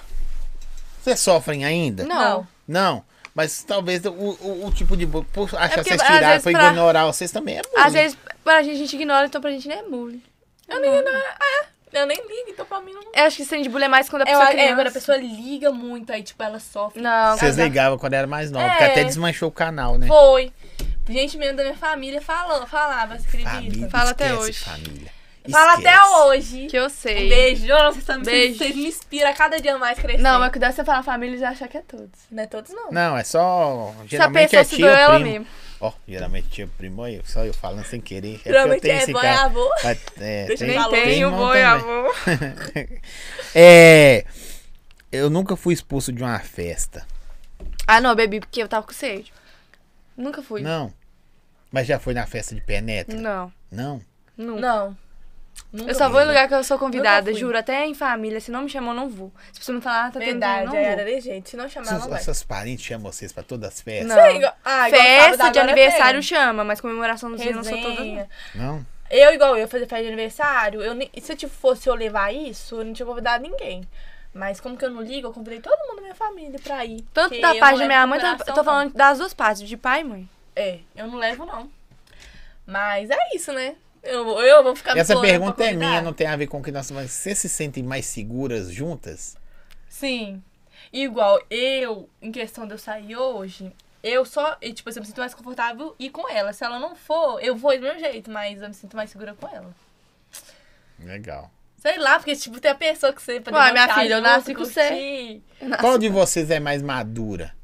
[SPEAKER 1] Vocês sofrem ainda?
[SPEAKER 2] Não.
[SPEAKER 1] Não, Mas talvez o, o- o tipo de bullying. Por achar
[SPEAKER 2] É porque,
[SPEAKER 1] vocês
[SPEAKER 2] às
[SPEAKER 1] tiraram
[SPEAKER 2] vezes,
[SPEAKER 1] pra
[SPEAKER 2] pra-
[SPEAKER 1] ignorar vocês também é bullying.
[SPEAKER 2] Às vezes, pra gente, a gente ignora, então pra gente nem é bullying.
[SPEAKER 3] Eu nem, não, é, eu nem ligo, então pra mim não.
[SPEAKER 2] Eu acho que esse de bullying é mais quando a
[SPEAKER 3] Eu,
[SPEAKER 2] pessoa
[SPEAKER 3] é,
[SPEAKER 2] criança.
[SPEAKER 3] quando a pessoa liga muito, aí tipo, ela sofre.
[SPEAKER 2] Não,
[SPEAKER 1] Vocês
[SPEAKER 2] casar-
[SPEAKER 1] ligavam quando era mais nova, porque
[SPEAKER 3] É.
[SPEAKER 1] até desmanchou o canal, né?
[SPEAKER 3] Foi. Gente mesmo da minha família falando, falava, você acredita?
[SPEAKER 1] Família,
[SPEAKER 2] Fala até
[SPEAKER 1] esquece,
[SPEAKER 2] hoje.
[SPEAKER 1] Família.
[SPEAKER 3] Fala até
[SPEAKER 1] Esquece.
[SPEAKER 3] hoje.
[SPEAKER 2] que eu sei.
[SPEAKER 3] Um beijo. Nossa, vocês são-
[SPEAKER 2] Beijo.
[SPEAKER 3] Vocês me inspiram a cada dia mais crescendo.
[SPEAKER 2] Não, mas cuidado se você falar família e já achar que é todos.
[SPEAKER 3] Não é todos, não.
[SPEAKER 1] Não, é só.
[SPEAKER 2] Se a
[SPEAKER 1] Geralmente
[SPEAKER 2] pessoa
[SPEAKER 1] é
[SPEAKER 2] se
[SPEAKER 1] tio
[SPEAKER 2] doeu, ela
[SPEAKER 1] ou primo.
[SPEAKER 2] mesmo.
[SPEAKER 1] Ó, geralmente tio primo, olha, só eu falando sem querer. É porque eu
[SPEAKER 3] Geralmente
[SPEAKER 1] tenho
[SPEAKER 3] é
[SPEAKER 1] esse
[SPEAKER 3] bom, é
[SPEAKER 1] cara.
[SPEAKER 3] avô.
[SPEAKER 1] Mas, É,
[SPEAKER 3] Deixa
[SPEAKER 1] tem,
[SPEAKER 3] eu falar.
[SPEAKER 1] tem
[SPEAKER 3] Tem
[SPEAKER 1] irmão
[SPEAKER 2] boi,
[SPEAKER 1] também.
[SPEAKER 2] avô.
[SPEAKER 1] É. Eu nunca fui expulso de uma festa.
[SPEAKER 2] Ah, não, eu bebi porque eu tava com sede. Nunca fui.
[SPEAKER 1] Não. Mas já foi na festa de penetra?
[SPEAKER 2] Não.
[SPEAKER 1] Não.
[SPEAKER 2] Nunca.
[SPEAKER 3] Não. Nunca né?
[SPEAKER 2] Eu só vou em lugar que eu sou
[SPEAKER 3] Nunca
[SPEAKER 2] convidada,
[SPEAKER 3] fui.
[SPEAKER 2] juro. Até em família, se não me chamam, eu não vou. Se você me falar, ah, tá
[SPEAKER 3] fui.
[SPEAKER 2] tendo
[SPEAKER 3] Verdade,
[SPEAKER 2] não
[SPEAKER 3] aí
[SPEAKER 2] vou.
[SPEAKER 3] era de jeito. Se não chamar,
[SPEAKER 1] Seus,
[SPEAKER 3] não vai.
[SPEAKER 1] seus parentes chamam vocês pra todas as festas?
[SPEAKER 2] Não.
[SPEAKER 3] Sei, igual- ah, igual sábado
[SPEAKER 2] Festa de
[SPEAKER 3] agora
[SPEAKER 2] aniversário
[SPEAKER 3] tem.
[SPEAKER 2] chama, mas comemoraçãozinha eu não sou toda.
[SPEAKER 3] Resenha.
[SPEAKER 2] não.
[SPEAKER 1] Não?
[SPEAKER 3] Eu, igual eu, fazer festa de aniversário, eu, nem- se eu tipo, fosse eu levar isso, eu não tinha convidado ninguém. Mas como que eu não ligo, eu convidei todo mundo da minha família pra ir.
[SPEAKER 2] Tanto
[SPEAKER 3] porque
[SPEAKER 2] da
[SPEAKER 3] eu
[SPEAKER 2] parte da
[SPEAKER 3] não levo
[SPEAKER 2] minha mãe,
[SPEAKER 3] pra
[SPEAKER 2] tanto- eu
[SPEAKER 3] ação,
[SPEAKER 2] tô
[SPEAKER 3] não.
[SPEAKER 2] falando das duas partes, de pai e mãe.
[SPEAKER 3] É, eu não levo, não. Mas é isso, né? Eu, vou- eu vou ficar
[SPEAKER 1] Essa
[SPEAKER 3] implorando
[SPEAKER 1] pergunta
[SPEAKER 3] pra
[SPEAKER 1] é
[SPEAKER 3] convidar.
[SPEAKER 1] minha, não tem a ver com o que nós mas Vocês se sentem mais seguras juntas?
[SPEAKER 3] Sim. Igual eu, em questão de eu sair hoje, eu só, e, tipo, assim, eu me sinto mais confortável ir com ela. Se ela não for, eu vou do meu jeito, mas eu me sinto mais segura com ela.
[SPEAKER 1] Legal.
[SPEAKER 3] Sei lá, porque, tipo, tem a pessoa que você pode
[SPEAKER 2] Uai, minha
[SPEAKER 3] levantar
[SPEAKER 2] filha, eu
[SPEAKER 3] junto,
[SPEAKER 2] nasci com você.
[SPEAKER 3] curtir.
[SPEAKER 1] Qual de vocês é mais madura?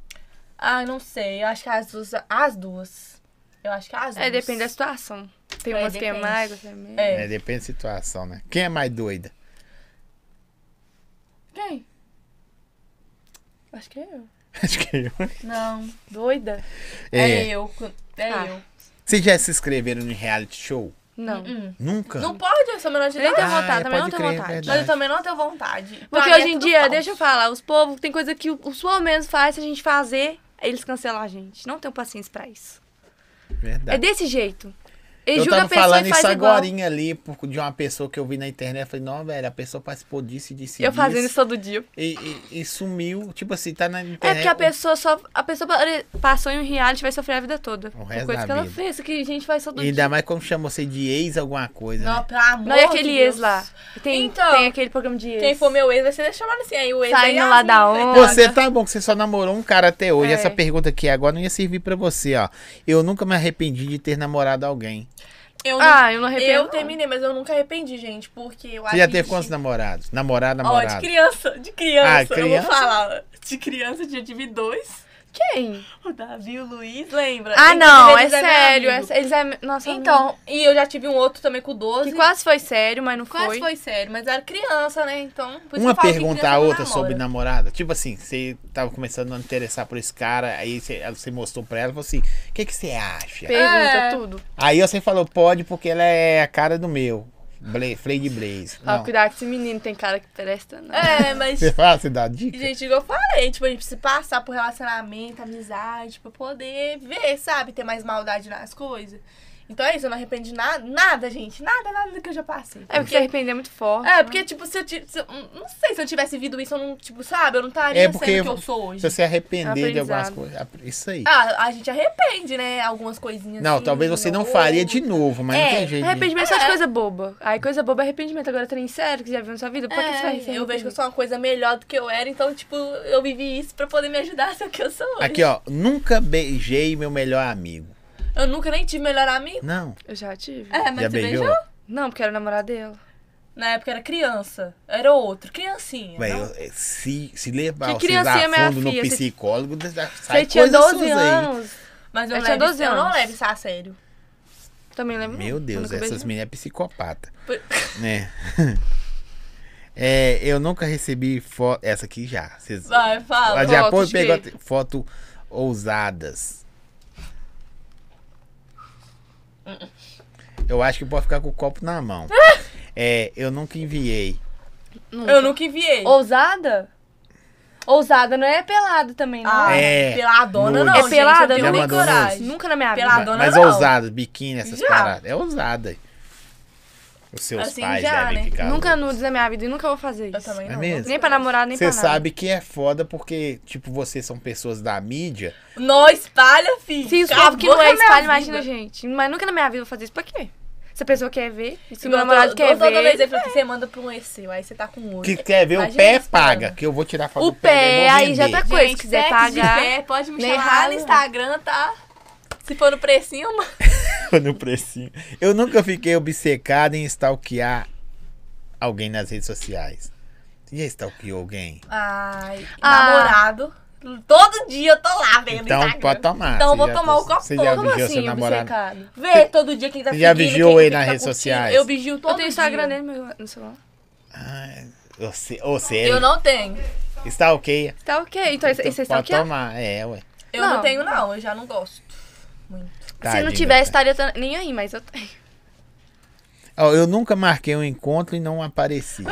[SPEAKER 3] Ah, não sei. Eu acho que as duas. As duas. Eu acho que as duas.
[SPEAKER 2] É, depende da situação. Tem
[SPEAKER 3] É,
[SPEAKER 2] umas que é
[SPEAKER 3] depende.
[SPEAKER 2] mais, outras que é menos.
[SPEAKER 3] É.
[SPEAKER 1] É, depende da situação, né? Quem é mais doida?
[SPEAKER 3] Quem?
[SPEAKER 2] Acho que é eu.
[SPEAKER 1] Acho que eu.
[SPEAKER 3] Não.
[SPEAKER 2] Doida?
[SPEAKER 3] É,
[SPEAKER 1] É.
[SPEAKER 3] eu. É
[SPEAKER 2] Ah.
[SPEAKER 3] eu.
[SPEAKER 1] Vocês já se inscreveram em reality show?
[SPEAKER 2] Não.
[SPEAKER 3] Hum.
[SPEAKER 1] Nunca?
[SPEAKER 3] Não pode, eu sou menor de
[SPEAKER 2] Nem tenho
[SPEAKER 3] idade.
[SPEAKER 1] Ah,
[SPEAKER 2] vontade,
[SPEAKER 1] é,
[SPEAKER 2] também não
[SPEAKER 1] pode
[SPEAKER 2] tenho
[SPEAKER 1] crer,
[SPEAKER 2] vontade.
[SPEAKER 1] verdade.
[SPEAKER 3] Mas eu também não tenho vontade. Pra
[SPEAKER 2] Porque
[SPEAKER 3] mim é
[SPEAKER 2] hoje em
[SPEAKER 3] tudo
[SPEAKER 2] dia,
[SPEAKER 3] falso.
[SPEAKER 2] deixa eu falar, os povos tem coisa que o- os povos menos faz, se a gente fazer, eles cancelam a gente. Não tenho paciência pra isso.
[SPEAKER 1] Verdade.
[SPEAKER 2] É desse jeito.
[SPEAKER 1] Tá.
[SPEAKER 2] Ele
[SPEAKER 1] Eu
[SPEAKER 2] julga É, a
[SPEAKER 1] tava
[SPEAKER 2] pessoa
[SPEAKER 1] falando
[SPEAKER 2] e
[SPEAKER 1] isso
[SPEAKER 2] faz
[SPEAKER 1] agora
[SPEAKER 2] igual.
[SPEAKER 1] ali por- de uma pessoa que eu vi na internet. Falei, não, velho, a pessoa participou disso e disse
[SPEAKER 2] Eu fazendo isso
[SPEAKER 1] disso,
[SPEAKER 2] todo dia.
[SPEAKER 1] E, e- e sumiu. Tipo assim, tá na
[SPEAKER 2] É
[SPEAKER 1] internet.
[SPEAKER 2] porque a pessoa só. A pessoa pare- passou em um reality e vai sofrer a vida toda.
[SPEAKER 1] O resto
[SPEAKER 2] Por coisa
[SPEAKER 1] da
[SPEAKER 2] que ela
[SPEAKER 1] vida.
[SPEAKER 2] fez, que a gente faz todo
[SPEAKER 1] E
[SPEAKER 2] dia.
[SPEAKER 1] ainda mais quando chama você de ex alguma coisa.
[SPEAKER 3] Não,
[SPEAKER 1] né?
[SPEAKER 3] pelo amor
[SPEAKER 2] Não, e aquele
[SPEAKER 3] de
[SPEAKER 2] ex
[SPEAKER 3] Deus.
[SPEAKER 2] lá. Tem,
[SPEAKER 3] Então,
[SPEAKER 2] tem aquele programa de ex.
[SPEAKER 3] Quem for meu ex vai ser chamado assim. Aí o ex
[SPEAKER 2] Saindo
[SPEAKER 3] é
[SPEAKER 2] lá
[SPEAKER 3] Yasmin,
[SPEAKER 2] da
[SPEAKER 3] coitada.
[SPEAKER 2] onda.
[SPEAKER 1] Você tá bom que você só namorou um cara até hoje.
[SPEAKER 2] É.
[SPEAKER 1] Essa pergunta aqui agora não ia servir pra você, ó. Eu nunca me arrependi de ter namorado alguém.
[SPEAKER 3] Eu não-
[SPEAKER 2] Ah, eu não arrependo.
[SPEAKER 3] eu
[SPEAKER 2] não.
[SPEAKER 3] terminei, mas eu nunca arrependi, gente, porque eu acho
[SPEAKER 1] Você já teve
[SPEAKER 3] que-
[SPEAKER 1] quantos namorados? Namorado,
[SPEAKER 3] Ó, de
[SPEAKER 1] namorado.
[SPEAKER 3] criança, de criança,
[SPEAKER 1] Ah,
[SPEAKER 3] eu
[SPEAKER 1] criança?
[SPEAKER 3] vou falar. De criança eu já tive dois.
[SPEAKER 2] Quem?
[SPEAKER 3] O Davi e o Luiz, lembra?
[SPEAKER 2] Ah,
[SPEAKER 3] Inclusive,
[SPEAKER 2] não, é
[SPEAKER 3] eles meu
[SPEAKER 2] sério.
[SPEAKER 3] amigo.
[SPEAKER 2] é- eles é. Nossa,
[SPEAKER 3] Então, e eu já tive um outro também com
[SPEAKER 2] não.
[SPEAKER 3] 12.
[SPEAKER 2] que quase foi sério, mas não
[SPEAKER 3] Quase
[SPEAKER 2] foi.
[SPEAKER 3] sério, mas era criança, né? Então, por isso
[SPEAKER 1] Uma
[SPEAKER 3] que eu falo que
[SPEAKER 1] pergunta
[SPEAKER 3] criança
[SPEAKER 1] a
[SPEAKER 3] não
[SPEAKER 1] outra
[SPEAKER 3] namora.
[SPEAKER 1] sobre namorada. Tipo assim, você tava começando a não interessar por esse cara, aí você, ela- você mostrou pra ela e falou assim: o que, que você acha?
[SPEAKER 2] Pergunta
[SPEAKER 3] É.
[SPEAKER 2] tudo.
[SPEAKER 1] Aí você falou: pode, porque ela é a cara do meu. Bla- Flay de Blaze.
[SPEAKER 2] Fala,
[SPEAKER 1] Não.
[SPEAKER 2] cuidado que esse menino tem cara que presta, né? não.
[SPEAKER 3] É, mas
[SPEAKER 1] Você fala, você dá dica?
[SPEAKER 3] Gente, igual eu falei, tipo, a gente precisa passar por relacionamento, amizade, pra poder ver, sabe? Ter mais maldade nas coisas. Então é isso, eu não arrependi nada, nada, gente. Nada, nada do que eu já passei.
[SPEAKER 2] É porque se arrepender é muito forte.
[SPEAKER 3] É, porque, tipo, se eu ti- se eu- Não sei se eu tivesse vivido isso, eu não, tipo, sabe? Eu não estaria
[SPEAKER 1] É porque
[SPEAKER 3] sendo o que eu sou hoje.
[SPEAKER 1] Se você arrepender de algumas
[SPEAKER 2] Aprendizado.
[SPEAKER 1] coisas. apre- Isso aí.
[SPEAKER 3] Ah, a gente arrepende, né? Algumas coisinhas.
[SPEAKER 1] não,
[SPEAKER 3] assim,
[SPEAKER 1] talvez você não
[SPEAKER 3] ou
[SPEAKER 1] faria
[SPEAKER 3] outra.
[SPEAKER 1] de novo, mas
[SPEAKER 3] É,
[SPEAKER 1] não tem jeito. de-
[SPEAKER 2] Arrependimento é só de coisa boba. Aí coisa boba é arrependimento. Agora trem sério que você já viu na sua vida, pra que você vai
[SPEAKER 3] É,
[SPEAKER 2] arrepender?
[SPEAKER 3] eu vejo que eu sou uma coisa melhor do que eu era, então, tipo, eu vivi isso pra poder me ajudar a ser o que eu sou hoje.
[SPEAKER 1] Aqui, ó. Nunca beijei meu melhor amigo.
[SPEAKER 3] Eu nunca nem tive melhor amigo.
[SPEAKER 1] Não.
[SPEAKER 2] Eu já tive.
[SPEAKER 3] É, mas
[SPEAKER 1] já
[SPEAKER 3] você
[SPEAKER 1] beijou?
[SPEAKER 3] beijou?
[SPEAKER 2] Não, porque era o namorado dela.
[SPEAKER 3] Na época era criança. Era outro. Criancinha.
[SPEAKER 1] Véi,
[SPEAKER 3] não?
[SPEAKER 1] eu- se, se levar
[SPEAKER 2] Que
[SPEAKER 1] vocês
[SPEAKER 2] criancinha,
[SPEAKER 1] a
[SPEAKER 2] minha
[SPEAKER 1] fundo no
[SPEAKER 2] filha, você-
[SPEAKER 1] psicólogo,
[SPEAKER 2] Você
[SPEAKER 1] sai
[SPEAKER 2] tinha
[SPEAKER 1] coisa
[SPEAKER 2] 12
[SPEAKER 1] Tá, suas aí.
[SPEAKER 2] anos.
[SPEAKER 3] Mas eu,
[SPEAKER 2] eu
[SPEAKER 3] levo,
[SPEAKER 2] tinha 12
[SPEAKER 3] eu não
[SPEAKER 2] anos.
[SPEAKER 3] levo isso a sério.
[SPEAKER 2] Também lembro.
[SPEAKER 1] Meu Deus,
[SPEAKER 2] nunca
[SPEAKER 1] essas
[SPEAKER 2] beijei.
[SPEAKER 1] meninas é psicopata.
[SPEAKER 3] Por-
[SPEAKER 1] Né? É, eu nunca recebi foto. Essa aqui já. Vocês...
[SPEAKER 3] Vai, fala.
[SPEAKER 1] Ela já
[SPEAKER 2] Ah, Foto
[SPEAKER 1] pôs
[SPEAKER 2] de
[SPEAKER 1] pegou
[SPEAKER 2] quê?
[SPEAKER 1] a- foto ousadas. Eu acho que pode ficar com o copo na mão. É, eu nunca enviei.
[SPEAKER 3] Eu nunca enviei.
[SPEAKER 2] Ousada? Ousada não é pelada também, não.
[SPEAKER 3] Ah,
[SPEAKER 1] É.
[SPEAKER 3] peladona não,
[SPEAKER 1] Nude.
[SPEAKER 2] é pelada?
[SPEAKER 3] gente. Eu
[SPEAKER 1] Já
[SPEAKER 2] nunca,
[SPEAKER 3] tenho
[SPEAKER 1] mandou nudes?
[SPEAKER 3] coragem.
[SPEAKER 2] nunca na minha vida.
[SPEAKER 3] Pelada.
[SPEAKER 1] Ma-
[SPEAKER 3] dona
[SPEAKER 1] mas
[SPEAKER 3] não.
[SPEAKER 1] ousada, biquíni, essas
[SPEAKER 3] Já.
[SPEAKER 1] paradas. É ousada. Os seus
[SPEAKER 3] Assim,
[SPEAKER 1] pais
[SPEAKER 3] já,
[SPEAKER 1] devem
[SPEAKER 3] né?
[SPEAKER 1] ficar.
[SPEAKER 2] Nunca
[SPEAKER 1] loucos.
[SPEAKER 2] nudes na minha vida e nunca vou fazer
[SPEAKER 3] Eu
[SPEAKER 2] isso.
[SPEAKER 3] também
[SPEAKER 1] É
[SPEAKER 3] não.
[SPEAKER 1] mesmo?
[SPEAKER 2] Nem pra namorar, nem
[SPEAKER 1] Você
[SPEAKER 2] pra nada.
[SPEAKER 1] sabe que é foda porque, tipo, vocês são pessoas da mídia.
[SPEAKER 3] Não espalha, filho.
[SPEAKER 2] Se isso for
[SPEAKER 3] Acabou
[SPEAKER 2] que não
[SPEAKER 3] com a
[SPEAKER 2] é
[SPEAKER 3] minha
[SPEAKER 2] espalho,
[SPEAKER 3] vida.
[SPEAKER 2] imagina, gente. Mas nunca na minha vida eu vou fazer isso. Pra quê? Se a pessoa quer ver, se
[SPEAKER 3] Igual
[SPEAKER 2] meu
[SPEAKER 3] eu tô-
[SPEAKER 2] namorado quer
[SPEAKER 3] eu tô Toda vez
[SPEAKER 2] ver.
[SPEAKER 3] ele fala que você manda pra um seu, aí você tá com outro.
[SPEAKER 1] Que quer ver o
[SPEAKER 3] Imagina
[SPEAKER 1] pé,
[SPEAKER 3] isso, cara.
[SPEAKER 1] paga. Que eu vou tirar foto
[SPEAKER 2] O
[SPEAKER 1] do pé.
[SPEAKER 2] pé,
[SPEAKER 1] eu vou
[SPEAKER 2] aí já
[SPEAKER 1] vender.
[SPEAKER 2] tá coisa, se quiser
[SPEAKER 3] sexo de
[SPEAKER 2] pagar,
[SPEAKER 3] pé, pode me
[SPEAKER 2] nem
[SPEAKER 3] chamar lá
[SPEAKER 2] rala.
[SPEAKER 3] no Instagram, tá? Se for no precinho, mano.
[SPEAKER 1] no precinho. Eu nunca fiquei obcecado em stalkear alguém nas redes sociais. Você já stalkeou alguém?
[SPEAKER 3] Ai,
[SPEAKER 2] Ah.
[SPEAKER 3] namorado. Todo dia eu tô lá vendo
[SPEAKER 1] Então
[SPEAKER 3] Instagram.
[SPEAKER 1] pode tomar.
[SPEAKER 3] Então
[SPEAKER 1] Você
[SPEAKER 3] vou
[SPEAKER 1] já-
[SPEAKER 3] tomar o copo
[SPEAKER 1] Você já
[SPEAKER 3] todo.
[SPEAKER 2] Como
[SPEAKER 1] vigiou seu
[SPEAKER 2] assim,
[SPEAKER 1] namorado?
[SPEAKER 2] obcecado?
[SPEAKER 3] Vê todo dia quem tá
[SPEAKER 1] Você já
[SPEAKER 3] seguindo,
[SPEAKER 1] vigiou
[SPEAKER 3] quem-
[SPEAKER 1] ele
[SPEAKER 3] quem
[SPEAKER 1] nas
[SPEAKER 3] tá
[SPEAKER 1] redes
[SPEAKER 3] curtindo.
[SPEAKER 1] sociais?
[SPEAKER 3] Eu né? vigio todo
[SPEAKER 2] Eu tenho o Instagram
[SPEAKER 3] dia.
[SPEAKER 2] dele no meu- no celular.
[SPEAKER 1] Você, ou
[SPEAKER 3] Eu
[SPEAKER 1] você
[SPEAKER 3] não tenho.
[SPEAKER 1] stalkeia.
[SPEAKER 2] Tá ok. Então, esse- esse
[SPEAKER 1] Pode
[SPEAKER 2] aqui é
[SPEAKER 1] tomar, é, ué.
[SPEAKER 3] Eu não.
[SPEAKER 2] Não.
[SPEAKER 3] tenho, não. Eu já não gosto. Muito.
[SPEAKER 2] Se
[SPEAKER 1] Tadinho,
[SPEAKER 2] não tivesse,
[SPEAKER 1] tá.
[SPEAKER 2] estaria tan- nem aí, mas eu tenho.
[SPEAKER 1] Ó, eu nunca marquei um encontro e não apareci.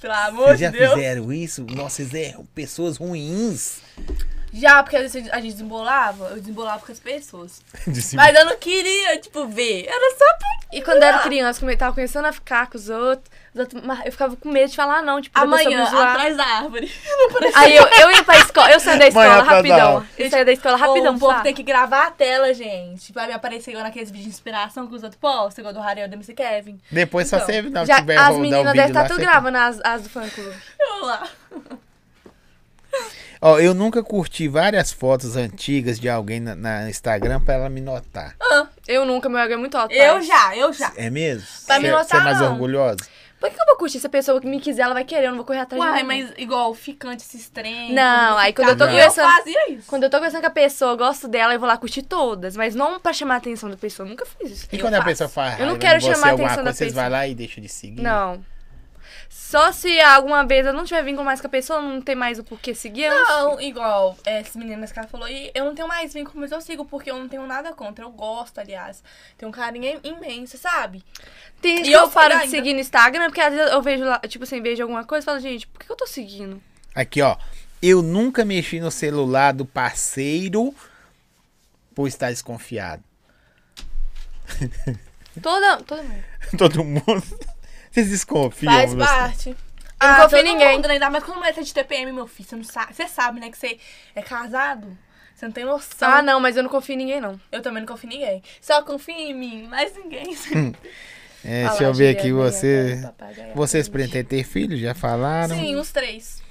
[SPEAKER 3] Pelo amor
[SPEAKER 1] Vocês
[SPEAKER 3] de
[SPEAKER 1] já
[SPEAKER 3] Deus.
[SPEAKER 1] fizeram isso? Nossa, vocês é pessoas ruins.
[SPEAKER 3] Já, porque às vezes a gente desembolava. Eu desembolava com as pessoas.
[SPEAKER 1] Disse-
[SPEAKER 3] Mas eu não queria, tipo, ver. Era só pra...
[SPEAKER 2] E quando
[SPEAKER 3] Ah.
[SPEAKER 2] eu era criança, como eu tava começando a ficar com os outros, os outros mas eu ficava com medo de falar não, tipo, da pessoa
[SPEAKER 3] Amanhã,
[SPEAKER 2] me zoar.
[SPEAKER 3] atrás da árvore.
[SPEAKER 2] Aí eu, eu ia pra escola, eu saio da escola
[SPEAKER 1] atrás da
[SPEAKER 2] rapidão.
[SPEAKER 1] é aula.
[SPEAKER 2] Eu saio da escola
[SPEAKER 3] Rapidão,
[SPEAKER 2] rapidão,
[SPEAKER 3] o povo
[SPEAKER 2] pá.
[SPEAKER 3] um tem que gravar a tela, gente. Vai me aparecer igual naqueles vídeos de inspiração que os outros postam, igual do Harry MC Kevin.
[SPEAKER 1] Depois só
[SPEAKER 3] Então,
[SPEAKER 1] você não
[SPEAKER 2] Já,
[SPEAKER 1] tiver
[SPEAKER 2] as
[SPEAKER 1] rodar o
[SPEAKER 2] meninas
[SPEAKER 1] vídeo
[SPEAKER 2] devem estar
[SPEAKER 3] tá
[SPEAKER 1] lá,
[SPEAKER 2] tudo
[SPEAKER 1] você-
[SPEAKER 2] gravando as, as do fã clube.
[SPEAKER 3] Eu lá.
[SPEAKER 1] Ó, eu nunca curti várias fotos antigas de alguém na, na Instagram pra ela me notar.
[SPEAKER 2] Eu nunca, meu ego é muito alto.
[SPEAKER 3] Eu
[SPEAKER 2] mas-
[SPEAKER 3] já, eu já.
[SPEAKER 1] É mesmo?
[SPEAKER 2] Pra me
[SPEAKER 1] Cê-
[SPEAKER 2] notar,
[SPEAKER 1] cê é mais
[SPEAKER 2] não.
[SPEAKER 1] orgulhosa?
[SPEAKER 2] Por que eu vou curtir? Se a pessoa que me quiser, ela vai querer, eu não vou correr atrás
[SPEAKER 3] Uai,
[SPEAKER 2] de ninguém.
[SPEAKER 3] mas igual ficante esses trem.
[SPEAKER 2] Não,
[SPEAKER 3] tudo
[SPEAKER 2] aí quando eu tô
[SPEAKER 3] ficava,
[SPEAKER 2] conversando-
[SPEAKER 3] Eu fazia isso.
[SPEAKER 2] Quando eu tô conversando com a pessoa, eu gosto dela, eu vou lá curtir todas. Mas não pra chamar a atenção da pessoa. Eu nunca fiz isso.
[SPEAKER 1] E
[SPEAKER 2] Eu
[SPEAKER 1] quando a
[SPEAKER 2] faço.
[SPEAKER 1] pessoa faz
[SPEAKER 2] Eu não
[SPEAKER 1] raiva em
[SPEAKER 2] quero
[SPEAKER 1] você,
[SPEAKER 2] chamar a
[SPEAKER 1] alguma
[SPEAKER 2] atenção da
[SPEAKER 1] coisa, vocês
[SPEAKER 2] pessoa.
[SPEAKER 1] vai lá e deixa de seguir?
[SPEAKER 2] Não. Só se alguma vez eu não tiver vínculo mais com a pessoa, não tem mais o porquê seguir. eu
[SPEAKER 3] Não, igual é, essas meninas que ela falou, e eu não tenho mais vínculo, mas eu sigo, porque eu não tenho nada contra. Eu gosto, aliás. Tenho um carinho imenso, sabe?
[SPEAKER 2] Tem
[SPEAKER 3] E
[SPEAKER 2] gente que
[SPEAKER 3] eu
[SPEAKER 2] eu paro
[SPEAKER 3] fui
[SPEAKER 2] de
[SPEAKER 3] ainda.
[SPEAKER 2] seguir no Instagram, porque às vezes eu vejo lá, tipo assim, vejo alguma coisa e falo, gente, por que eu tô seguindo?
[SPEAKER 1] Aqui, ó. Eu nunca mexi no celular do parceiro por estar desconfiado.
[SPEAKER 2] Toda. toda... mulher.
[SPEAKER 1] Todo mundo. Vocês desconfiam?
[SPEAKER 3] Faz
[SPEAKER 1] você?
[SPEAKER 3] parte.
[SPEAKER 2] Eu não confio em ninguém.
[SPEAKER 3] Mundo, né? Ainda mais quando mulher tá de TPM, meu filho. Você não sabe. Você sabe, né? Que você é casado. Você não tem noção.
[SPEAKER 2] Ah, não, mas eu não confio em ninguém, não.
[SPEAKER 3] Eu também não confio em ninguém. Só confia em mim, mais ninguém.
[SPEAKER 1] É,
[SPEAKER 2] Ah lá,
[SPEAKER 1] deixa eu ver aqui
[SPEAKER 2] Juliana,
[SPEAKER 1] você.
[SPEAKER 2] agora o papai ganha.
[SPEAKER 1] Vocês pretendem ter filhos? Já falaram?
[SPEAKER 3] Sim, os três.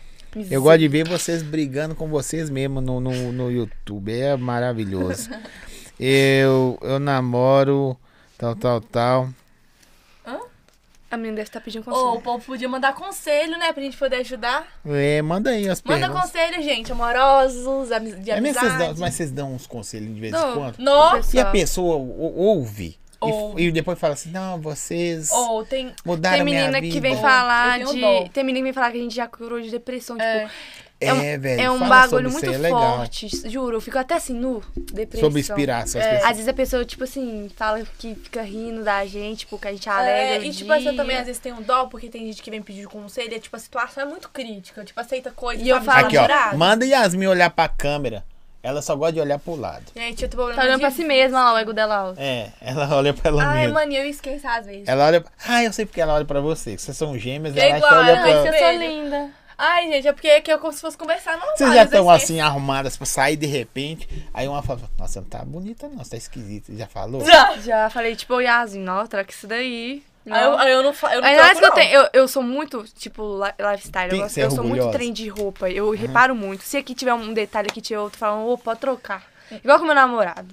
[SPEAKER 1] Eu gosto de ver vocês brigando com vocês mesmo no, no, no YouTube. É maravilhoso. eu, eu namoro Tal, tal, tal.
[SPEAKER 2] A menina deve estar pedindo
[SPEAKER 3] Ô, o
[SPEAKER 2] conselho.
[SPEAKER 3] povo podia mandar conselho, né? Pra gente poder ajudar.
[SPEAKER 1] É, manda aí as
[SPEAKER 3] Manda
[SPEAKER 1] perguntas.
[SPEAKER 3] conselho, gente. Amorosos, ami- de
[SPEAKER 1] É mesmo vocês dão-
[SPEAKER 3] amizade.
[SPEAKER 1] mas vocês dão uns conselhos de vez em
[SPEAKER 2] Dou.
[SPEAKER 1] quando?
[SPEAKER 3] No...
[SPEAKER 1] E a
[SPEAKER 2] Pessoal.
[SPEAKER 1] pessoa ou- ouve, e f-
[SPEAKER 3] Ouve.
[SPEAKER 1] E, depois fala assim, não, vocês
[SPEAKER 3] Ou tem...
[SPEAKER 1] mudaram
[SPEAKER 2] Tem
[SPEAKER 1] a minha
[SPEAKER 2] menina
[SPEAKER 1] vida.
[SPEAKER 2] que vem
[SPEAKER 3] Ô,
[SPEAKER 2] falar
[SPEAKER 3] eu tenho dó.
[SPEAKER 2] de. Tem menina que vem falar que a gente já curou de depressão. Tipo,
[SPEAKER 3] É.
[SPEAKER 1] É, velho,
[SPEAKER 2] É um
[SPEAKER 1] fala sobre
[SPEAKER 2] bagulho muito
[SPEAKER 1] isso aí, é legal.
[SPEAKER 2] forte, juro. Eu fico até assim, nu, depressão.
[SPEAKER 1] Sobre inspirar suas pessoas.
[SPEAKER 2] É, Às vezes a pessoa, tipo assim, fala que fica rindo da gente, tipo, que a gente
[SPEAKER 3] É,
[SPEAKER 2] alegra. o
[SPEAKER 3] e tipo, essa
[SPEAKER 2] dia.
[SPEAKER 3] também às vezes tem um dó, porque tem gente que vem pedir conselho, e, tipo, a situação é muito crítica, tipo, aceita coisa,
[SPEAKER 2] E eu
[SPEAKER 3] sabe,
[SPEAKER 2] falo-
[SPEAKER 1] Aqui, ó.
[SPEAKER 3] jurado.
[SPEAKER 1] Manda Yasmin olhar pra câmera. Ela só gosta de olhar pro lado.
[SPEAKER 3] Gente, eu tô problema
[SPEAKER 2] Tá olhando
[SPEAKER 3] de-
[SPEAKER 2] pra si mesma lá, o ego dela alto.
[SPEAKER 1] É, ela olha pra ela
[SPEAKER 3] Ai,
[SPEAKER 1] mesma.
[SPEAKER 3] mano, eu esqueço às vezes.
[SPEAKER 1] Ela olha. Ah, eu sei porque ela olha pra você. que Vocês são gêmeas,
[SPEAKER 3] É
[SPEAKER 1] ela
[SPEAKER 3] igual,
[SPEAKER 1] só olha
[SPEAKER 3] né?
[SPEAKER 1] pra.
[SPEAKER 2] Ai, você é
[SPEAKER 3] Espelho.
[SPEAKER 2] linda.
[SPEAKER 3] Ai, gente, é porque aqui é como se fosse conversar normal.
[SPEAKER 1] Vocês já
[SPEAKER 3] às vezes
[SPEAKER 1] estão
[SPEAKER 3] eu esqueço.
[SPEAKER 1] assim arrumadas pra sair de repente. Aí uma fala: Nossa, você não tá bonita, não. Você tá esquisita. Já falou?
[SPEAKER 3] Já.
[SPEAKER 2] Já falei, tipo, ô Yasin, não, troca isso daí. Não.
[SPEAKER 3] Aí Ah, eu, aí eu não falo, eu não
[SPEAKER 2] Ainda mais
[SPEAKER 3] troco,
[SPEAKER 2] que eu
[SPEAKER 3] não.
[SPEAKER 2] tenho. Eu, eu sou muito, tipo, li- lifestyle.
[SPEAKER 1] Tem-
[SPEAKER 2] eu gosto-
[SPEAKER 1] você é
[SPEAKER 2] eu sou muito
[SPEAKER 1] orgulhosa?
[SPEAKER 2] trem de roupa. Eu reparo muito. Se aqui tiver um detalhe que tiver outro, falam, ô, pode trocar. Igual com meu namorado.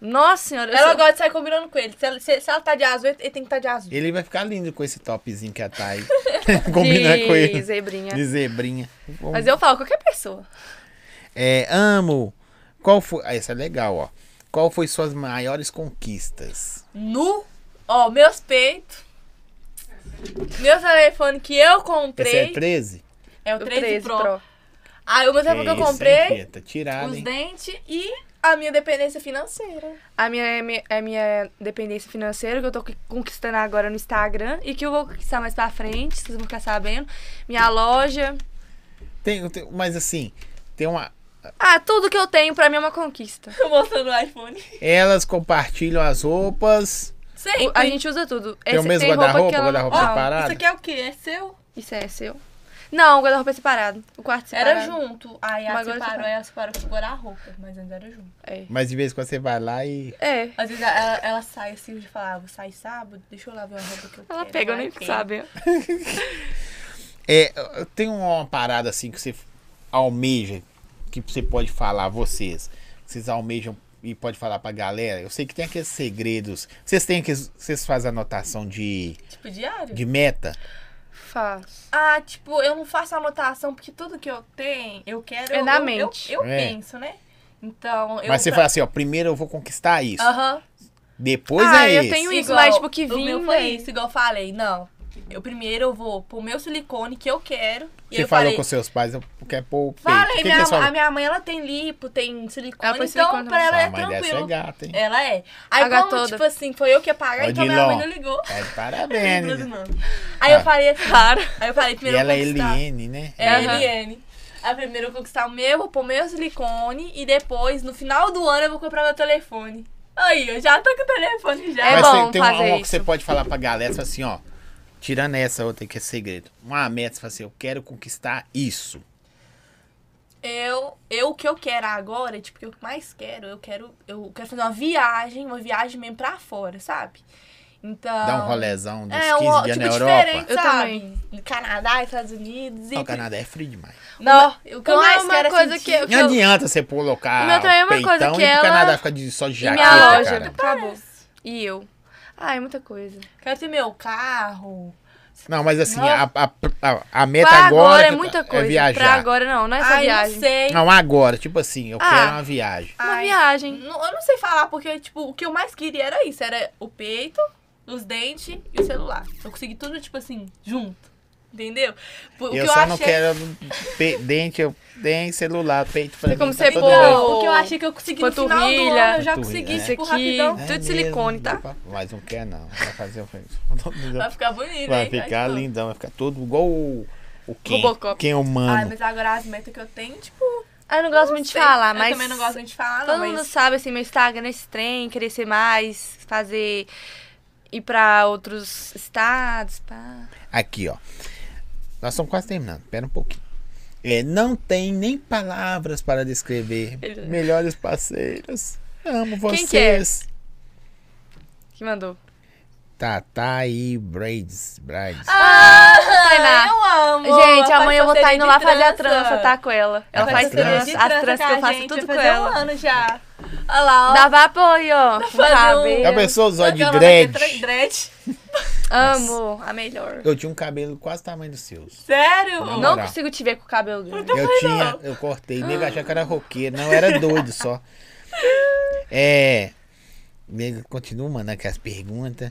[SPEAKER 2] Nossa senhora, eu
[SPEAKER 3] Ela
[SPEAKER 2] sou-
[SPEAKER 3] gosta de sair combinando com ele. Se ela, se- se ela tá de azul, ele ele tem que estar tá de azul.
[SPEAKER 1] Ele vai ficar lindo com esse topzinho que a Thay combina com
[SPEAKER 2] De
[SPEAKER 1] ele.
[SPEAKER 2] Zebrinha.
[SPEAKER 1] De zebrinha.
[SPEAKER 3] é
[SPEAKER 2] Mas eu falo, qualquer pessoa.
[SPEAKER 1] É, amo. Qual foi. Ah, essa é legal, ó. Qual foi suas maiores conquistas?
[SPEAKER 3] Nu, ó, meus peitos. Meu telefone que eu
[SPEAKER 1] Esse
[SPEAKER 3] comprei.
[SPEAKER 1] é 13?
[SPEAKER 3] é o
[SPEAKER 2] O
[SPEAKER 3] 13,
[SPEAKER 2] 13
[SPEAKER 3] Pro.
[SPEAKER 2] Pro.
[SPEAKER 3] Aí o meu telefone que eu
[SPEAKER 2] é
[SPEAKER 1] isso, hein,
[SPEAKER 3] comprei,
[SPEAKER 1] Fieta? Tirado,
[SPEAKER 3] os
[SPEAKER 1] hein?
[SPEAKER 3] dentes e a minha dependência financeira.
[SPEAKER 2] A minha, é mi- é minha dependência financeira, que eu tô co- conquistando agora no Instagram. E que eu vou conquistar mais pra frente, vocês vão ficar sabendo. Minha loja.
[SPEAKER 1] Tem, tem- mas assim, tem uma.
[SPEAKER 2] Ah, tudo que eu tenho pra mim é uma conquista.
[SPEAKER 3] Tô mostrando o iPhone.
[SPEAKER 1] Elas compartilham as roupas.
[SPEAKER 3] Sempre.
[SPEAKER 2] A gente usa tudo.
[SPEAKER 1] Tem o
[SPEAKER 2] Esse-
[SPEAKER 1] mesmo
[SPEAKER 2] roupa
[SPEAKER 1] guarda-roupa,
[SPEAKER 2] que ela não-
[SPEAKER 1] guarda-roupa
[SPEAKER 3] Ó,
[SPEAKER 1] separado?
[SPEAKER 3] isso aqui é o quê? É seu?
[SPEAKER 2] Isso é seu? Não, o guarda-roupa é separado. O quarto separado.
[SPEAKER 3] Era junto. Aí ela
[SPEAKER 2] Mas agora
[SPEAKER 3] separou,
[SPEAKER 2] separou.
[SPEAKER 3] aí ela separou com guarda-roupa. Mas antes era junto.
[SPEAKER 2] É.
[SPEAKER 1] Mas de vez em quando você vai lá e.
[SPEAKER 2] É.
[SPEAKER 3] Às vezes ela, ela sai assim e fala, ah, vou sair sábado, deixa eu lá ver uma roupa que eu quero.
[SPEAKER 2] Ela pega, eu nem
[SPEAKER 3] Aí
[SPEAKER 2] sabe.
[SPEAKER 1] É, tem uma parada assim que você almeja, que você pode falar, vocês. Vocês almejam e pode falar pra galera. Eu sei que tem aqueles segredos. Vocês têm aqueles. Vocês fazem anotação de,
[SPEAKER 3] tem. Tipo, diário?
[SPEAKER 1] de meta?
[SPEAKER 2] Faz.
[SPEAKER 3] Ah, tipo, eu não faço anotação porque tudo que eu tenho, eu quero.
[SPEAKER 2] É na
[SPEAKER 3] eu,
[SPEAKER 2] mente.
[SPEAKER 3] Eu, eu
[SPEAKER 1] É.
[SPEAKER 3] penso, né? Então, eu. Ah.
[SPEAKER 1] Mas você
[SPEAKER 3] pra-
[SPEAKER 1] fala assim, ó, primeiro eu vou conquistar isso.
[SPEAKER 3] Aham.
[SPEAKER 1] Depois
[SPEAKER 2] Ah,
[SPEAKER 1] é
[SPEAKER 2] eu
[SPEAKER 1] isso.
[SPEAKER 2] tenho- isso,
[SPEAKER 3] Igual
[SPEAKER 2] mas, tipo, que
[SPEAKER 3] O
[SPEAKER 2] vim,
[SPEAKER 3] meu foi
[SPEAKER 2] véi.
[SPEAKER 3] isso, igual eu falei. Não. Eu primeiro eu vou pro meu silicone que eu quero. e
[SPEAKER 1] Você
[SPEAKER 3] eu
[SPEAKER 1] falou
[SPEAKER 3] falei,
[SPEAKER 1] com seus pais, eu quero pôr o peito.
[SPEAKER 3] Falei,
[SPEAKER 1] o que,
[SPEAKER 3] minha,
[SPEAKER 1] que você
[SPEAKER 3] a minha mãe ela tem lipo, tem silicone,
[SPEAKER 2] Ela
[SPEAKER 3] então
[SPEAKER 2] põe silicone
[SPEAKER 3] pra ela
[SPEAKER 1] Ah,
[SPEAKER 3] é
[SPEAKER 1] mas dessa é
[SPEAKER 3] tranquilo.
[SPEAKER 1] gata, hein?
[SPEAKER 3] Ela é. Aí
[SPEAKER 2] H
[SPEAKER 3] como,
[SPEAKER 2] toda.
[SPEAKER 3] tipo assim, foi eu que ia pagar,
[SPEAKER 1] Ó,
[SPEAKER 3] então minha mãe
[SPEAKER 1] Dilon.
[SPEAKER 3] não ligou.
[SPEAKER 1] Tá de parabéns. né?
[SPEAKER 3] Aí
[SPEAKER 1] Ah.
[SPEAKER 3] eu falei assim,
[SPEAKER 2] Claro.
[SPEAKER 3] aí eu falei,
[SPEAKER 1] E
[SPEAKER 3] primeiro eu
[SPEAKER 1] ela é
[SPEAKER 3] conquistar.
[SPEAKER 1] Eliane, né?
[SPEAKER 3] É a
[SPEAKER 2] Aham.
[SPEAKER 3] Eliane. A primeira eu vou conquistar o meu, vou pôr meu silicone e depois, no final do ano, eu vou comprar meu telefone. Aí, eu já tô com o telefone já.
[SPEAKER 2] É
[SPEAKER 1] Mas
[SPEAKER 2] bom
[SPEAKER 1] tem, tem uma,
[SPEAKER 2] fazer
[SPEAKER 1] uma que
[SPEAKER 2] isso.
[SPEAKER 1] você pode falar pra galera, você fala assim, ó. Tirando essa outra que é segredo. Uma meta, você fala assim, eu quero conquistar isso.
[SPEAKER 3] Eu, eu, o que eu quero agora, tipo, o que eu mais quero, eu quero, eu quero fazer uma viagem, uma viagem mesmo pra fora, sabe? Então...
[SPEAKER 2] Ah,
[SPEAKER 1] Dá um rolézão dos
[SPEAKER 3] É,
[SPEAKER 1] 15
[SPEAKER 3] um,
[SPEAKER 1] dias
[SPEAKER 3] tipo,
[SPEAKER 1] na Europa.
[SPEAKER 3] diferente,
[SPEAKER 2] Eu
[SPEAKER 3] sabe?
[SPEAKER 2] também.
[SPEAKER 3] No Canadá, Estados Unidos e...
[SPEAKER 1] Não, o Canadá é frio demais.
[SPEAKER 3] Não, o que eu
[SPEAKER 2] Como é
[SPEAKER 3] mais
[SPEAKER 2] uma
[SPEAKER 3] quero é
[SPEAKER 2] coisa
[SPEAKER 3] sentir-
[SPEAKER 2] que eu-
[SPEAKER 1] Não adianta você colocar
[SPEAKER 2] O meu também é uma
[SPEAKER 1] o peitão
[SPEAKER 2] coisa que
[SPEAKER 1] e o
[SPEAKER 2] ela-
[SPEAKER 1] Canadá fica de só de
[SPEAKER 2] E
[SPEAKER 1] jaqueta,
[SPEAKER 2] minha loja.
[SPEAKER 1] cara.
[SPEAKER 2] Acabou. E eu. Ah, é muita coisa.
[SPEAKER 3] Quero ter meu carro.
[SPEAKER 1] Não, mas assim,
[SPEAKER 3] Nossa.
[SPEAKER 1] a, a, a, a meta
[SPEAKER 2] pra
[SPEAKER 1] agora,
[SPEAKER 2] agora é
[SPEAKER 1] que
[SPEAKER 2] muita
[SPEAKER 1] tá-
[SPEAKER 2] coisa.
[SPEAKER 1] é viajar.
[SPEAKER 2] Pra agora não, não é essa
[SPEAKER 3] Ai,
[SPEAKER 2] viagem.
[SPEAKER 3] não sei.
[SPEAKER 1] Não, agora, tipo assim, eu
[SPEAKER 2] Ah.
[SPEAKER 1] quero uma viagem.
[SPEAKER 2] Uma
[SPEAKER 3] Ai,
[SPEAKER 2] viagem.
[SPEAKER 3] Não, eu não sei falar, porque, tipo, o que eu mais queria era isso. Era o peito, os dentes e o celular. Eu consegui tudo, tipo assim, junto. Entendeu? O
[SPEAKER 1] eu só não quero pe- dente, eu tenho celular, peito pra
[SPEAKER 2] Tem
[SPEAKER 1] mim,
[SPEAKER 2] como
[SPEAKER 1] tá
[SPEAKER 2] você
[SPEAKER 1] tudo
[SPEAKER 2] pôr-
[SPEAKER 1] bem.
[SPEAKER 3] Não, o que eu achei que eu consegui no final do
[SPEAKER 2] Panturrilha.
[SPEAKER 3] ano, eu já
[SPEAKER 1] Panturrilha,
[SPEAKER 3] consegui,
[SPEAKER 1] né?
[SPEAKER 3] tipo,
[SPEAKER 2] Isso aqui.
[SPEAKER 3] rapidão.
[SPEAKER 2] Tudo de
[SPEAKER 1] mesmo,
[SPEAKER 2] silicone, tá?
[SPEAKER 1] dá pra- Mas não quer não, vai fazer o
[SPEAKER 3] Vai tipo, ficar bonito,
[SPEAKER 1] Vai
[SPEAKER 3] hein?
[SPEAKER 1] ficar
[SPEAKER 3] tudo.
[SPEAKER 1] lindão, vai ficar todo igual o, o quem,
[SPEAKER 2] Robocop.
[SPEAKER 1] quem é
[SPEAKER 3] Ai,
[SPEAKER 1] humano.
[SPEAKER 3] mas agora as metas que eu tenho, tipo,
[SPEAKER 2] Ah, eu não gosto muito
[SPEAKER 3] sei.
[SPEAKER 2] de falar,
[SPEAKER 3] eu
[SPEAKER 2] mas.
[SPEAKER 3] também não gosto muito de falar,
[SPEAKER 2] Todo
[SPEAKER 3] não, mas...
[SPEAKER 2] mundo sabe, assim, meu Instagram é esse trem, crescer mais, fazer. ir pra outros estados, pá.
[SPEAKER 1] Aqui, ó. Nós estamos quase terminando, pera um pouquinho. É, não tem nem palavras para descrever
[SPEAKER 2] Ele-
[SPEAKER 1] melhores parceiros. Amo
[SPEAKER 2] Quem que é?
[SPEAKER 1] vocês.
[SPEAKER 2] Que mandou?
[SPEAKER 1] Tatá e Braids. Braids.
[SPEAKER 2] Ah, Tainá.
[SPEAKER 3] Ah, Eu amo!
[SPEAKER 2] Gente,
[SPEAKER 3] Faz
[SPEAKER 2] amanhã eu vou estar
[SPEAKER 3] parceria
[SPEAKER 2] indo
[SPEAKER 3] de
[SPEAKER 2] lá fazer a
[SPEAKER 3] trança.
[SPEAKER 2] trança, tá? Com ela. Ela
[SPEAKER 1] Vai
[SPEAKER 2] faz
[SPEAKER 1] fazer
[SPEAKER 2] trança,
[SPEAKER 1] de
[SPEAKER 2] as tranças que eu
[SPEAKER 3] a
[SPEAKER 2] faço
[SPEAKER 3] gente,
[SPEAKER 2] tudo com
[SPEAKER 3] vai fazer um
[SPEAKER 2] ela.
[SPEAKER 3] ano já. Olha lá, ó.
[SPEAKER 2] Dava apoio, ó. com
[SPEAKER 3] fazer um-
[SPEAKER 2] cabelo.
[SPEAKER 1] Já pensou os olhos de
[SPEAKER 3] Como é que é?
[SPEAKER 1] dread?
[SPEAKER 3] Dread.
[SPEAKER 2] Amo, a melhor.
[SPEAKER 1] Eu tinha um cabelo quase o tamanho dos seus.
[SPEAKER 3] Sério?
[SPEAKER 1] Não,
[SPEAKER 2] Não
[SPEAKER 1] Moral.
[SPEAKER 2] consigo te ver com o cabelo grande.
[SPEAKER 1] Eu tinha, eu cortei, nego achava que era roqueiro, não, era doido só. É. Nego continua mandando aqui as perguntas.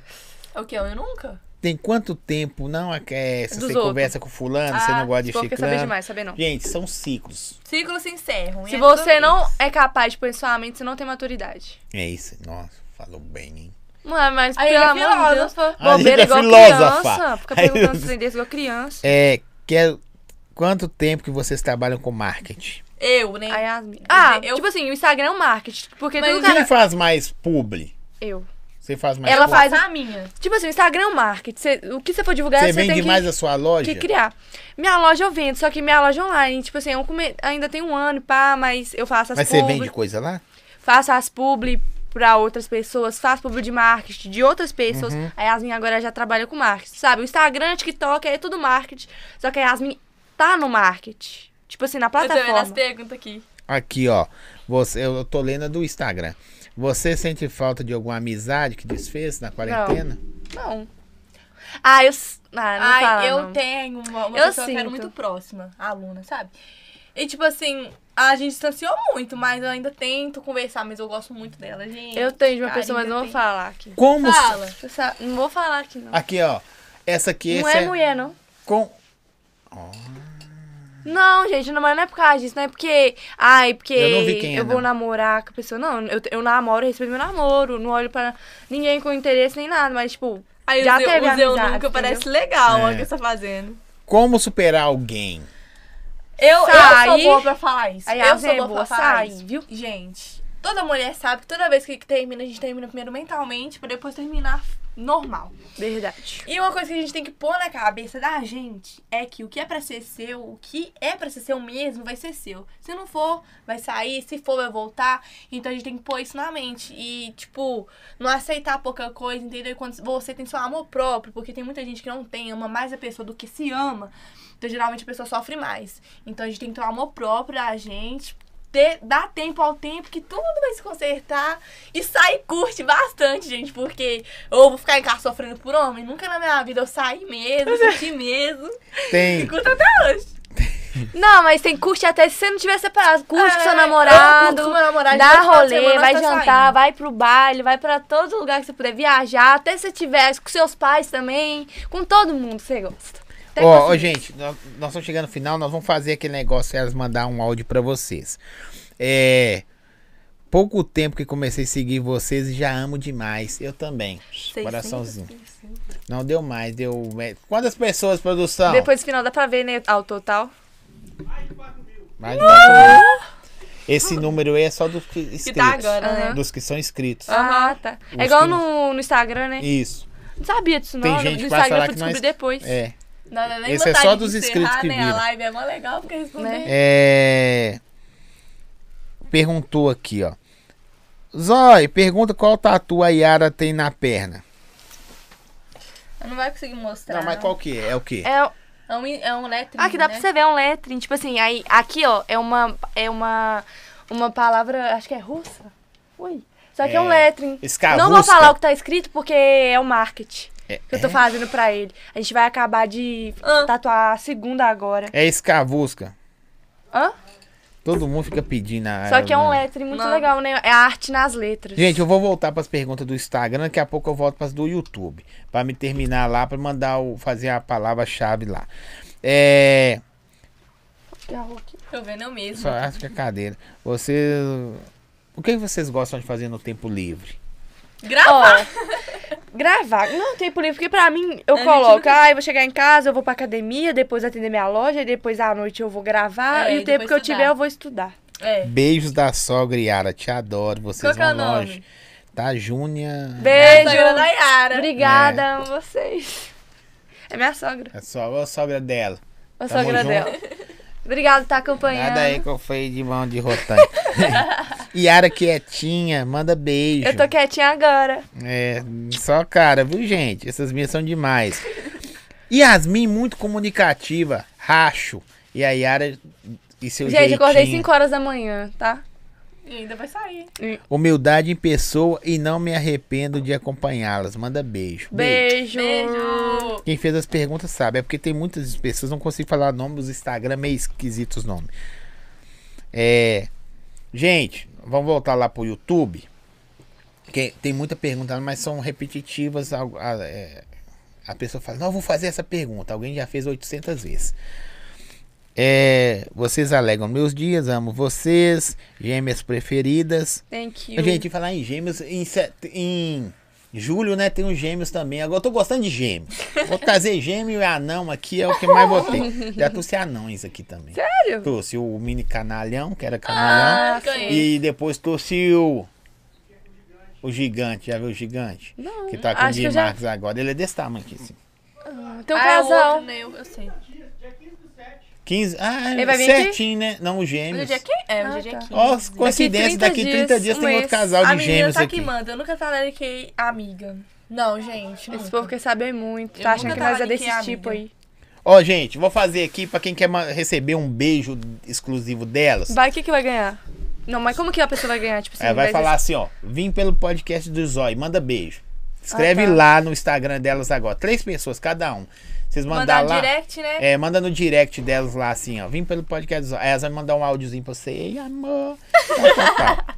[SPEAKER 3] O que? Eu nunca?
[SPEAKER 1] Tem quanto tempo? Não, é que é, se você
[SPEAKER 2] Dos outros.
[SPEAKER 1] conversa com fulano, você
[SPEAKER 3] Ah,
[SPEAKER 1] não gosta de
[SPEAKER 2] Esse povo quer saber
[SPEAKER 1] chiclano.
[SPEAKER 2] demais, saber não.
[SPEAKER 1] Gente, são ciclos.
[SPEAKER 3] Ciclos se um encerram.
[SPEAKER 2] Se você não é capaz de pôr em sua mente, você não tem maturidade.
[SPEAKER 1] É isso. Nossa, falou bem, hein?
[SPEAKER 2] Ué, mas
[SPEAKER 3] Aí
[SPEAKER 2] pelo
[SPEAKER 3] é
[SPEAKER 2] amor de Deus.
[SPEAKER 3] filósofa.
[SPEAKER 1] A gente
[SPEAKER 2] Bobeira
[SPEAKER 1] é
[SPEAKER 2] igual
[SPEAKER 1] filósofa.
[SPEAKER 2] criança. Fica
[SPEAKER 1] Aí
[SPEAKER 2] perguntando
[SPEAKER 1] eu-
[SPEAKER 2] se desse igual criança.
[SPEAKER 1] É, quer, quanto tempo que vocês trabalham com marketing?
[SPEAKER 3] Eu, né?
[SPEAKER 2] A Yasmin. Ah,
[SPEAKER 3] eu-
[SPEAKER 2] tipo assim, o Instagram é um marketing. Porque
[SPEAKER 3] Mas
[SPEAKER 2] tudo
[SPEAKER 1] Quem
[SPEAKER 2] cara...
[SPEAKER 1] faz mais publi?
[SPEAKER 2] Eu.
[SPEAKER 1] Você faz mais
[SPEAKER 2] Ela
[SPEAKER 1] publi?
[SPEAKER 2] faz.
[SPEAKER 3] a minha.
[SPEAKER 2] Tipo assim, o Instagram é um marketing. Você- o que você for divulgar,
[SPEAKER 1] Você
[SPEAKER 2] você,
[SPEAKER 1] vende
[SPEAKER 2] tem que,
[SPEAKER 1] mais a sua loja?
[SPEAKER 2] que criar. Minha loja eu vendo, só que minha loja online, tipo assim, eu come- ainda tem um ano, pá, mas eu faço as
[SPEAKER 1] Mas você
[SPEAKER 2] publi,
[SPEAKER 1] vende coisa lá?
[SPEAKER 2] faço as publi pra outras pessoas, faço publi de marketing de outras pessoas.
[SPEAKER 1] Uhum.
[SPEAKER 2] A Yasmin agora já trabalha com marketing, sabe? O Instagram, TikTok, é tudo marketing. Só que a Yasmin tá no marketing. Tipo assim, na
[SPEAKER 3] Eu tô vendo as
[SPEAKER 2] plataforma.
[SPEAKER 3] perguntas aqui.
[SPEAKER 1] Aqui, ó. Você, eu tô lendo a do Instagram. Você sente falta de alguma amizade que desfez na quarentena?
[SPEAKER 2] Não. Ah, eu. s- Ah, não
[SPEAKER 3] Ai,
[SPEAKER 2] fala,
[SPEAKER 3] eu
[SPEAKER 2] não.
[SPEAKER 3] tenho uma, uma
[SPEAKER 2] Eu
[SPEAKER 3] pessoa que era
[SPEAKER 2] sinto.
[SPEAKER 3] muito próxima, a aluna, sabe? E tipo assim, a gente distanciou muito, mas eu ainda tento conversar, mas eu gosto muito dela, gente.
[SPEAKER 2] Eu tenho de uma pessoa, mas
[SPEAKER 3] Ainda
[SPEAKER 2] não vou
[SPEAKER 3] tem.
[SPEAKER 2] falar aqui.
[SPEAKER 1] Como? se-
[SPEAKER 3] Fala.
[SPEAKER 2] Você sabe- Não vou falar aqui, não.
[SPEAKER 1] Aqui, ó. Essa aqui
[SPEAKER 2] não
[SPEAKER 1] essa
[SPEAKER 2] é, mulher, não.
[SPEAKER 1] com
[SPEAKER 2] Não, gente, não, mas não é por causa disso, não é porque. Ai, porque
[SPEAKER 1] Eu não vi quem é,
[SPEAKER 2] eu vou
[SPEAKER 1] não.
[SPEAKER 2] namorar com a pessoa. Não, eu, eu namoro, eu respeito meu namoro, não olho pra ninguém com interesse nem nada, mas tipo.
[SPEAKER 3] Aí
[SPEAKER 2] já
[SPEAKER 3] o Zeu,
[SPEAKER 2] teve
[SPEAKER 3] o Zeu
[SPEAKER 2] amizade,
[SPEAKER 3] nunca
[SPEAKER 2] entendeu?
[SPEAKER 3] parece legal
[SPEAKER 1] É.
[SPEAKER 3] o que você tá fazendo.
[SPEAKER 1] como superar alguém?
[SPEAKER 3] Eu, eu sou
[SPEAKER 2] Sai.
[SPEAKER 3] boa pra falar isso.
[SPEAKER 2] Aí
[SPEAKER 3] eu
[SPEAKER 2] a Zé
[SPEAKER 3] sou
[SPEAKER 2] é
[SPEAKER 3] boa,
[SPEAKER 2] boa,
[SPEAKER 3] pra falar
[SPEAKER 2] sai,
[SPEAKER 3] isso.
[SPEAKER 2] viu?
[SPEAKER 3] Gente, toda mulher sabe que toda vez que termina, a gente termina primeiro mentalmente, pra depois terminar normal.
[SPEAKER 2] Verdade.
[SPEAKER 3] E uma coisa que a gente tem que pôr na cabeça da gente é que o que é pra ser seu, o que é pra ser seu mesmo, vai ser seu. Se não for, vai sair, se for, vai voltar. Então a gente tem que pôr isso na mente. E, tipo, não aceitar pouca coisa, entendeu? E Quando você tem seu amor próprio, porque tem muita gente que não tem, ama mais a pessoa do que se ama. Então, geralmente, a pessoa sofre mais. Então a gente tem que ter um amor próprio da gente. Ter, dar tempo ao tempo que tudo vai se consertar e sair curte bastante, gente, porque ou vou ficar em casa sofrendo por homem? Nunca na minha vida eu saí mesmo,
[SPEAKER 2] é-
[SPEAKER 3] curti mesmo.
[SPEAKER 1] Tem.
[SPEAKER 3] Curto até hoje.
[SPEAKER 2] Não, mas tem curte até se você não tiver separado. Curte com
[SPEAKER 3] É,
[SPEAKER 2] seu
[SPEAKER 3] eu
[SPEAKER 2] namorado.
[SPEAKER 3] curto com meu namorado,
[SPEAKER 2] Dá
[SPEAKER 3] todo final de
[SPEAKER 2] rolê,
[SPEAKER 3] semana
[SPEAKER 2] vai
[SPEAKER 3] nós tá
[SPEAKER 2] jantar,
[SPEAKER 3] saindo.
[SPEAKER 2] vai pro baile, vai pra todo lugar que você puder viajar. Até se você tiver com seus pais também, com todo mundo que você gosta. Até com
[SPEAKER 1] Ó,
[SPEAKER 2] as
[SPEAKER 1] ó, gente, nós, nós estamos chegando no final, nós vamos fazer aquele negócio, elas mandar um áudio pra vocês. É. Pouco tempo que comecei a seguir vocês e já amo demais. Eu também. Coraçãozinho. Não deu mais, deu. Quantas pessoas, produção?
[SPEAKER 2] Depois do final dá pra ver, né? Ao total.
[SPEAKER 1] Mais de uma coisa. Esse número aí é só dos que
[SPEAKER 3] Que
[SPEAKER 1] inscritos.
[SPEAKER 3] tá agora, né?
[SPEAKER 1] Dos que são inscritos.
[SPEAKER 2] Ah, tá.
[SPEAKER 1] Os
[SPEAKER 2] É igual
[SPEAKER 1] que-
[SPEAKER 2] no, no Instagram, né?
[SPEAKER 1] Isso.
[SPEAKER 2] Não sabia disso, não.
[SPEAKER 1] Tem
[SPEAKER 2] No-
[SPEAKER 1] gente
[SPEAKER 2] no
[SPEAKER 1] que vai
[SPEAKER 2] Instagram
[SPEAKER 1] falar
[SPEAKER 2] eu
[SPEAKER 1] que
[SPEAKER 2] descobri
[SPEAKER 1] nós-
[SPEAKER 2] depois.
[SPEAKER 1] É.
[SPEAKER 3] Não, não, nem
[SPEAKER 1] Esse é
[SPEAKER 3] vontade
[SPEAKER 1] só
[SPEAKER 3] de
[SPEAKER 1] dos
[SPEAKER 3] encerrar,
[SPEAKER 1] inscritos que
[SPEAKER 3] né?
[SPEAKER 1] viram.
[SPEAKER 3] A live é mó legal porque
[SPEAKER 2] Né?
[SPEAKER 3] responder.
[SPEAKER 1] É, Perguntou aqui, ó. Zói, pergunta qual tatu a Yara tem na perna.
[SPEAKER 3] Eu Não vai conseguir mostrar.
[SPEAKER 2] Tá.
[SPEAKER 1] Não, mas
[SPEAKER 3] não.
[SPEAKER 1] qual que é? É o quê?
[SPEAKER 2] É,
[SPEAKER 3] É um, é um letrinho,
[SPEAKER 2] ah, que dá
[SPEAKER 3] né?
[SPEAKER 2] pra você ver, é um letrin. Tipo assim, aí, aqui, ó, é uma, é uma, uma palavra, acho que é russa. Ui. Só que é, um
[SPEAKER 1] É,
[SPEAKER 2] letrin.
[SPEAKER 1] escavusca.
[SPEAKER 2] Não vou falar o que tá escrito porque é o marketing que eu tô
[SPEAKER 1] é?
[SPEAKER 2] fazendo pra ele. A gente vai acabar de
[SPEAKER 3] Ah.
[SPEAKER 2] tatuar a segunda agora.
[SPEAKER 1] É escavusca.
[SPEAKER 2] Hã?
[SPEAKER 1] Todo mundo fica pedindo. a-
[SPEAKER 2] Só que é um letrin muito
[SPEAKER 3] Não.
[SPEAKER 2] legal, né? É a arte nas letras.
[SPEAKER 1] Gente, eu vou voltar pras perguntas do Instagram, daqui a pouco eu volto pras do YouTube, Pra me terminar lá, pra mandar o fazer a palavra-chave lá. É,
[SPEAKER 3] Tô vendo eu mesmo.
[SPEAKER 1] só acho que a cadeira. Você O que vocês gostam de fazer no tempo livre?
[SPEAKER 3] Grava!
[SPEAKER 2] Ó, gravar. Não tem livre, porque pra mim eu
[SPEAKER 3] A É, gente
[SPEAKER 2] coloco,
[SPEAKER 3] nunca-
[SPEAKER 2] ah, eu vou chegar em casa, eu vou pra academia, depois atender minha loja, e depois à noite eu vou gravar,
[SPEAKER 3] É,
[SPEAKER 2] e
[SPEAKER 3] e
[SPEAKER 2] o tempo
[SPEAKER 3] depois
[SPEAKER 2] que eu
[SPEAKER 3] estudar.
[SPEAKER 2] tiver eu vou estudar.
[SPEAKER 3] É.
[SPEAKER 1] Beijos da sogra Yara, te adoro,
[SPEAKER 3] Qual
[SPEAKER 1] vocês
[SPEAKER 3] que é o
[SPEAKER 1] vão
[SPEAKER 3] nome?
[SPEAKER 1] longe. Tá, Júnia.
[SPEAKER 2] Beijo!
[SPEAKER 3] Instagram da é Yara.
[SPEAKER 2] Obrigada, amo vocês. É minha sogra,
[SPEAKER 1] É só a sogra dela.
[SPEAKER 2] a
[SPEAKER 1] Tamo
[SPEAKER 2] sogra
[SPEAKER 1] junto.
[SPEAKER 2] dela. Obrigada por estar acompanhando.
[SPEAKER 1] Nada é aí que eu fui de mão de rotan. Yara quietinha, manda beijo.
[SPEAKER 2] Eu tô quietinha agora.
[SPEAKER 1] É, só cara, viu, gente? Essas minhas são demais. Yasmin, muito comunicativa, racho. E a Yara e seu
[SPEAKER 2] Gente, eu acordei
[SPEAKER 1] um jeitinho.
[SPEAKER 2] 5 horas da manhã, tá?
[SPEAKER 3] E ainda vai sair.
[SPEAKER 1] Humildade em pessoa e não me arrependo de acompanhá-las. Manda beijo.
[SPEAKER 2] Beijo.
[SPEAKER 3] Beijo.
[SPEAKER 1] Quem fez as perguntas sabe, é porque tem muitas pessoas, não consigo falar nome dos Instagram, meio esquisitos os nomes. É, gente, vamos voltar lá pro YouTube. Que tem muita pergunta, mas são repetitivas. A, a- é, a pessoa fala, não, eu vou fazer essa pergunta. Alguém já fez 800 vezes. É, vocês alegam meus dias, amo vocês, gêmeas preferidas.
[SPEAKER 2] Thank you.
[SPEAKER 1] Gente, falar em gêmeos, em, set- em julho, né, tem os gêmeos também. Agora eu tô gostando de gêmeos. Vou trazer gêmeo e anão aqui, é o que mais botei. Já trouxe anões aqui também. Sério? Trouxe o mini canalhão, que era
[SPEAKER 2] Ah,
[SPEAKER 1] canalhão.
[SPEAKER 3] ganhei.
[SPEAKER 1] e depois trouxe o. O gigante, já viu o gigante? Não. Que tá com o
[SPEAKER 2] acho que
[SPEAKER 1] Gui
[SPEAKER 2] eu já-
[SPEAKER 1] Marques agora. Ele é desse tamanho aqui, assim.
[SPEAKER 2] Tem um
[SPEAKER 3] Ah, é o
[SPEAKER 2] casal.
[SPEAKER 3] outro, né? Eu, eu sei.
[SPEAKER 1] 15. Ah,
[SPEAKER 2] Ele vai vir aqui?
[SPEAKER 1] certinho, né? Não, os
[SPEAKER 3] Mas o
[SPEAKER 1] gêmeos.
[SPEAKER 3] dia que é, o
[SPEAKER 2] Ah,
[SPEAKER 3] dia
[SPEAKER 2] tá.
[SPEAKER 3] que
[SPEAKER 1] Ó, as coincidências,
[SPEAKER 2] 30
[SPEAKER 1] daqui 30 dias,
[SPEAKER 2] dias, um
[SPEAKER 1] tem outro
[SPEAKER 2] mês.
[SPEAKER 1] casal de
[SPEAKER 3] A menina
[SPEAKER 1] gêmeos
[SPEAKER 3] tá
[SPEAKER 1] aqui.
[SPEAKER 3] que manda. Eu nunca talariquei amiga. Não,
[SPEAKER 1] Tá
[SPEAKER 3] gente.
[SPEAKER 2] Esse
[SPEAKER 3] Nunca.
[SPEAKER 2] povo quer saber muito.
[SPEAKER 3] Eu
[SPEAKER 2] Tá achando
[SPEAKER 3] nunca
[SPEAKER 2] que nós é
[SPEAKER 3] tava
[SPEAKER 2] desse
[SPEAKER 3] de que é
[SPEAKER 2] tipo aí.
[SPEAKER 3] amiga.
[SPEAKER 1] Ó, gente, vou fazer aqui pra quem quer ma- receber um beijo exclusivo delas.
[SPEAKER 2] Vai, o que, que vai ganhar? Não, mas como que a pessoa vai ganhar? Tipo, assim,
[SPEAKER 1] Ela vai
[SPEAKER 2] dizer-
[SPEAKER 1] falar assim, ó, vim pelo podcast do Zói, manda beijo. Escreve
[SPEAKER 2] Ah, tá.
[SPEAKER 1] lá no Instagram delas agora, três pessoas cada um. Vocês mandar,
[SPEAKER 3] Mandar
[SPEAKER 1] lá.
[SPEAKER 3] direct, né?
[SPEAKER 1] É, manda no direct delas lá assim, ó. Vim pelo podcast do Zói. Aí elas vão mandar um áudiozinho pra você. Ei, amor. Tal, tal, tal.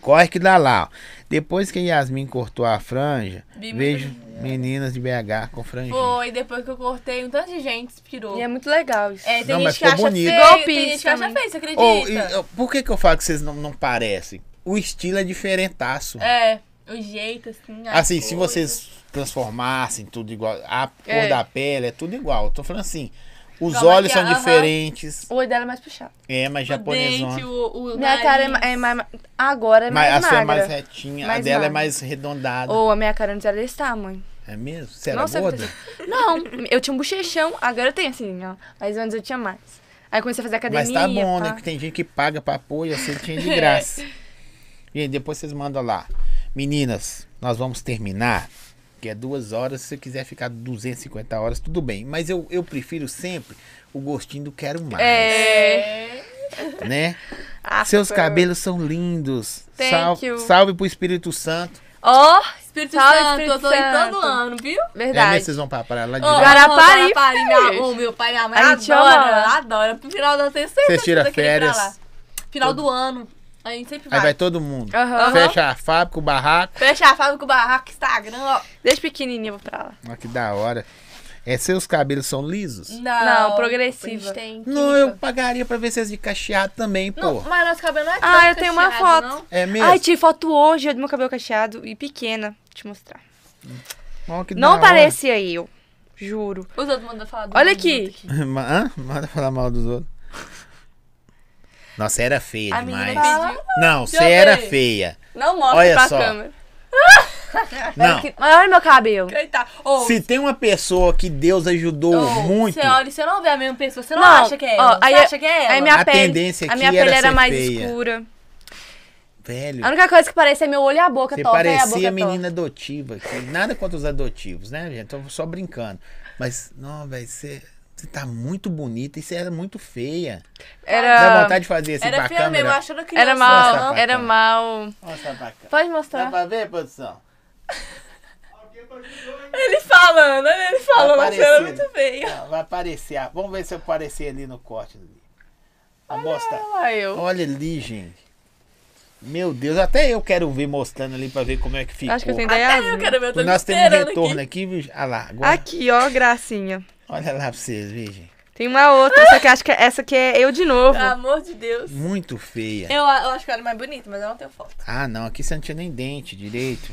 [SPEAKER 1] Corre que dá lá, ó. Depois que a Yasmin cortou a franja,
[SPEAKER 3] Vi
[SPEAKER 1] vejo meninas de BH com franjinha.
[SPEAKER 3] Foi, depois que eu cortei, um tanto de gente inspirou.
[SPEAKER 2] E é muito legal isso.
[SPEAKER 3] É, tem
[SPEAKER 1] Não, mas
[SPEAKER 3] gente que
[SPEAKER 1] ficou
[SPEAKER 3] acha
[SPEAKER 1] bonito.
[SPEAKER 3] feio,
[SPEAKER 2] Igual o
[SPEAKER 3] tem
[SPEAKER 2] Pix
[SPEAKER 3] gente que acha
[SPEAKER 2] também.
[SPEAKER 3] feio, você acredita?
[SPEAKER 1] Ô, e, ó, por que que eu falo que vocês não, não parecem? O estilo é diferentaço.
[SPEAKER 3] É, o jeito, assim. as
[SPEAKER 1] assim, se
[SPEAKER 3] coisas.
[SPEAKER 1] vocês transformassem tudo igual, a cor
[SPEAKER 2] É.
[SPEAKER 1] da pele é tudo igual. Eu tô falando assim, os
[SPEAKER 3] Igual
[SPEAKER 1] olhos são
[SPEAKER 3] maquiagem, aham.
[SPEAKER 1] diferentes,
[SPEAKER 2] O olho dela é mais puxado.
[SPEAKER 1] é, mas
[SPEAKER 3] O dente,
[SPEAKER 1] japonesona.
[SPEAKER 3] o, o
[SPEAKER 2] Minha cara é, ma- é mais. Agora é
[SPEAKER 1] Mas a
[SPEAKER 2] mais
[SPEAKER 1] sua é mais
[SPEAKER 2] magra.
[SPEAKER 1] retinha, a
[SPEAKER 2] Mais
[SPEAKER 1] dela é
[SPEAKER 2] magra.
[SPEAKER 1] mais arredondada.
[SPEAKER 2] Ou a minha cara antes era desse tamanho.
[SPEAKER 1] É mesmo? Você era
[SPEAKER 2] Nossa,
[SPEAKER 1] gorda?
[SPEAKER 2] Não, eu tinha um bochechão, agora eu tenho assim, ó. Mas antes eu tinha mais. Aí comecei a fazer academia.
[SPEAKER 1] Mas tá bom, né?
[SPEAKER 2] pá.
[SPEAKER 1] Que tem gente que paga pra apoio, assim tinha de graça. Gente, depois vocês mandam lá. Meninas, nós vamos terminar. Que é duas horas. Se você quiser ficar 250 horas, tudo bem. Mas eu, eu prefiro sempre o gostinho do quero mais.
[SPEAKER 2] É.
[SPEAKER 1] Né?
[SPEAKER 2] Ah,
[SPEAKER 1] Seus
[SPEAKER 2] foi.
[SPEAKER 1] cabelos são lindos.
[SPEAKER 2] Thank
[SPEAKER 1] Sal-
[SPEAKER 2] you.
[SPEAKER 1] salve pro Espírito Santo.
[SPEAKER 2] Ó,
[SPEAKER 3] Espírito
[SPEAKER 2] Salve,
[SPEAKER 3] Santo, eu
[SPEAKER 2] Espírito
[SPEAKER 3] tô indo todo
[SPEAKER 2] Santo.
[SPEAKER 3] ano, viu?
[SPEAKER 1] É,
[SPEAKER 2] verdade.
[SPEAKER 1] vocês vão pra praia lá de
[SPEAKER 3] Ô,
[SPEAKER 1] lá.
[SPEAKER 2] Guarapari,
[SPEAKER 3] Guarapari,
[SPEAKER 2] fez.
[SPEAKER 3] minha, ô, meu pai e minha mãe
[SPEAKER 2] A gente
[SPEAKER 3] adora,
[SPEAKER 2] ama.
[SPEAKER 3] adora. Pro final da sexta,
[SPEAKER 1] Vocês tiram férias.
[SPEAKER 3] Final do ano, a gente sempre
[SPEAKER 1] Aí
[SPEAKER 3] vai.
[SPEAKER 1] vai todo mundo.
[SPEAKER 2] Aham.
[SPEAKER 1] Fecha a fábrica, o barraco.
[SPEAKER 3] Fecha a fábrica, o barraco, Instagram, ó.
[SPEAKER 2] Desde pequenininha eu vou pra lá.
[SPEAKER 1] Olha que da hora. É, seus cabelos são lisos?
[SPEAKER 2] Não,
[SPEAKER 3] A
[SPEAKER 2] progressiva.
[SPEAKER 3] gente tem
[SPEAKER 1] Não, eu
[SPEAKER 3] química.
[SPEAKER 1] pagaria pra ver vocês de cacheado também, pô.
[SPEAKER 3] Não, mas nosso cabelo não é
[SPEAKER 2] Ah,
[SPEAKER 3] tão
[SPEAKER 2] eu tenho uma
[SPEAKER 3] cacheado,
[SPEAKER 2] foto.
[SPEAKER 1] É mesmo?
[SPEAKER 2] Ai, tirei foto hoje eu do meu cabelo cacheado e pequena. Vou te mostrar.
[SPEAKER 1] Ó, que da
[SPEAKER 2] Não
[SPEAKER 1] hora.
[SPEAKER 2] parecia eu. Juro.
[SPEAKER 3] Não. Os outros mandam falar do
[SPEAKER 2] Olha
[SPEAKER 3] mundo,
[SPEAKER 2] aqui.
[SPEAKER 3] outro
[SPEAKER 1] Ma- Hã? Manda falar mal dos outros. Nossa, era feia
[SPEAKER 3] A menina
[SPEAKER 1] demais.
[SPEAKER 3] pediu.
[SPEAKER 1] Não,
[SPEAKER 3] eu
[SPEAKER 1] você era
[SPEAKER 3] ver.
[SPEAKER 1] feia.
[SPEAKER 2] Não mostra
[SPEAKER 1] Olha
[SPEAKER 2] pra
[SPEAKER 1] só.
[SPEAKER 2] câmera.
[SPEAKER 1] Não.
[SPEAKER 2] Que- Olha meu cabelo.
[SPEAKER 3] Coitado. Ô,
[SPEAKER 1] Se tem uma pessoa que Deus ajudou
[SPEAKER 3] ô,
[SPEAKER 1] muito,
[SPEAKER 3] Você olha e você não vê a mesma pessoa. Você não,
[SPEAKER 2] Não,
[SPEAKER 3] acha que é
[SPEAKER 2] ó,
[SPEAKER 3] ela.
[SPEAKER 2] aí
[SPEAKER 3] você
[SPEAKER 2] eu-
[SPEAKER 3] acha que é ela.
[SPEAKER 2] Aí minha
[SPEAKER 1] A
[SPEAKER 2] pele,
[SPEAKER 1] tendência
[SPEAKER 2] a
[SPEAKER 1] aqui
[SPEAKER 2] minha
[SPEAKER 1] era
[SPEAKER 2] pele era
[SPEAKER 1] ser
[SPEAKER 2] mais
[SPEAKER 1] feia.
[SPEAKER 2] escura.
[SPEAKER 1] velho,
[SPEAKER 2] A única coisa que parece é meu olho e a boca
[SPEAKER 1] você
[SPEAKER 2] torta. é a
[SPEAKER 1] parecia
[SPEAKER 2] boca
[SPEAKER 1] menina adotiva. que- Nada contra os adotivos, né, gente? Tô só brincando. Mas, não, velho, você, você tá muito bonita e você era muito feia.
[SPEAKER 2] torta.
[SPEAKER 1] Dá
[SPEAKER 2] Era,
[SPEAKER 1] vontade de fazer assim
[SPEAKER 3] Era
[SPEAKER 1] pra
[SPEAKER 3] feia mesmo, eu
[SPEAKER 1] câmera?
[SPEAKER 3] achando que
[SPEAKER 2] era
[SPEAKER 1] Nossa,
[SPEAKER 2] mal,
[SPEAKER 1] bacana.
[SPEAKER 2] era mal.
[SPEAKER 1] Mostra pra cá.
[SPEAKER 2] Pode
[SPEAKER 1] Dá
[SPEAKER 2] mostrar.
[SPEAKER 1] pra ver, produção?
[SPEAKER 3] Ele falando, olha ele falando,
[SPEAKER 1] Tá
[SPEAKER 3] achando ela
[SPEAKER 1] parecendo.
[SPEAKER 3] muito feia.
[SPEAKER 1] Não, vai aparecer. Ah, Vamos ver se eu aparecer ali no corte. Ali. A mostra.
[SPEAKER 2] Olha eu.
[SPEAKER 1] Olha ali, gente. Meu Deus, até eu quero ver mostrando ali pra ver como é que ficou.
[SPEAKER 2] Acho que eu tenho
[SPEAKER 3] Até eu
[SPEAKER 2] ideia.
[SPEAKER 3] quero ver, eu tô me
[SPEAKER 1] Nós temos um
[SPEAKER 3] esperando
[SPEAKER 1] retorno
[SPEAKER 3] aqui.
[SPEAKER 1] aqui, viu? Olha lá, agora.
[SPEAKER 2] Aqui, ó, gracinha.
[SPEAKER 1] Olha lá pra vocês, viu, gente?
[SPEAKER 2] Tem uma outra, só que acho que essa aqui é eu de novo.
[SPEAKER 3] Pelo amor de Deus.
[SPEAKER 1] Muito feia.
[SPEAKER 3] Eu, eu acho que ela é mais bonita, mas eu não tenho foto.
[SPEAKER 1] Ah, não, aqui você não tinha nem dente direito.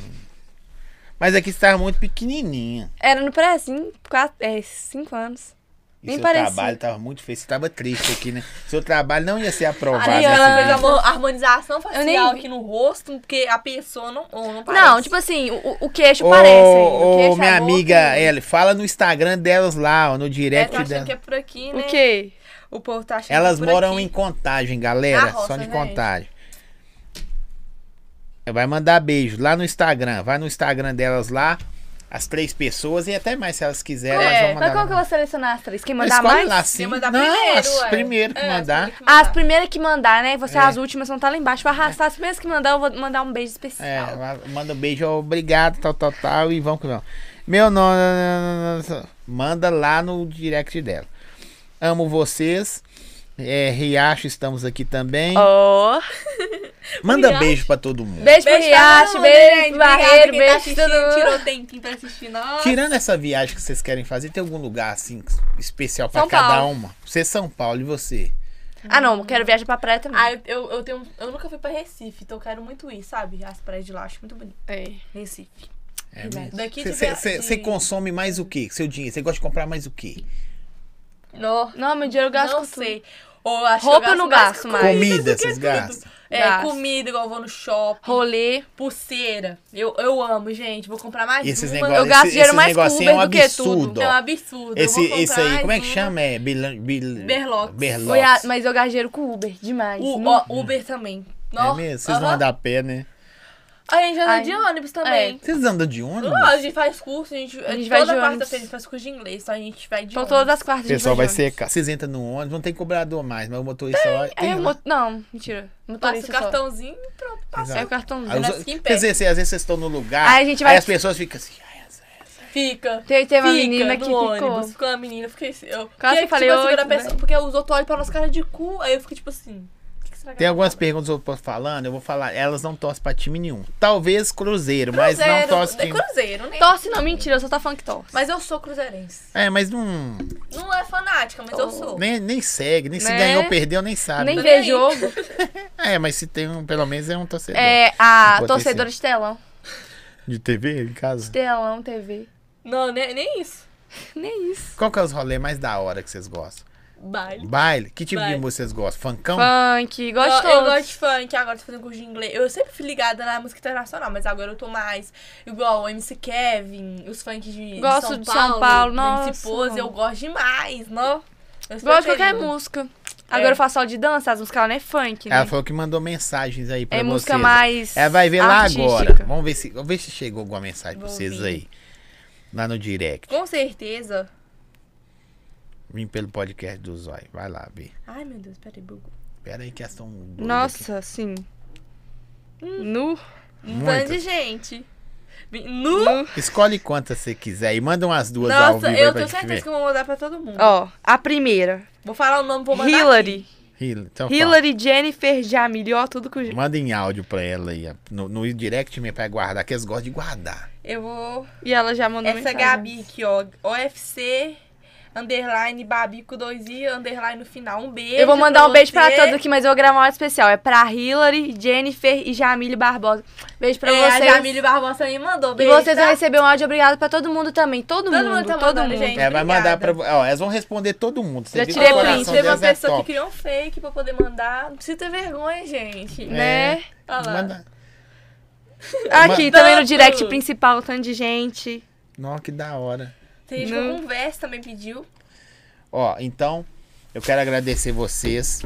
[SPEAKER 1] Mas aqui você tava muito pequenininha.
[SPEAKER 2] Era no prezinho, quatro, é, cinco anos.
[SPEAKER 1] E
[SPEAKER 2] Nem
[SPEAKER 1] seu
[SPEAKER 2] parecia.
[SPEAKER 1] trabalho tava muito feio. Você tava triste aqui, né? Seu trabalho não ia ser aprovado.
[SPEAKER 3] Aí ela
[SPEAKER 1] nessa
[SPEAKER 3] fez
[SPEAKER 1] vida.
[SPEAKER 3] a harmonização facial
[SPEAKER 2] nem vi.
[SPEAKER 3] aqui no rosto, porque a pessoa não, ou não parece.
[SPEAKER 2] Não, tipo assim, o, o queixo
[SPEAKER 1] Ô,
[SPEAKER 2] parece. ainda.
[SPEAKER 1] ô,
[SPEAKER 3] queixo,
[SPEAKER 1] minha
[SPEAKER 3] a boca,
[SPEAKER 1] amiga
[SPEAKER 3] né?
[SPEAKER 1] Ellie, fala no Instagram delas lá, ó, no
[SPEAKER 3] é,
[SPEAKER 1] direct
[SPEAKER 3] tá achando
[SPEAKER 1] dela.
[SPEAKER 3] que é por aqui, né?
[SPEAKER 2] O quê?
[SPEAKER 3] O povo tá achando
[SPEAKER 1] Elas
[SPEAKER 3] que é por
[SPEAKER 1] moram
[SPEAKER 3] aqui.
[SPEAKER 1] em Contagem, galera.
[SPEAKER 3] Na roça,
[SPEAKER 1] só em
[SPEAKER 3] né?
[SPEAKER 1] Contagem. Vai mandar beijo lá no Instagram. Vai no Instagram delas lá. as três pessoas e até mais se elas quiserem.
[SPEAKER 7] É,
[SPEAKER 1] Elas vão
[SPEAKER 2] Mas
[SPEAKER 1] mandar
[SPEAKER 2] qual que eu
[SPEAKER 1] lá.
[SPEAKER 2] vou selecionar as três? Quem
[SPEAKER 1] Não,
[SPEAKER 2] mandar
[SPEAKER 1] escolhe
[SPEAKER 2] mais?
[SPEAKER 1] lá, sim.
[SPEAKER 3] Quem mandar
[SPEAKER 1] não,
[SPEAKER 3] primeiro,
[SPEAKER 1] as
[SPEAKER 3] ué.
[SPEAKER 1] primeiro que
[SPEAKER 3] É, as
[SPEAKER 1] mandar.
[SPEAKER 3] primeiras que
[SPEAKER 2] As
[SPEAKER 3] mandar.
[SPEAKER 2] primeiras que mandar, né? Você
[SPEAKER 1] É.
[SPEAKER 2] as últimas vão estar lá embaixo. Vou arrastar as primeiras que mandar, eu vou mandar um beijo especial.
[SPEAKER 1] É, ma- manda um beijo, obrigado, tal, tal, tal, e vamos que vamos. Meu nome. Manda lá no direct dela. Amo vocês. É, Riacho, estamos aqui também.
[SPEAKER 2] Ó.
[SPEAKER 1] manda
[SPEAKER 3] Riacho.
[SPEAKER 1] beijo pra todo mundo.
[SPEAKER 2] Beijo pro
[SPEAKER 3] Beijo pra todo
[SPEAKER 2] Riacho,
[SPEAKER 3] mundo,
[SPEAKER 2] beijo
[SPEAKER 3] gente.
[SPEAKER 2] pro
[SPEAKER 3] Obrigada
[SPEAKER 2] Barreiro,
[SPEAKER 3] quem tá
[SPEAKER 2] beijo pra todo
[SPEAKER 3] assistindo,
[SPEAKER 2] mundo.
[SPEAKER 3] Tirou tempinho pra assistir nós.
[SPEAKER 1] Tirando essa viagem que vocês querem fazer, tem algum lugar assim especial pra
[SPEAKER 2] São
[SPEAKER 1] cada
[SPEAKER 2] Paulo.
[SPEAKER 1] uma? Você é São Paulo e você.
[SPEAKER 2] Ah, não, quero viajar pra praia também.
[SPEAKER 3] Ah, eu, eu, eu tenho, eu nunca fui pra Recife, então eu quero muito ir, sabe? As praias de lá, acho muito bonito.
[SPEAKER 2] É.
[SPEAKER 3] Recife.
[SPEAKER 1] É mesmo?
[SPEAKER 3] Daqui
[SPEAKER 1] Você-
[SPEAKER 3] de
[SPEAKER 1] Você
[SPEAKER 3] Bra-
[SPEAKER 1] você-
[SPEAKER 3] de-
[SPEAKER 1] você consome mais o que? Seu dinheiro? Você gosta de comprar mais o que?
[SPEAKER 3] Não,
[SPEAKER 2] Não, meu dinheiro eu gasto
[SPEAKER 3] não
[SPEAKER 2] com tudo.
[SPEAKER 3] sei. Ou eu acho que
[SPEAKER 2] Roupa
[SPEAKER 3] eu
[SPEAKER 2] eu não
[SPEAKER 3] mais
[SPEAKER 2] gasto
[SPEAKER 3] com-
[SPEAKER 2] mais.
[SPEAKER 1] Comida,
[SPEAKER 3] do que
[SPEAKER 1] vocês
[SPEAKER 3] tudo.
[SPEAKER 1] gastam?
[SPEAKER 3] É,
[SPEAKER 2] Gasto.
[SPEAKER 3] comida, igual eu vou no shopping.
[SPEAKER 2] Rolê.
[SPEAKER 3] Pulseira. Eu, eu amo, gente. Vou comprar mais
[SPEAKER 1] E esses
[SPEAKER 3] uma.
[SPEAKER 1] negócios,
[SPEAKER 2] Eu gasto
[SPEAKER 1] esses,
[SPEAKER 2] dinheiro
[SPEAKER 1] esses
[SPEAKER 2] mais com
[SPEAKER 1] negocinhos é um
[SPEAKER 2] Uber do que tudo.
[SPEAKER 1] absurdo. ó.
[SPEAKER 3] É um absurdo.
[SPEAKER 1] Esse,
[SPEAKER 3] eu vou comprar
[SPEAKER 1] esse aí,
[SPEAKER 3] mais
[SPEAKER 1] como é que
[SPEAKER 3] uma.
[SPEAKER 1] chama? É Bil... Bil...
[SPEAKER 3] Berlox.
[SPEAKER 1] Berlox.
[SPEAKER 2] Foi a- mas eu gasto dinheiro com Uber, demais.
[SPEAKER 3] O,
[SPEAKER 2] Não-
[SPEAKER 3] ó, Uber também.
[SPEAKER 1] É
[SPEAKER 3] Nó.
[SPEAKER 1] mesmo? Vocês vão
[SPEAKER 3] Aham.
[SPEAKER 1] andar a pé, né?
[SPEAKER 3] A gente anda
[SPEAKER 2] Ai.
[SPEAKER 3] de ônibus também.
[SPEAKER 1] Vocês andam de ônibus?
[SPEAKER 3] Não, a gente faz curso, a gente, é
[SPEAKER 2] A gente vai
[SPEAKER 3] toda
[SPEAKER 2] de ônibus.
[SPEAKER 3] quarta-feira a gente faz curso de inglês, então a gente vai de
[SPEAKER 2] Então
[SPEAKER 3] ônibus.
[SPEAKER 2] todas as quartas
[SPEAKER 1] o
[SPEAKER 2] a gente
[SPEAKER 1] pessoal vai
[SPEAKER 2] de
[SPEAKER 1] ser caro. Vocês entram no ônibus, não tem cobrador mais, mas o motorista olha.
[SPEAKER 2] ônibus. É,
[SPEAKER 1] lá.
[SPEAKER 2] mo- não, mentira.
[SPEAKER 3] Passa o
[SPEAKER 2] Motorista só.
[SPEAKER 3] cartãozinho e pronto, passa.
[SPEAKER 2] É o
[SPEAKER 1] Exato. Aí
[SPEAKER 2] cartãozinho.
[SPEAKER 1] os
[SPEAKER 3] nós
[SPEAKER 1] outros-
[SPEAKER 3] fica em pé.
[SPEAKER 1] Quer dizer, assim, às vezes vocês estão no lugar.
[SPEAKER 2] Aí a gente vai-
[SPEAKER 1] as pessoas ficam assim. ai, essa-
[SPEAKER 3] Fica.
[SPEAKER 2] Teve, teve uma
[SPEAKER 3] fica
[SPEAKER 2] menina
[SPEAKER 3] no
[SPEAKER 2] que ficou.
[SPEAKER 3] ônibus. Ficou uma menina, eu fiquei assim. Eu
[SPEAKER 2] Quase
[SPEAKER 3] fiquei,
[SPEAKER 2] que falei,
[SPEAKER 3] tipo, assim,
[SPEAKER 2] "Oi,
[SPEAKER 3] olhando a
[SPEAKER 2] tudo
[SPEAKER 3] pessoa,
[SPEAKER 2] bem?"
[SPEAKER 3] porque os outros olham pra nossa cara de cu, aí eu fico tipo assim. O que, que será que
[SPEAKER 1] Tem
[SPEAKER 3] ela
[SPEAKER 1] algumas
[SPEAKER 3] fala?
[SPEAKER 1] perguntas que eu tô falando, eu vou falar. Elas não torcem pra time nenhum. Talvez Cruzeiro, mas não tá
[SPEAKER 3] Cruzeiro,
[SPEAKER 1] torce
[SPEAKER 3] é
[SPEAKER 1] time.
[SPEAKER 3] Cruzeiro, né?
[SPEAKER 2] Torce não, mentira, eu só tô falando que torce.
[SPEAKER 3] Mas eu sou cruzeirense.
[SPEAKER 1] É, mas não.
[SPEAKER 3] Não é fanática, mas eu sou.
[SPEAKER 1] Oh. Nem, nem segue, nem se
[SPEAKER 2] Né?
[SPEAKER 1] ganhou, perdeu, nem sabe.
[SPEAKER 2] Nem
[SPEAKER 3] Tô
[SPEAKER 2] vê
[SPEAKER 3] nem aí.
[SPEAKER 2] jogo.
[SPEAKER 1] É, mas se tem um, pelo menos é um torcedor.
[SPEAKER 2] É, a
[SPEAKER 1] Pode
[SPEAKER 2] torcedora
[SPEAKER 1] ser.
[SPEAKER 2] de telão.
[SPEAKER 1] De TV, em casa.
[SPEAKER 2] Telão TV.
[SPEAKER 3] Não, nem, nem isso.
[SPEAKER 2] Nem isso.
[SPEAKER 1] Qual que é os rolês mais da hora que vocês gostam?
[SPEAKER 3] Baile.
[SPEAKER 1] Baile? Que tipo de
[SPEAKER 3] Baile. né?
[SPEAKER 1] música vocês gostam? Funkão?
[SPEAKER 2] Funk, gosto de
[SPEAKER 3] eu, eu
[SPEAKER 2] todos.
[SPEAKER 3] gosto de funk, agora tô fazendo curso de inglês. Eu sempre fui ligada na música internacional, mas agora eu tô mais igual o MC Kevin, os funk de,
[SPEAKER 2] Gosto
[SPEAKER 3] de
[SPEAKER 2] de
[SPEAKER 3] São
[SPEAKER 2] São Paulo,
[SPEAKER 3] Paulo. do MC
[SPEAKER 2] nossa.
[SPEAKER 3] Pose, eu gosto demais, não?
[SPEAKER 2] Gosto
[SPEAKER 3] Eu sou
[SPEAKER 2] de qualquer
[SPEAKER 3] preferido.
[SPEAKER 2] música.
[SPEAKER 3] É.
[SPEAKER 2] Agora eu faço aula de dança, as músicas lá não é funk, né?
[SPEAKER 1] Ela falou que mandou mensagens aí pra
[SPEAKER 2] é
[SPEAKER 1] vocês.
[SPEAKER 2] música mais.
[SPEAKER 1] Ela vai ver
[SPEAKER 2] artística.
[SPEAKER 1] lá agora. Vamos ver se, vamos ver se chegou alguma mensagem pra
[SPEAKER 3] Vou
[SPEAKER 1] vocês
[SPEAKER 3] ouvir.
[SPEAKER 1] aí. Lá no direct.
[SPEAKER 3] Com certeza.
[SPEAKER 1] Vim pelo podcast do Zói. Vai lá, Bi.
[SPEAKER 3] Ai, meu Deus, peraí, bugou.
[SPEAKER 1] Pera aí que elas estão doidas aqui.
[SPEAKER 2] Nossa, sim. Nu.
[SPEAKER 3] Um
[SPEAKER 1] Muitas.
[SPEAKER 3] tanto de gente. Nu!
[SPEAKER 1] Escolhe quantas você quiser e manda umas duas ao
[SPEAKER 3] Nossa,
[SPEAKER 1] vivo
[SPEAKER 3] eu
[SPEAKER 1] aí pra
[SPEAKER 3] tenho
[SPEAKER 1] gente
[SPEAKER 3] certeza
[SPEAKER 1] ver.
[SPEAKER 3] que eu vou mandar pra todo mundo.
[SPEAKER 2] Ó, a primeira.
[SPEAKER 3] Vou falar o nome, vou mandar
[SPEAKER 2] Hillary.
[SPEAKER 1] Hil- Então, fala.
[SPEAKER 2] Hillary, Jennifer, Jamile, ó, tudo com.
[SPEAKER 1] Manda em áudio pra ela aí. ó. No, no direct mesmo pra guardar, que eles gostam de guardar.
[SPEAKER 3] aqui. Eu vou...
[SPEAKER 2] E ela já mandou
[SPEAKER 3] Essa é
[SPEAKER 2] mensagem.
[SPEAKER 3] Gabi aqui, ó. OFC, underline, babico, dois i, underline no final. Um beijo
[SPEAKER 2] Eu vou mandar um beijo pra
[SPEAKER 3] você.
[SPEAKER 2] todos aqui, mas eu vou gravar um áudio especial. É pra Hillary, Jennifer e Jamile Barbosa. Beijo pra
[SPEAKER 3] é,
[SPEAKER 2] vocês.
[SPEAKER 3] a Jamile Barbosa me mandou
[SPEAKER 2] E
[SPEAKER 3] beijo,
[SPEAKER 2] vocês
[SPEAKER 3] tá?
[SPEAKER 2] vão receber um áudio obrigado pra todo mundo também. Todo,
[SPEAKER 3] Todo
[SPEAKER 2] mundo,
[SPEAKER 3] mundo tá
[SPEAKER 2] todo
[SPEAKER 3] mandando,
[SPEAKER 2] mundo.
[SPEAKER 3] gente.
[SPEAKER 1] É, vai mandar
[SPEAKER 3] Obrigada.
[SPEAKER 1] pra. Ó, elas vão responder todo mundo. Você
[SPEAKER 2] Já
[SPEAKER 1] viu que
[SPEAKER 2] tirei
[SPEAKER 1] o
[SPEAKER 2] print,
[SPEAKER 1] coração
[SPEAKER 3] Teve uma
[SPEAKER 1] delas é
[SPEAKER 3] pessoa que
[SPEAKER 1] top.
[SPEAKER 3] criou um fake pra poder mandar. Não precisa ter vergonha, gente.
[SPEAKER 1] É.
[SPEAKER 2] Né?
[SPEAKER 3] Olha lá.
[SPEAKER 1] Manda...
[SPEAKER 2] Aqui,
[SPEAKER 3] Tanto.
[SPEAKER 2] também no direct principal, um tanto de gente.
[SPEAKER 1] Nossa, que da hora.
[SPEAKER 3] Tem gente
[SPEAKER 2] Não.
[SPEAKER 3] com conversa um também pediu.
[SPEAKER 1] Ó, então, eu quero agradecer vocês.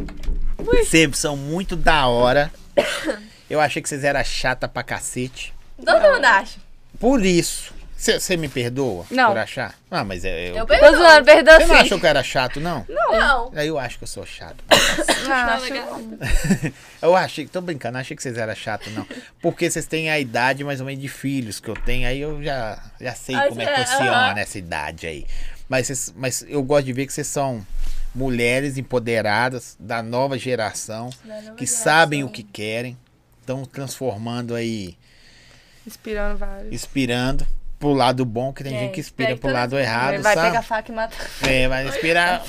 [SPEAKER 1] Vocês são muito da hora. Eu achei que vocês eram chata pra cacete.
[SPEAKER 3] Todo mundo acha.
[SPEAKER 1] Por isso. Você me perdoa
[SPEAKER 2] Não.
[SPEAKER 1] por achar? Ah, mas é- eu.
[SPEAKER 3] Eu
[SPEAKER 2] Tô
[SPEAKER 3] pergunto.
[SPEAKER 2] Tá zoando, perdão
[SPEAKER 1] Você não
[SPEAKER 2] sim.
[SPEAKER 1] achou que eu era chato, não?
[SPEAKER 3] Não.
[SPEAKER 1] Aí eu acho que eu sou chato.
[SPEAKER 2] Não,
[SPEAKER 3] Não,
[SPEAKER 2] acho-
[SPEAKER 3] Tá legal.
[SPEAKER 1] Eu achei, tô brincando, achei que vocês eram chato, não. Porque vocês têm a idade mais ou menos de filhos que eu tenho, aí eu já, já sei
[SPEAKER 3] Ah,
[SPEAKER 1] como é que
[SPEAKER 3] é,
[SPEAKER 1] funciona
[SPEAKER 3] aham.
[SPEAKER 1] essa idade aí. Mas, vocês- mas eu gosto de ver que vocês são mulheres empoderadas da nova geração, que sabem o que querem, estão transformando aí,
[SPEAKER 2] Inspirando vários.
[SPEAKER 1] inspirando pro lado bom, que tem
[SPEAKER 3] É,
[SPEAKER 1] gente que
[SPEAKER 3] espero
[SPEAKER 1] inspira
[SPEAKER 3] que
[SPEAKER 1] pro
[SPEAKER 3] todo
[SPEAKER 1] lado
[SPEAKER 2] Vai
[SPEAKER 1] errado,
[SPEAKER 2] pegar a
[SPEAKER 1] sabe?
[SPEAKER 2] faca e mata.
[SPEAKER 1] É, vai inspirar,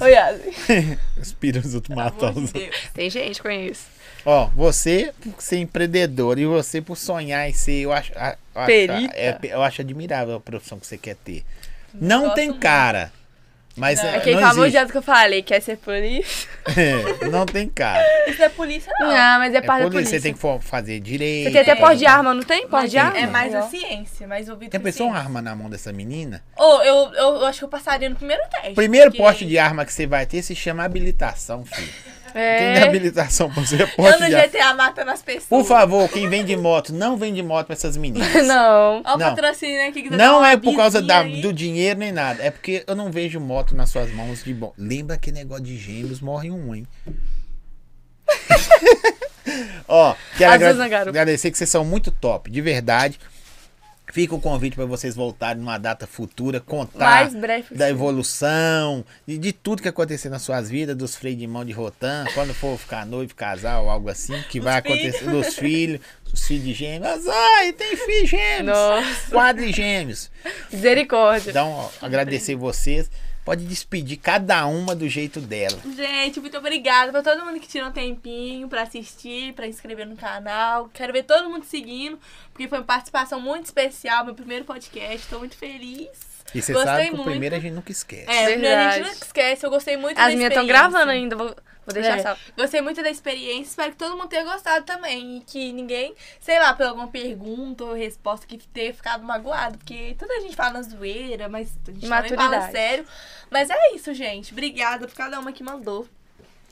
[SPEAKER 2] Oi, Asi.
[SPEAKER 1] inspira os outros
[SPEAKER 3] Pelo
[SPEAKER 1] matam
[SPEAKER 3] amor
[SPEAKER 1] os
[SPEAKER 3] de Deus.
[SPEAKER 2] Tem gente que conhece.
[SPEAKER 1] Ó, você por ser empreendedor e você por sonhar em ser, eu acho, a- a-
[SPEAKER 2] Perita.
[SPEAKER 1] a- é, eu acho admirável a profissão que você quer ter. Não
[SPEAKER 3] Gosto
[SPEAKER 1] tem
[SPEAKER 3] muito.
[SPEAKER 1] cara, mas é,
[SPEAKER 2] É aquele
[SPEAKER 1] não
[SPEAKER 2] famoso
[SPEAKER 1] existe.
[SPEAKER 2] jeito que eu falei, quer ser polícia?
[SPEAKER 1] É, não tem cara.
[SPEAKER 3] Isso é polícia, não.
[SPEAKER 2] Não, mas é
[SPEAKER 1] É
[SPEAKER 2] parte da
[SPEAKER 1] por isso,
[SPEAKER 2] polícia.
[SPEAKER 1] você tem que fo- fazer direito.
[SPEAKER 2] Você tem até
[SPEAKER 1] fazer-
[SPEAKER 2] porte de arma, não tem? Porte de
[SPEAKER 1] tem,
[SPEAKER 2] arma?
[SPEAKER 3] É mais a
[SPEAKER 2] Legal.
[SPEAKER 3] ciência, mais ouvido
[SPEAKER 1] Já
[SPEAKER 3] que
[SPEAKER 1] pensou uma
[SPEAKER 3] ciência.
[SPEAKER 1] arma na mão dessa menina?
[SPEAKER 3] Ô, eu, eu, eu acho que eu passaria no primeiro teste.
[SPEAKER 1] Primeiro
[SPEAKER 3] porque-
[SPEAKER 1] porte de arma que você vai ter se chama habilitação, filho.
[SPEAKER 2] É.
[SPEAKER 1] Quem dá habilitação pra você é
[SPEAKER 3] Eu no
[SPEAKER 1] pode já.
[SPEAKER 3] GTA matando as pessoas.
[SPEAKER 1] Por favor, quem vende moto, não vende moto pra essas meninas.
[SPEAKER 2] Não.
[SPEAKER 3] Ó o
[SPEAKER 1] Não.
[SPEAKER 3] patrocínio, né? Que quiser dar
[SPEAKER 1] Não
[SPEAKER 3] uma
[SPEAKER 1] é por causa
[SPEAKER 3] bizinha
[SPEAKER 1] da-
[SPEAKER 3] aí.
[SPEAKER 1] do dinheiro nem nada. É porque eu não vejo moto nas suas mãos de bom. Lembra que negócio de gêmeos morre um, hein? Ó, quero
[SPEAKER 2] Às vezes
[SPEAKER 1] agra-
[SPEAKER 2] na garupa.
[SPEAKER 1] agradecer que vocês são muito top, de verdade. Fica o convite para vocês voltarem numa data futura, contar
[SPEAKER 2] Mais breve possível.
[SPEAKER 1] da evolução, de, de tudo que acontecer nas suas vidas, dos freios de mão de rotan, quando for ficar noivo, casar ou algo assim, que vai acontecer, dos filhos, dos filhos de gêmeos. Ai, tem filho gêmeos!
[SPEAKER 2] Nossa.
[SPEAKER 1] Quadrigêmeos.
[SPEAKER 2] Misericórdia.
[SPEAKER 1] Então, ó, agradecer vocês. Pode despedir cada uma do jeito dela.
[SPEAKER 3] Gente, muito obrigada pra todo mundo que tirou um tempinho pra assistir, pra inscrever no canal. Quero ver todo mundo seguindo, porque foi uma participação muito especial, meu primeiro podcast. Tô muito feliz.
[SPEAKER 1] E você
[SPEAKER 3] Gostei
[SPEAKER 1] sabe que o
[SPEAKER 3] muito.
[SPEAKER 1] primeiro a gente nunca esquece.
[SPEAKER 3] É,
[SPEAKER 2] Verdade.
[SPEAKER 3] primeiro, a gente não esquece, eu gostei muito da
[SPEAKER 2] As minhas estão
[SPEAKER 3] estão
[SPEAKER 2] gravando ainda, vou, vou deixar
[SPEAKER 3] É.
[SPEAKER 2] salvo.
[SPEAKER 3] Gostei muito da experiência, espero que todo mundo tenha gostado também. E que ninguém, sei lá, por alguma pergunta ou resposta que tenha ficado magoado. Porque toda a gente fala na zoeira, mas a gente também fala
[SPEAKER 2] Maturidade.
[SPEAKER 3] sério. Mas é isso, gente. Obrigada por cada uma que mandou.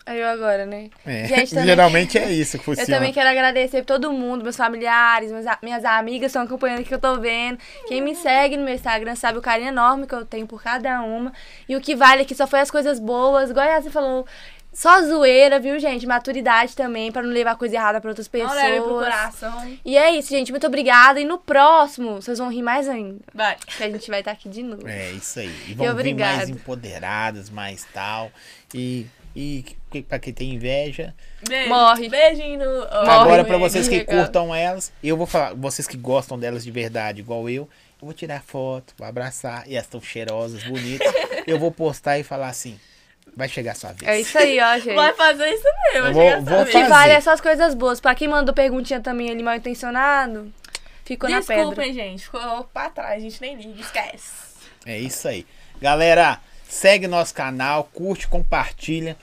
[SPEAKER 2] Aí eu agora, né?
[SPEAKER 1] É,
[SPEAKER 2] Gente, também-
[SPEAKER 1] Geralmente é isso que
[SPEAKER 2] Eu
[SPEAKER 1] funciona.
[SPEAKER 2] também quero agradecer todo mundo, meus familiares, meus a- minhas amigas estão acompanhando que eu tô vendo. Quem me segue no meu Instagram sabe o carinho enorme que eu tenho por cada uma. E o que vale aqui só foi as coisas boas. Igual a você falou, só zoeira, viu, gente? Maturidade também, pra não levar coisa errada pra outras
[SPEAKER 3] Não leve pro
[SPEAKER 2] pessoas.
[SPEAKER 3] coração.
[SPEAKER 2] E é isso, gente. Muito obrigada. E no próximo, vocês vão rir mais ainda.
[SPEAKER 3] Vai.
[SPEAKER 2] Que a gente vai estar aqui de novo.
[SPEAKER 1] É isso aí. E vão vir
[SPEAKER 2] obrigada.
[SPEAKER 1] mais empoderadas, mais tal. E, e que- pra quem tem inveja.
[SPEAKER 3] Beijo.
[SPEAKER 2] Morre.
[SPEAKER 3] Beijinho no. Oh,
[SPEAKER 1] Agora,
[SPEAKER 2] Morre,
[SPEAKER 1] pra vocês que
[SPEAKER 2] obrigada.
[SPEAKER 1] curtam elas, eu vou falar, vocês que gostam delas de verdade, igual eu, eu vou tirar foto, vou abraçar. E elas estão cheirosas, bonitas. eu vou postar e falar assim: vai chegar a sua vez.
[SPEAKER 2] É isso aí, ó, gente.
[SPEAKER 3] Vai fazer isso mesmo.
[SPEAKER 1] Eu vou-
[SPEAKER 3] chega a
[SPEAKER 1] vou
[SPEAKER 3] saber.
[SPEAKER 1] fazer.
[SPEAKER 2] Que vale essas coisas boas. Pra quem mandou perguntinha também ali mal intencionado, ficou na pedra.
[SPEAKER 3] Desculpem, gente. Ficou pra trás, a gente nem liga, esquece.
[SPEAKER 1] É isso aí. Galera, segue nosso canal, curte, compartilha.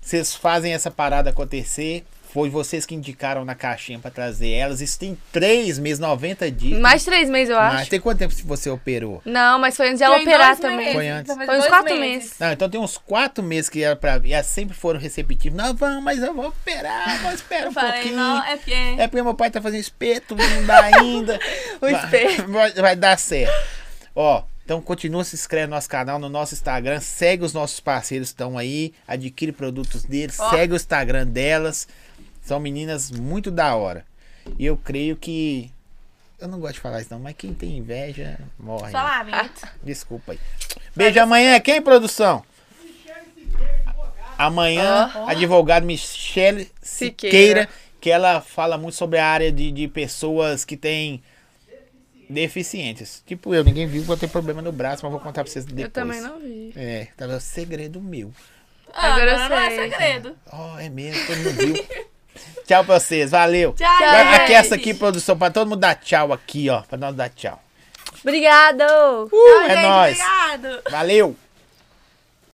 [SPEAKER 1] Vocês fazem essa parada acontecer. Foi vocês que indicaram na caixinha pra trazer elas. Isso tem três meses, 90 dias.
[SPEAKER 2] Mais de três meses, eu acho.
[SPEAKER 1] Mas tem quanto tempo você operou?
[SPEAKER 2] Não, mas foi antes de ela
[SPEAKER 3] Tem
[SPEAKER 2] operar
[SPEAKER 3] dois
[SPEAKER 2] também.
[SPEAKER 3] meses,
[SPEAKER 1] Foi antes.
[SPEAKER 3] vai fazer
[SPEAKER 2] Foi uns
[SPEAKER 3] dois
[SPEAKER 2] quatro meses.
[SPEAKER 1] Não, então tem uns quatro meses que era pra. E elas sempre foram receptivas. Não, vamos, mas eu vou operar, vou esperar
[SPEAKER 3] Eu
[SPEAKER 1] um
[SPEAKER 3] falei,
[SPEAKER 1] pouquinho.
[SPEAKER 3] não, é porque.
[SPEAKER 1] É porque meu pai tá fazendo espeto, não dá ainda.
[SPEAKER 2] O espeto.
[SPEAKER 1] Vai, vai dar certo. Ó, então continua, se inscreve no nosso canal, no nosso Instagram, segue os nossos parceiros que estão aí, adquire produtos deles,
[SPEAKER 3] Ó.
[SPEAKER 1] segue o Instagram delas. São meninas muito da hora. E eu creio que. Eu não gosto de falar isso, não, mas quem tem inveja morre. né?
[SPEAKER 3] Só
[SPEAKER 2] Ah,
[SPEAKER 3] lamento.
[SPEAKER 1] Desculpa aí. Beijo amanhã, é quem, produção? Amanhã, advogado Michele Siqueira,
[SPEAKER 2] Siqueira.
[SPEAKER 1] que ela fala muito sobre a área de, de pessoas que têm deficiências. Tipo eu, ninguém viu, vou ter problema no braço, mas vou contar pra vocês depois.
[SPEAKER 2] Eu também não vi.
[SPEAKER 1] É, tá no segredo meu.
[SPEAKER 3] Ah,
[SPEAKER 2] Agora eu
[SPEAKER 3] agora não é
[SPEAKER 2] sei.
[SPEAKER 3] segredo.
[SPEAKER 1] Oh, é mesmo, todo mundo viu. tchau pra vocês, valeu.
[SPEAKER 3] Tchau,
[SPEAKER 1] Vai- Aqui,
[SPEAKER 3] gente.
[SPEAKER 1] essa aqui, produção, pra todo mundo dar tchau aqui, ó, pra nós dar tchau.
[SPEAKER 2] Obrigado!
[SPEAKER 1] Uh,
[SPEAKER 3] Tchau,
[SPEAKER 1] é
[SPEAKER 3] gente,
[SPEAKER 1] nóis.
[SPEAKER 3] Obrigado.
[SPEAKER 1] Valeu.